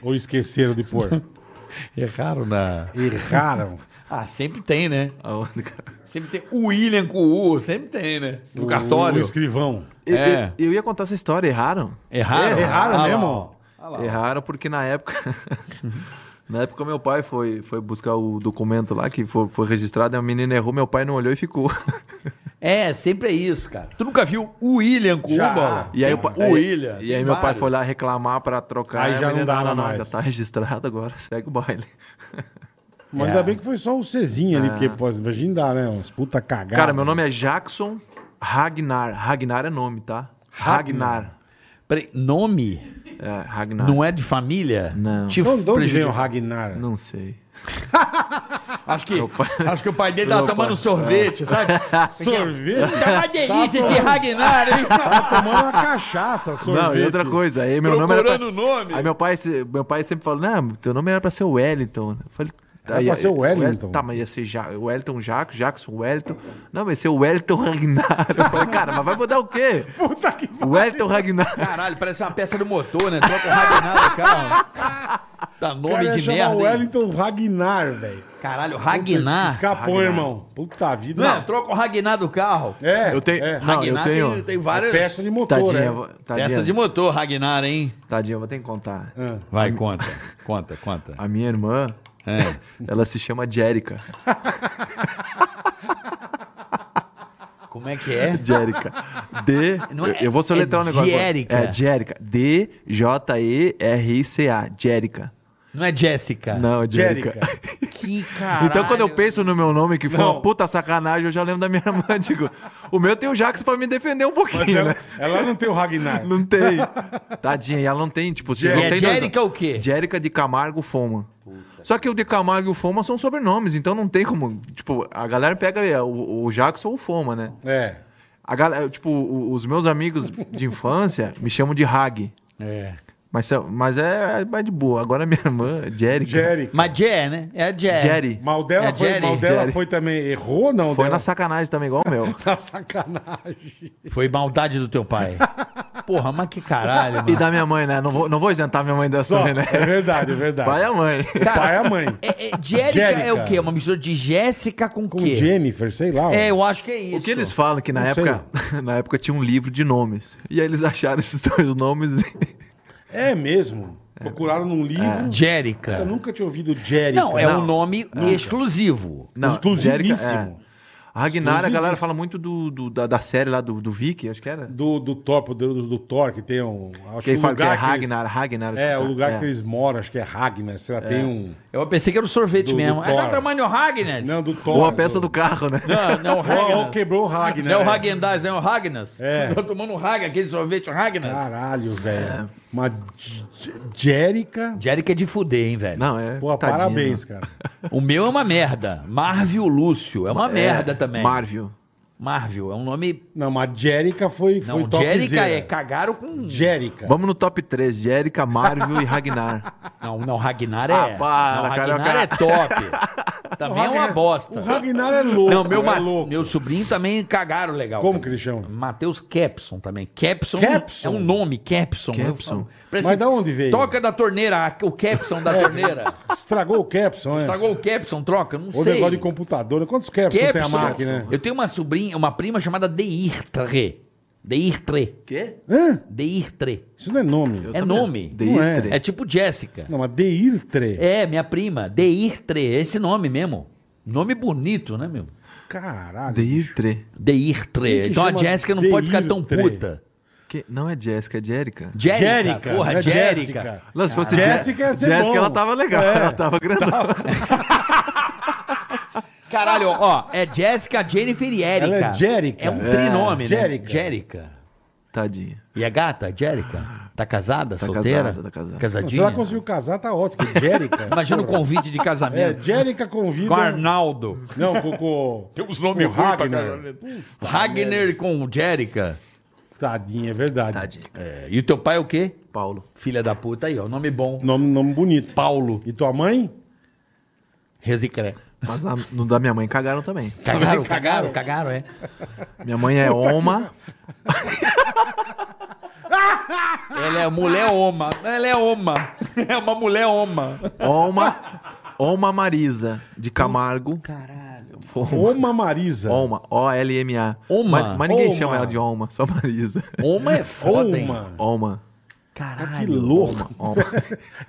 Speaker 3: Ou esqueceram de pôr.
Speaker 4: Erraram na.
Speaker 3: Erraram.
Speaker 4: Ah, sempre tem, né?
Speaker 1: Aonde, cara?
Speaker 4: Sempre tem. O William com o U, sempre tem, né? No
Speaker 3: O
Speaker 4: cartório.
Speaker 3: escrivão.
Speaker 4: É.
Speaker 1: Eu, eu ia contar essa história, erraram?
Speaker 4: Erraram?
Speaker 3: É, Erraram
Speaker 4: Ah, lá.
Speaker 3: mesmo, ó.
Speaker 1: Erraram porque na época. na época meu pai foi, foi buscar o documento lá que foi, foi registrado, e a menina errou, meu pai não olhou e ficou.
Speaker 4: É, sempre é isso, cara. Tu nunca viu o William com
Speaker 3: Já.
Speaker 4: U, bola?
Speaker 1: E aí o, pa-
Speaker 4: É, O William.
Speaker 1: E aí
Speaker 4: tem
Speaker 1: meu pai
Speaker 4: vários.
Speaker 1: foi lá reclamar pra trocar.
Speaker 3: Aí
Speaker 1: e a
Speaker 3: já não
Speaker 1: menina,
Speaker 3: dava
Speaker 1: Já
Speaker 3: mais.
Speaker 1: tá registrado agora, segue o baile.
Speaker 3: Mas ainda bem que foi só o Cezinha ali, porque, pô, imagina dar, né? Umas puta cagadas.
Speaker 1: Cara, meu nome é Jackson Ragnar. Ragnar é nome, tá? Ragnar.
Speaker 4: Peraí, nome
Speaker 1: É, Ragnar.
Speaker 4: não é de família?
Speaker 1: Não.
Speaker 4: Te
Speaker 3: Então, de onde
Speaker 4: prejudica.
Speaker 3: vem o Ragnar?
Speaker 1: Não sei.
Speaker 4: Acho que,
Speaker 1: Meu pai-
Speaker 4: acho que o pai dele tava
Speaker 1: Meu
Speaker 4: tomando
Speaker 1: pai- É.
Speaker 4: sorvete, sabe?
Speaker 3: Sorvete?
Speaker 4: Tá uma delícia esse Ragnar, hein?
Speaker 3: Tá tomando uma cachaça, sorvete.
Speaker 1: Não, e outra coisa. Aí meu nome era. pra-
Speaker 4: Procurando o nome.
Speaker 1: Aí meu pai, se- meu pai sempre falou: Não, teu nome era pra ser Wellington. Eu falei.
Speaker 3: Era pra ser Wellington.
Speaker 1: Tá, mas ia ser Ja- Wellington Jaco, Jackson Wellington. Não, vai ser Wellington Ragnar. Eu falei, cara, mas vai mudar o quê? Puta que Wellington Ragnar.
Speaker 4: Caralho, parece uma peça do motor, né? Troca o Ragnar do carro. Dá nome
Speaker 3: Cara, ia
Speaker 4: de
Speaker 3: chamar
Speaker 4: merda,
Speaker 3: o
Speaker 4: hein?
Speaker 3: Wellington Ragnar, velho.
Speaker 4: Caralho, Ragnar.
Speaker 3: Escapou, irmão. Puta vida.
Speaker 4: Não, troca o Ragnar do carro.
Speaker 3: É,
Speaker 1: Eu tenho.
Speaker 3: É.
Speaker 1: Não,
Speaker 4: Ragnar
Speaker 1: eu tenho.
Speaker 4: tem, tem várias...
Speaker 3: Peça de motor,
Speaker 1: Tadinha,
Speaker 3: é.
Speaker 1: eu vou- tadinha,
Speaker 4: Peça de motor, Ragnar, hein?
Speaker 1: tadinha, eu vou ter que contar.
Speaker 4: Vai, conta. Conta, conta.
Speaker 1: A minha irmã,
Speaker 4: É.
Speaker 1: ela se chama Jérica.
Speaker 4: Como é que é?
Speaker 1: Jérica. D.
Speaker 4: Não é-
Speaker 1: eu- eu vou soletrar
Speaker 4: é
Speaker 1: um negócio. agora.
Speaker 4: Jérica.
Speaker 1: É Jérica. D-J-E-R-I-C-A. Jérica.
Speaker 4: Não é Jéssica?
Speaker 1: Não, é
Speaker 3: Jérica.
Speaker 1: Jérica.
Speaker 4: Que caralho.
Speaker 1: Então, quando eu penso no meu nome, que foi
Speaker 3: Não.
Speaker 1: uma puta sacanagem, eu já lembro da minha irmã. Digo, o meu tem o Jax pra me defender um
Speaker 3: Mas
Speaker 1: pouquinho,
Speaker 3: ela,
Speaker 1: né?
Speaker 3: ela não tem o Ragnar.
Speaker 1: Não tem. Tadinha, e ela não tem, tipo, você
Speaker 4: É
Speaker 1: não tem dois-
Speaker 4: Jérica o quê?
Speaker 1: Jérica de Camargo Foma. Só que o de Camargo e o Foma são sobrenomes, então não tem como. Tipo, a galera pega é, o, o Jackson ou o Foma, né?
Speaker 3: É.
Speaker 1: A galera, tipo, o- os meus amigos de infância me chamam de Hag.
Speaker 4: É.
Speaker 1: Mas, se- mas é, é mais de boa. Agora minha irmã, Jérica.
Speaker 3: Jerry.
Speaker 4: Mas Jé, né? É a Jé.
Speaker 1: Jerry.
Speaker 3: Mal dela,
Speaker 4: É
Speaker 3: foi,
Speaker 4: Jerry,
Speaker 3: mal dela
Speaker 1: Jerry.
Speaker 3: foi também. Errou ou não?
Speaker 1: Foi
Speaker 3: dela?
Speaker 1: na sacanagem também, igual o meu.
Speaker 3: na sacanagem.
Speaker 4: Foi maldade do teu pai. Porra, mas que caralho,
Speaker 1: E
Speaker 4: mano.
Speaker 1: da minha mãe, né? Não vou, não vou isentar minha mãe dessa
Speaker 3: Só,
Speaker 1: também, né?
Speaker 3: é verdade, é verdade.
Speaker 1: Pai e a mãe.
Speaker 4: Tá
Speaker 3: Pai e a mãe.
Speaker 4: É, é, Jérica, é o
Speaker 3: Jérica.
Speaker 4: quê? É Uma mistura de Jéssica com o
Speaker 3: Com
Speaker 4: quê?
Speaker 3: Jennifer, sei lá. ó.
Speaker 4: É, eu acho que é isso.
Speaker 1: O que eles falam que na
Speaker 3: Não sei.
Speaker 1: época, na época tinha um livro de nomes. E aí eles acharam esses dois nomes. e-
Speaker 3: É mesmo. Procuraram num livro.
Speaker 4: Jérica.
Speaker 3: Eu nunca tinha ouvido Jerry.
Speaker 4: É. Não, é
Speaker 1: Não.
Speaker 4: um nome exclusivo.
Speaker 3: Exclusivíssimo.
Speaker 1: Jérica, é. Ragnar, a galera fala muito do, do- da, da série lá do, do Vicky, acho que era.
Speaker 3: Do, do Thor, do, do, do Thor, que tem um. Acho
Speaker 1: Quem
Speaker 3: o
Speaker 1: fala que é
Speaker 3: lugar que
Speaker 1: Ragnar, Ragnar.
Speaker 3: eles-
Speaker 1: acho
Speaker 3: É,
Speaker 1: que
Speaker 3: o
Speaker 1: tá.
Speaker 3: lugar
Speaker 1: É.
Speaker 3: que eles moram, acho que é Ragnar. Sei lá, tem um.
Speaker 4: Eu pensei que era o sorvete
Speaker 3: Do- do
Speaker 4: mesmo. É
Speaker 3: Thor.
Speaker 4: da tamanho Ragnar.
Speaker 3: Não, do Thor.
Speaker 1: Ou a peça do carro, né?
Speaker 4: não, não, o
Speaker 3: Ó,
Speaker 4: Ragnar.
Speaker 3: ó, quebrou o Ragnar.
Speaker 4: Não é o
Speaker 3: né?
Speaker 4: Hagendaz, é o Ragnas.
Speaker 3: É. Ah.
Speaker 4: Tô tomando um Ragnar, aquele sorvete Ragnas.
Speaker 3: Caralho, velho. Uma J- J- Jérica.
Speaker 4: Jérica é de fuder, hein, velho.
Speaker 1: Não, é.
Speaker 3: Pô,
Speaker 1: tadinho,
Speaker 3: parabéns,
Speaker 1: né?
Speaker 3: cara.
Speaker 4: O meu é uma merda. Marvel Lúcio é uma merda
Speaker 1: É,
Speaker 4: também.
Speaker 1: Marvel.
Speaker 4: Marvel, é um nome.
Speaker 3: Não, mas Jérica foi, foi
Speaker 4: Não,
Speaker 3: top
Speaker 4: Jérica é cagaram com.
Speaker 3: Jérica.
Speaker 1: Vamos no top 3, Jérica, Marvel e Ragnar.
Speaker 4: Não, não, Ragnar é.
Speaker 1: Ah, para,
Speaker 4: não, Ragnar
Speaker 1: carioca.
Speaker 4: é top. Também é uma bosta.
Speaker 3: O Ragnar é louco.
Speaker 4: não, meu,
Speaker 3: é
Speaker 4: ma-
Speaker 3: louco.
Speaker 4: meu sobrinho também cagaram legal.
Speaker 3: Como que ele chama?
Speaker 4: Matheus Capson também. Capson,
Speaker 3: Capson?
Speaker 4: é um nome, Capson.
Speaker 1: Capson.
Speaker 4: Eu falo, parece-
Speaker 3: Mas da onde veio? É.
Speaker 4: Troca da torneira, a- o Capson da torneira.
Speaker 3: Estragou o Capson, né?
Speaker 4: Estragou o Capson, troca, não
Speaker 3: Ou
Speaker 4: sei.
Speaker 3: negócio de computador. né? Quantos Capson tem a
Speaker 4: Capson.
Speaker 3: máquina? né?
Speaker 4: Eu tenho uma sobrinha, uma prima chamada Deirtre. Deirtre.
Speaker 1: Quê?
Speaker 3: Hã?
Speaker 4: Deirtre.
Speaker 3: Isso não é nome.
Speaker 4: É nome.
Speaker 1: Deitre.
Speaker 4: É tipo Jéssica.
Speaker 3: Não, mas Deirtre.
Speaker 4: É, minha prima, Deirtre, esse nome mesmo. Nome bonito, né, meu?
Speaker 3: Caralho.
Speaker 1: Deitre.
Speaker 4: Deirtre.
Speaker 3: que
Speaker 4: então a
Speaker 3: chama
Speaker 4: Jéssica não pode ficar tão
Speaker 3: Deirtre?
Speaker 4: puta.
Speaker 1: Que- Não é Jéssica, é Jérica.
Speaker 4: Jérica,
Speaker 3: Jérica.
Speaker 4: porra,
Speaker 3: é
Speaker 4: Jérica.
Speaker 1: Não, se fosse
Speaker 3: Caralho.
Speaker 1: Jé-
Speaker 3: Jéssica ia ser
Speaker 1: Jéssica,
Speaker 3: bom.
Speaker 1: ela tava legal.
Speaker 3: É.
Speaker 1: Ela tava grandona.
Speaker 4: Caralho, ó, é Jéssica, Jennifer e Erika.
Speaker 3: Ela é Jérica.
Speaker 4: É um trinome, né?
Speaker 3: Jérica.
Speaker 4: Jérica.
Speaker 1: Tadinha.
Speaker 4: E a gata, Jérica? Tá casada,
Speaker 1: Tá
Speaker 4: solteira?
Speaker 1: casada, tá casada.
Speaker 3: Não,
Speaker 4: Casadinha?
Speaker 3: se ela conseguiu casar, tá ótimo. porque Jérica.
Speaker 4: Imagina o convite de
Speaker 3: É,
Speaker 4: casamento.
Speaker 3: Jérica convida.
Speaker 4: Com Arnaldo.
Speaker 3: Não, com, com...
Speaker 5: Tem uns nomes
Speaker 3: com
Speaker 5: ruins pra
Speaker 3: Ragnar.
Speaker 5: caralho.
Speaker 4: Ragnar com Jérica.
Speaker 3: Tadinha, é verdade.
Speaker 1: Tadinha.
Speaker 4: É, E o teu pai é o quê?
Speaker 1: Paulo.
Speaker 4: Filha da puta aí, ó. Nome bom.
Speaker 3: Nome, nome bonito.
Speaker 4: Paulo
Speaker 3: E tua mãe?
Speaker 4: Resicré.
Speaker 1: Mas na- no da minha mãe cagaram também.
Speaker 4: Cagaram, cagaram, cagaram, é.
Speaker 1: Minha mãe é Oma.
Speaker 4: Ela é mulher oma. Ela é oma. É uma mulher oma.
Speaker 1: Oma. Oma Marisa de Camargo.
Speaker 4: Caralho.
Speaker 1: Oma.
Speaker 3: Oma Marisa.
Speaker 1: Oma. O-L-M-A.
Speaker 4: Oma.
Speaker 1: Mas, mas ninguém
Speaker 3: Oma.
Speaker 1: chama ela de Oma, só Marisa.
Speaker 4: Oma é foda, hein?
Speaker 3: Oma.
Speaker 1: Oma.
Speaker 4: Caralho.
Speaker 3: Ah, Que louco.
Speaker 1: Oma.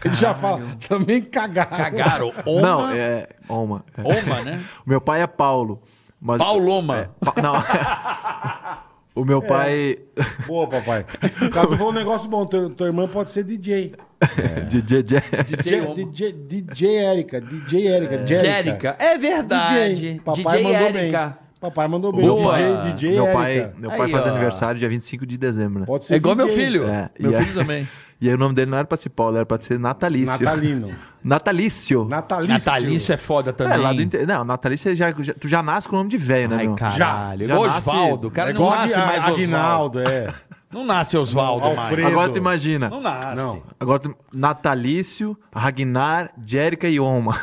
Speaker 3: Ele já fala. Também cagaram.
Speaker 4: Cagaram. Oma.
Speaker 1: Não, é Oma. É.
Speaker 4: Oma, né?
Speaker 1: O meu pai é Paulo. Mas... é,
Speaker 4: Pauloma.
Speaker 1: Pa- Não. o meu
Speaker 3: É.
Speaker 1: pai.
Speaker 3: Boa, papai. Cadu falou um negócio bom. Teu- tua irmã pode ser DJ.
Speaker 4: É.
Speaker 1: DJ, DJ.
Speaker 4: DJ
Speaker 3: Je-
Speaker 4: Oma.
Speaker 3: DJ, DJ Érica. DJ Érica. Jérica.
Speaker 4: Jérica. É verdade.
Speaker 3: DJ. Papai
Speaker 4: DJ
Speaker 3: mandou
Speaker 4: Érica.
Speaker 3: bem. Papai mandou bem.
Speaker 4: Boa.
Speaker 3: DJ, DJ
Speaker 1: Meu pai,
Speaker 3: Érica.
Speaker 1: meu pai
Speaker 4: Aí,
Speaker 1: faz
Speaker 4: ó.
Speaker 1: aniversário dia 25 de dezembro, né?
Speaker 3: Pode ser
Speaker 4: É igual meu
Speaker 3: DJ.
Speaker 4: filho.
Speaker 1: É,
Speaker 4: Meu
Speaker 1: e aí-
Speaker 4: filho também.
Speaker 1: E aí o nome dele não era pra ser Paulo, era pra ser Natalício.
Speaker 3: Natalino.
Speaker 1: Natalício.
Speaker 3: Natalício.
Speaker 4: Natalício é foda também.
Speaker 1: É, lá do inte- Não, Natalício, já, já- tu já nasce com o nome de velho, né,
Speaker 4: Ai,
Speaker 1: meu?
Speaker 4: caralho.
Speaker 1: Já- já nasce-
Speaker 4: Osvaldo. O cara
Speaker 3: É
Speaker 4: não
Speaker 3: igual
Speaker 4: nasce
Speaker 3: a-
Speaker 4: mais Osvaldo.
Speaker 3: Aguinaldo, é.
Speaker 4: Não nasce Osvaldo mais.
Speaker 3: Alfredo.
Speaker 1: Agora tu imagina.
Speaker 4: Não nasce.
Speaker 3: Não.
Speaker 1: Agora tu... Natalício, Ragnar, Jérica e Oma.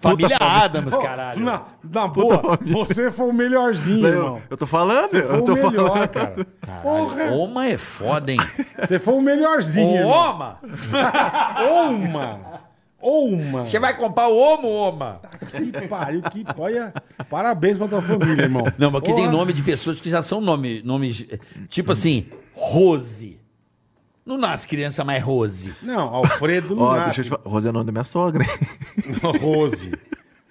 Speaker 4: Família Adams,
Speaker 3: Ô,
Speaker 4: caralho.
Speaker 3: Na, na boa, você foi o melhorzinho, irmão.
Speaker 1: Eu, eu tô falando,
Speaker 3: Você foi
Speaker 1: eu
Speaker 3: o
Speaker 1: tô
Speaker 3: melhor,
Speaker 1: falando.
Speaker 3: cara.
Speaker 4: Caralho,
Speaker 3: Porra,
Speaker 4: Oma é foda, hein?
Speaker 3: você foi o melhorzinho.
Speaker 4: Ô,
Speaker 3: irmão.
Speaker 4: Oma!
Speaker 3: Oma! Oma!
Speaker 4: Você vai comprar o Omo, Oma?
Speaker 3: Que pariu, que. Olha, parabéns pra tua família, irmão.
Speaker 4: Não, mas que tem
Speaker 3: Porra.
Speaker 4: nome de pessoas que já são nome, nomes. eh, Tipo assim, Rose. Não nasce criança mais Rose.
Speaker 3: Não, Alfredo não
Speaker 1: Ó, deixa
Speaker 3: nasce.
Speaker 1: eu te falar. Rose é o nome da minha sogra, hein?
Speaker 3: Rose.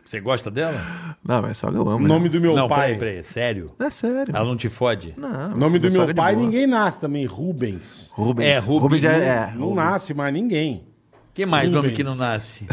Speaker 4: Você gosta dela?
Speaker 1: Não, minha sogra eu
Speaker 3: O
Speaker 1: amo. né?
Speaker 3: nome do meu
Speaker 4: não,
Speaker 3: pai.
Speaker 4: peraí, peraí, sério.
Speaker 1: É sério.
Speaker 4: Ela não te fode?
Speaker 1: Não,
Speaker 3: O nome do
Speaker 1: minha sogra
Speaker 3: meu
Speaker 1: é de
Speaker 3: pai
Speaker 1: boa.
Speaker 3: ninguém nasce também, Rubens.
Speaker 1: Rubens.
Speaker 4: É, Rubens.
Speaker 1: Rubens. já é.
Speaker 3: Não nasce mais ninguém.
Speaker 4: Que mais nome
Speaker 3: Rubens.
Speaker 4: que não nasce?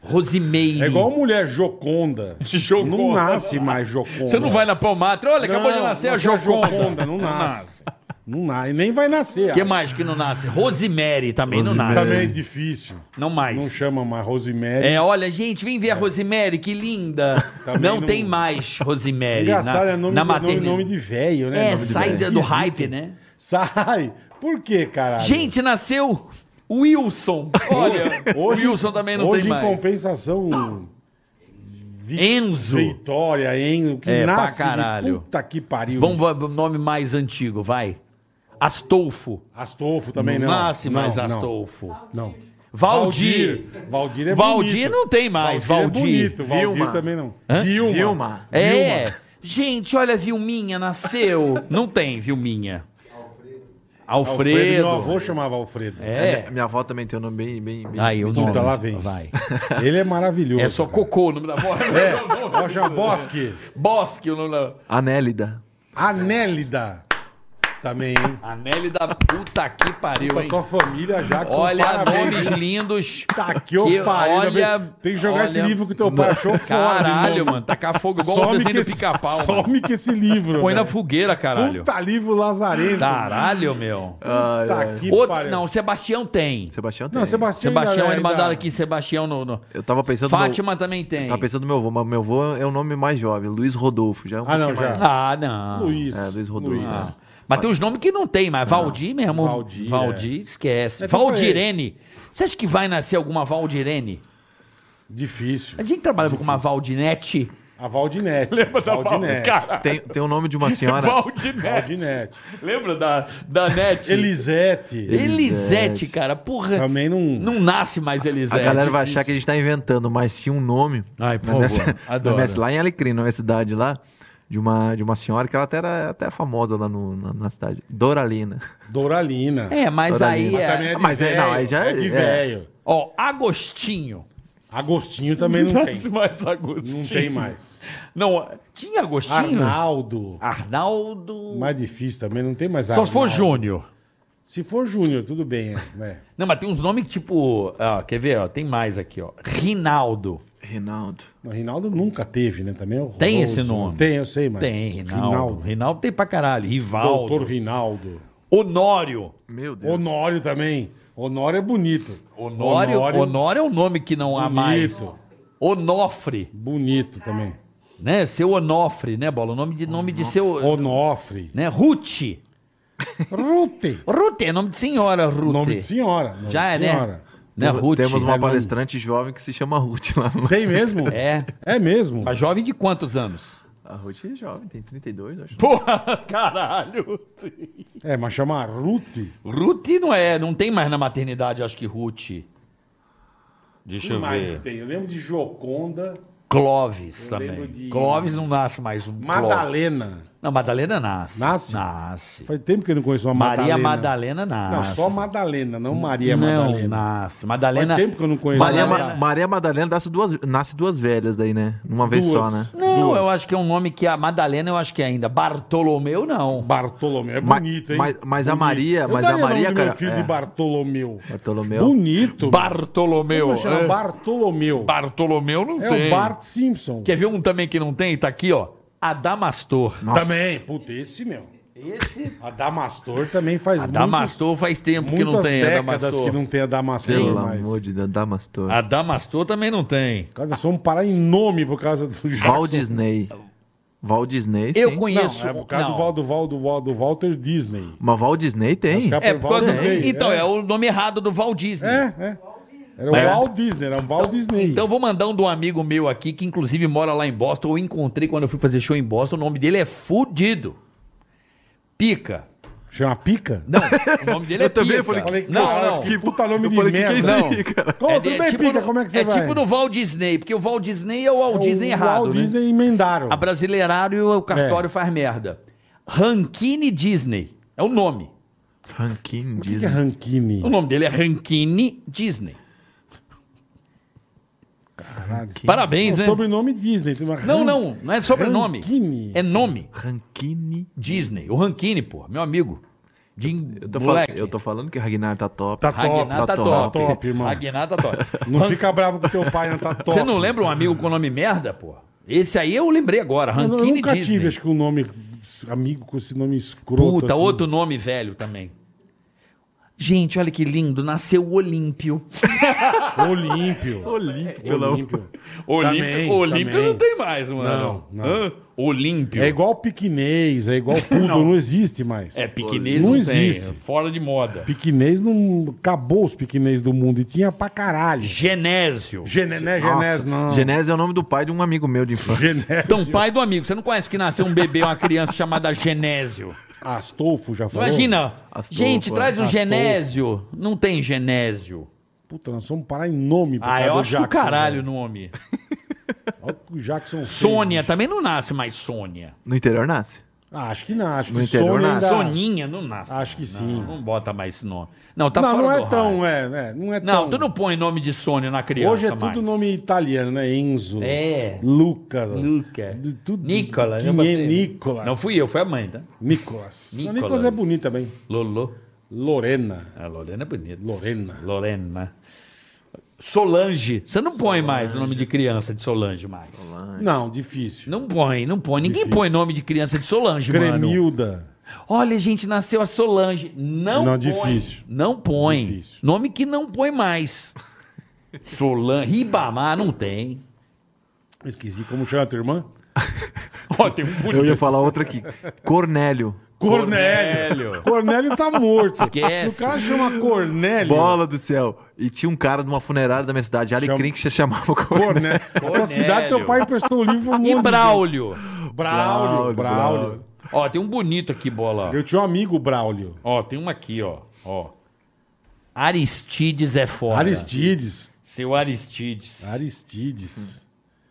Speaker 4: Rosimeire.
Speaker 3: É igual mulher Joconda.
Speaker 5: Joconda.
Speaker 3: Não nasce mais Joconda.
Speaker 4: Você não vai na Palmatra? Olha, acabou de
Speaker 3: Não, é
Speaker 4: nascer a
Speaker 3: nasceu
Speaker 4: Joconda.
Speaker 3: Não nasce. Não nasce. Nem vai nascer.
Speaker 4: Que mais que não nasce? Rosemary também não nasce.
Speaker 3: Também é difícil.
Speaker 4: Não mais.
Speaker 3: Não chama mais Rosemary.
Speaker 4: É, olha, gente, vem ver a Rosemary, que linda.
Speaker 3: Também
Speaker 4: não,
Speaker 3: não-
Speaker 4: tem mais Rosemary
Speaker 3: Engraçado,
Speaker 4: na,
Speaker 3: é nome,
Speaker 4: na
Speaker 3: de, nome,
Speaker 4: maternidade.
Speaker 3: nome de velho, né?
Speaker 4: é,
Speaker 3: Nome de
Speaker 4: sai
Speaker 3: velho.
Speaker 4: do
Speaker 3: Esquisito.
Speaker 4: hype, né?
Speaker 3: Sai. Por quê, caralho?
Speaker 4: Gente, nasceu Wilson. Olha,
Speaker 3: hoje,
Speaker 4: Wilson também não
Speaker 3: hoje
Speaker 4: tem
Speaker 3: em
Speaker 4: mais.
Speaker 3: compensação...
Speaker 4: Enzo.
Speaker 3: Vitória, hein? O que
Speaker 4: É, pra
Speaker 3: nasce de
Speaker 4: caralho.
Speaker 3: Puta que pariu.
Speaker 4: Vamos para o nome mais antigo, vai. Astolfo.
Speaker 3: Astolfo também
Speaker 4: não
Speaker 3: não.
Speaker 4: nasce
Speaker 3: não,
Speaker 4: mais
Speaker 3: não,
Speaker 4: Astolfo.
Speaker 3: Não.
Speaker 4: Valdir.
Speaker 3: Valdir é
Speaker 4: Valdir
Speaker 3: bonito.
Speaker 4: não tem mais,
Speaker 3: É
Speaker 4: Valdir.
Speaker 3: bonito. Valdir
Speaker 1: Vilma.
Speaker 3: também não.
Speaker 1: Vilma.
Speaker 3: Vilma.
Speaker 1: Vilma.
Speaker 4: É. Gente, olha, Vilminha nasceu. não tem, Vilminha. Alfredo.
Speaker 3: Alfredo. Meu avô chamava Alfredo.
Speaker 4: É. Ah,
Speaker 1: Minha avó também tem um nome bem. bem, bem
Speaker 4: Aí, o
Speaker 1: bem
Speaker 4: nome.
Speaker 3: Puta,
Speaker 1: diferente.
Speaker 3: lá vem.
Speaker 4: Vai.
Speaker 3: Ele é maravilhoso.
Speaker 4: É só
Speaker 3: cara.
Speaker 4: cocô o nome da voz.
Speaker 3: É. Rocha Bosque.
Speaker 4: Bosque o nome da
Speaker 1: Anélida.
Speaker 3: Anélida. Também, hein?
Speaker 8: A Nelly da puta que pariu,
Speaker 3: Pra
Speaker 8: hein?
Speaker 3: tua família, Jackson,
Speaker 8: Olha,
Speaker 3: parabéns.
Speaker 8: nomes lindos.
Speaker 3: Tá que eu pariu.
Speaker 8: Olha,
Speaker 3: Olha, tem que jogar esse
Speaker 8: olha-
Speaker 3: livro que teu pai achou fora.
Speaker 4: Caralho,
Speaker 3: irmão.
Speaker 4: mano. Tacar fogo igual o
Speaker 3: Some
Speaker 4: desenho
Speaker 3: que,
Speaker 4: do
Speaker 3: esse,
Speaker 4: pica-pau. mano.
Speaker 3: some que esse livro.
Speaker 4: Põe na
Speaker 3: velho.
Speaker 4: fogueira, caralho.
Speaker 3: Puta livro lazarento.
Speaker 4: Caralho, meu.
Speaker 1: Ai,
Speaker 3: Puta
Speaker 1: ai.
Speaker 3: que
Speaker 4: Outro,
Speaker 3: pariu.
Speaker 4: não, Sebastião tem.
Speaker 1: Ah, Sebastião tem.
Speaker 3: Não, Sebastião.
Speaker 4: Sebastião,
Speaker 3: ainda-
Speaker 4: ele mandaram
Speaker 3: ainda-
Speaker 4: aqui Sebastião no. no-
Speaker 1: Eu tava pensando. no meu-
Speaker 4: Fátima também tem.
Speaker 1: Tava pensando no meu avô, mas meu avô é o nome mais jovem, Luiz Rodolfo. Já é um
Speaker 3: Ah, não,
Speaker 1: pouquinho mais-
Speaker 3: já.
Speaker 4: Ah, não.
Speaker 3: Luiz.
Speaker 1: É, Luiz Rodolfo. Ah.
Speaker 4: Mas tem os nomes que não tem, mas Valdir mesmo.
Speaker 3: Valdir,
Speaker 4: Valdir.
Speaker 3: é.
Speaker 4: esquece.
Speaker 3: É que eu
Speaker 4: Valdirene. Você acha que vai nascer alguma Valdirene?
Speaker 3: Difícil.
Speaker 4: A gente trabalhava com uma Valdinete.
Speaker 3: A Valdinete. Lembra Valdinete.
Speaker 1: Tem, tem o nome de uma senhora.
Speaker 4: Valdinete.
Speaker 3: Valdinete.
Speaker 4: Lembra da, da Nete?
Speaker 3: Elisete.
Speaker 4: Elisete, cara. Porra.
Speaker 3: Também não...
Speaker 4: Não nasce mais
Speaker 1: A
Speaker 4: Elisete.
Speaker 1: galera vai achar que a gente tá inventando, mas tinha um nome.
Speaker 4: Ai, por
Speaker 1: na minha,
Speaker 4: favor,
Speaker 1: na
Speaker 4: adoro.
Speaker 1: minha- lá em Alecrim, na minha cidade lá, de uma, de uma senhora que ela até era até é famosa lá no- na, na cidade. Doralina.
Speaker 3: Doralina.
Speaker 4: É, mas
Speaker 1: Toda
Speaker 4: aí.
Speaker 1: linda.
Speaker 4: é-
Speaker 3: Também é de
Speaker 1: Mas é-
Speaker 3: velho.
Speaker 1: não, aí já
Speaker 3: é de
Speaker 1: é-
Speaker 3: velho.
Speaker 4: Ó, Agostinho.
Speaker 3: Agostinho também não tem.
Speaker 4: mais Agostinho.
Speaker 3: Não tem mais.
Speaker 4: Não, tinha Agostinho?
Speaker 3: Arnaldo.
Speaker 4: Arnaldo.
Speaker 3: Mais difícil também, não tem mais
Speaker 4: Só se for
Speaker 3: Arnaldo.
Speaker 4: Júnior.
Speaker 3: Se for Júnior, tudo bem. É. é.
Speaker 4: Não, mas tem uns nomes que tipo. ó, quer ver? Ó, tem mais aqui, ó. Rinaldo.
Speaker 1: Reinaldo.
Speaker 3: Não, Rinaldo nunca teve, né? Também é horroroso.
Speaker 4: Tem esse nome.
Speaker 3: Tem, eu sei, mas.
Speaker 4: Tem, Rinaldo. Rinaldo. tem pra caralho. Rivaldo.
Speaker 3: Doutor Rinaldo.
Speaker 4: Honório.
Speaker 1: Meu Deus.
Speaker 3: Honório também. Honório é bonito.
Speaker 4: Honório. Honório é um nome que não há mais.
Speaker 3: Bonito.
Speaker 4: Onofre,
Speaker 3: Bonito também.
Speaker 4: né? Seu Onofre, né, Bola? O nome de, nome de seu.
Speaker 3: Onofre.
Speaker 4: Né? Ruth.
Speaker 3: Rute.
Speaker 4: Ruth, é nome de senhora, Ruth.
Speaker 3: Nome de senhora. nome
Speaker 4: Já é,
Speaker 3: de
Speaker 4: né?
Speaker 3: senhora.
Speaker 4: Né, Ruth?
Speaker 1: Temos uma
Speaker 4: É,
Speaker 1: palestrante jovem que se chama Ruth lá no.
Speaker 3: Tem mesmo?
Speaker 4: É.
Speaker 3: É mesmo?
Speaker 4: Mas jovem de quantos anos?
Speaker 1: A Ruth é jovem, tem 32, acho.
Speaker 4: Porra, caralho.
Speaker 3: É, mas chama Rute.
Speaker 4: Ruth não é, não tem mais na maternidade, acho que Ruth. Deixa eu ver.
Speaker 3: tem? Eu lembro de Joconda.
Speaker 4: Clóvis
Speaker 3: lembro
Speaker 4: também.
Speaker 3: de-
Speaker 4: Clóvis não nasce mais. Um Clóvis.
Speaker 3: Madalena.
Speaker 4: Não, Madalena nasce.
Speaker 3: Nasce?
Speaker 4: Nasce.
Speaker 3: Faz tempo que eu não conheço uma
Speaker 4: Maria
Speaker 3: Madalena.
Speaker 4: Madalena
Speaker 3: Não,
Speaker 1: Ah,
Speaker 4: nasce.
Speaker 3: só Madalena, não Maria
Speaker 4: não,
Speaker 3: Madalena.
Speaker 4: nasce. Madalena.
Speaker 3: Faz tempo que eu não conheço.
Speaker 1: Maria,
Speaker 4: Madalena-
Speaker 1: Ma- Maria Madalena nasce duas, nasce duas velhas daí, né? Uma vez
Speaker 3: Duas.
Speaker 1: só, né?
Speaker 4: Não,
Speaker 3: Duas.
Speaker 4: eu acho que é um nome que a Madalena eu acho que é ainda. Bartolomeu não.
Speaker 3: Bartolomeu. É
Speaker 1: Ma-
Speaker 3: bonito, hein?
Speaker 1: mas- mas a
Speaker 3: Bonito.
Speaker 1: Maria-
Speaker 3: Eu
Speaker 1: mas a
Speaker 3: daria nome
Speaker 1: Maria,
Speaker 3: do meu
Speaker 1: cara,
Speaker 3: filho
Speaker 1: é.
Speaker 3: de Bartolomeu.
Speaker 1: Bartolomeu.
Speaker 3: Bonito.
Speaker 4: Bartolomeu.
Speaker 3: Como chama?
Speaker 4: é.
Speaker 3: Bartolomeu.
Speaker 4: Bartolomeu não
Speaker 3: é
Speaker 4: tem.
Speaker 3: o Bart Simpson.
Speaker 4: Quer ver um também que não tem? Tá aqui, ó. Adamastor.
Speaker 1: é-
Speaker 3: Também. É, Puta, esse, meu. Esse... A Damastor também faz muitos,
Speaker 4: Adamastor faz tempo que
Speaker 3: muitas
Speaker 4: não tem.
Speaker 3: décadas
Speaker 4: Adamastor.
Speaker 3: que não tem a Damastor
Speaker 1: Pelo
Speaker 3: mais.
Speaker 1: amor de Deus, Damastor.
Speaker 4: Ah, Adamastor também não tem.
Speaker 3: Cara, só um parar em nome por causa do Jackson.
Speaker 1: Walt Disney. Walt Disney,
Speaker 4: Eu
Speaker 1: sim.
Speaker 4: conheço.
Speaker 3: Não, é por causa
Speaker 4: não.
Speaker 3: do, Val, do, Val, do, Val, do Walter Disney.
Speaker 1: Mas Walt Disney tem.
Speaker 3: Acho que
Speaker 4: É por causa.
Speaker 3: Walt Disney,
Speaker 4: Então,
Speaker 3: é.
Speaker 4: é. o nome errado do Walt Disney.
Speaker 3: É, é. Era o
Speaker 4: É.
Speaker 3: Walt Disney, era o Walt Disney.
Speaker 4: Então vou mandar um do amigo meu aqui, que inclusive mora lá em Boston. Eu encontrei quando eu fui fazer show em Boston. O nome dele é Fudido. Pica.
Speaker 3: Chama Pica?
Speaker 4: Não, o nome dele é
Speaker 1: Eu também
Speaker 4: Pica.
Speaker 1: falei,
Speaker 3: Falei,
Speaker 4: não,
Speaker 3: caralho,
Speaker 4: não.
Speaker 3: que puta nome
Speaker 1: Eu
Speaker 3: de
Speaker 1: falei, que que
Speaker 3: merda.
Speaker 1: é isso aí,
Speaker 3: Não.
Speaker 1: cara?
Speaker 3: Ô, tudo bem,
Speaker 4: tipo
Speaker 3: Pica,
Speaker 4: no-
Speaker 3: como é que você
Speaker 4: é
Speaker 3: vai?
Speaker 4: tipo no Walt Disney, porque o Walt Disney é o Walt Disney errado,
Speaker 3: O É. Walt
Speaker 4: né?
Speaker 3: Disney emendaram.
Speaker 4: A brasileirário e o cartório faz merda. Rankine Disney. É o nome.
Speaker 1: Rankin
Speaker 3: O que que é
Speaker 1: Disney.
Speaker 4: O
Speaker 3: Rankine?
Speaker 4: nome dele é Rankine Disney.
Speaker 1: Rankine.
Speaker 4: Parabéns,
Speaker 3: É
Speaker 4: né?
Speaker 3: sobrenome Disney. tem uma
Speaker 4: Não,
Speaker 3: Ran-
Speaker 4: não, não é sobrenome.
Speaker 3: Rankine.
Speaker 4: É nome.
Speaker 1: Rankine.
Speaker 4: Disney. O Rankine, pô, meu amigo. De
Speaker 1: Eu tô, falando,
Speaker 4: moleque.
Speaker 1: eu tô falando que Ragnar tá top.
Speaker 3: Tá top,
Speaker 4: Ragnar tá top.
Speaker 3: Tá top, irmão.
Speaker 4: Ragnar tá top.
Speaker 3: Não fica bravo com teu pai, não tá top.
Speaker 4: Você não lembra um amigo com nome merda, pô? Esse aí eu lembrei agora.
Speaker 3: Eu, não- eu
Speaker 4: Rankine
Speaker 3: nunca
Speaker 4: Disney.
Speaker 3: tive, acho que um nome amigo com esse nome escroto.
Speaker 4: Puta,
Speaker 3: assim.
Speaker 4: outro nome velho também. Gente, olha que lindo. Nasceu o Olímpio.
Speaker 3: Olímpio.
Speaker 1: Olímpio, pelo amor.
Speaker 9: Olímpio,
Speaker 3: Também,
Speaker 9: Olímpio
Speaker 3: também.
Speaker 9: não tem mais, mano.
Speaker 3: Não, não.
Speaker 9: Hã? Olímpio.
Speaker 3: É igual piquinês, é igual pudo, não. existe mais.
Speaker 9: É, piquenês
Speaker 3: Não
Speaker 9: não,
Speaker 3: existe.
Speaker 9: tem. Fora de moda.
Speaker 3: Piquinês não. Acabou os piquinês do mundo e tinha pra caralho.
Speaker 4: Genésio.
Speaker 3: Gené, né,
Speaker 1: Nossa,
Speaker 3: Genés, não.
Speaker 1: Genésio é o nome do pai de um amigo meu de infância.
Speaker 3: Genésio.
Speaker 4: Então, pai do amigo. Você não conhece que nasceu um bebê, uma criança chamada Genésio.
Speaker 3: Astolfo já falou.
Speaker 4: Imagina.
Speaker 1: Astolfo,
Speaker 4: Gente,
Speaker 1: é.
Speaker 4: traz um
Speaker 3: Astolfo.
Speaker 4: Genésio. Não tem Genésio.
Speaker 3: Puta, nós vamos parar em nome. por
Speaker 4: Ah,
Speaker 3: causa
Speaker 4: eu
Speaker 3: do
Speaker 4: acho do
Speaker 3: Jackson, né?
Speaker 4: caralho né? o
Speaker 3: velho.
Speaker 4: nome.
Speaker 3: Olha o que o Jackson fez.
Speaker 4: Sônia também não nasce mais Sônia.
Speaker 1: No interior nasce.
Speaker 3: Ah, acho que não, acho
Speaker 1: No
Speaker 3: que
Speaker 1: interior, né?
Speaker 3: Sony
Speaker 1: nada.
Speaker 3: ainda...
Speaker 4: Soninha não nasce.
Speaker 3: Tá. Acho que
Speaker 4: não,
Speaker 3: sim.
Speaker 4: Não bota mais esse nome. Não, tá
Speaker 3: não,
Speaker 4: fora
Speaker 3: não
Speaker 4: do
Speaker 3: é
Speaker 4: raio.
Speaker 3: tão, é, é, não é
Speaker 4: Não, tu
Speaker 3: tão...
Speaker 4: não põe nome de Sônia na criança
Speaker 3: Hoje é tudo
Speaker 4: mais.
Speaker 3: nome italiano, né? Enzo,
Speaker 4: É.
Speaker 3: Luca,
Speaker 4: Luca.
Speaker 3: de tudo-
Speaker 4: Nicola.
Speaker 3: Quem
Speaker 4: né?
Speaker 3: é Nicolas?
Speaker 4: Não fui eu, foi a mãe, tá?
Speaker 3: Nicolas. Não,
Speaker 4: Nicolas.
Speaker 3: Nicolas é bonito também.
Speaker 4: Lolo.
Speaker 3: Lorena.
Speaker 4: A Lorena é bonita.
Speaker 3: Lorena.
Speaker 4: Lorena. Solange. Você não põe mais o nome de criança de Solange mais.
Speaker 3: Não, difícil.
Speaker 4: Não põe, não põe. Ninguém
Speaker 3: Difícil.
Speaker 4: põe nome de criança de Solange, mano.
Speaker 3: Cremilda.
Speaker 4: Olha, gente, nasceu a Solange. Não,
Speaker 3: Não,
Speaker 4: põe.
Speaker 3: difícil.
Speaker 4: Não põe.
Speaker 3: Difícil.
Speaker 4: Nome que não põe mais. Solange. Ribamar não tem.
Speaker 3: Esqueci como chama a tua irmã?
Speaker 4: Ó, tem um bonito.
Speaker 1: Eu ia falar outra aqui. Cornélio.
Speaker 3: Cornélio. Cornélio tá morto.
Speaker 4: Esquece.
Speaker 3: Se o cara chama Cornélio...
Speaker 1: Bola do céu. E tinha um cara de uma funerária da minha cidade, Alecrim, que se chamava Cornélio.
Speaker 3: Cornélio. Na Né? tua cidade, teu pai emprestou o livro... pra um monte
Speaker 4: E
Speaker 3: de
Speaker 4: Braulio.
Speaker 3: gente. Braulio.
Speaker 1: Braulio,
Speaker 3: Braulio.
Speaker 4: Ó, tem um bonito aqui, bola.
Speaker 3: Eu tinha um amigo, Braulio.
Speaker 4: Ó, tem uma aqui, ó. Ó. Aristides é foda.
Speaker 3: Aristides.
Speaker 4: Seu Aristides.
Speaker 3: Aristides.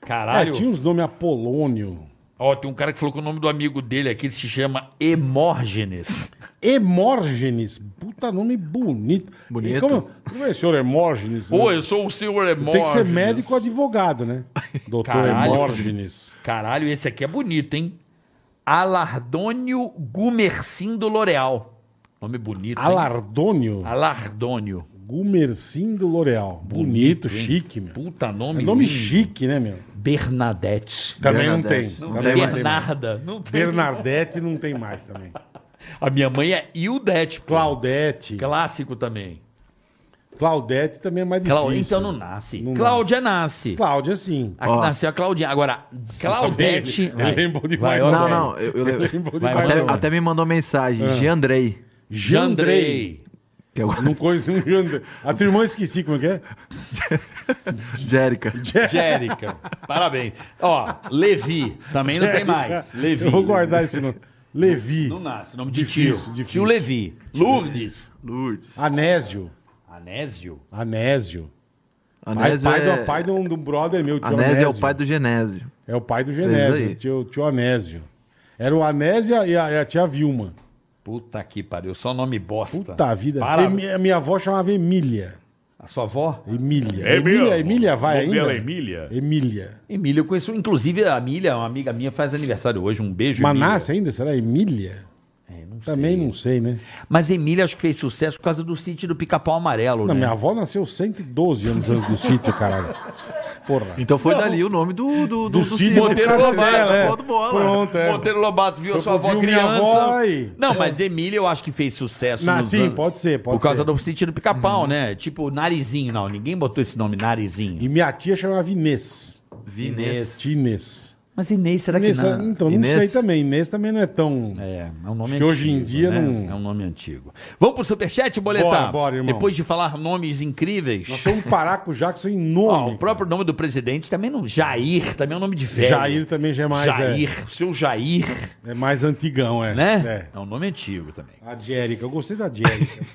Speaker 3: É,
Speaker 4: Caralho.
Speaker 3: tinha uns nomes Apolônio.
Speaker 4: Ó, tem um cara que falou que o nome do amigo dele aqui ele se chama Hemórgenes.
Speaker 3: Hemórgenes. Puta nome bonito.
Speaker 1: Bonito.
Speaker 3: E Como, como é o senhor Hemórgenes? né?
Speaker 4: Pô, eu sou o seu Hemórgenes.
Speaker 3: Tem que ser médico ou advogado, né? Doutor
Speaker 4: Caralho.
Speaker 3: Hemórgenes.
Speaker 4: Caralho, esse aqui é bonito, hein? Alardônio Gumercindo L'Oreal. Nome bonito, hein?
Speaker 3: Alardônio
Speaker 4: Alardônio.
Speaker 3: Gumercindo L'Oreal. Bonito,
Speaker 4: hein?
Speaker 3: chique, meu.
Speaker 4: Puta
Speaker 3: É
Speaker 4: nome
Speaker 3: nome
Speaker 4: lindo.
Speaker 3: chique, né, meu?
Speaker 4: Bernadette.
Speaker 3: Também
Speaker 1: Bernadette.
Speaker 3: não tem.
Speaker 1: Não
Speaker 3: Também
Speaker 1: tem mais.
Speaker 3: é.
Speaker 4: Bernarda. Não tem.
Speaker 3: Bernadette não tem mais também.
Speaker 4: A minha mãe é Ildete. pô.
Speaker 3: Claudete.
Speaker 4: Clássico também.
Speaker 3: Claudete também é mais difícil.
Speaker 4: Clau... Então não nasce.
Speaker 3: Não
Speaker 4: Cláudia nasce.
Speaker 3: Cláudia, sim.
Speaker 4: Aqui nasceu a Claudinha. Agora, Claudete.
Speaker 3: Ele- ele lembrou demais.
Speaker 1: Não,
Speaker 3: Vai,
Speaker 1: não. Eu, eu lembro.
Speaker 3: Lembrou de
Speaker 4: Vai,
Speaker 3: mais
Speaker 1: até,
Speaker 3: nome.
Speaker 1: até me mandou mensagem. Giandrei.
Speaker 3: Jandrei.
Speaker 4: Jandrei.
Speaker 1: Que é agora
Speaker 3: Não conheço um Jandrei. A tua irmã eu esqueci como é que é?
Speaker 1: Jérica.
Speaker 4: Jérica. Parabéns. Ó, Levi. Também não tem mais. Levi.
Speaker 3: É, então, Eu vou guardar esse nome. Levi.
Speaker 4: Não nasce. Nome de
Speaker 3: Difícil,
Speaker 4: tio.
Speaker 3: difícil.
Speaker 4: Tio Levi. Lourdes.
Speaker 1: Lourdes.
Speaker 3: Anésio.
Speaker 4: Anésio.
Speaker 3: Anésio. Ah, Pai,
Speaker 1: Anésio
Speaker 3: pai,
Speaker 1: é...
Speaker 3: do, pai de um- de um brother meu, tio
Speaker 1: Anésio é o pai do Genésio.
Speaker 3: É o pai do
Speaker 1: É isso aí.
Speaker 3: Genésio, tio, tio Anésio. Era o Anésio e a, e a tia Vilma.
Speaker 4: Puta que pariu. Só nome bosta.
Speaker 3: Puta vida.
Speaker 4: Para-
Speaker 3: Emi- a minha avó chamava Emília.
Speaker 4: A sua avó?
Speaker 3: Emília.
Speaker 7: É mesmo?
Speaker 3: Emília, Emília vai
Speaker 7: O nome dela
Speaker 3: ainda?
Speaker 7: é Emília?
Speaker 3: Emília.
Speaker 4: Emília, eu conheço. Inclusive, a Emília, uma amiga minha, faz aniversário hoje. Um beijo.
Speaker 3: Mas
Speaker 4: Emília.
Speaker 3: nasce ainda? Será Emília?
Speaker 4: É, não sei. É.
Speaker 3: Também não sei, né?
Speaker 4: Mas Emília acho que fez sucesso por causa do sítio do pica-pau amarelo,
Speaker 3: Não,
Speaker 4: né?
Speaker 3: minha avó nasceu 112 anos antes do sítio, caralho. Porra.
Speaker 1: Então foi dali o nome do... Do, do, do
Speaker 3: sítio
Speaker 1: sítio.
Speaker 3: do
Speaker 4: Monteiro
Speaker 3: Castelo,
Speaker 4: Lobato,
Speaker 3: é.
Speaker 1: Pó do Bola.
Speaker 3: Pronto, é.
Speaker 4: Monteiro Lobato viu
Speaker 3: Foi
Speaker 4: sua avó
Speaker 3: pro filme
Speaker 4: criança.
Speaker 3: Minha Avó e-
Speaker 4: Não, mas Emília eu acho que fez sucesso.
Speaker 3: Na-
Speaker 4: nos
Speaker 3: sim,
Speaker 4: anos-
Speaker 3: pode ser, pode
Speaker 4: Por causa
Speaker 3: ser.
Speaker 4: do sítio do pica-pau, né? Tipo, narizinho, não. Ninguém botou esse nome, narizinho.
Speaker 3: E minha tia chamava Inês.
Speaker 1: Vinês.
Speaker 3: Tia Inês.
Speaker 4: Mas Inês, será
Speaker 3: Inês,
Speaker 4: que não?
Speaker 3: então,
Speaker 1: Inês?
Speaker 3: não sei também. Inês também não é tão...
Speaker 4: É, é um nome
Speaker 3: Acho que hoje em dia
Speaker 4: né?
Speaker 3: não-
Speaker 4: É um nome antigo. Vamos pro superchat, Boletar?
Speaker 3: Bora, bora, irmão.
Speaker 4: Depois de falar nomes incríveis.
Speaker 3: Nós somos um paracujá que são
Speaker 4: Ó,
Speaker 3: enorme.
Speaker 4: Ah, o próprio nome do presidente também não. Jair, também é um nome de velho.
Speaker 3: Jair também já é mais...
Speaker 4: Jair, seu Jair,
Speaker 3: É, é mais antigão, é.
Speaker 4: né?
Speaker 3: É.
Speaker 4: É um nome antigo também.
Speaker 3: A Jérica. Eu gostei da Jérica.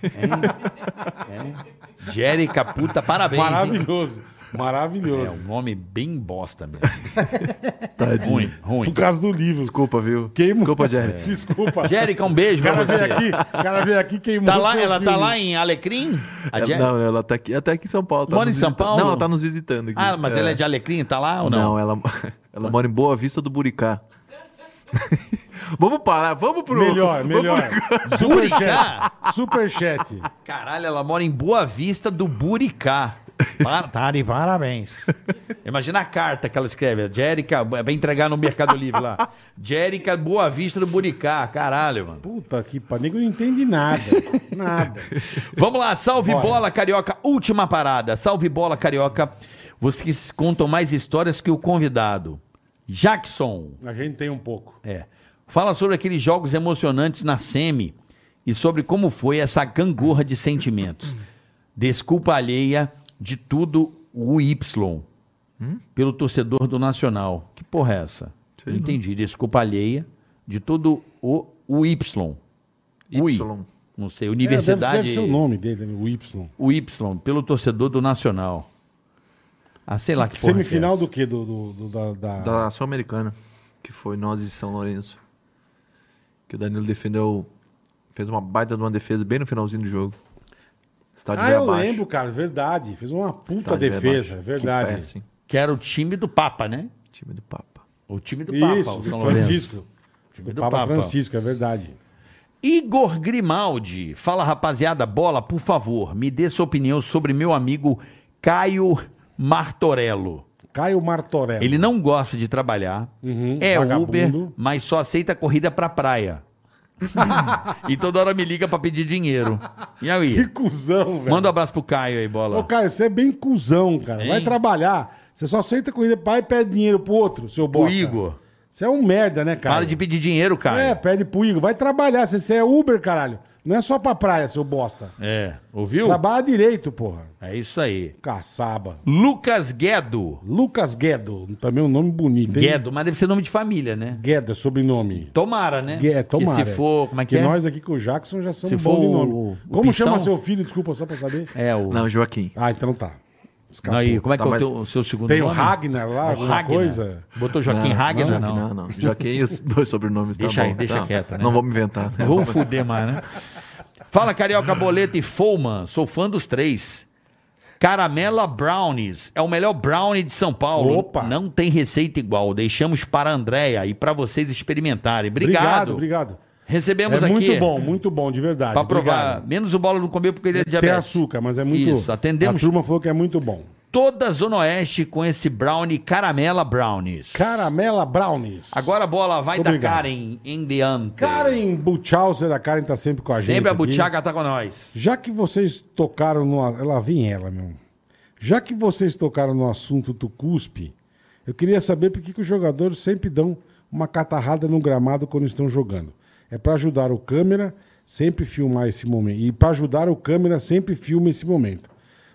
Speaker 4: Jérica, puta, parabéns. hein?
Speaker 3: Maravilhoso.
Speaker 4: É
Speaker 3: Maravilhoso.
Speaker 4: um nome bem bosta mesmo.
Speaker 1: Tadinho.
Speaker 4: ruim,
Speaker 3: Por
Speaker 4: ruim.
Speaker 3: causa do livro.
Speaker 1: Desculpa, viu?
Speaker 3: Queimo.
Speaker 1: Desculpa, Jérica.
Speaker 3: É. Desculpa.
Speaker 4: Jérica, um
Speaker 3: O
Speaker 4: beijo pra
Speaker 3: cara
Speaker 4: você.
Speaker 3: veio aqui, o cara veio aqui queimou
Speaker 4: Tá lá,
Speaker 3: seu
Speaker 4: ela tá
Speaker 3: filme.
Speaker 4: lá em Alecrim? A
Speaker 1: Ela-
Speaker 4: Jé-
Speaker 1: Não, ela tá aqui, até aqui em São Paulo. tá
Speaker 4: Mora
Speaker 1: nos
Speaker 4: em São
Speaker 1: visita-
Speaker 4: Paulo?
Speaker 1: Não, ela tá nos visitando aqui.
Speaker 4: Ah, mas ela é de Alecrim? Tá lá ou não?
Speaker 1: Não, ela, ela mora em Boa Vista do Buricá. vamos parar, vamos pro...
Speaker 3: Melhor,
Speaker 1: vamos
Speaker 3: melhor.
Speaker 4: Buricá?
Speaker 3: Superchat. Superchat.
Speaker 4: Caralho, ela mora em Boa Vista do Buricá. Par- Tá de parabéns. Imagina a carta que ela escreve. a Jérica, vai entregar no Mercado Livre lá. Jérica, Boa Vista do Buricá. Caralho, mano.
Speaker 3: Puta que pariu, não entende nada. Nada.
Speaker 4: Vamos lá, salve
Speaker 3: Bora.
Speaker 4: bola carioca, última parada. Salve bola carioca. Vocês contam mais histórias que o convidado. Jackson,
Speaker 3: A gente tem um pouco.
Speaker 4: é. Fala sobre aqueles jogos emocionantes na semi e sobre como foi essa gangorra de sentimentos. Desculpa alheia de tudo o Y pelo torcedor do Nacional. Que porra é essa? Não entendi. Desculpa alheia de todo o, o Y. Ui.
Speaker 1: Y.
Speaker 4: Não sei,
Speaker 3: É,
Speaker 4: universidade.
Speaker 3: deve, deve ser o nome dele, né, o Y.
Speaker 4: o Y pelo torcedor do Nacional. Ah, sei lá que porra
Speaker 3: Semifinal
Speaker 4: que é
Speaker 3: do quê? Do, do- do- da, da-
Speaker 1: Da Sul-Americana, que foi nós e São Lourenço. Que o Danilo defendeu. Fez uma baita de uma defesa bem no finalzinho do jogo. Estádio
Speaker 3: Ah,
Speaker 1: veio
Speaker 3: eu
Speaker 1: abaixo.
Speaker 3: lembro, cara, verdade. Fez uma puta
Speaker 1: Estádio veio
Speaker 3: defesa, é
Speaker 1: abaixo.
Speaker 3: verdade.
Speaker 1: Que pé, assim.
Speaker 4: Que era o time do Papa, né?
Speaker 1: Time do Papa.
Speaker 4: O time do Papa,
Speaker 3: Isso,
Speaker 4: o
Speaker 3: do
Speaker 4: São Lourenço.
Speaker 3: Francisco.
Speaker 4: Time
Speaker 3: Do Papa Francisco, é verdade.
Speaker 4: Igor Grimaldi. Fala, rapaziada, bola, por favor, me dê sua opinião sobre meu amigo Caio Martorello.
Speaker 3: Caio Martorello.
Speaker 4: Ele não gosta de trabalhar,
Speaker 3: Uhum,
Speaker 4: é
Speaker 3: vagabundo.
Speaker 4: Uber, mas só aceita corrida pra praia. e toda hora me liga pra pedir dinheiro. E aí?
Speaker 3: Que cuzão, velho.
Speaker 4: Manda um abraço pro Caio aí, bola.
Speaker 3: Ô, Caio, você é bem cuzão, cara. Vai
Speaker 4: Hein?
Speaker 3: trabalhar. Você só aceita corrida pai e pede dinheiro pro outro, seu
Speaker 4: o
Speaker 3: bosta.
Speaker 4: Igor.
Speaker 3: Você é um merda, né, cara?
Speaker 4: Para de pedir dinheiro,
Speaker 3: É,
Speaker 4: Caio.
Speaker 3: pede pro Igor. Vai trabalhar, você, você é Uber, caralho. Não é só pra praia, seu bosta.
Speaker 4: É, ouviu?
Speaker 3: Trabalha direito, porra.
Speaker 4: É isso aí.
Speaker 3: Caçaba.
Speaker 4: Lucas Guedo.
Speaker 3: Lucas Guedo, também um nome bonito, hein?
Speaker 4: Guedo, mas deve ser nome de família, né?
Speaker 3: Guedo é sobrenome.
Speaker 4: Tomara, né?
Speaker 3: Guedo, tomara.
Speaker 4: Que se for, como é que,
Speaker 3: Porque
Speaker 4: é?
Speaker 3: nós aqui com o Jackson já somos
Speaker 4: Se
Speaker 3: bons de
Speaker 4: for
Speaker 3: nome.
Speaker 4: o- o
Speaker 3: Como
Speaker 4: Pistão?
Speaker 3: chama seu filho? Desculpa, só pra saber.
Speaker 4: É, o...
Speaker 1: Não, Joaquim.
Speaker 3: Ah, então tá. Escapou.
Speaker 4: Aí, como é que é
Speaker 1: Tá,
Speaker 4: o,
Speaker 1: mas
Speaker 4: teu, o seu segundo
Speaker 3: Tem o
Speaker 4: nome?
Speaker 3: Ragnar lá, alguma
Speaker 4: Ragnar.
Speaker 3: coisa?
Speaker 4: Botou Joaquim Ragnar, Ah, não.
Speaker 1: não, não. Joaquim e os dois sobrenomes
Speaker 4: Deixa
Speaker 1: tá
Speaker 4: aí,
Speaker 1: bom.
Speaker 4: deixa
Speaker 1: Tá.
Speaker 4: quieto, né?
Speaker 1: Não vamos inventar.
Speaker 4: Vamos fuder mais, né? Fala, Carioca Boleta e Folman. Sou fã dos três. Caramela Brownies. É o melhor brownie de São Paulo.
Speaker 3: Opa!
Speaker 4: Não tem receita igual. Deixamos para a Andréia e para vocês experimentarem.
Speaker 3: Obrigado,
Speaker 4: Obrigado.
Speaker 3: obrigado.
Speaker 4: Recebemos
Speaker 3: é
Speaker 4: aqui.
Speaker 3: muito bom, muito bom, de verdade.
Speaker 4: Para provar.
Speaker 3: Obrigado.
Speaker 4: Menos o bolo não comeu porque ele é
Speaker 3: Tem
Speaker 4: diabetes.
Speaker 3: açúcar, mas é muito...
Speaker 4: Isso, atendemos-
Speaker 3: A turma falou que é muito bom.
Speaker 4: Toda a Zona Oeste com esse brownie Caramela Brownies.
Speaker 3: Caramela Brownies.
Speaker 4: Agora a bola vai
Speaker 3: Obrigado.
Speaker 4: da Karen em Deante.
Speaker 3: Karen Buchhauser, a Karen tá sempre com a gente.
Speaker 4: Sempre a
Speaker 3: aqui.
Speaker 4: Butiaga tá com nós.
Speaker 3: Já que vocês tocaram no. a- Lá vem ela, meu. Já que vocês tocaram no assunto do cuspe, eu queria saber por que, que os jogadores sempre dão uma catarrada no gramado quando estão jogando. É pra ajudar o câmera sempre filmar esse momento. E pra ajudar o câmera sempre filma esse momento.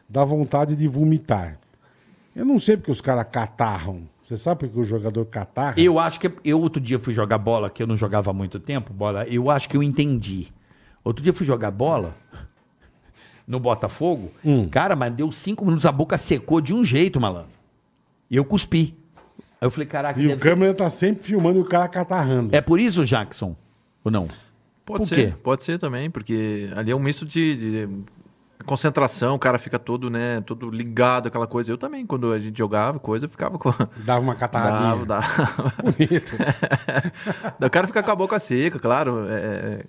Speaker 3: Dá vontade de vomitar. Eu não sei porque os caras catarram. Você sabe por que o jogador catarra?
Speaker 4: Eu acho que. Eu outro dia fui jogar bola, que eu não jogava há muito tempo, bola. Eu acho que eu entendi. Outro dia fui jogar bola no Botafogo.
Speaker 3: Hum.
Speaker 4: Cara, mas deu cinco minutos, a boca secou de um jeito, malandro. E eu cuspi. Aí eu falei, caraca,
Speaker 3: E o
Speaker 4: deve ser-
Speaker 3: câmera tá sempre filmando e o cara catarrando.
Speaker 4: é por isso, Jackson? Ou não?
Speaker 1: Pode
Speaker 4: Por
Speaker 1: ser,
Speaker 4: quê?
Speaker 1: pode ser também, porque ali é um misto de, de concentração, o cara fica todo, né, todo ligado, aquela coisa. Eu também, quando a gente jogava coisa, eu ficava com...
Speaker 3: Dava uma catarradinha.
Speaker 1: Dava, dava.
Speaker 3: Bonito.
Speaker 1: o cara fica com a boca seca, claro, é... é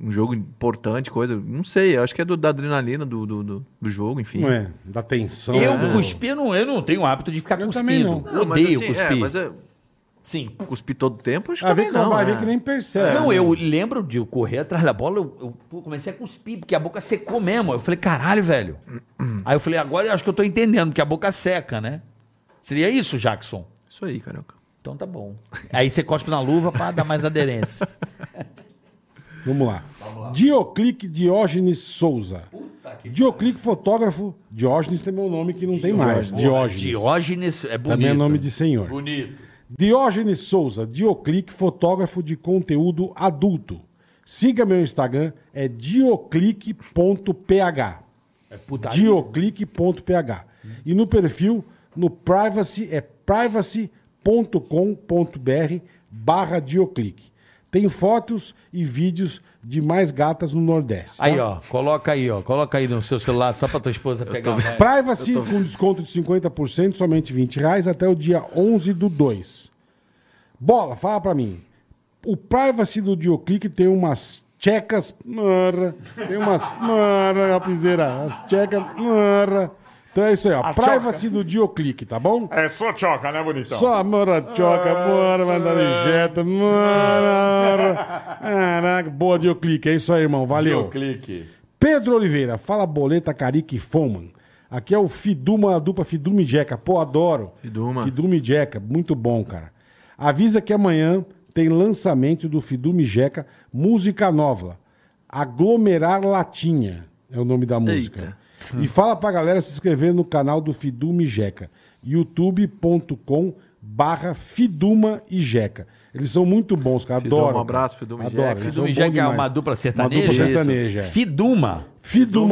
Speaker 1: Um jogo importante, coisa. Não sei, eu acho que é do- da adrenalina do, do, do- do jogo, enfim.
Speaker 3: Não é? Da tensão.
Speaker 4: Eu
Speaker 3: né?
Speaker 4: cuspi, eu não, eu não tenho o hábito de ficar
Speaker 3: Eu
Speaker 4: cuspindo.
Speaker 3: também não.
Speaker 1: Não, mas
Speaker 4: Odeio
Speaker 1: assim,
Speaker 4: cuspir.
Speaker 1: É, mas é,
Speaker 4: Sim.
Speaker 1: cuspir todo o tempo, acho que
Speaker 3: Ah, vê
Speaker 1: também
Speaker 3: que
Speaker 1: não.
Speaker 3: não, vai
Speaker 1: né?
Speaker 3: ver que nem percebe.
Speaker 4: Não, eu lembro de eu correr atrás da bola, eu, eu, pô, comecei a cuspir, porque a boca secou mesmo. Eu falei, caralho, velho. Aí eu falei, agora eu acho que eu tô entendendo, porque a boca seca, né? Seria isso, Jackson?
Speaker 1: Isso aí, carioca.
Speaker 4: Então tá bom. Aí você cospe na luva pra dar mais aderência.
Speaker 3: Vamos lá. Dioclique Diógenes Souza. Dioclique fotógrafo. Diógenes tem meu nome que não tem mais. Diógenes.
Speaker 4: Diógenes é bonito.
Speaker 3: Também é nome de senhor.
Speaker 4: Bonito.
Speaker 3: Diógenes Souza, Dioclique fotógrafo de conteúdo adulto. Siga meu Instagram, é dioclique.ph.
Speaker 4: É puta
Speaker 3: dioclique.ph. E no perfil, no privacy, é privacy.com.br barra dioclique. Tem fotos e vídeos de mais gatas no Nordeste.
Speaker 4: Aí, ó, coloca aí, ó. Coloca aí no seu celular só pra tua esposa pegar. vai.
Speaker 3: Privacy com desconto de 50%, somente 20 reais, até o dia 11 do 2. Bola, fala pra mim. O Privacy do Dioclique tem umas checas... Marra, tem umas... Marra, rapizeira. As checas... Marra. Então é isso aí, ó.
Speaker 7: A
Speaker 3: privacy do Dioclique, tá bom?
Speaker 7: É Ah, só choca, né, bonitão?
Speaker 3: Só a morachoca, bora, mandando injeta, bora. Caraca, boa Dioclique, é isso aí, irmão, valeu.
Speaker 7: clique.
Speaker 3: Pedro Oliveira, fala boleta, carica e foman. Aqui é o Fiduma, a dupla Fiduma e Jeca. Pô, adoro.
Speaker 1: Fiduma.
Speaker 3: Fiduma e Jeca, muito bom, cara. Avisa que amanhã tem lançamento do Fiduma e Jeca, música nova. Aglomerar Latinha é o nome da música. E fala pra galera se inscrever no canal do Fiduma e Jeca. youtube.com barra Fiduma e Jeca. Eles são muito bons, cara.
Speaker 1: Fiduma,
Speaker 3: Adoro.
Speaker 1: um
Speaker 3: cara.
Speaker 1: abraço, Fiduma e
Speaker 3: Adoro,
Speaker 1: Jeca.
Speaker 3: eles
Speaker 4: Fiduma
Speaker 3: são
Speaker 4: e
Speaker 3: bons
Speaker 4: Jeca é
Speaker 3: demais.
Speaker 4: uma dupla sertaneja?
Speaker 3: Uma dupla
Speaker 1: Isso.
Speaker 3: sertaneja. é.
Speaker 4: Fiduma.
Speaker 3: Fiduma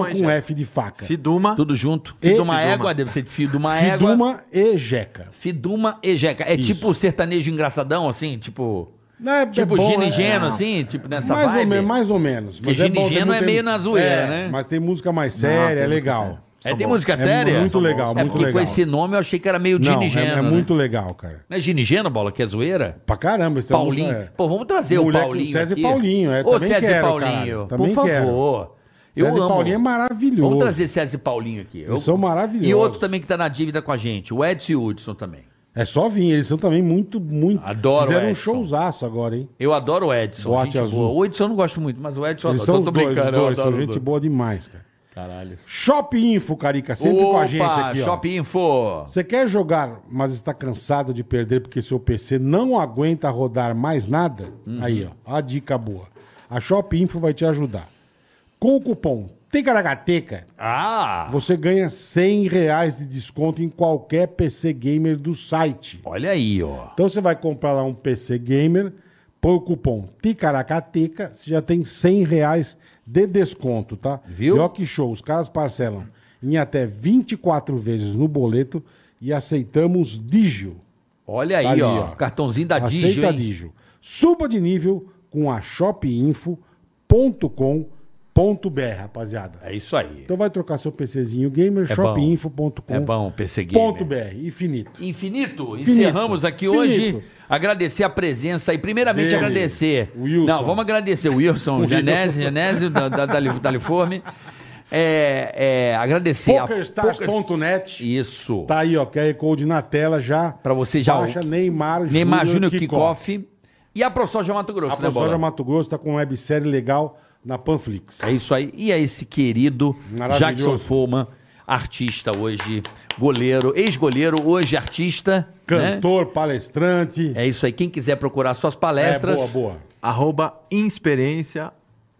Speaker 1: Fiduma e
Speaker 3: com
Speaker 1: Jeca.
Speaker 3: F de faca.
Speaker 1: Fiduma.
Speaker 4: Tudo junto.
Speaker 3: E
Speaker 4: Fiduma
Speaker 1: Fiduma.
Speaker 4: égua, deve ser de Fiduma égua.
Speaker 3: Fiduma e Jeca.
Speaker 4: Fiduma e Jeca. É tipo sertanejo engraçadão, assim, tipo.
Speaker 3: Não, é- é
Speaker 4: Tipo
Speaker 3: bom,
Speaker 4: Gino
Speaker 3: é-
Speaker 4: e Geno, assim, tipo nessa
Speaker 3: mais
Speaker 4: vibe.
Speaker 3: Ou menos, mais ou menos.
Speaker 4: Porque Gino e
Speaker 3: também
Speaker 4: Geno é
Speaker 3: tem-
Speaker 4: meio na zoeira, né?
Speaker 3: Mas tem música mais séria, é
Speaker 1: tem música
Speaker 3: legal.
Speaker 1: séria.
Speaker 4: É, tem música
Speaker 3: É
Speaker 4: séria?
Speaker 3: muito legal,
Speaker 4: É
Speaker 3: muito
Speaker 4: porque com
Speaker 3: legal.
Speaker 4: esse nome eu achei que era meio
Speaker 3: Não,
Speaker 4: Gino
Speaker 3: é,
Speaker 4: e Geno,
Speaker 3: é
Speaker 4: né?
Speaker 3: muito legal, cara.
Speaker 4: Não é Gino e Geno, Bola, que é zoeira?
Speaker 3: Pra caramba, esse
Speaker 4: Paulinho.
Speaker 3: é-
Speaker 4: Pô, vamos trazer
Speaker 3: Moleque
Speaker 4: o
Speaker 3: com
Speaker 4: Paulinho.
Speaker 3: César e
Speaker 4: aqui.
Speaker 3: Paulinho, é,
Speaker 4: Ô,
Speaker 3: também
Speaker 4: César e
Speaker 3: quero,
Speaker 4: Paulinho,
Speaker 3: cara, também
Speaker 4: por favor.
Speaker 3: quero.
Speaker 4: Eu
Speaker 3: César e
Speaker 4: amo.
Speaker 3: Paulinho é maravilhoso.
Speaker 4: Vamos trazer César e Paulinho aqui. Eu-
Speaker 3: Eles são maravilhosos.
Speaker 4: E outro também que tá na dívida com a gente, o Edson e o Hudson também.
Speaker 3: É só vir, eles são também muito, muito.
Speaker 4: Adoro
Speaker 3: Fizeram um
Speaker 4: Edson.
Speaker 3: showzaço agora, hein?
Speaker 4: Eu adoro o Edson.
Speaker 3: Boate
Speaker 4: gente
Speaker 3: azul.
Speaker 4: boa. O Edson eu não gosto muito, mas o Edson eu
Speaker 3: Eles
Speaker 4: adoro.
Speaker 3: são
Speaker 4: Tô-
Speaker 3: os
Speaker 4: tô
Speaker 3: dois, os
Speaker 4: brincando, eu
Speaker 3: dois, são
Speaker 4: adoro os
Speaker 3: gente
Speaker 4: dois.
Speaker 3: boa demais, cara.
Speaker 4: Caralho.
Speaker 3: Shop Info, Carica, sempre com a gente
Speaker 4: Opa,
Speaker 3: aqui, ó.
Speaker 4: Shop Info.
Speaker 3: Você quer jogar, mas está cansado de perder porque seu PC não aguenta rodar mais nada? Aí, ó, a dica boa. A Shop Info vai te ajudar. Com o cupom TECARAGATECA,
Speaker 4: Ah,
Speaker 3: você ganha 100 reais de desconto em qualquer PC Gamer do site.
Speaker 4: olha aí, ó.
Speaker 3: Então você vai comprar lá um PC Gamer, põe o cupom TICARACATECA, você já tem 100 reais de desconto, tá?
Speaker 4: Viu?
Speaker 3: E ó que show, os caras parcelam em até 24 vezes no boleto e aceitamos Digio.
Speaker 4: Olha aí,
Speaker 3: Tá ali,
Speaker 4: ó.
Speaker 3: ó.
Speaker 4: Cartãozinho da Digio,
Speaker 3: Aceita
Speaker 4: hein?
Speaker 3: Digio. Suba de nível com a shopinfo.com.br, rapaziada.
Speaker 4: É isso aí.
Speaker 3: Então vai trocar seu PCzinho gamer,
Speaker 4: É bom.
Speaker 3: shopinfo.com.br.
Speaker 4: É bom, PC Gamer.
Speaker 3: infinito.
Speaker 4: Infinito,
Speaker 3: Infinito.
Speaker 4: encerramos aqui
Speaker 3: Finito.
Speaker 4: hoje. Agradecer a presença e, primeiramente,
Speaker 3: Dele,
Speaker 4: agradecer.
Speaker 3: Wilson.
Speaker 4: Não, vamos agradecer o Wilson,
Speaker 3: O
Speaker 4: Genésio, Genésio da, da, da, Li- da Liforme. É, é, agradecer a Poker-
Speaker 3: PokerStars.net.
Speaker 4: Isso.
Speaker 3: Tá aí, ó, QR Code na tela já.
Speaker 4: Pra você já-
Speaker 3: Baixa Neymar Júnior
Speaker 4: Neymar Júnior
Speaker 3: Kickoff.
Speaker 4: Kickoff. E a ProSoja Mato Grosso,
Speaker 3: A
Speaker 4: né, Bola?
Speaker 3: professora Mato Grosso tá com uma websérie legal na Panflix.
Speaker 4: É isso aí. E é esse querido
Speaker 3: Maravilhoso.
Speaker 4: Jackson Fulman, artista hoje, goleiro, ex-goleiro, hoje artista. né?
Speaker 3: Cantor, palestrante. É,
Speaker 4: É isso aí. Quem quiser procurar suas palestras.
Speaker 3: boa, boa.
Speaker 1: Arroba Inexperiência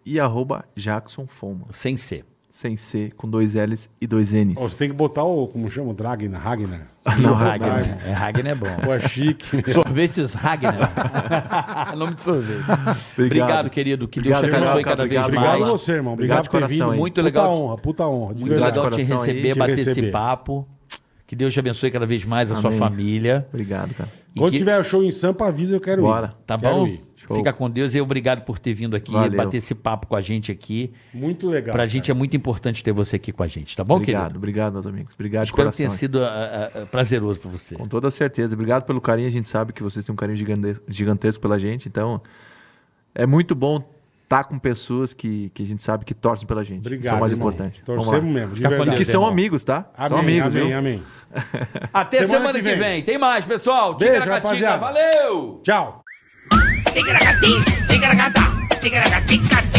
Speaker 1: e arroba Jackson Foma.
Speaker 4: Sem ser.
Speaker 1: Sem C, com dois L's e dois N's.
Speaker 3: Ó, você tem que botar o, como chama, o Dragner, Ragnar.
Speaker 4: E o
Speaker 1: Ah, Não,
Speaker 4: Ragnar. É, Ragnar é bom.
Speaker 3: Pô, é chique.
Speaker 4: Sorvetes Ragnar. É Nome de sorvete. Obrigado, querido. Que Deus te
Speaker 1: Obrigado,
Speaker 4: abençoe cada
Speaker 1: irmão, cara.
Speaker 4: vez
Speaker 3: Obrigado a
Speaker 4: mais.
Speaker 3: você, irmão.
Speaker 1: Obrigado
Speaker 3: Obrigado,
Speaker 1: de
Speaker 3: por ter
Speaker 1: coração,
Speaker 3: vindo.
Speaker 1: hein?
Speaker 4: Muito legal.
Speaker 3: Puta honra, puta honra. de
Speaker 4: Muito
Speaker 3: verdade.
Speaker 4: legal te
Speaker 1: coração aí,
Speaker 4: receber,
Speaker 3: te
Speaker 4: bater esse
Speaker 3: receber.
Speaker 4: papo. Que Deus te abençoe cada vez mais a sua
Speaker 1: Amém.
Speaker 4: família.
Speaker 1: Obrigado, cara.
Speaker 4: E
Speaker 3: Quando
Speaker 4: que-
Speaker 3: tiver o show em Sampa, avisa, eu quero
Speaker 1: Bora.
Speaker 3: ir.
Speaker 4: Tá
Speaker 3: Quero
Speaker 4: bom?
Speaker 3: ir.
Speaker 1: Show.
Speaker 4: Fica com Deus e obrigado por ter vindo aqui
Speaker 1: Valeu.
Speaker 4: bater esse papo com a gente aqui.
Speaker 3: Muito legal.
Speaker 4: pra gente é muito importante ter você aqui com a gente, tá bom,
Speaker 1: Obrigado,
Speaker 4: querido?
Speaker 1: obrigado, meus amigos. Obrigado de
Speaker 4: Espero que
Speaker 1: coração.
Speaker 4: tenha sido ah, ah, ah, prazeroso pra você.
Speaker 1: Com toda certeza. Obrigado pelo carinho. A gente sabe que vocês têm um carinho gigante- gigantesco pela gente. Então, é muito bom estar com pessoas que, que a gente sabe que torcem pela gente. Isso é
Speaker 3: Obrigado,
Speaker 1: o mais
Speaker 3: irmão.
Speaker 1: importante. Vamos lá.
Speaker 3: Torcemos mesmo, de
Speaker 4: Fica com
Speaker 1: E
Speaker 3: verdade.
Speaker 1: que
Speaker 4: Deus,
Speaker 1: são
Speaker 4: irmão.
Speaker 1: amigos, tá? são
Speaker 3: Amém,
Speaker 1: amigos,
Speaker 3: amém,
Speaker 1: viu?
Speaker 3: amém.
Speaker 4: Até semana, que, vem. Tem mais, pessoal. Tira
Speaker 3: Beijo,
Speaker 4: na catinga.
Speaker 3: rapaziada.
Speaker 4: Valeu!
Speaker 3: Tchau.
Speaker 2: Tigaragati, tigaragata, tigaragatica,